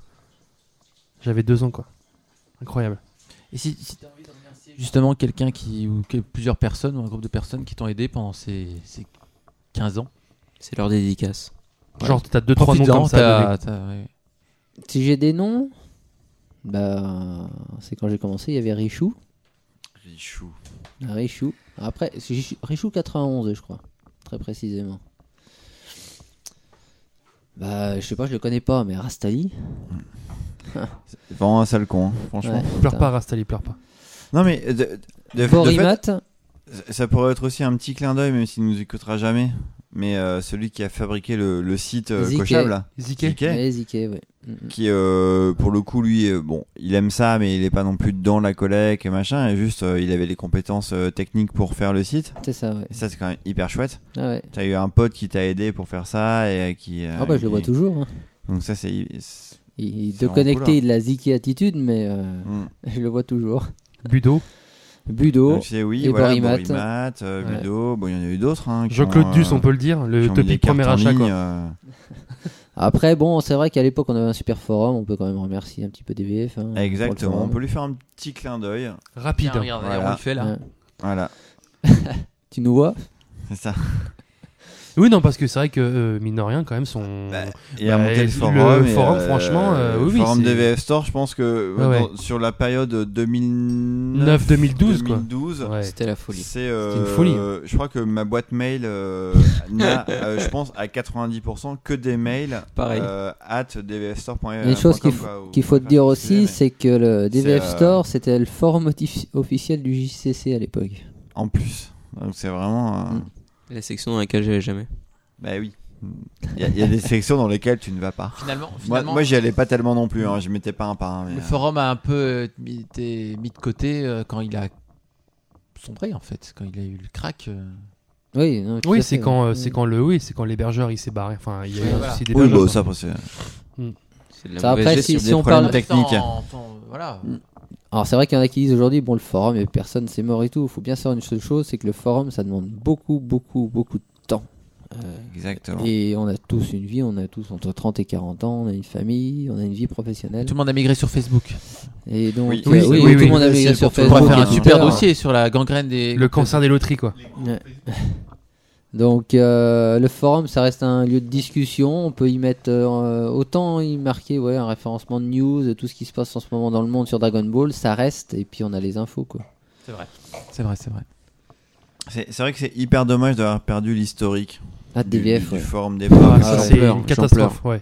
Speaker 2: J'avais deux ans quoi. Incroyable.
Speaker 4: Et si, si t'as envie de remercier justement quelqu'un qui, ou que- plusieurs personnes, ou un groupe de personnes qui t'ont aidé pendant ces, ces 15 ans,
Speaker 1: C'est leur dédicace.
Speaker 2: Genre, t'as deux trois noms
Speaker 4: profite-en,
Speaker 2: comme ça. à donner.
Speaker 4: t'as- t'as- Ah ouais.
Speaker 7: Si j'ai des noms, bah, c'est quand j'ai commencé, il y avait Richou. Ah,
Speaker 5: Richou.
Speaker 7: Richou. Après, c'est Richou- Richou 91, je crois. Très précisément. Bah, je sais pas, je le connais pas, mais Rastali.
Speaker 5: [laughs] C'est vraiment un sale con, hein, franchement.
Speaker 7: Ouais,
Speaker 2: Pleure
Speaker 7: putain.
Speaker 2: pas, Rastali, pleure pas.
Speaker 5: Non mais de, de- de- de fait,
Speaker 7: Borimat,
Speaker 5: ça pourrait être aussi un petit clin d'œil, même s'il nous écoutera jamais. Mais euh, celui qui a fabriqué le, le site euh,
Speaker 7: Ziké.
Speaker 5: cochable, là,
Speaker 2: Ziké
Speaker 5: Ziké,
Speaker 7: et Ziké, ouais. Mm, mm.
Speaker 5: qui euh, pour le coup, lui, euh, bon, il aime ça, mais il est pas non plus dans la collecte et machin. Et juste, euh, il avait les compétences euh, techniques pour faire le site.
Speaker 7: C'est ça, ouais.
Speaker 5: Et ça, c'est quand même hyper chouette.
Speaker 7: Ah, ouais.
Speaker 5: T'as eu un pote qui t'a aidé pour faire ça et euh, qui. euh,
Speaker 7: Ah bah, je
Speaker 5: qui-
Speaker 7: le vois toujours. hein.
Speaker 5: Donc ça, c'est. c'est-
Speaker 7: Il, il
Speaker 5: C'est vraiment
Speaker 7: de
Speaker 5: cool,
Speaker 7: connecter,
Speaker 5: hein.
Speaker 7: il a Ziké attitude, mais euh,
Speaker 5: Hmm.
Speaker 7: [laughs] je le vois toujours.
Speaker 2: Budo,
Speaker 7: Budo,
Speaker 5: Donc c'est oui,
Speaker 7: et
Speaker 5: voilà,
Speaker 7: Borimat.
Speaker 5: Borimat, euh,
Speaker 7: Ouais.
Speaker 5: Budo, bon, il y en a eu d'autres. Hein, qui ont,
Speaker 2: Jean-Claude Duss,
Speaker 5: euh,
Speaker 2: on peut le dire, le
Speaker 5: qui ont mis des
Speaker 2: topic
Speaker 5: cartes
Speaker 2: premier
Speaker 5: en
Speaker 2: achat
Speaker 5: ligne,
Speaker 2: quoi.
Speaker 5: euh,
Speaker 7: Après, bon, c'est vrai qu'à l'époque, on avait un super forum. On peut quand même remercier un petit peu DVF. hein, pour le
Speaker 5: Exactement, on
Speaker 7: forum.
Speaker 5: peut lui faire un petit clin d'œil.
Speaker 2: Rapide.
Speaker 4: Tiens, regarde,
Speaker 5: Voilà.
Speaker 4: on le fait là.
Speaker 7: Ouais.
Speaker 5: [laughs] Voilà,
Speaker 7: Tu nous vois
Speaker 5: c'est ça.
Speaker 2: Oui, non, parce que c'est vrai que, euh, mine de rien, quand même, son.
Speaker 5: Bah, Et à
Speaker 2: Bah,
Speaker 5: monter
Speaker 2: le
Speaker 5: le forum. et,
Speaker 2: forum, franchement, euh, oui,
Speaker 5: le
Speaker 2: oui,
Speaker 5: forum
Speaker 2: c'est-
Speaker 5: DVF Store, je pense que
Speaker 2: Ouais,
Speaker 5: dans- sur la période 2009
Speaker 2: 9-2012, quoi.
Speaker 5: 2012,
Speaker 2: Ouais.
Speaker 7: C'était la folie.
Speaker 5: C'est euh,
Speaker 2: une folie. hein.
Speaker 5: euh, je crois que ma boîte mail
Speaker 2: [laughs]
Speaker 5: euh, n'a, euh, je pense, à 90% que des mails
Speaker 11: Pareil.
Speaker 5: euh, at dvfstore.com,
Speaker 7: Il y a [laughs] une chose qu'il
Speaker 5: Euh, quoi,
Speaker 7: faut,
Speaker 5: ou-
Speaker 7: qu'il faut te dire aussi,
Speaker 5: mais-
Speaker 7: c'est que le DVF
Speaker 5: C'est, euh,
Speaker 7: Store, c'était le forum offici- officiel du JCC à l'époque.
Speaker 5: En plus. Donc c'est vraiment. euh,
Speaker 7: Mm.
Speaker 11: La section dans laquelle j'allais jamais.
Speaker 5: Bah oui. Il y, a- il y a des sections dans lesquelles tu ne vas pas.
Speaker 4: Finalement,
Speaker 5: Moi,
Speaker 4: finalement
Speaker 5: moi j'y allais pas tellement non plus, hein, je mettais pas un par un. mais,
Speaker 4: le
Speaker 5: euh,
Speaker 4: forum a un peu euh, mis- été mis de côté euh, quand il a sombré, en fait, quand il a eu le crack. euh.
Speaker 7: Oui, non, tout à
Speaker 2: Oui, c'est
Speaker 7: fait.
Speaker 2: quand, euh,
Speaker 7: Mm.
Speaker 2: c'est quand le, oui, c'est quand l'hébergeur il s'est barré. Enfin, il y a eu un
Speaker 4: Voilà.
Speaker 2: souci
Speaker 5: Oui,
Speaker 2: d'hébergeur,
Speaker 5: bah,
Speaker 2: quoi. Mm.
Speaker 5: ça, après, c'est-
Speaker 11: C'est de la
Speaker 7: Ça,
Speaker 11: mauvaise
Speaker 7: après,
Speaker 11: gestion.
Speaker 7: si,
Speaker 5: des
Speaker 7: si on
Speaker 5: problèmes
Speaker 7: parle. Mm.
Speaker 5: Problème technique.
Speaker 4: En- en- voilà.
Speaker 7: Alors, c'est vrai qu'il y en a qui disent aujourd'hui, bon, le forum, et personne, c'est mort et tout. Il faut bien savoir une seule chose, c'est que le forum, ça demande beaucoup, beaucoup, beaucoup de temps. Euh,
Speaker 5: Exactement.
Speaker 7: Et on a tous une vie, on a tous entre 30 et 40 ans, on a une famille, on a une vie professionnelle.
Speaker 4: Tout le monde a migré sur Facebook.
Speaker 7: Et donc,
Speaker 5: Oui,
Speaker 7: euh,
Speaker 5: oui,
Speaker 7: oui,
Speaker 5: oui,
Speaker 7: tout le
Speaker 2: oui,
Speaker 7: monde a
Speaker 5: oui,
Speaker 7: migré
Speaker 5: c'est
Speaker 7: sur
Speaker 5: pour- on
Speaker 4: On
Speaker 7: Facebook.
Speaker 4: pourrait faire un
Speaker 7: Twitter. hein.
Speaker 4: super dossier sur la gangrène des.
Speaker 2: Le cancer des loteries, quoi.
Speaker 7: Ouais. Donc, euh, le forum, ça reste un lieu de discussion. On peut y mettre euh, autant y marquer ouais, un référencement de news, tout ce qui se passe en ce moment dans le monde sur Dragon Ball, ça reste. Et puis, on a les infos, quoi.
Speaker 4: C'est vrai, c'est vrai.
Speaker 5: C'est c'est vrai que c'est hyper dommage d'avoir perdu l'historique
Speaker 7: Ah,
Speaker 5: du,
Speaker 7: DVF,
Speaker 5: du
Speaker 7: ouais.
Speaker 5: forum des
Speaker 2: Ah,
Speaker 5: femmes.
Speaker 2: ça,
Speaker 7: j'en
Speaker 2: c'est
Speaker 7: pleure,
Speaker 2: une
Speaker 7: j'en
Speaker 2: catastrophe, ouais.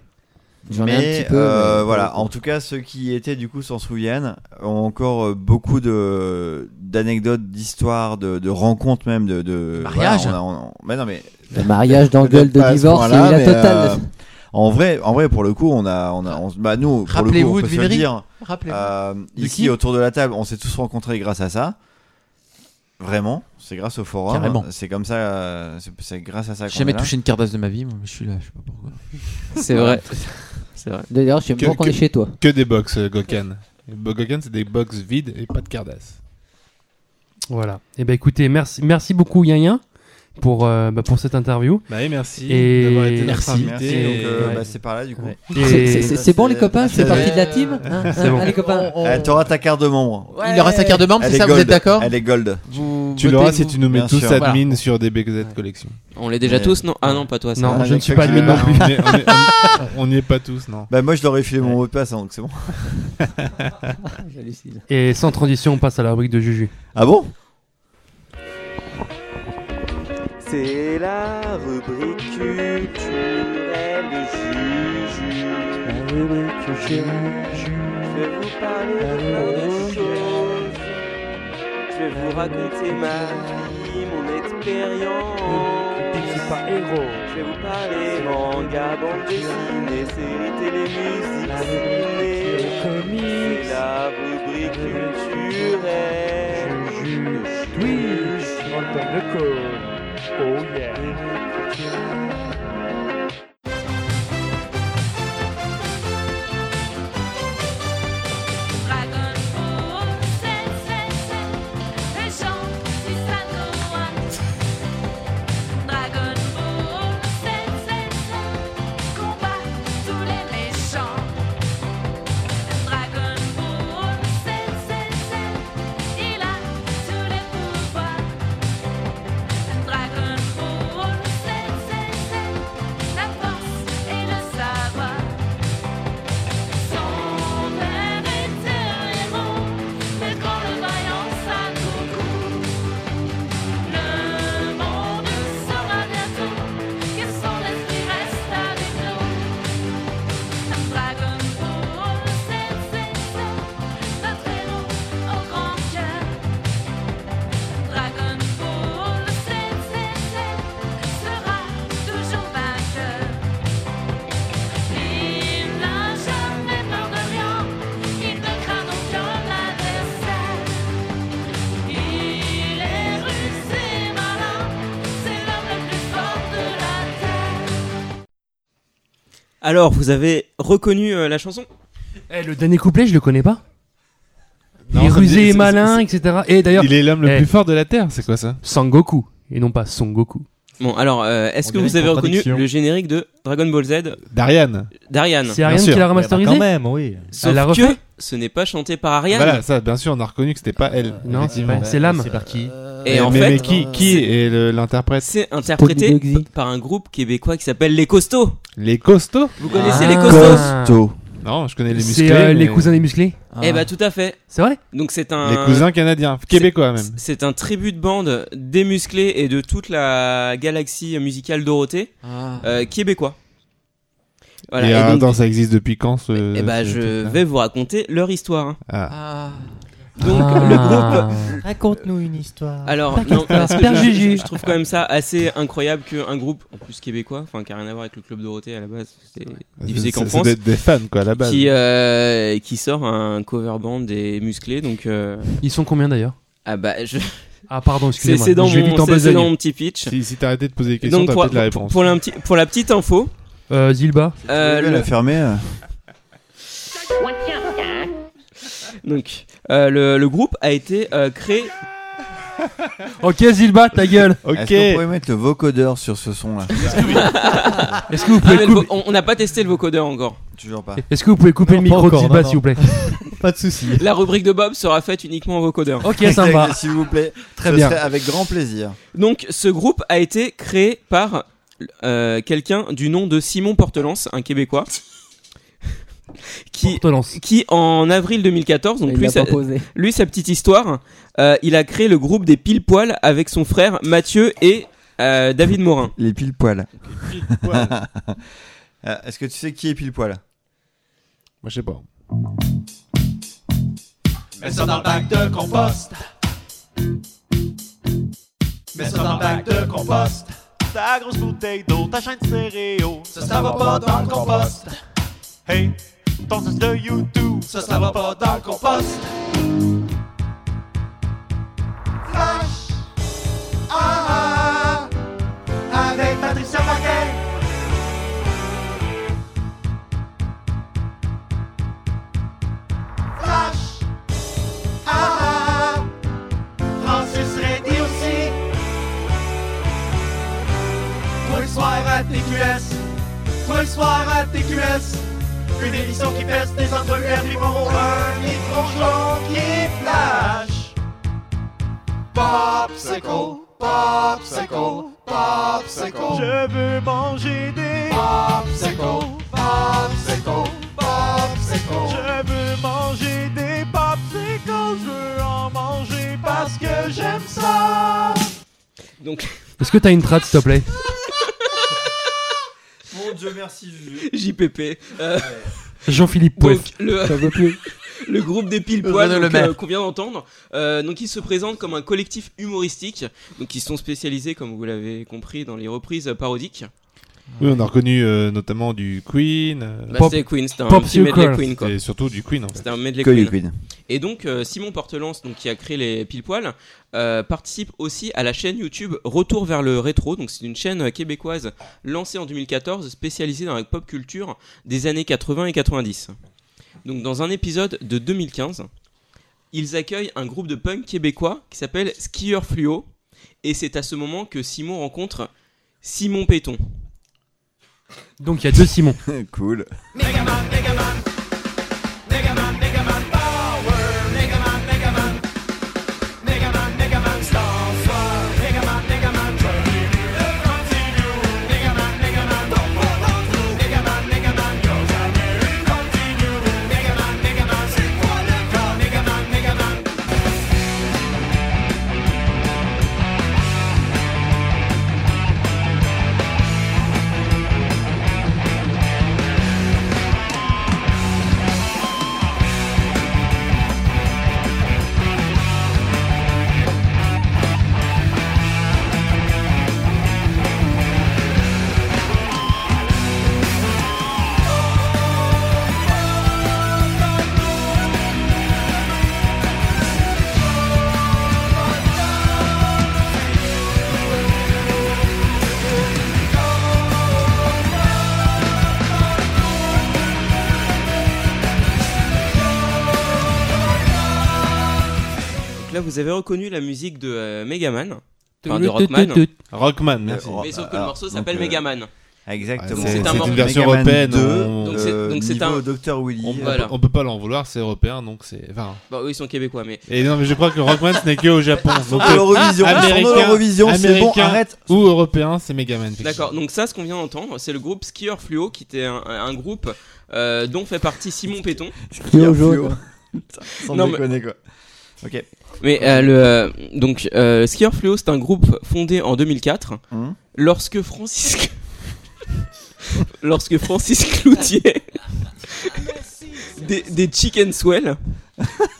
Speaker 7: J'en ai un
Speaker 5: mais
Speaker 7: petit peu,
Speaker 5: euh,
Speaker 7: mais-
Speaker 5: voilà, en tout cas, ceux qui y étaient du coup s'en souviennent, ont encore euh, beaucoup de d'anecdotes, d'histoires, de, de rencontres même, de, de
Speaker 4: Mariage.
Speaker 5: voilà, on a- on- on- mais non, mais
Speaker 7: Le
Speaker 5: [laughs]
Speaker 7: mariage d'engueule
Speaker 5: Pas à
Speaker 7: de
Speaker 5: ce
Speaker 7: divorce, c'est
Speaker 5: point-là,
Speaker 7: la
Speaker 5: mais,
Speaker 7: totale.
Speaker 5: euh, en vrai, en vrai, pour le coup, on a, on a, on- bah nous, pour le coup,
Speaker 4: Rappelez-vous
Speaker 5: on
Speaker 4: de
Speaker 5: peut se le
Speaker 4: Vimery.
Speaker 5: dire,
Speaker 4: Rappelez-vous.
Speaker 5: euh,
Speaker 4: De
Speaker 5: ici
Speaker 4: qui
Speaker 5: autour de la table, on s'est tous rencontrés grâce à ça. Vraiment, c'est grâce au forum.
Speaker 4: Carrément.
Speaker 5: hein. C'est comme ça, euh, c'est- c'est grâce à ça.
Speaker 4: J'ai
Speaker 5: qu'on
Speaker 4: jamais
Speaker 5: est là.
Speaker 4: touché une cardasse de ma vie, moi, mais je suis là, je sais pas pourquoi.
Speaker 7: [laughs]
Speaker 11: C'est
Speaker 4: [laughs]
Speaker 11: vrai. C'est vrai.
Speaker 7: D'ailleurs, je sais
Speaker 3: Que-
Speaker 7: même pas qu'on
Speaker 3: que-
Speaker 7: est chez toi.
Speaker 3: Que des box euh, Gokan. Bo- Gokan, c'est des box vides et pas de cardasses.
Speaker 2: Voilà. Et ben écoutez, merci, merci beaucoup Yann pour euh, bah, pour cette interview.
Speaker 3: Bah, et merci
Speaker 2: Et
Speaker 3: d'avoir été notre
Speaker 2: merci.
Speaker 5: Merci.
Speaker 3: invité.
Speaker 5: donc, euh,
Speaker 2: Ouais.
Speaker 5: bah, c'est par là du coup.
Speaker 2: Ouais.
Speaker 7: C'est- C'est
Speaker 2: Et-
Speaker 7: c'est- c'est bon, les
Speaker 5: c'est-
Speaker 7: copains C'est
Speaker 5: c'est-
Speaker 7: parti de la team hein
Speaker 2: C'est bon.
Speaker 7: Allez, copains
Speaker 5: Euh, T'auras ta carte de membre.
Speaker 4: Il aura sa carte de membre,
Speaker 5: Elle
Speaker 4: c'est
Speaker 5: est
Speaker 4: ça, vous
Speaker 5: gold.
Speaker 4: êtes d'accord
Speaker 5: Elle est gold.
Speaker 4: Vous
Speaker 3: Tu
Speaker 4: votez,
Speaker 3: l'auras si
Speaker 4: vous-
Speaker 3: tu nous mets
Speaker 5: Bien
Speaker 3: tous
Speaker 5: sûr.
Speaker 3: admin sur des BZ Collection.
Speaker 11: On l'est déjà
Speaker 5: Mais-
Speaker 11: tous, non Ah non, pas toi. ça.
Speaker 2: Non,
Speaker 5: Ah,
Speaker 2: je ne
Speaker 5: donc,
Speaker 2: suis pas admis non
Speaker 5: effectivement.
Speaker 2: plus.
Speaker 3: on est- on est- on- on n'y est pas tous, non.
Speaker 5: Bah moi je leur ai filé mon mot de passe hein, donc c'est
Speaker 3: [laughs]
Speaker 5: bon.
Speaker 7: J'hallucine.
Speaker 2: Et sans transition, on passe à la rubrique de Juju.
Speaker 5: Ah bon
Speaker 12: C'est la rubrique culturelle de Juju. La rubrique culturelle
Speaker 1: Je vais vous parler de plein de choses. Je vais vous raconter ma vie, mon expérience.
Speaker 12: héros.
Speaker 1: Je vais vous parler manga, bande dessinée, séries télé, musique, ciné. C'est la rubrique culturelle.
Speaker 12: on donne le code. Oh yeah.
Speaker 13: Dragon Ball, c'est, c'est, c'est, les gens du Sanoa. Dragon Ball, c'est, c'est, c'est, combat tous les méchants. Dragon Ball, c'est, c'est, c'est, il a tous les pouvoirs. Dragon Ball, c'est, c'est, c'est, la force et le savoir. Son père était un héros, mais quand le vaillant Sangoku Le monde saura bientôt que son esprit reste avec nous Dragon Ball, c'est, c'est, c'est notre héros au grand cœur Dragon Ball, c'est, c'est, c'est sera toujours vainqueur il n'a jamais peur de rien, il ne craint aucun adversaire. Il est rusé malin, c'est l'homme le plus fort de la terre.
Speaker 11: Alors, vous avez reconnu euh, la chanson
Speaker 2: Eh, le dernier couplet, je le connais pas. il est
Speaker 3: ça me dit-
Speaker 2: rusé et
Speaker 3: c'est-
Speaker 2: malin, etc. Et d'ailleurs,
Speaker 3: Il est l'homme le
Speaker 2: Eh.
Speaker 3: plus fort de la Terre, c'est quoi ça
Speaker 2: Sangoku et non pas Son Goku.
Speaker 1: Bon, alors, euh, est-ce que
Speaker 6: On dirait
Speaker 1: vous
Speaker 6: une
Speaker 1: avez reconnu
Speaker 6: contradiction.
Speaker 1: le générique de Dragon Ball Z
Speaker 3: D'Ariane.
Speaker 1: D'Ariane.
Speaker 2: C'est Ariane qui l'a remasterisé
Speaker 6: Eh ben, Quand même, oui.
Speaker 1: Sauf
Speaker 2: Elle l'a
Speaker 1: que
Speaker 2: refait
Speaker 1: ce n'est pas chanté par Ariane.
Speaker 3: Voilà, ça, bien sûr, on a reconnu que c'était pas elle.
Speaker 2: Non, c'est
Speaker 3: effectivement.
Speaker 2: pas- c'est l'âme.
Speaker 6: C'est par qui
Speaker 1: Et en
Speaker 3: mais,
Speaker 1: fait, euh,
Speaker 3: mais qui, qui est le- l'interprète
Speaker 1: c'est interprété
Speaker 7: Pauline Degree.
Speaker 1: p- par un groupe québécois qui s'appelle Les Costauds.
Speaker 3: Les costauds
Speaker 1: Vous connaissez
Speaker 2: Ah.
Speaker 1: Les Costauds
Speaker 3: Non, je connais les musclés.
Speaker 2: C'est euh, les
Speaker 3: mais-
Speaker 2: cousins des musclés. Ah.
Speaker 1: Eh bah tout à fait.
Speaker 2: C'est vrai
Speaker 1: Donc c'est un
Speaker 3: Les cousins canadiens, québécois même.
Speaker 1: C'est un tribut de bande des musclés et de toute la galaxie musicale Dorothée
Speaker 2: Ah.
Speaker 1: euh, québécois. Voilà.
Speaker 3: et euh,
Speaker 1: et donc-
Speaker 3: attends, ça existe depuis quand ce.
Speaker 1: eh bah,
Speaker 3: ce
Speaker 1: je
Speaker 3: truc-là
Speaker 1: vais vous raconter leur histoire. hein.
Speaker 3: Ah.
Speaker 1: Donc le groupe.
Speaker 2: Ah.
Speaker 6: Raconte-nous une histoire.
Speaker 1: Alors non, parce que
Speaker 2: Père
Speaker 1: je,
Speaker 2: Gigi.
Speaker 1: je trouve quand même ça assez incroyable qu'un groupe, en plus québécois, enfin qui a rien à voir avec le club Dorothée à la base, c'était diffusé
Speaker 3: C'est-
Speaker 1: qu'en
Speaker 3: c'est
Speaker 1: France.
Speaker 3: des, des fans quoi à la base.
Speaker 1: qui, euh, qui sort un cover band des musclés. Donc, euh,
Speaker 2: Ils sont combien d'ailleurs
Speaker 1: ah bah, je-
Speaker 2: [laughs] Ah pardon,
Speaker 1: c'est
Speaker 2: excusez-moi.
Speaker 1: c'est dans,
Speaker 2: je vais
Speaker 1: mon-
Speaker 2: vite en
Speaker 1: c'est- c'est dans
Speaker 2: besogne.
Speaker 1: mon petit pitch.
Speaker 3: Si, si t'as arrêté de poser des questions,
Speaker 1: Donc,
Speaker 3: t'as
Speaker 1: pour,
Speaker 3: peut-être la
Speaker 1: pour,
Speaker 3: réponse.
Speaker 1: pour la, petit- pour la petite info,
Speaker 2: Euh, Zilba.
Speaker 1: euh,
Speaker 5: elle
Speaker 1: le-
Speaker 5: a fermé. euh.
Speaker 1: [laughs] donc, euh, le, le groupe a été euh, créé.
Speaker 2: Ok Zilba, ta gueule.
Speaker 5: Est-ce qu'on
Speaker 3: Ok.
Speaker 5: pourrait mettre le vocodeur sur ce son là
Speaker 2: [laughs] Est-ce que vous
Speaker 1: Ah,
Speaker 2: pouvez
Speaker 1: mais le vo-
Speaker 2: couper,
Speaker 1: on on n'a pas testé le vocodeur encore.
Speaker 5: Toujours pas.
Speaker 2: est-ce que vous pouvez couper
Speaker 6: Non,
Speaker 2: le
Speaker 6: pas
Speaker 2: micro de
Speaker 6: encore,
Speaker 2: Zilba
Speaker 6: non,
Speaker 2: s'il vous plaît
Speaker 6: [laughs] Pas de souci.
Speaker 1: La rubrique de Bob sera faite uniquement en vocodeur.
Speaker 2: Ok, ça me va.
Speaker 5: S'il vous plaît.
Speaker 2: Très
Speaker 5: Ce
Speaker 2: bien.
Speaker 5: serait avec grand plaisir.
Speaker 1: Donc, ce groupe a été créé par euh, quelqu'un du nom de Simon Portelance, un
Speaker 2: [laughs]
Speaker 1: Québécois.
Speaker 2: On
Speaker 1: Qui,
Speaker 2: te lance.
Speaker 1: qui en avril 2014, donc
Speaker 7: Il
Speaker 1: lui,
Speaker 7: l'a
Speaker 1: ça-
Speaker 7: pas posé.
Speaker 1: Lui, sa petite histoire, euh, il a créé le groupe des pile poils avec son frère Mathieu et euh, David Morin.
Speaker 5: Les pile poil.
Speaker 3: Voilà.
Speaker 5: [laughs] Euh, Est-ce que tu sais qui est pile poil
Speaker 3: Moi, je sais pas.
Speaker 13: Mets ça dans le bac de compost. Mets ça dans le bac de compost. Ta grosse bouteille d'eau, ta chaîne de céréaux. Ça, ça va pas dans le compost. Hey, ton sauce de YouTube. Ça, ça va pas dans le compost. Flash. Ah, ah, avec Patricia Paquet. Flash. Ah, ah, Francis Reddy aussi. Toi le soir à TQS. Toi le soir à TQS. Une émission qui pèse des entrevues à Ribon. Un micro jaune qui flash. Popsicle, popsicle, popsicle. Je veux manger des popsicle, popsicle, popsicle. Je veux manger des popsicles. Je veux en manger parce que j'aime ça.
Speaker 1: Donc,
Speaker 2: Est-ce que t'as une trad s'il te plaît
Speaker 5: Mon Dieu, merci Juju.
Speaker 1: JPP. Euh,
Speaker 2: Jean-Philippe
Speaker 1: donc,
Speaker 2: Poef.
Speaker 1: le,
Speaker 7: Ça veut plus.
Speaker 1: [laughs] le groupe des pile poils
Speaker 4: Renaud
Speaker 1: donc,
Speaker 4: Le Maire.
Speaker 1: euh, qu'on vient d'entendre, euh, donc ils se présentent comme un collectif humoristique, donc ils sont spécialisés, comme vous l'avez compris, dans les reprises euh, parodiques.
Speaker 3: Oui, on a reconnu euh, notamment du Queen. euh,
Speaker 1: Bah,
Speaker 2: Pop-
Speaker 1: c'était Queen, c'était un
Speaker 2: Pop
Speaker 1: petit medley
Speaker 2: Circle.
Speaker 1: Queen quoi.
Speaker 3: et surtout du Queen en fait.
Speaker 1: C'était un medley
Speaker 5: Que
Speaker 1: Queen.
Speaker 5: du Queen.
Speaker 1: Et donc euh, Simon Portelance, donc qui a créé les pile poils, euh, participe aussi à la chaîne YouTube Retour vers le rétro. Donc c'est une chaîne euh, québécoise lancée en 2014, spécialisée dans la pop culture des années 80 et 90. Donc dans un épisode de 2015, ils accueillent un groupe de punk québécois qui s'appelle Skieur Fluo. Et c'est à ce moment que Simon rencontre Simon Péton.
Speaker 2: Donc il y a deux Simons.
Speaker 5: cool.
Speaker 13: Megaman, Megaman. Megaman, Megaman Power. Megaman, Megaman. Megaman, Megaman Starfire. Megaman, Megaman Journey. Le continue. Megaman, Megaman Don't Fall Down Through. Megaman, Megaman Yo Jamais Une Continue. Megaman, Megaman C'est quoi le corps Megaman, Megaman
Speaker 1: Donc là vous avez reconnu la musique de euh, Megaman. Enfin, de Rockman. Euh,
Speaker 3: Rockman,
Speaker 1: Mais
Speaker 3: merci.
Speaker 1: sauf que le morceau s'appelle
Speaker 5: donc, euh,
Speaker 1: Megaman.
Speaker 5: Exactement.
Speaker 1: Donc
Speaker 3: C'est
Speaker 1: un
Speaker 3: c'est
Speaker 1: morceau-
Speaker 3: une version
Speaker 5: Megaman
Speaker 3: européenne.
Speaker 5: 2,
Speaker 3: euh, on-
Speaker 1: donc c'est- donc c'est
Speaker 5: niveau
Speaker 1: un-
Speaker 5: Dr. Willy.
Speaker 1: On-
Speaker 3: on,
Speaker 1: voilà.
Speaker 3: on peut pas l'en vouloir, c'est européen, donc c'est. Enfin,
Speaker 1: Bah, eux, ils sont québécois, mais. Ah,
Speaker 3: Et non, mais je crois que Rockman ce n'est que au Japon.
Speaker 5: [laughs]
Speaker 3: Donc,
Speaker 5: À l'Eurovision,
Speaker 3: euh,
Speaker 5: sur
Speaker 3: américain,
Speaker 5: l'Eurovision, c'est bon,
Speaker 3: américain
Speaker 5: arrête.
Speaker 3: Ou européen, c'est Megaman.
Speaker 1: D'accord, donc ça, ce qu'on vient d'entendre, c'est le groupe Skier Fluo, qui était un, un groupe euh, dont fait partie Simon Péton.
Speaker 5: Skieur fluo.
Speaker 1: [laughs]
Speaker 5: Putain, Sans
Speaker 1: Non, mais-
Speaker 5: déconner, quoi. Ok.
Speaker 1: Mais euh, le, euh, donc, euh, Skier Fluo, c'est un groupe fondé en 2004,
Speaker 5: Mhm.
Speaker 1: lorsque Francis... [laughs] lorsque Francis Cloutier des, des Chicken Swell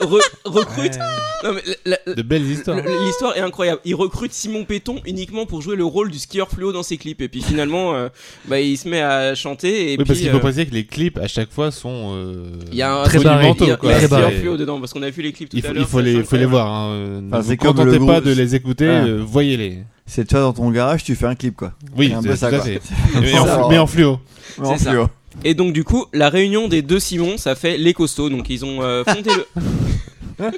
Speaker 1: re- recrute... Non, mais la- la-
Speaker 3: De belles histoires.
Speaker 1: Le- L'histoire est incroyable. Il recrute Simon Péton uniquement pour jouer le rôle du skieur fluo dans ses clips. Et puis finalement, euh, bah, il se met à chanter. Et
Speaker 3: oui,
Speaker 1: puis,
Speaker 3: parce qu'il faut
Speaker 1: euh,
Speaker 3: préciser que les clips à chaque fois sont euh,
Speaker 1: il y a un
Speaker 3: très
Speaker 1: il
Speaker 3: monumentaux.
Speaker 1: y a-
Speaker 3: quoi.
Speaker 1: il y a
Speaker 3: C'est-
Speaker 1: skieur fluo dedans parce qu'on a vu les clips tout
Speaker 3: il
Speaker 1: à
Speaker 3: faut,
Speaker 1: l'heure.
Speaker 3: il faut
Speaker 1: ça,
Speaker 3: les,
Speaker 1: c'est
Speaker 3: il faut les
Speaker 1: incroyable.
Speaker 3: voir. Hein. euh,
Speaker 5: Enfin,
Speaker 3: ne
Speaker 5: c'est
Speaker 3: vous
Speaker 5: comme
Speaker 3: contentez
Speaker 5: le
Speaker 3: pas
Speaker 5: groupe-
Speaker 3: de les écouter,
Speaker 5: Ah.
Speaker 3: euh, voyez-les.
Speaker 5: C'est toi dans ton garage, tu fais un clip, quoi.
Speaker 3: Oui,
Speaker 5: C'est un
Speaker 3: c'est-
Speaker 5: peu ça,
Speaker 3: tout à
Speaker 5: quoi. [laughs]
Speaker 3: fait.
Speaker 5: C'est
Speaker 3: Mais,
Speaker 5: ça.
Speaker 3: en, mais en fluo.
Speaker 5: Mais en
Speaker 1: C'est ça.
Speaker 5: fluo.
Speaker 1: Et donc du coup, la réunion des deux Simons, ça fait les costauds. Donc ils ont euh, fondé le.
Speaker 3: [laughs]
Speaker 1: [laughs]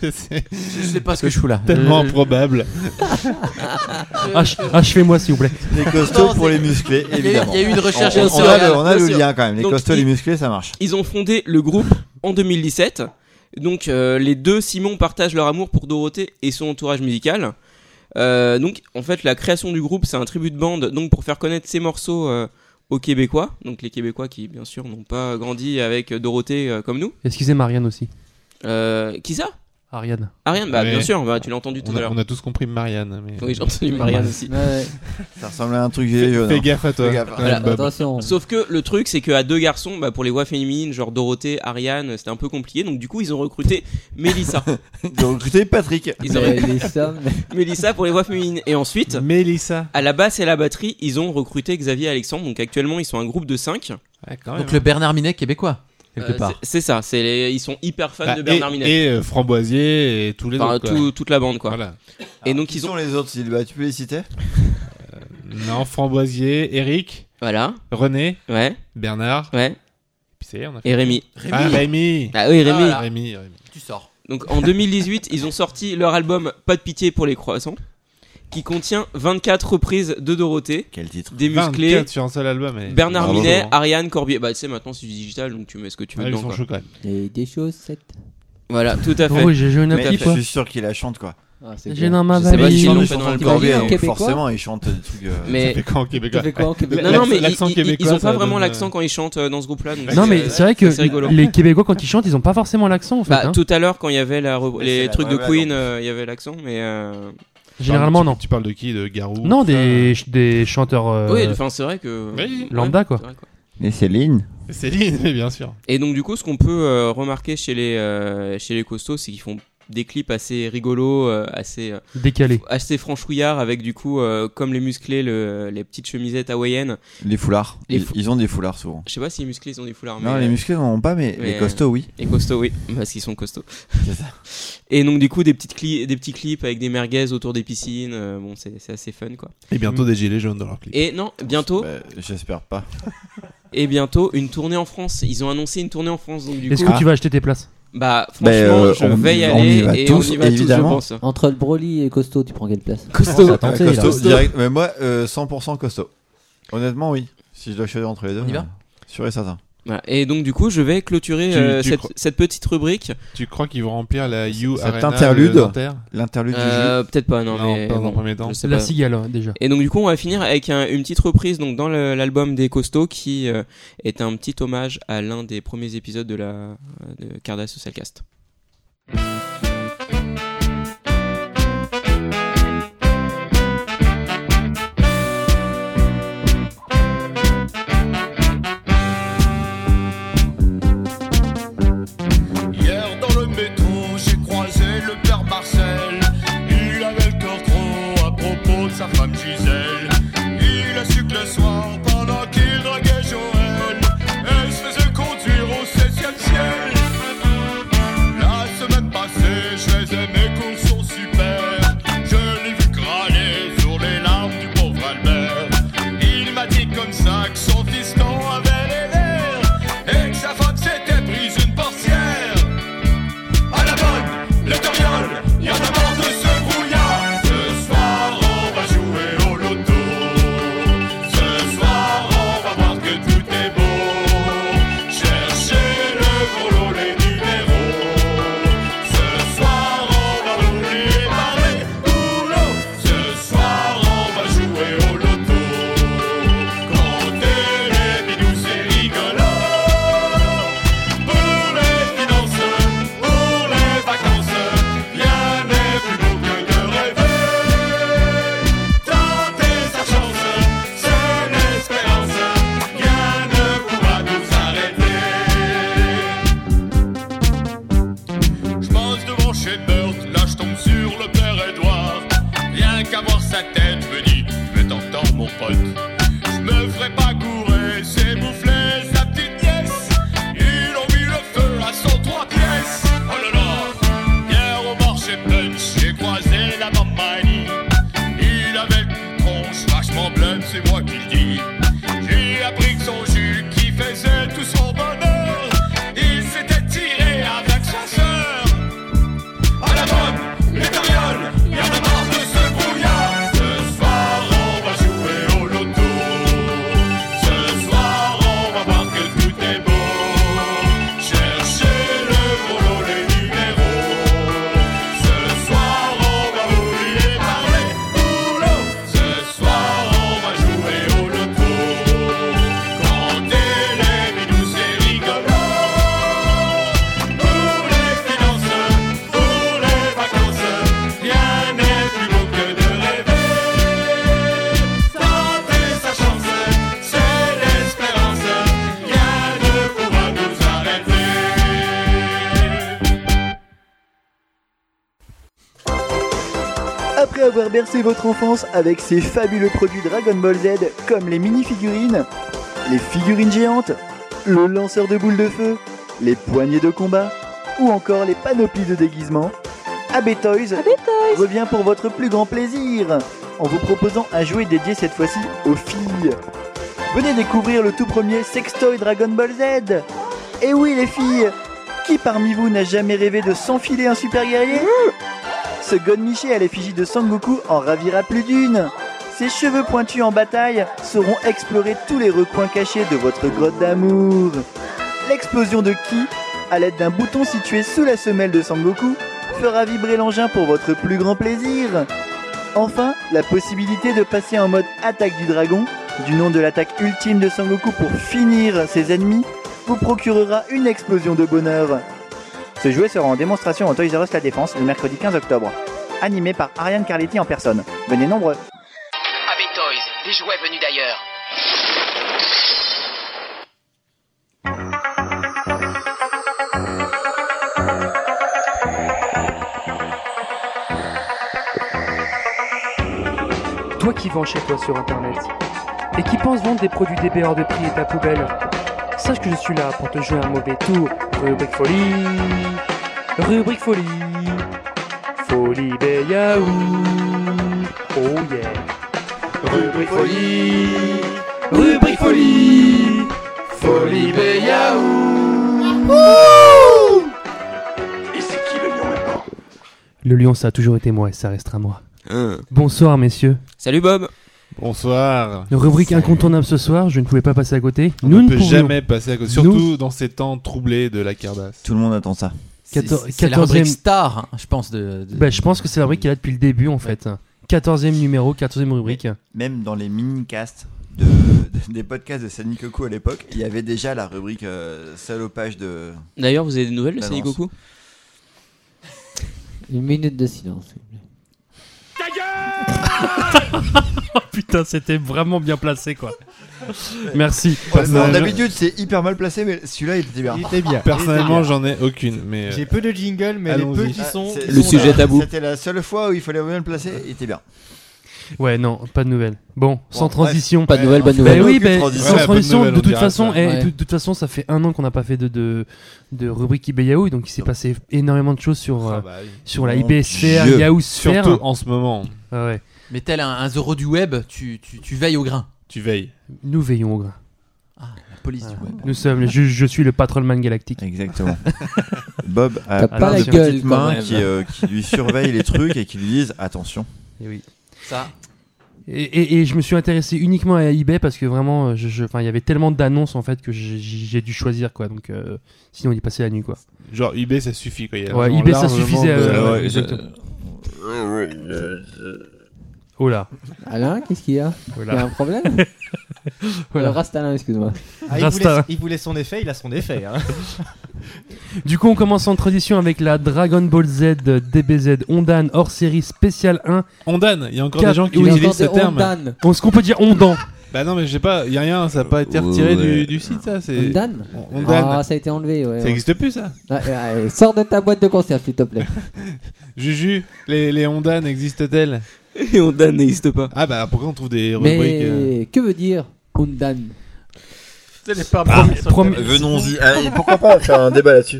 Speaker 3: c'est
Speaker 4: Je sais pas ce que je fous là.
Speaker 3: tellement
Speaker 4: Euh,
Speaker 3: probable.
Speaker 2: Ach- Achevez-moi, s'il vous plaît.
Speaker 5: Les costauds
Speaker 4: Non,
Speaker 5: pour
Speaker 4: c'est-
Speaker 5: les musclés,
Speaker 4: y a eu-
Speaker 5: évidemment.
Speaker 4: il y a eu une recherche
Speaker 5: On- on, a,
Speaker 1: sociale,
Speaker 5: le, on a
Speaker 1: bien
Speaker 5: le
Speaker 1: sûr.
Speaker 5: lien quand même. Les
Speaker 1: Donc,
Speaker 5: costauds,
Speaker 1: il-
Speaker 5: les musclés, ça marche.
Speaker 1: Ils ont fondé le groupe en 2017. Donc euh, les deux Simons partagent leur amour pour Dorothée et son entourage musical. Euh, donc en fait la création du groupe c'est un tribut de bande donc pour faire connaître ces morceaux euh, aux Québécois. Donc les Québécois qui bien sûr n'ont pas grandi avec Dorothée euh, comme nous.
Speaker 2: Excusez Marianne aussi.
Speaker 1: Euh, qui ça
Speaker 2: Ariane.
Speaker 1: Ariane Bah bien
Speaker 3: Ouais.
Speaker 1: sûr, bah, tu l'as entendu tout
Speaker 3: On
Speaker 1: à
Speaker 3: a,
Speaker 1: l'heure.
Speaker 3: on a tous compris Marianne. Mais...
Speaker 1: Oui j'ai entendu Marianne aussi.
Speaker 7: Ouais,
Speaker 5: Ça ressemble à un truc
Speaker 3: Fais,
Speaker 5: gilet jaune.
Speaker 3: fais
Speaker 5: hein.
Speaker 3: gaffe à toi.
Speaker 5: Fais gaffe.
Speaker 3: Ouais,
Speaker 1: Voilà.
Speaker 3: Bob.
Speaker 7: attention.
Speaker 1: Sauf que le truc, c'est qu'à deux garçons, bah, pour les voix féminines, genre Dorothée, Ariane, c'était un peu compliqué. Donc, du coup, ils ont recruté Mélissa.
Speaker 5: Ils ont recruté Patrick.
Speaker 1: Ils ont
Speaker 7: Mais
Speaker 1: [laughs]
Speaker 7: les sommes-
Speaker 1: Mélissa pour les voix féminines. Et ensuite,
Speaker 3: Mélissa.
Speaker 1: à la basse et à la batterie, ils ont recruté Xavier Alexandre. Donc, actuellement, ils sont un groupe de 5.
Speaker 3: Ouais, quand même.
Speaker 4: Donc le Bernard Minet québécois, hein. quelque
Speaker 1: Ah Euh,
Speaker 4: part.
Speaker 1: c'est- C'est ça. c'est les- Ils sont hyper fans
Speaker 3: Bah,
Speaker 1: de Bernard
Speaker 3: et,
Speaker 1: Minet.
Speaker 3: Et euh, Framboisier et tous les
Speaker 1: Enfin,
Speaker 3: autres. quoi.
Speaker 1: tout- toute la bande, quoi.
Speaker 3: Voilà.
Speaker 1: Et donc,
Speaker 5: Qui
Speaker 1: ils ont.
Speaker 5: sont les autres, Sylvain Tu peux les
Speaker 1: [laughs]
Speaker 5: citer
Speaker 3: Non, Framboisier, Eric,
Speaker 1: Voilà.
Speaker 3: René,
Speaker 1: Ouais.
Speaker 3: Bernard.
Speaker 1: Ouais.
Speaker 3: Puis c'est on a fait.
Speaker 1: Et Rémi.
Speaker 3: Ah, Rémi.
Speaker 1: Ah oui, Rémi.
Speaker 4: Voilà.
Speaker 3: Rémi, Rémi.
Speaker 4: Tu sors.
Speaker 1: Donc en 2018, ils ont sorti leur album Pas de pitié pour les croissants, qui contient 24 reprises de Dorothée,
Speaker 5: Quel titre
Speaker 1: des musclés,
Speaker 3: 24 sur un seul album. et-
Speaker 1: Bernard
Speaker 3: Bravo.
Speaker 1: Minet,
Speaker 3: Ah,
Speaker 1: Ariane Corbier. Bah, tu sais, maintenant c'est du digital, donc tu mets ce que tu veux
Speaker 3: ils
Speaker 1: dedans.
Speaker 3: sont
Speaker 1: quoi.
Speaker 3: chauds quand même.
Speaker 7: Et des choses, cette.
Speaker 1: Voilà, tout
Speaker 5: Ah
Speaker 1: à fait.
Speaker 2: Oh, j'ai joué une
Speaker 1: Mais-
Speaker 5: Mais
Speaker 2: appli,
Speaker 5: je
Speaker 2: quoi.
Speaker 5: suis sûr qu'il la chante quoi.
Speaker 7: Ah, c'est
Speaker 2: J'ai
Speaker 7: bien.
Speaker 2: dans ma
Speaker 1: Je sais pas
Speaker 5: Ils
Speaker 1: si
Speaker 2: valise.
Speaker 1: ils l'ont
Speaker 5: chantent
Speaker 1: fait dans
Speaker 5: dans le
Speaker 1: l'album.
Speaker 5: Corbier, donc
Speaker 7: Québécois
Speaker 5: forcément ils chantent des trucs. euh,
Speaker 1: Mais
Speaker 3: Fait quoi en
Speaker 7: Tu
Speaker 3: québécois
Speaker 7: fais
Speaker 3: [laughs]
Speaker 7: quoi en Québec
Speaker 1: non, non, mais
Speaker 3: L'accent
Speaker 1: ils, ils- ils
Speaker 3: québécois,
Speaker 1: ont pas
Speaker 3: ça
Speaker 1: vraiment
Speaker 3: donne,
Speaker 1: l'accent
Speaker 3: euh,
Speaker 1: quand ils chantent euh, dans ce groupe-là. donc,
Speaker 2: Non,
Speaker 1: euh,
Speaker 2: mais c'est vrai que
Speaker 1: c'est rigolo.
Speaker 2: les Québécois, quand ils chantent, ils ont pas forcément l'accent, en fait.
Speaker 1: Bah,
Speaker 2: hein.
Speaker 1: tout à l'heure, quand il y avait la re-
Speaker 3: Bah,
Speaker 5: Mais c'est
Speaker 1: les
Speaker 5: la
Speaker 1: trucs de
Speaker 5: vraie
Speaker 1: Queen,
Speaker 5: langue.
Speaker 1: euh, il y avait l'accent, mais. euh,
Speaker 2: Généralement,
Speaker 3: Tu-
Speaker 2: non.
Speaker 3: Tu parles de qui De Garou
Speaker 2: Non,
Speaker 3: tout ça
Speaker 2: des, ch- des chanteurs. euh,
Speaker 1: Oui, enfin, c'est vrai que.
Speaker 3: Oui.
Speaker 2: Lambda, quoi.
Speaker 1: c'est vrai,
Speaker 5: Mais Céline
Speaker 3: Céline, [laughs] mais bien sûr.
Speaker 1: Et donc du coup, ce qu'on peut euh, remarquer chez les euh, chez les costauds, c'est qu'ils font des clips assez rigolos, euh, assez euh,
Speaker 2: décalés.
Speaker 1: assez franchouillards, avec du coup euh, comme les musclés, le- les petites chemisettes hawaïennes.
Speaker 5: Les foulards.
Speaker 1: Les
Speaker 5: Ils
Speaker 1: fou-
Speaker 5: ils ont des foulards souvent.
Speaker 1: Je sais pas si les musclés ils ont des foulards.
Speaker 5: Non,
Speaker 1: mais,
Speaker 5: les
Speaker 1: euh,
Speaker 5: musclés n'en ont pas, mais
Speaker 1: mais,
Speaker 5: les costauds, oui.
Speaker 1: les costauds, oui, [laughs] parce qu'ils sont costauds.
Speaker 5: C'est ça.
Speaker 1: Et donc du coup, des petites cli- des petits clips avec des merguez autour des piscines. euh, bon, c'est c'est assez fun quoi.
Speaker 3: Et bientôt des gilets jaunes dans leur clip.
Speaker 1: Et non, bientôt
Speaker 5: Bah, J'espère pas.
Speaker 1: [laughs] et bientôt une tournée en France. Ils ont annoncé une tournée en France, donc du
Speaker 2: Est-ce
Speaker 1: coup, ah.
Speaker 2: que tu vas acheter tes places
Speaker 1: bah franchement,
Speaker 5: Bah, euh,
Speaker 1: je
Speaker 5: on-
Speaker 1: vais y
Speaker 5: on y
Speaker 1: aller
Speaker 5: va
Speaker 1: et
Speaker 5: tous,
Speaker 1: on y va
Speaker 5: évidemment.
Speaker 1: tous, je pense.
Speaker 7: Entre le Broly et Costaud, tu prends quelle place
Speaker 5: Ah,
Speaker 1: Costaud.
Speaker 7: On s'est tenté,
Speaker 5: costaud,
Speaker 7: là.
Speaker 5: direct. Mais moi, euh, 100% costaud. Honnêtement, oui. Si je dois choisir entre les deux,
Speaker 4: On y va
Speaker 5: euh, Sûr et certain.
Speaker 1: Voilà. Bah, Et donc du coup, je vais clôturer
Speaker 3: Tu-
Speaker 1: euh,
Speaker 3: tu
Speaker 1: cette,
Speaker 3: crois-
Speaker 1: cette petite rubrique.
Speaker 3: Tu crois qu'ils vont remplir la You
Speaker 5: Cet
Speaker 3: Arena
Speaker 5: interlude.
Speaker 3: de Nanterre
Speaker 5: L'interlude du jeu.
Speaker 1: Euh, Peut-être pas, non.
Speaker 3: Non,
Speaker 1: mais
Speaker 3: pas dans
Speaker 1: bon,
Speaker 3: le premier temps.
Speaker 1: je sais
Speaker 2: La
Speaker 1: pas.
Speaker 2: cigale, hein, déjà.
Speaker 1: Et donc du coup, on va finir avec un- une petite reprise donc dans le- l'album des Costauds qui euh, est un petit hommage à l'un des premiers épisodes de la de Cardas Socialcast.
Speaker 13: Hier dans le métro, j'ai croisé le père Marcel. Il avait le cœur gros à propos de sa femme Gisèle. Il a su que le soir, pendant qu'il draguait Joël, elle se faisait conduire au 16e ciel. La semaine passée, Oh
Speaker 9: Après avoir bercé votre enfance avec ces fabuleux produits Dragon Ball Z, comme les mini-figurines, les figurines géantes, le lanceur de boules de feu, les poignées de combat, ou encore les panoplies de déguisement, AB Toys revient pour votre plus grand plaisir, en vous proposant un jouet dédié cette fois-ci aux filles. Venez découvrir le tout premier Sextoy Dragon Ball Z Et oui les filles Qui parmi vous n'a jamais rêvé de s'enfiler un super guerrier Ce Gonmiché à l'effigie de Sangoku en ravira plus d'une Ses cheveux pointus en bataille sauront explorer tous les recoins cachés de votre grotte d'amour L'explosion de Ki, à l'aide d'un bouton situé sous la semelle de Sangoku, fera vibrer l'engin pour votre plus grand plaisir Enfin, la possibilité de passer en mode attaque du dragon, du nom de l'attaque ultime de Sangoku pour finir ses ennemis, vous procurera une explosion de bonheur. Ce jouet sera en démonstration au Toys R Us La Défense le mercredi 15 octobre, animé par Ariane Carletti en personne. Venez nombreux
Speaker 14: AB Toys, des jouets venus d'ailleurs.
Speaker 15: Toi qui vends chez toi sur internet et qui pense vendre des produits DB hors de prix et ta poubelle, sache que je suis là pour te jouer un mauvais tour. Rubrique folie, rubrique folie, folie des yaourts. Oh yeah! Rubrique folie, rubrique folie, folie des
Speaker 2: Le lion, ça a toujours été moi et ça restera moi.
Speaker 3: Hein.
Speaker 2: Bonsoir, messieurs.
Speaker 1: Salut Bob.
Speaker 3: Bonsoir.
Speaker 2: Une rubrique incontournable ce soir, je ne pouvais pas passer à côté.
Speaker 3: On
Speaker 2: Nous ne
Speaker 3: ne peut
Speaker 2: pouvions-
Speaker 3: jamais passer à côté, surtout
Speaker 2: Nous-
Speaker 3: dans ces temps troublés de la cardasse.
Speaker 5: Tout le monde attend ça.
Speaker 2: C'est- Quator-
Speaker 4: C'est la
Speaker 2: quatorzième-
Speaker 4: rubrique star, hein, je pense. De, de-
Speaker 2: Bah, je pense que c'est la rubrique qu'il a depuis le début en fait. 14e numéro, 14e rubrique.
Speaker 5: Même dans les mini-casts de- [laughs] de- des podcasts de Sani Koku à l'époque, il y avait déjà la rubrique euh, salopage de.
Speaker 1: D'ailleurs, vous avez des nouvelles de
Speaker 5: Balance.
Speaker 1: Sani Goku
Speaker 7: Une minute de silence. s'il vous plaît.
Speaker 2: [laughs] Putain, c'était vraiment bien placé quoi. Merci.
Speaker 5: Ouais, mais en D'habitude, c'est hyper mal placé, mais celui-là, il était bien.
Speaker 6: Il était bien.
Speaker 3: Personnellement, j'en ai aucune, mais. euh,
Speaker 6: J'ai peu de jingle, mais les
Speaker 5: Allons-y.
Speaker 6: peu qui
Speaker 5: Ah,
Speaker 6: sont.
Speaker 5: c'est-
Speaker 6: sont
Speaker 5: sont-
Speaker 6: là.
Speaker 5: C'était la seule fois où il fallait bien le placer, il était bien.
Speaker 2: Ouais, non, pas de nouvelles. Bon, sans
Speaker 5: bref.
Speaker 2: transition.
Speaker 5: Pas de nouvelles,
Speaker 2: bonne
Speaker 5: bonne nouvelle.
Speaker 2: oui,
Speaker 5: Aucune
Speaker 2: bah,
Speaker 5: transition.
Speaker 2: sans
Speaker 5: Ouais, bonne
Speaker 2: transition,
Speaker 5: nouvelle,
Speaker 2: de
Speaker 5: on
Speaker 2: toute
Speaker 5: dira
Speaker 2: façon,
Speaker 5: ça.
Speaker 2: eh,
Speaker 5: Ouais.
Speaker 2: de, de toute façon, ça fait un an qu'on n'a pas fait de, de, de rubrique eBay Yahoo, donc il s'est passé énormément de choses sur,
Speaker 5: Ah
Speaker 2: euh,
Speaker 3: bah oui.
Speaker 2: sur la
Speaker 3: Mon
Speaker 2: IBSR,
Speaker 3: Dieu.
Speaker 2: Yahoo Sphere.
Speaker 3: Surtout en ce moment.
Speaker 2: Ah ouais.
Speaker 4: Mais tel un, un Zoro du web, tu, tu, tu veilles au grain.
Speaker 3: Tu veilles.
Speaker 2: Nous veillons au grain.
Speaker 4: La police du web.
Speaker 2: Nous sommes, les- je, je suis le patrolman galactique.
Speaker 5: Exactement. Bob a
Speaker 2: T'as
Speaker 5: plein
Speaker 2: pas la bah.
Speaker 5: de
Speaker 2: gueule,
Speaker 5: petites
Speaker 2: quand
Speaker 5: mains
Speaker 2: même.
Speaker 5: qui, euh, qui lui surveillent les trucs et qui lui disent attention.
Speaker 6: Eh
Speaker 2: Et oui.
Speaker 4: Ça.
Speaker 2: Et, et- et je me suis intéressé uniquement à eBay parce que vraiment, euh, je, je- enfin, il y avait tellement d'annonces en fait que j'ai- j'ai dû choisir quoi. Donc, euh, sinon, on y passait la nuit quoi.
Speaker 3: Genre, eBay, ça suffit quoi. il y a
Speaker 2: Ouais,
Speaker 3: vraiment
Speaker 2: eBay, ça
Speaker 3: largement
Speaker 2: suffisait,
Speaker 3: de- Ah
Speaker 2: euh,
Speaker 3: Ouais,
Speaker 2: ouais,
Speaker 3: exactement.
Speaker 2: Oh là.
Speaker 7: Alain, qu'est-ce qu'il y a
Speaker 2: Voilà.
Speaker 7: Il y a un problème
Speaker 2: Voilà.
Speaker 7: Alors reste Alain, excuse-moi.
Speaker 6: Ah, il,
Speaker 2: Rasta.
Speaker 6: voulait, il voulait son effet, il a son effet. hein.
Speaker 2: Du coup, on commence en tradition avec la Dragon Ball Z DBZ Ondan hors série spéciale 1.
Speaker 3: Ondan, il y a encore
Speaker 2: Cap-
Speaker 3: des gens qui
Speaker 2: Oui.
Speaker 3: utilisent ce terme.
Speaker 2: Bon, Est-ce qu'on peut
Speaker 5: [laughs]
Speaker 2: dire Ondan
Speaker 3: Bah non, mais j'ai pas, y a rien, ça a pas été retiré du, du site ça. c'est-
Speaker 7: Dan
Speaker 3: On- Ondan.
Speaker 7: Ah, ça a été enlevé, ouais.
Speaker 3: Ça
Speaker 7: ouais.
Speaker 3: existe plus, ça
Speaker 7: Ouais, ouais, ouais. Sors de ta boîte de conserve, s'il te plaît.
Speaker 3: Juju, les, les Ondan existent-elles
Speaker 1: [laughs] Les Ondan n'existent pas.
Speaker 3: Ah bah pourquoi on trouve des rubriques
Speaker 7: Mais
Speaker 3: euh,
Speaker 7: que veut dire Undan
Speaker 5: Ah, Venons-y. Ah, et pourquoi pas faire un débat là-dessus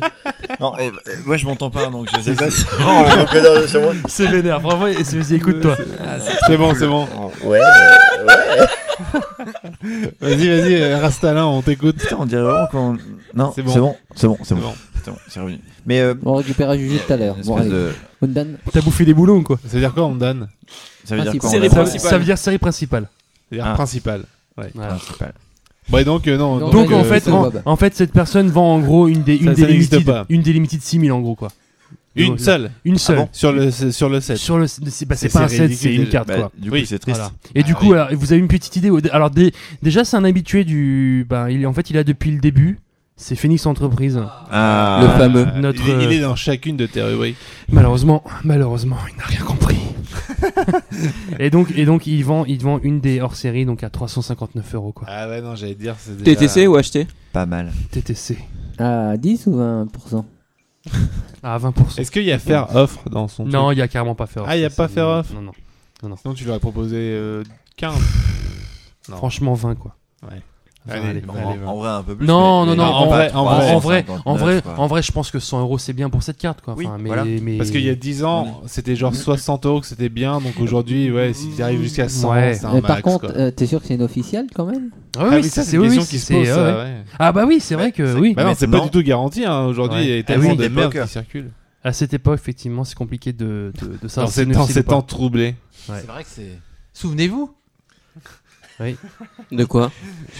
Speaker 5: Non, eh, eh, moi je m'entends pas donc je sais pas si. Oh, je peux dire chez moi.
Speaker 2: C'est vénère, vraiment, et c'est- vas-y, écoute-toi.
Speaker 3: Ah, C'est bon, c'est bon.
Speaker 5: Ouais, euh, ouais.
Speaker 3: Vas-y, vas-y, euh, Rastalin, on t'écoute.
Speaker 5: Putain, on dirait vraiment qu'on. Non, [laughs]
Speaker 3: C'est
Speaker 5: c'est
Speaker 3: bon.
Speaker 5: bon, c'est bon, c'est bon, c'est
Speaker 3: C'est
Speaker 5: bon,
Speaker 3: bon.
Speaker 5: c'est bon, c'est revenu. Mais euh,
Speaker 7: On récupérera Juju tout à l'heure.
Speaker 5: espèce
Speaker 7: Bon, allez.
Speaker 5: de-
Speaker 7: Undan.
Speaker 2: T'as bouffé des boulons quoi
Speaker 3: Ça veut dire quoi, Ondan
Speaker 5: ça veut dire
Speaker 3: Ah,
Speaker 7: Principe.
Speaker 5: quoi
Speaker 1: Série
Speaker 5: on a-
Speaker 2: ça,
Speaker 1: principale.
Speaker 2: ça veut dire série principale.
Speaker 3: Ça veut dire
Speaker 5: Ah.
Speaker 3: principal. Ouais.
Speaker 2: Voilà.
Speaker 5: Principale.
Speaker 3: Bon, et donc, euh, non.
Speaker 7: Donc,
Speaker 2: Donc
Speaker 7: euh,
Speaker 2: en fait,
Speaker 7: c'est
Speaker 2: en,
Speaker 7: Bob.
Speaker 2: en fait, cette personne vend en gros une des, une
Speaker 3: Ça-
Speaker 2: des
Speaker 3: ça n'existe
Speaker 2: limited,
Speaker 3: pas.
Speaker 2: une des limited 6000 en gros quoi.
Speaker 3: Une
Speaker 2: Donc,
Speaker 3: seule Ah
Speaker 2: Une seule.
Speaker 5: bon
Speaker 3: sur le, sur le set.
Speaker 2: Sur le, c'est bah, c'est
Speaker 3: C'est-
Speaker 2: pas un
Speaker 3: c'est
Speaker 2: set,
Speaker 3: ridicule
Speaker 2: c'est une
Speaker 3: de-
Speaker 2: carte
Speaker 5: Bah,
Speaker 2: quoi.
Speaker 5: du coup,
Speaker 3: Oui,
Speaker 5: c'est triste.
Speaker 2: Voilà. Et du
Speaker 3: Ah
Speaker 2: coup,
Speaker 3: oui.
Speaker 2: alors, vous avez une petite idée. au- Alors, dé- déjà, c'est un habitué du. Ben, il, en fait, il a depuis le début. C'est Phoenix Entreprise.
Speaker 5: Ah.
Speaker 1: Le fameux.
Speaker 3: Ah,
Speaker 2: Notre,
Speaker 3: il, est- il
Speaker 2: euh,
Speaker 3: est dans chacune de tes rubriques.
Speaker 2: Malheureusement, malheureusement, il n'a rien
Speaker 3: [laughs]
Speaker 2: compris. et donc, et donc, il vend, il vend une des hors série donc à 359 euros quoi.
Speaker 3: Ah ouais, non, j'allais dire. c'est déjà-
Speaker 1: TTC ou acheté
Speaker 5: Pas mal.
Speaker 2: TTC
Speaker 5: Oh.
Speaker 7: À 10 ou 20%
Speaker 2: à 20%. Ah,
Speaker 3: Est-ce qu'il y a faire offre dans son
Speaker 2: Non, il y a carrément pas fait.
Speaker 3: Ah, il y a
Speaker 2: Ça,
Speaker 3: pas
Speaker 2: c'est-
Speaker 3: faire off.
Speaker 2: Non, non.
Speaker 3: Sinon, tu lui aurais proposé euh, 15. Non.
Speaker 2: Franchement, 20 quoi.
Speaker 3: Ouais.
Speaker 2: Enfin,
Speaker 3: Allez, en- en vrai, un peu plus,
Speaker 2: Non, non,
Speaker 3: mais-
Speaker 2: non,
Speaker 3: mais
Speaker 2: en,
Speaker 3: non,
Speaker 2: vrai,
Speaker 3: pas
Speaker 2: en vrai, en
Speaker 3: 59,
Speaker 2: vrai, en vrai,
Speaker 3: quoi.
Speaker 2: en vrai, je pense que 100 euros c'est bien pour cette carte quoi.
Speaker 3: Oui,
Speaker 2: Enfin, mais,
Speaker 3: voilà.
Speaker 2: mais-
Speaker 3: Parce qu'il y a 10 ans, c'était genre 60 euros que c'était bien. Donc aujourd'hui, ouais, si tu arrives jusqu'à 100, c'est un
Speaker 7: Mais par
Speaker 3: max,
Speaker 7: contre,
Speaker 3: quoi.
Speaker 7: euh, t'es sûr que c'est une officielle quand même
Speaker 2: Ah oui, oui, ça, c'est oui, oui, c'est- ouais, ouais. Ah bah oui, c'est vrai que oui.
Speaker 3: Bah non, c'est pas du tout garanti. hein, Aujourd'hui, il y a tellement de merde qui circule.
Speaker 2: À cette époque, effectivement, c'est compliqué de, de, de savoir
Speaker 3: Dans
Speaker 2: si
Speaker 3: ces
Speaker 2: c'est une
Speaker 3: temps-
Speaker 2: officielle
Speaker 3: ces
Speaker 2: ou pas.
Speaker 3: temps troublés.
Speaker 2: Ouais.
Speaker 4: C'est vrai que c'est. Souvenez-vous.
Speaker 2: Oui.
Speaker 1: De quoi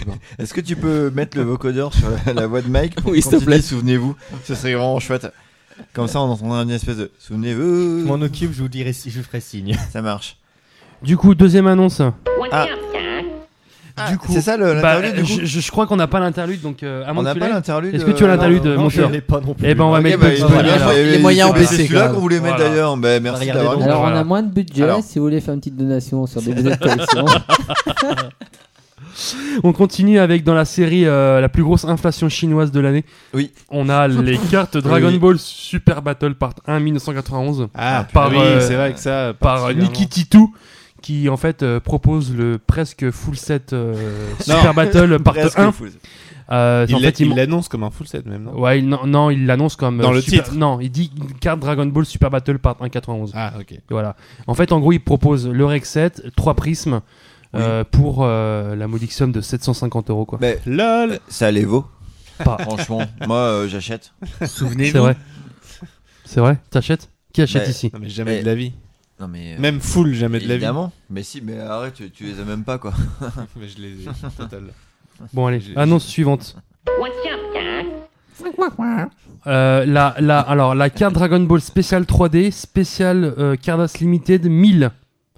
Speaker 5: [laughs] Est-ce que tu peux mettre le vocodeur sur la, la voix de Mike pour
Speaker 1: Oui,
Speaker 5: qu'on
Speaker 1: s'il te
Speaker 5: te
Speaker 1: plaît.
Speaker 5: dise Souvenez-vous, ce serait vraiment chouette. Comme ça, on entendra une espèce de Souvenez-vous. Je
Speaker 6: m'en occupe, je vous dirai si je ferai signe.
Speaker 5: [laughs] Ça marche.
Speaker 2: Du coup, deuxième annonce.
Speaker 5: Ah.
Speaker 15: [laughs]
Speaker 2: Du coup,
Speaker 5: c'est ça, le-
Speaker 2: bah,
Speaker 5: l'interlude, du coup
Speaker 2: je, je- je crois qu'on n'a pas l'interlude, donc euh, à
Speaker 5: On
Speaker 2: moins que
Speaker 5: n'a
Speaker 2: tu
Speaker 5: pas
Speaker 2: l'aies.
Speaker 5: l'interlude,
Speaker 2: Est-ce que tu as
Speaker 5: euh,
Speaker 2: l'interlude,
Speaker 5: non,
Speaker 2: mon
Speaker 5: je l'ai
Speaker 2: cher
Speaker 5: pas non plus.
Speaker 2: Eh ben, on va
Speaker 5: Ok,
Speaker 2: mettre
Speaker 5: bah,
Speaker 2: le petit
Speaker 5: il est
Speaker 2: bonus.
Speaker 5: pas là, il est- Les moyens ont baissé, quand même. Voilà.
Speaker 3: ben,
Speaker 5: Regardez
Speaker 7: Alors,
Speaker 5: donc.
Speaker 7: on a
Speaker 5: Voilà.
Speaker 7: moins de budget
Speaker 5: Alors.
Speaker 7: si vous voulez faire une petite donation sur des de
Speaker 3: [laughs]
Speaker 7: collection.
Speaker 2: On continue avec dans la série euh, la plus grosse inflation chinoise de l'année.
Speaker 5: Oui.
Speaker 2: On a les cartes Dragon
Speaker 3: Oui.
Speaker 2: Ball Super Battle Part 1 1991.
Speaker 3: Ah,
Speaker 2: par euh,
Speaker 3: oui, c'est vrai que ça,
Speaker 2: par euh,
Speaker 3: particulièrement.
Speaker 2: Niki Titou qui en fait euh, propose le presque full set euh,
Speaker 3: [laughs] Non.
Speaker 2: Super Battle Part
Speaker 3: Presque
Speaker 2: 1.
Speaker 3: full set.
Speaker 2: Euh,
Speaker 3: Il
Speaker 2: en
Speaker 3: l'a-
Speaker 2: fait,
Speaker 3: il
Speaker 2: m'ont-
Speaker 3: l'annonce comme un full set même, non
Speaker 2: Ouais, il- non, non, il l'annonce comme euh,
Speaker 3: Dans le
Speaker 2: Super-
Speaker 3: titre.
Speaker 2: Non, il dit une carte Dragon Ball Super Battle Part 1 91.
Speaker 3: Ah, ok.
Speaker 2: Voilà. En fait, en gros, il propose le Rec 7, 3 prismes euh, pour euh, la modique somme de 750 euros quoi.
Speaker 5: Mais euh,
Speaker 3: lol,
Speaker 5: ça les vaut.
Speaker 2: Pas.
Speaker 5: Franchement, moi euh, j'achète.
Speaker 3: [laughs]
Speaker 2: C'est vrai. C'est vrai. T'achètes Qui achète
Speaker 5: Mais- Eh.
Speaker 2: ici
Speaker 3: Non, mais jamais de la vie.
Speaker 5: Non, mais, euh,
Speaker 3: Même full, jamais de la vie.
Speaker 5: Évidemment. Mais si, mais arrête, tu, tu les as même pas quoi.
Speaker 3: [laughs] mais je les ai, total.
Speaker 2: Bon allez, annonce suivante. Euh, la, la, alors, la carte Dragon Ball spéciale 3D, spéciale euh, Cardass Limited 1000.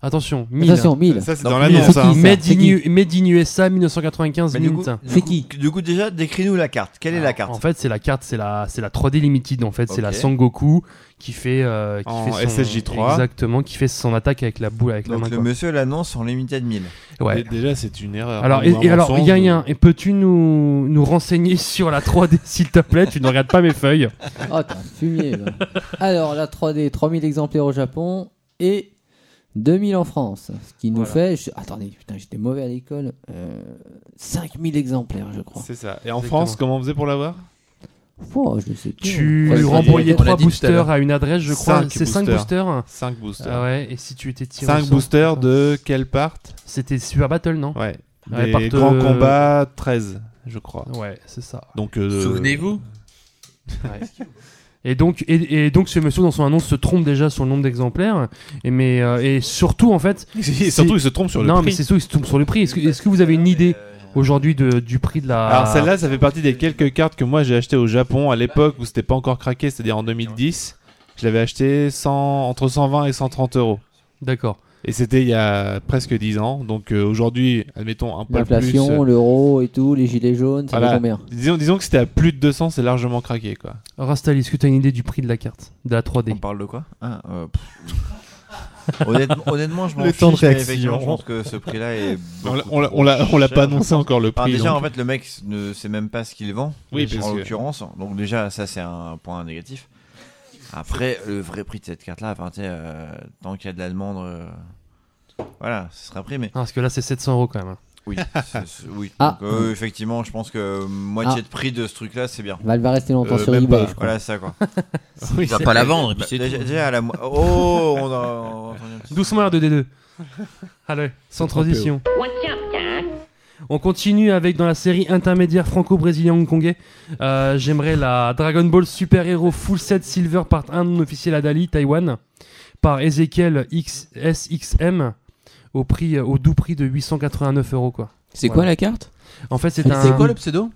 Speaker 2: Attention, 1000.
Speaker 7: Attention, 1000.
Speaker 3: Ça, c'est
Speaker 5: dans l'annonce,
Speaker 2: C'est
Speaker 5: hein.
Speaker 2: qui, Made,
Speaker 5: C'est
Speaker 2: in,
Speaker 5: qui
Speaker 2: U- Made in USA 1995
Speaker 5: Mais du
Speaker 2: mint.
Speaker 5: coup- du coup- Du coup, déjà, décris-nous la carte. Quelle est la carte
Speaker 2: En fait, c'est la carte, c'est la, c'est la 3D Limited. En fait, c'est la
Speaker 5: Ok.
Speaker 2: Sangoku qui fait, euh, qui
Speaker 5: En
Speaker 2: fait son,
Speaker 5: SSJ3.
Speaker 2: Exactement, qui fait son attaque avec la boule, avec la main.
Speaker 5: Donc le
Speaker 2: quoi.
Speaker 5: monsieur l'annonce en limited 1000.
Speaker 2: Ouais.
Speaker 3: Dé- Déjà, c'est une erreur.
Speaker 2: Alors,
Speaker 3: Ou
Speaker 2: et,
Speaker 3: un
Speaker 2: et alors,
Speaker 3: mensonge,
Speaker 2: Yann, et peux-tu nous, nous renseigner [laughs] sur la 3D, s'il te plaît Tu ne regardes pas mes feuilles.
Speaker 7: Oh, t'es un fumier, là. Alors, la 3D, 3000 exemplaires au Japon et 2000 en France. Ce qui nous
Speaker 3: Voilà.
Speaker 7: fait. je- Attendez, putain, j'étais mauvais à l'école. euh, 5000 exemplaires, je crois.
Speaker 3: C'est ça. Et en France, comment on faisait pour l'avoir
Speaker 7: Oh, je le sais plus.
Speaker 2: Tu
Speaker 7: Ouais,
Speaker 2: renvoyais
Speaker 7: on l'a
Speaker 2: 3
Speaker 7: dit tout à
Speaker 2: boosters
Speaker 7: l'heure.
Speaker 2: à une adresse, je crois.
Speaker 3: Cinq
Speaker 2: C'est 5
Speaker 3: boosters.
Speaker 2: boosters
Speaker 3: Cinq boosters.
Speaker 2: Ah ouais, et si tu étais tiré.
Speaker 3: 5
Speaker 2: au sort
Speaker 3: boosters de quelle part
Speaker 2: C'était Super Battle, non
Speaker 3: Ouais.
Speaker 2: Ouais,
Speaker 3: Des
Speaker 2: part,
Speaker 3: grands
Speaker 2: euh,
Speaker 3: combats 13, je crois.
Speaker 2: Ouais, c'est ça.
Speaker 3: Donc, euh,
Speaker 4: Souvenez-vous.
Speaker 2: Ouais. Et donc, et, et donc, ce monsieur dans son annonce se trompe déjà sur le nombre d'exemplaires, et mais euh, et surtout en fait,
Speaker 3: [laughs] Et
Speaker 2: c'est-
Speaker 3: surtout, il se trompe sur le
Speaker 2: non,
Speaker 3: prix.
Speaker 2: mais c'est surtout il se trompe sur le prix. Est-ce que, est-ce que vous avez une idée aujourd'hui de- du prix de la
Speaker 3: Alors celle-là, ça fait partie des quelques cartes que moi j'ai acheté au Japon à l'époque où c'était pas encore craqué, c'est-à-dire en 2010. Je l'avais acheté 100 entre 120 et 130 euros.
Speaker 2: D'accord.
Speaker 3: Et c'était il y a presque 10 ans. Donc euh, aujourd'hui, admettons un peu
Speaker 7: L'inflation,
Speaker 3: plus. euh,
Speaker 7: l'euro et tout, les gilets
Speaker 3: [laughs]
Speaker 7: jaunes, ça
Speaker 3: voilà.
Speaker 7: fait combien
Speaker 3: Disons, disons que c'était à plus de 200, c'est largement craqué quoi.
Speaker 2: Rastali, est-ce que tu as une idée du prix de la carte, de la 3D
Speaker 5: On parle de quoi Ah, euh, pff. honnêtement, honnêtement, je m'en
Speaker 3: Le
Speaker 5: fiche,
Speaker 3: temps de
Speaker 5: mais
Speaker 3: réaction.
Speaker 5: effectivement, je pense que ce prix-là est.
Speaker 3: On l'a-
Speaker 5: beaucoup
Speaker 3: on l'a-
Speaker 5: trop
Speaker 3: on l'a- on l'a
Speaker 5: cher.
Speaker 3: pas annoncé encore le
Speaker 5: Alors
Speaker 3: prix,
Speaker 5: déjà,
Speaker 3: donc.
Speaker 5: en fait, le mec ne sait même pas ce qu'il vend.
Speaker 3: Oui, parce
Speaker 5: en
Speaker 3: que-
Speaker 5: l'occurrence. Donc déjà, ça c'est un point négatif. Après, le vrai prix de cette carte-là, enfin, tu sais, euh, tant qu'il y a de la demande, euh, voilà, ce sera pris. Mais
Speaker 2: Ah, Parce que là, c'est 700 euros quand même. hein.
Speaker 3: [laughs]
Speaker 5: oui, c'est- c'est- oui.
Speaker 2: Ah.
Speaker 5: Donc, euh, effectivement, je pense que moitié
Speaker 7: Ah.
Speaker 5: de prix de ce truc-là, c'est bien.
Speaker 7: Elle va rester longtemps
Speaker 5: Euh,
Speaker 7: sur
Speaker 5: même
Speaker 7: eBay,
Speaker 5: pas.
Speaker 7: je crois.
Speaker 5: Voilà, c'est ça
Speaker 3: [laughs]
Speaker 5: quoi.
Speaker 2: Oui,
Speaker 5: Ça
Speaker 2: c'est-
Speaker 5: peut-
Speaker 2: la vendre, et puis c'est
Speaker 5: déjà,
Speaker 2: tout.
Speaker 5: déjà, à la mo- Oh, on a- on a entendu un petit-
Speaker 2: [laughs] Doucement r 2D2. Allez, sans transition. On continue avec dans la série intermédiaire franco-brésilien-hongkongais. Euh, J'aimerais la Dragon Ball Super Hero Full Set Silver Part 1 non officiel à Dali, Taïwan, par Ezekiel XSXM au prix euh, au doux prix de 889 euros quoi.
Speaker 1: C'est quoi la carte
Speaker 2: En fait, c'est
Speaker 1: Mais
Speaker 2: un.
Speaker 1: c'est quoi le
Speaker 4: pseudo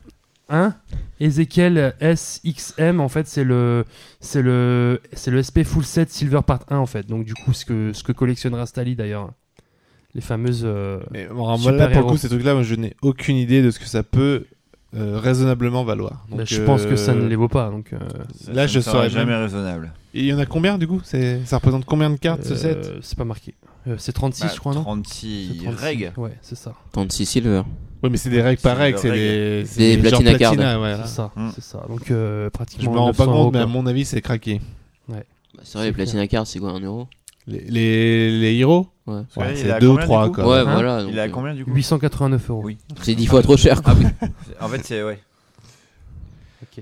Speaker 2: Hein Ezekiel SXM, en fait, c'est le, c'est le, c'est le SP Full Set Silver Part 1, en fait. Donc, du coup, ce que, ce que collectionnera Stali d'ailleurs. Les fameuses. euh,
Speaker 3: Mais bon, moi, là, pour le
Speaker 2: super-héros.
Speaker 3: coup, ces trucs-là, moi, je n'ai aucune idée de ce que ça peut euh, raisonnablement valoir.
Speaker 2: Bah,
Speaker 3: Donc,
Speaker 2: je pense que ça ne
Speaker 3: euh,
Speaker 2: les vaut pas. Donc, euh,
Speaker 3: Là, je
Speaker 5: ne sera
Speaker 3: saurais
Speaker 5: jamais
Speaker 3: même-
Speaker 5: raisonnable.
Speaker 3: Et il y en a combien du coup C'est- Ça représente combien de cartes ce
Speaker 2: euh,
Speaker 3: set
Speaker 2: C'est pas marqué. Euh, c'est 36,
Speaker 5: Bah,
Speaker 2: je crois, non
Speaker 5: 36
Speaker 2: C'est 36,
Speaker 5: règles.
Speaker 2: Ouais, c'est ça.
Speaker 1: 36 silver.
Speaker 3: Oui, mais c'est des règles par
Speaker 1: C'est
Speaker 3: règle,
Speaker 1: des
Speaker 3: c'est
Speaker 1: règles.
Speaker 3: des,
Speaker 1: Des platina cards.
Speaker 3: ouais,
Speaker 2: C'est
Speaker 3: là.
Speaker 2: ça,
Speaker 5: Mm.
Speaker 2: c'est ça. Donc, euh, pratiquement.
Speaker 3: Je me rends
Speaker 2: 900
Speaker 3: pas compte,
Speaker 2: euros,
Speaker 3: mais à
Speaker 2: quoi.
Speaker 3: mon avis, c'est craqué.
Speaker 2: Ouais.
Speaker 1: Bah, c'est vrai, les platina cards, c'est quoi, un euro
Speaker 3: Les, les, les héros
Speaker 1: Ouais.
Speaker 3: Parce que
Speaker 5: Ouais, il est à
Speaker 3: C'est deux ou
Speaker 5: combien, du
Speaker 3: trois
Speaker 5: coup
Speaker 3: quoi.
Speaker 5: Ouais, Hein voilà, donc, Il est à euh, combien, du coup
Speaker 2: 889 euros.
Speaker 5: Oui. Ah
Speaker 7: C'est dix fois trop cher, quoi. [laughs]
Speaker 5: En fait, c'est
Speaker 2: [laughs]
Speaker 5: ouais.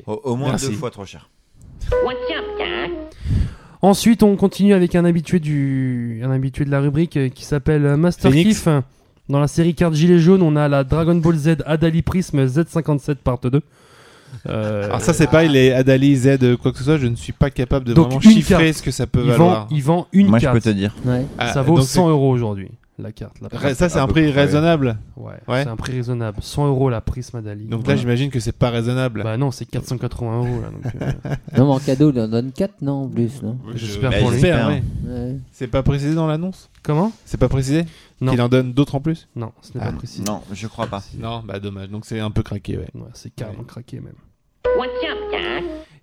Speaker 5: Au, au moins
Speaker 2: Merci.
Speaker 5: deux fois trop cher.
Speaker 2: Ensuite, on continue avec un habitué, du... un habitué de la rubrique euh, qui s'appelle euh, Master
Speaker 3: Phoenix.
Speaker 2: Kiff. Dans la série Carte Gilet Jaune, on a la Dragon Ball Z Adali Prism Z57 Part 2. Euh,
Speaker 3: Alors Ah, ça c'est pas les Adali Z quoi que ce soit, je ne suis pas capable de
Speaker 2: donc
Speaker 3: vraiment
Speaker 2: une
Speaker 3: chiffrer
Speaker 2: carte.
Speaker 3: ce que ça peut
Speaker 2: il
Speaker 3: valoir.
Speaker 2: Vend, il vend une
Speaker 5: Moi, je
Speaker 2: carte.
Speaker 5: peux te dire. Ouais.
Speaker 3: Ah,
Speaker 2: ça vaut
Speaker 3: donc
Speaker 2: 100
Speaker 3: c'est-
Speaker 2: euros aujourd'hui, la carte. la
Speaker 3: Ra-
Speaker 2: Prism.
Speaker 3: Ça c'est un prix raisonnable.
Speaker 2: Ouais, c'est un prix raisonnable. 100 euros la Prism Adali.
Speaker 3: Donc là
Speaker 2: Voilà.
Speaker 3: j'imagine que c'est pas raisonnable.
Speaker 2: Bah non, c'est 480 euros là. donc, euh,
Speaker 7: Non, mais en cadeau, il en donne 4, non, en plus, non
Speaker 2: J'espère pour lui.
Speaker 3: Bah, J'espère,
Speaker 5: Hein.
Speaker 2: Ouais.
Speaker 3: oui. C'est pas précisé dans l'annonce
Speaker 2: Comment
Speaker 3: C'est pas précisé
Speaker 2: Non.
Speaker 3: Qu'il en donne d'autres en plus Ah.
Speaker 2: Non, ce n'est pas précisé.
Speaker 5: Non, je crois pas.
Speaker 3: Non, bah dommage. Donc c'est un peu craqué, ouais.
Speaker 2: c'est carrément craqué même.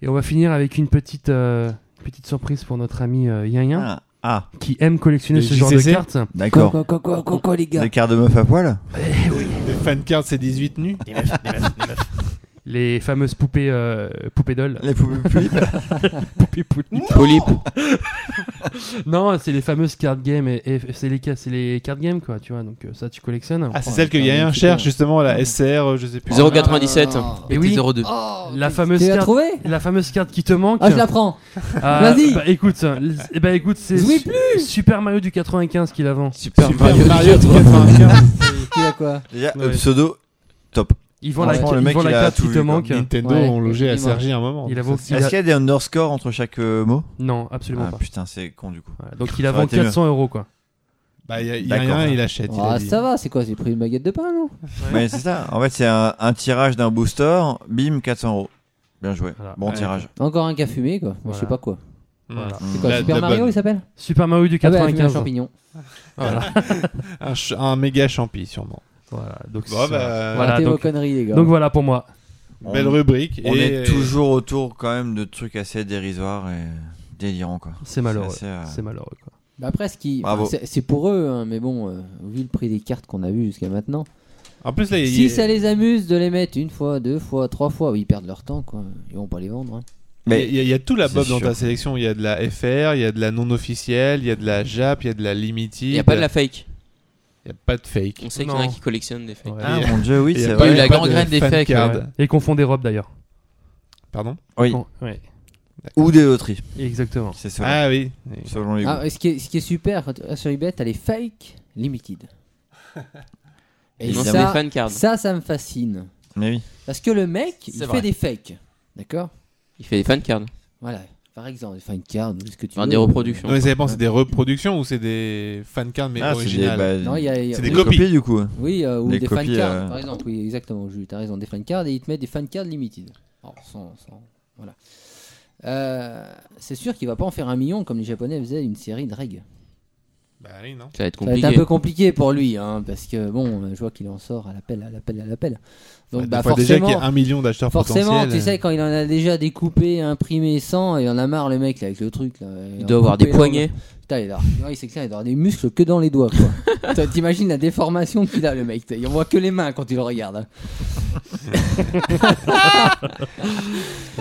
Speaker 2: Et on va finir avec une petite, euh, petite surprise pour notre ami euh, Yin Yin,
Speaker 5: Ah, ah.
Speaker 2: qui aime collectionner
Speaker 3: Le
Speaker 2: ce genre de
Speaker 3: JCC?
Speaker 2: cartes.
Speaker 5: D'accord.
Speaker 7: Quoi, quoi, quoi, quoi, quoi, les gars
Speaker 5: Des quarts de meuf à poil
Speaker 2: Eh
Speaker 3: Les fan cards c'est 18 nus.
Speaker 2: Les fameuses poupées, euh, poupées dolls.
Speaker 5: Les poupées poulipes.
Speaker 2: [laughs] Poupées poulipes.
Speaker 5: Polypes.
Speaker 2: non, c'est les fameuses card games. Et, et c'est les, ca- c'est les card games, quoi, tu vois. Donc euh, ça, tu collectionnes.
Speaker 3: Ah, c'est celle que Yann cherche justement, la SR, euh, je sais plus.
Speaker 1: 0,97.
Speaker 7: Ah.
Speaker 2: Ah. Et oui, Oh,
Speaker 4: Oh,
Speaker 2: la fameuse
Speaker 7: tu l'as
Speaker 2: carte,
Speaker 7: trouvé
Speaker 2: la fameuse carte qui te manque.
Speaker 7: Ah, je la prends.
Speaker 2: Ah,
Speaker 7: [laughs] Vas-y.
Speaker 2: Bah écoute, euh, eh ben, écoute, c'est
Speaker 7: Oui,
Speaker 2: Su- Super Mario du 95 qui la vend.
Speaker 1: Super
Speaker 3: Mario Mario du 95.
Speaker 7: [laughs] Tu l'as quoi
Speaker 5: Déjà,
Speaker 2: Ouais.
Speaker 5: le Euh, pseudo, top.
Speaker 2: Ils vendent
Speaker 5: Franchement,
Speaker 2: la,
Speaker 5: le
Speaker 2: ils
Speaker 5: mec,
Speaker 2: vendent la
Speaker 5: il a
Speaker 2: carte
Speaker 5: tout
Speaker 2: qui te
Speaker 5: vu, quoi.
Speaker 2: manque.
Speaker 3: Nintendo
Speaker 7: Ouais.
Speaker 3: ont logé à
Speaker 7: Il manque.
Speaker 3: Sergi un moment.
Speaker 2: Il a
Speaker 3: Ça,
Speaker 2: vaut-
Speaker 3: c'est-
Speaker 2: il a-
Speaker 5: Est-ce qu'il y a des underscores entre chaque euh, mot
Speaker 2: Non, absolument
Speaker 5: Ah
Speaker 2: pas.
Speaker 5: putain, c'est con du coup.
Speaker 2: Voilà, donc il a
Speaker 5: Ça aurait
Speaker 2: vendu
Speaker 5: été mieux.
Speaker 2: 400 euros quoi.
Speaker 3: Bah, il y a, il y a
Speaker 5: D'accord.
Speaker 3: rien, il achète. il a
Speaker 7: Ah,
Speaker 3: dit.
Speaker 7: ça va, c'est quoi C'est pris une baguette de pain, non
Speaker 5: Mais c'est ça. En fait, c'est un, un tirage d'un booster. Bim, 400 euros. Bien joué.
Speaker 2: Voilà.
Speaker 5: Bon tirage.
Speaker 7: Encore un qui a fumé, quoi. Moi,
Speaker 2: Voilà.
Speaker 7: Je sais pas quoi.
Speaker 5: Hmm.
Speaker 2: Voilà.
Speaker 7: C'est quoi
Speaker 3: La-
Speaker 7: Super
Speaker 3: la
Speaker 7: Mario,
Speaker 3: bonne.
Speaker 7: il s'appelle
Speaker 2: Super Mario du
Speaker 7: Ah bah, il a fumé un
Speaker 2: 95.
Speaker 7: champignon.
Speaker 5: Ah.
Speaker 2: Voilà.
Speaker 3: [laughs] Un, ch- un méga champi, sûrement.
Speaker 2: Voilà, donc
Speaker 3: Bon,
Speaker 2: ça-
Speaker 3: bah,
Speaker 2: voilà,
Speaker 7: Arrêtez vos
Speaker 2: donc,
Speaker 7: conneries, les gars.
Speaker 2: donc voilà pour moi.
Speaker 5: On-
Speaker 3: Belle rubrique.
Speaker 5: On
Speaker 3: et-
Speaker 5: est toujours autour quand même de trucs assez dérisoires et délirants quoi.
Speaker 2: C'est malheureux.
Speaker 5: assez, euh,
Speaker 2: C'est malheureux quoi.
Speaker 7: Bah, après, ce qui-
Speaker 5: Bravo.
Speaker 7: enfin, c'est c'est pour eux, hein, mais bon, euh, vu le prix des cartes qu'on a vu jusqu'à maintenant,
Speaker 3: En plus, là, il
Speaker 7: si ça les amuse de les mettre une fois, deux fois, trois fois, oui, ils perdent leur temps, quoi. Ils vont pas les vendre. hein.
Speaker 5: Mais
Speaker 3: il y, a- il y a tout la
Speaker 5: c'est
Speaker 3: bob dans
Speaker 5: sûr.
Speaker 3: ta sélection. Il y a de la FR, il y a de la non officielle, il y a de la JAP, il y a de la limited.
Speaker 1: Il n'y a pas de la fake.
Speaker 3: Il y a pas de fake.
Speaker 1: On sait qu'il y en a
Speaker 2: Non.
Speaker 1: qui collectionnent des fakes.
Speaker 2: Ouais.
Speaker 5: Ah mon dieu, oui,
Speaker 3: Il y a
Speaker 5: c'est
Speaker 3: pas
Speaker 4: Il y
Speaker 5: vrai.
Speaker 4: a eu la
Speaker 3: pas de
Speaker 4: gangrène des
Speaker 3: fan
Speaker 4: fakes.
Speaker 3: card.
Speaker 4: ouais.
Speaker 2: Et qu'on font des robes d'ailleurs.
Speaker 3: Pardon
Speaker 5: Oui.
Speaker 2: Qu'on- ouais,
Speaker 5: Ou des loteries.
Speaker 2: Exactement.
Speaker 5: C'est selon,
Speaker 3: Ah oui.
Speaker 5: selon les goûts.
Speaker 7: Ah, et ce, qui est, ce qui est super, quand tu vas sur eBay, t'as les
Speaker 4: [laughs]
Speaker 7: fake limited. Et
Speaker 1: Ils ont des
Speaker 7: ça,
Speaker 1: fan cards.
Speaker 7: ça, ça me fascine.
Speaker 5: Mais oui.
Speaker 7: Parce que le mec, il
Speaker 4: C'est vrai.
Speaker 7: fait des fakes. D'accord
Speaker 1: Il fait des fan cards.
Speaker 7: Voilà. Par exemple, enfin une carte, ou ce que tu
Speaker 1: Enfin,
Speaker 7: veux.
Speaker 1: des reproductions.
Speaker 3: Non, mais ça dépend, c'est des reproductions ou c'est des fan cards mais
Speaker 5: Ah, c'est des,
Speaker 3: originales
Speaker 5: bah,
Speaker 7: Non, il y a- il y a-
Speaker 3: C'est des
Speaker 7: oui,
Speaker 3: copies.
Speaker 5: du coup.
Speaker 7: Oui, euh, ou
Speaker 5: Des
Speaker 7: des, fan
Speaker 5: copies,
Speaker 7: cards,
Speaker 5: euh.
Speaker 7: par exemple. Oui, exactement, Jules, t'as raison. Des fan cards, et ils te mettent des fan cards limited. Alors, sans- sans- voilà. Euh, c'est sûr qu'il va pas en faire un million comme les Japonais faisaient une série de règles.
Speaker 3: Bah oui, non.
Speaker 1: Ça va être
Speaker 7: Ça va être
Speaker 1: compliqué.
Speaker 7: un peu compliqué pour lui, hein, parce que bon, je vois qu'il en sort à l'appel, à l'appel, à l'appel. Donc,
Speaker 3: Des
Speaker 7: bah,
Speaker 3: fois, déjà qu'il y
Speaker 7: forcément,
Speaker 3: a un million d'acheteurs
Speaker 7: forcément,
Speaker 3: potentiels. euh.
Speaker 7: tu sais, quand il en a déjà découpé, imprimé 100, il en a marre, le mec, là, avec le truc. Là,
Speaker 1: Il doit avoir des poignets.
Speaker 7: Putain, il a- non, il- c'est clair, il doit avoir des muscles que dans les doigts, quoi. Putain, T'imagines la déformation qu'il a, le mec. Il en voit que les mains quand il
Speaker 5: [laughs]
Speaker 7: le regarde.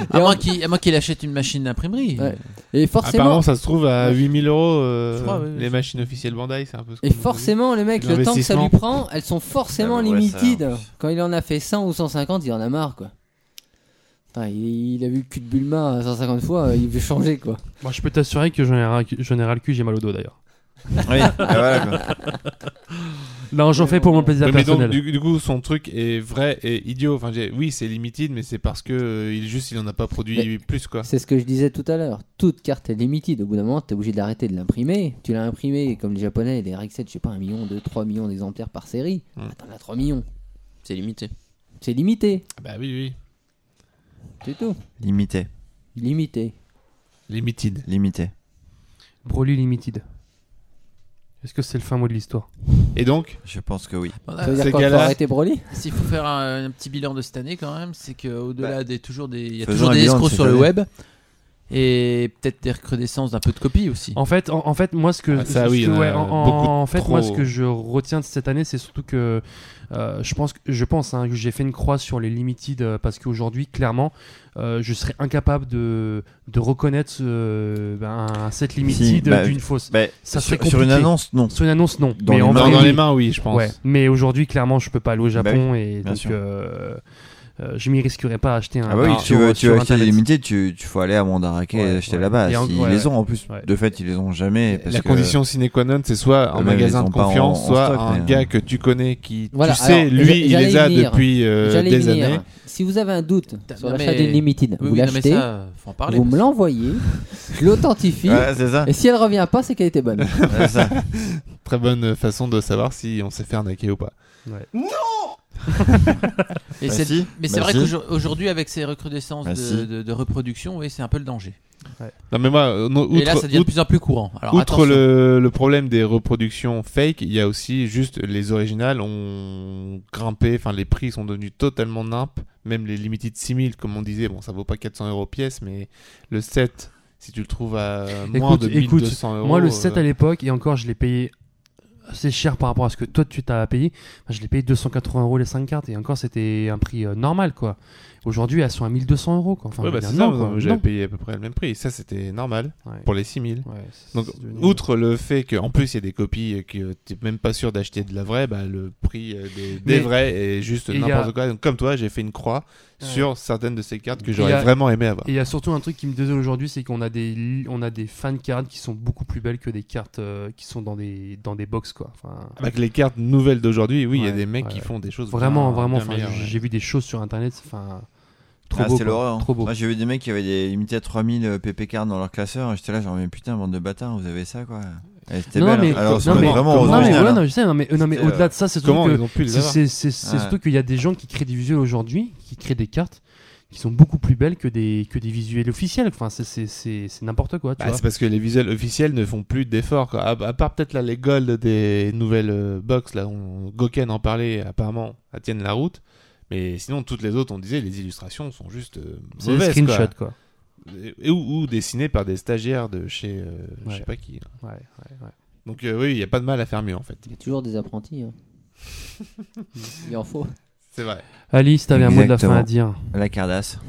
Speaker 4: À moins qu'il à moins qu'il achète une machine d'imprimerie.
Speaker 7: Ouais. Et forcément,
Speaker 3: Apparemment, ça se trouve à 8000 euros euh,
Speaker 4: Je crois, oui, oui.
Speaker 3: les machines officielles Bandai, c'est un peu ce
Speaker 7: et
Speaker 3: qu'on nous a
Speaker 7: forcément, le mec, le temps que ça lui
Speaker 3: L'investissement.
Speaker 7: prend, elles sont forcément
Speaker 5: Ah, mais ouais, ça,
Speaker 7: limited.
Speaker 5: en plus.
Speaker 7: quand il en a fait 100 ou 150, il en a marre, quoi. Putain, il, il a vu le cul de Bulma 150 fois, il veut changer, quoi.
Speaker 2: Moi je peux t'assurer que j'en ai, ras- j'en ai ras le cul, j'ai mal au dos d'ailleurs.
Speaker 3: ah
Speaker 5: Oui, bah voilà quoi.
Speaker 2: [laughs] Là Bah, j'en fais pour mon plaisir
Speaker 3: Ouais, mais donc
Speaker 2: personnel.
Speaker 3: du, du coup son truc est vrai et idiot. Enfin j'ai- oui c'est limited mais c'est parce que euh, il juste il en a pas produit
Speaker 7: Mais-
Speaker 3: plus quoi.
Speaker 7: C'est ce que je disais tout à l'heure. Toute carte est limited. Au bout d'un moment, t'es obligé de l'arrêter de l'imprimer. Tu l'as imprimé, comme les japonais, les Reg 7, je sais pas, 1 million, 2, 3 millions d'exemplaires par série.
Speaker 3: Mm.
Speaker 7: Bah, T'en as 3 millions.
Speaker 1: C'est limité.
Speaker 7: C'est limité.
Speaker 3: Ah Bah oui oui
Speaker 7: C'est tout.
Speaker 5: Limité,
Speaker 7: Limité.
Speaker 3: limited.
Speaker 5: limité.
Speaker 2: Broly Limited. Est-ce que c'est le fin mot de l'histoire
Speaker 3: Et donc
Speaker 5: Je pense que oui.
Speaker 7: Ça veut
Speaker 3: ces
Speaker 7: dire quoi Faut
Speaker 3: gars-là-
Speaker 7: arrêter Broly
Speaker 4: S'il faut faire
Speaker 3: Bah.
Speaker 4: un, un petit bilan de cette année quand même, c'est qu'au-delà des toujours des, il y a
Speaker 5: faisons
Speaker 4: toujours
Speaker 5: un
Speaker 4: des
Speaker 5: bilan de
Speaker 4: escrocs
Speaker 5: cette
Speaker 4: sur le
Speaker 5: année.
Speaker 4: web. Et peut-être des recrudescences d'un peu de copies aussi.
Speaker 2: En fait, en, en fait, moi ce que,
Speaker 4: Ah, ça,
Speaker 2: ce
Speaker 4: oui,
Speaker 2: que-
Speaker 4: il y en a
Speaker 5: euh,
Speaker 2: ouais, en- en-
Speaker 4: beaucoup
Speaker 2: en fait,
Speaker 4: trop.
Speaker 2: moi ce que je retiens de cette année, c'est surtout que euh, je pense, que- je pense hein, que j'ai fait une croix sur les limited euh, parce qu'aujourd'hui, clairement, euh, je serais incapable de, de reconnaître euh, ben, un set limited
Speaker 5: Si, bah,
Speaker 2: d'une fausse.
Speaker 5: bah,
Speaker 2: ça
Speaker 5: sur-
Speaker 2: serait
Speaker 5: sur une
Speaker 2: compliqué.
Speaker 5: annonce, non.
Speaker 2: Sur une annonce, non.
Speaker 5: Dans
Speaker 2: Mais
Speaker 5: les
Speaker 2: en
Speaker 5: mains,
Speaker 2: vrai,
Speaker 5: dans les mains, oui, je pense.
Speaker 2: Ouais. Mais aujourd'hui, clairement, je peux pas aller au Japon
Speaker 5: oui,
Speaker 2: et
Speaker 5: bien
Speaker 2: donc
Speaker 5: sûr.
Speaker 2: euh, euh, je m'y risquerais pas à acheter un.
Speaker 5: Ah bah oui,
Speaker 2: un-
Speaker 5: tu veux,
Speaker 2: sur-
Speaker 5: tu
Speaker 2: sur
Speaker 5: veux acheter des
Speaker 2: Internet.
Speaker 5: limités, tu, tu faut aller à Mandarake et acheter là-bas.
Speaker 2: Et en-
Speaker 5: Ils
Speaker 2: ouais,
Speaker 5: les ont
Speaker 2: ouais.
Speaker 5: en plus. De fait, ils les ont jamais. parce
Speaker 3: la
Speaker 5: que-
Speaker 3: condition sine qua non, c'est soit un
Speaker 5: Eux-mêmes,
Speaker 3: magasin
Speaker 5: ils
Speaker 3: de
Speaker 5: ont pas en-
Speaker 3: confiance,
Speaker 5: en
Speaker 3: soit
Speaker 5: stock,
Speaker 3: un
Speaker 5: mais- euh.
Speaker 3: gars que tu connais qui,
Speaker 7: Voilà,
Speaker 3: tu sais,
Speaker 7: alors,
Speaker 3: lui,
Speaker 7: j'a-
Speaker 3: il
Speaker 7: j'allais
Speaker 3: les a
Speaker 7: y venir.
Speaker 3: depuis euh,
Speaker 7: J'allais y
Speaker 3: des
Speaker 7: venir.
Speaker 3: années.
Speaker 7: Si vous avez un doute sur
Speaker 4: non,
Speaker 7: l'achat
Speaker 4: mais-
Speaker 7: d'une limited,
Speaker 4: Oui,
Speaker 7: vous
Speaker 4: oui, non, mais
Speaker 7: l'achetez,
Speaker 4: ça, euh, faut en parler,
Speaker 7: vous
Speaker 4: parce
Speaker 7: me l'envoyez, je l'authentifie,
Speaker 3: Ouais, c'est ça.
Speaker 7: et si elle revient pas, c'est qu'elle était
Speaker 3: [laughs]
Speaker 7: bonne.
Speaker 3: Très bonne façon de savoir si on s'est fait arnaquer ou pas.
Speaker 5: [laughs]
Speaker 13: Non
Speaker 4: Et
Speaker 3: Bah
Speaker 4: c'est-
Speaker 3: si,
Speaker 4: mais
Speaker 3: bah
Speaker 4: c'est vrai
Speaker 3: si.
Speaker 4: qu'aujourd'hui, avec ces recrudescences
Speaker 3: Bah
Speaker 4: de,
Speaker 3: si.
Speaker 4: de- de reproduction, oui, c'est un peu le danger.
Speaker 3: Non mais moi, euh, non, outre,
Speaker 4: Et là, ça devient de
Speaker 3: outre-
Speaker 4: plus en plus courant. Alors,
Speaker 3: outre
Speaker 4: attention.
Speaker 3: le, le problème des reproductions fake, il y a aussi juste les originales ont grimpé, enfin les prix sont devenus totalement nimp, même les limited 6000 comme on disait, bon ça vaut pas 400 euros pièce, mais le 7, si tu le trouves à moins de 1200 euros...
Speaker 2: Moi, le
Speaker 3: euh,
Speaker 2: 7 à l'époque, et encore, je l'ai payé assez cher par rapport à ce que toi tu t'as payé. Enfin, je l'ai payé 280 euros les 5 cartes, et encore, c'était un prix euh, normal, quoi. Aujourd'hui, elles sont à 1200 euros, quoi. Enfin,
Speaker 3: ouais,
Speaker 2: je veux
Speaker 3: bah,
Speaker 2: dire,
Speaker 3: c'est ça,
Speaker 2: non, quoi.
Speaker 3: moi, j'avais
Speaker 2: Non.
Speaker 3: payé à peu près le même prix. Ça, c'était normal pour les 6000.
Speaker 2: c'est-
Speaker 3: Donc,
Speaker 2: c'est devenu-
Speaker 3: outre le fait qu'en plus, il y a des copies euh, que t'es même pas sûr d'acheter de la vraie, bah, le prix euh, des, des
Speaker 2: Mais-
Speaker 3: vraies est juste
Speaker 2: et il y
Speaker 3: n'importe
Speaker 2: a-
Speaker 3: quoi. Donc, comme toi, j'ai fait une croix
Speaker 2: Ouais.
Speaker 3: sur certaines de ces cartes que
Speaker 2: Et il y
Speaker 3: j'aurais
Speaker 2: a-
Speaker 3: vraiment aimé avoir.
Speaker 2: Et il y a surtout un truc qui me désole aujourd'hui, c'est qu'on a des li- on a des fan cards qui sont beaucoup plus belles que des cartes euh, qui sont dans des dans des box quoi. Enfin,
Speaker 3: Avec les cartes nouvelles d'aujourd'hui, oui, il y a
Speaker 2: Ouais,
Speaker 3: des mecs qui
Speaker 2: ouais.
Speaker 3: font des choses
Speaker 2: vraiment
Speaker 3: bien-
Speaker 2: vraiment.
Speaker 3: bien
Speaker 2: enfin,
Speaker 3: meilleures,
Speaker 2: j-
Speaker 3: ouais.
Speaker 2: J'ai vu des choses sur internet, enfin trop
Speaker 5: Ah,
Speaker 2: beau.
Speaker 5: c'était
Speaker 2: quoi.
Speaker 3: hein.
Speaker 5: l'horreur.
Speaker 2: Trop beau.
Speaker 5: Moi, j'ai vu des mecs qui avaient des limités à euh, 3000 PP cards dans leur classeur. et J'étais là, genre, mais putain, bande de bâtards, vous avez ça quoi. Et C'était
Speaker 2: Non,
Speaker 5: belle.
Speaker 2: mais-
Speaker 5: hein. Alors, c'est
Speaker 2: non, mais-
Speaker 5: vraiment
Speaker 2: non, mais
Speaker 5: original,
Speaker 2: ouais,
Speaker 5: hein.
Speaker 2: non, je sais, non, mais, non, mais
Speaker 5: C'était,
Speaker 2: au-delà de
Speaker 5: euh,
Speaker 2: ça, c'est
Speaker 3: comment
Speaker 2: surtout
Speaker 3: ils ont pu
Speaker 2: que-
Speaker 3: les
Speaker 2: c'est-
Speaker 3: avoir
Speaker 2: c'est- c'est- c'est
Speaker 5: Ouais.
Speaker 2: surtout qu'il y a des gens qui créent des visuels aujourd'hui, qui créent des cartes qui sont beaucoup plus belles que des que des visuels officiels. Enfin, c'est- c'est c'est- c'est n'importe quoi. tu
Speaker 3: Bah,
Speaker 2: vois.
Speaker 3: c'est parce que les visuels officiels ne font plus d'efforts. quoi. À, à part peut-être là les gold des nouvelles euh, box, là, on, Goken en parlait apparemment, elles tiennent la route. Mais sinon, toutes les autres, on disait, les illustrations sont juste euh,
Speaker 2: C'est des
Speaker 3: mauvaises.
Speaker 2: screenshots, quoi.
Speaker 3: Et- et- ou, ou dessinées par des stagiaires de chez euh, je sais pas qui. là. Donc euh, oui, il n'y a pas de mal à faire mieux en fait.
Speaker 7: Il y a toujours des apprentis. hein. Il en faut.
Speaker 3: C'est vrai.
Speaker 2: Alice, t'avais un mot de la fin à
Speaker 5: Exactement.
Speaker 2: dire.
Speaker 5: La cardasse.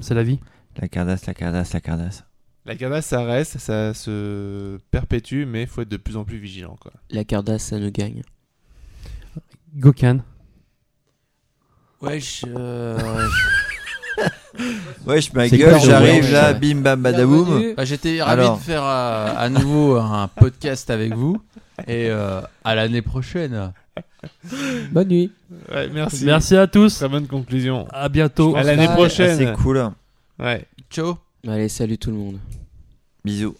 Speaker 2: C'est la vie
Speaker 5: La cardasse, la cardasse, la cardasse.
Speaker 3: La cardasse, ça reste, ça se perpétue, mais faut être de plus en plus vigilant. Quoi.
Speaker 1: La Cardass, ça ne gagne.
Speaker 2: Gokan.
Speaker 4: Ouais, je. euh,
Speaker 5: [laughs] Wesh, ma
Speaker 4: C'est
Speaker 5: gueule,
Speaker 4: quoi,
Speaker 5: j'arrive
Speaker 4: Georges
Speaker 5: là, bim bam badaboum.
Speaker 4: Bah, J'étais ravi de faire euh, à nouveau un podcast avec vous. Et euh, à l'année prochaine.
Speaker 7: Bonne nuit.
Speaker 3: Ouais, merci.
Speaker 2: Merci à tous.
Speaker 3: Très bonne conclusion.
Speaker 2: À bientôt.
Speaker 3: À l'année prochaine.
Speaker 5: cool.
Speaker 3: Ouais.
Speaker 4: Ciao.
Speaker 1: Allez, salut tout le monde.
Speaker 5: Bisous.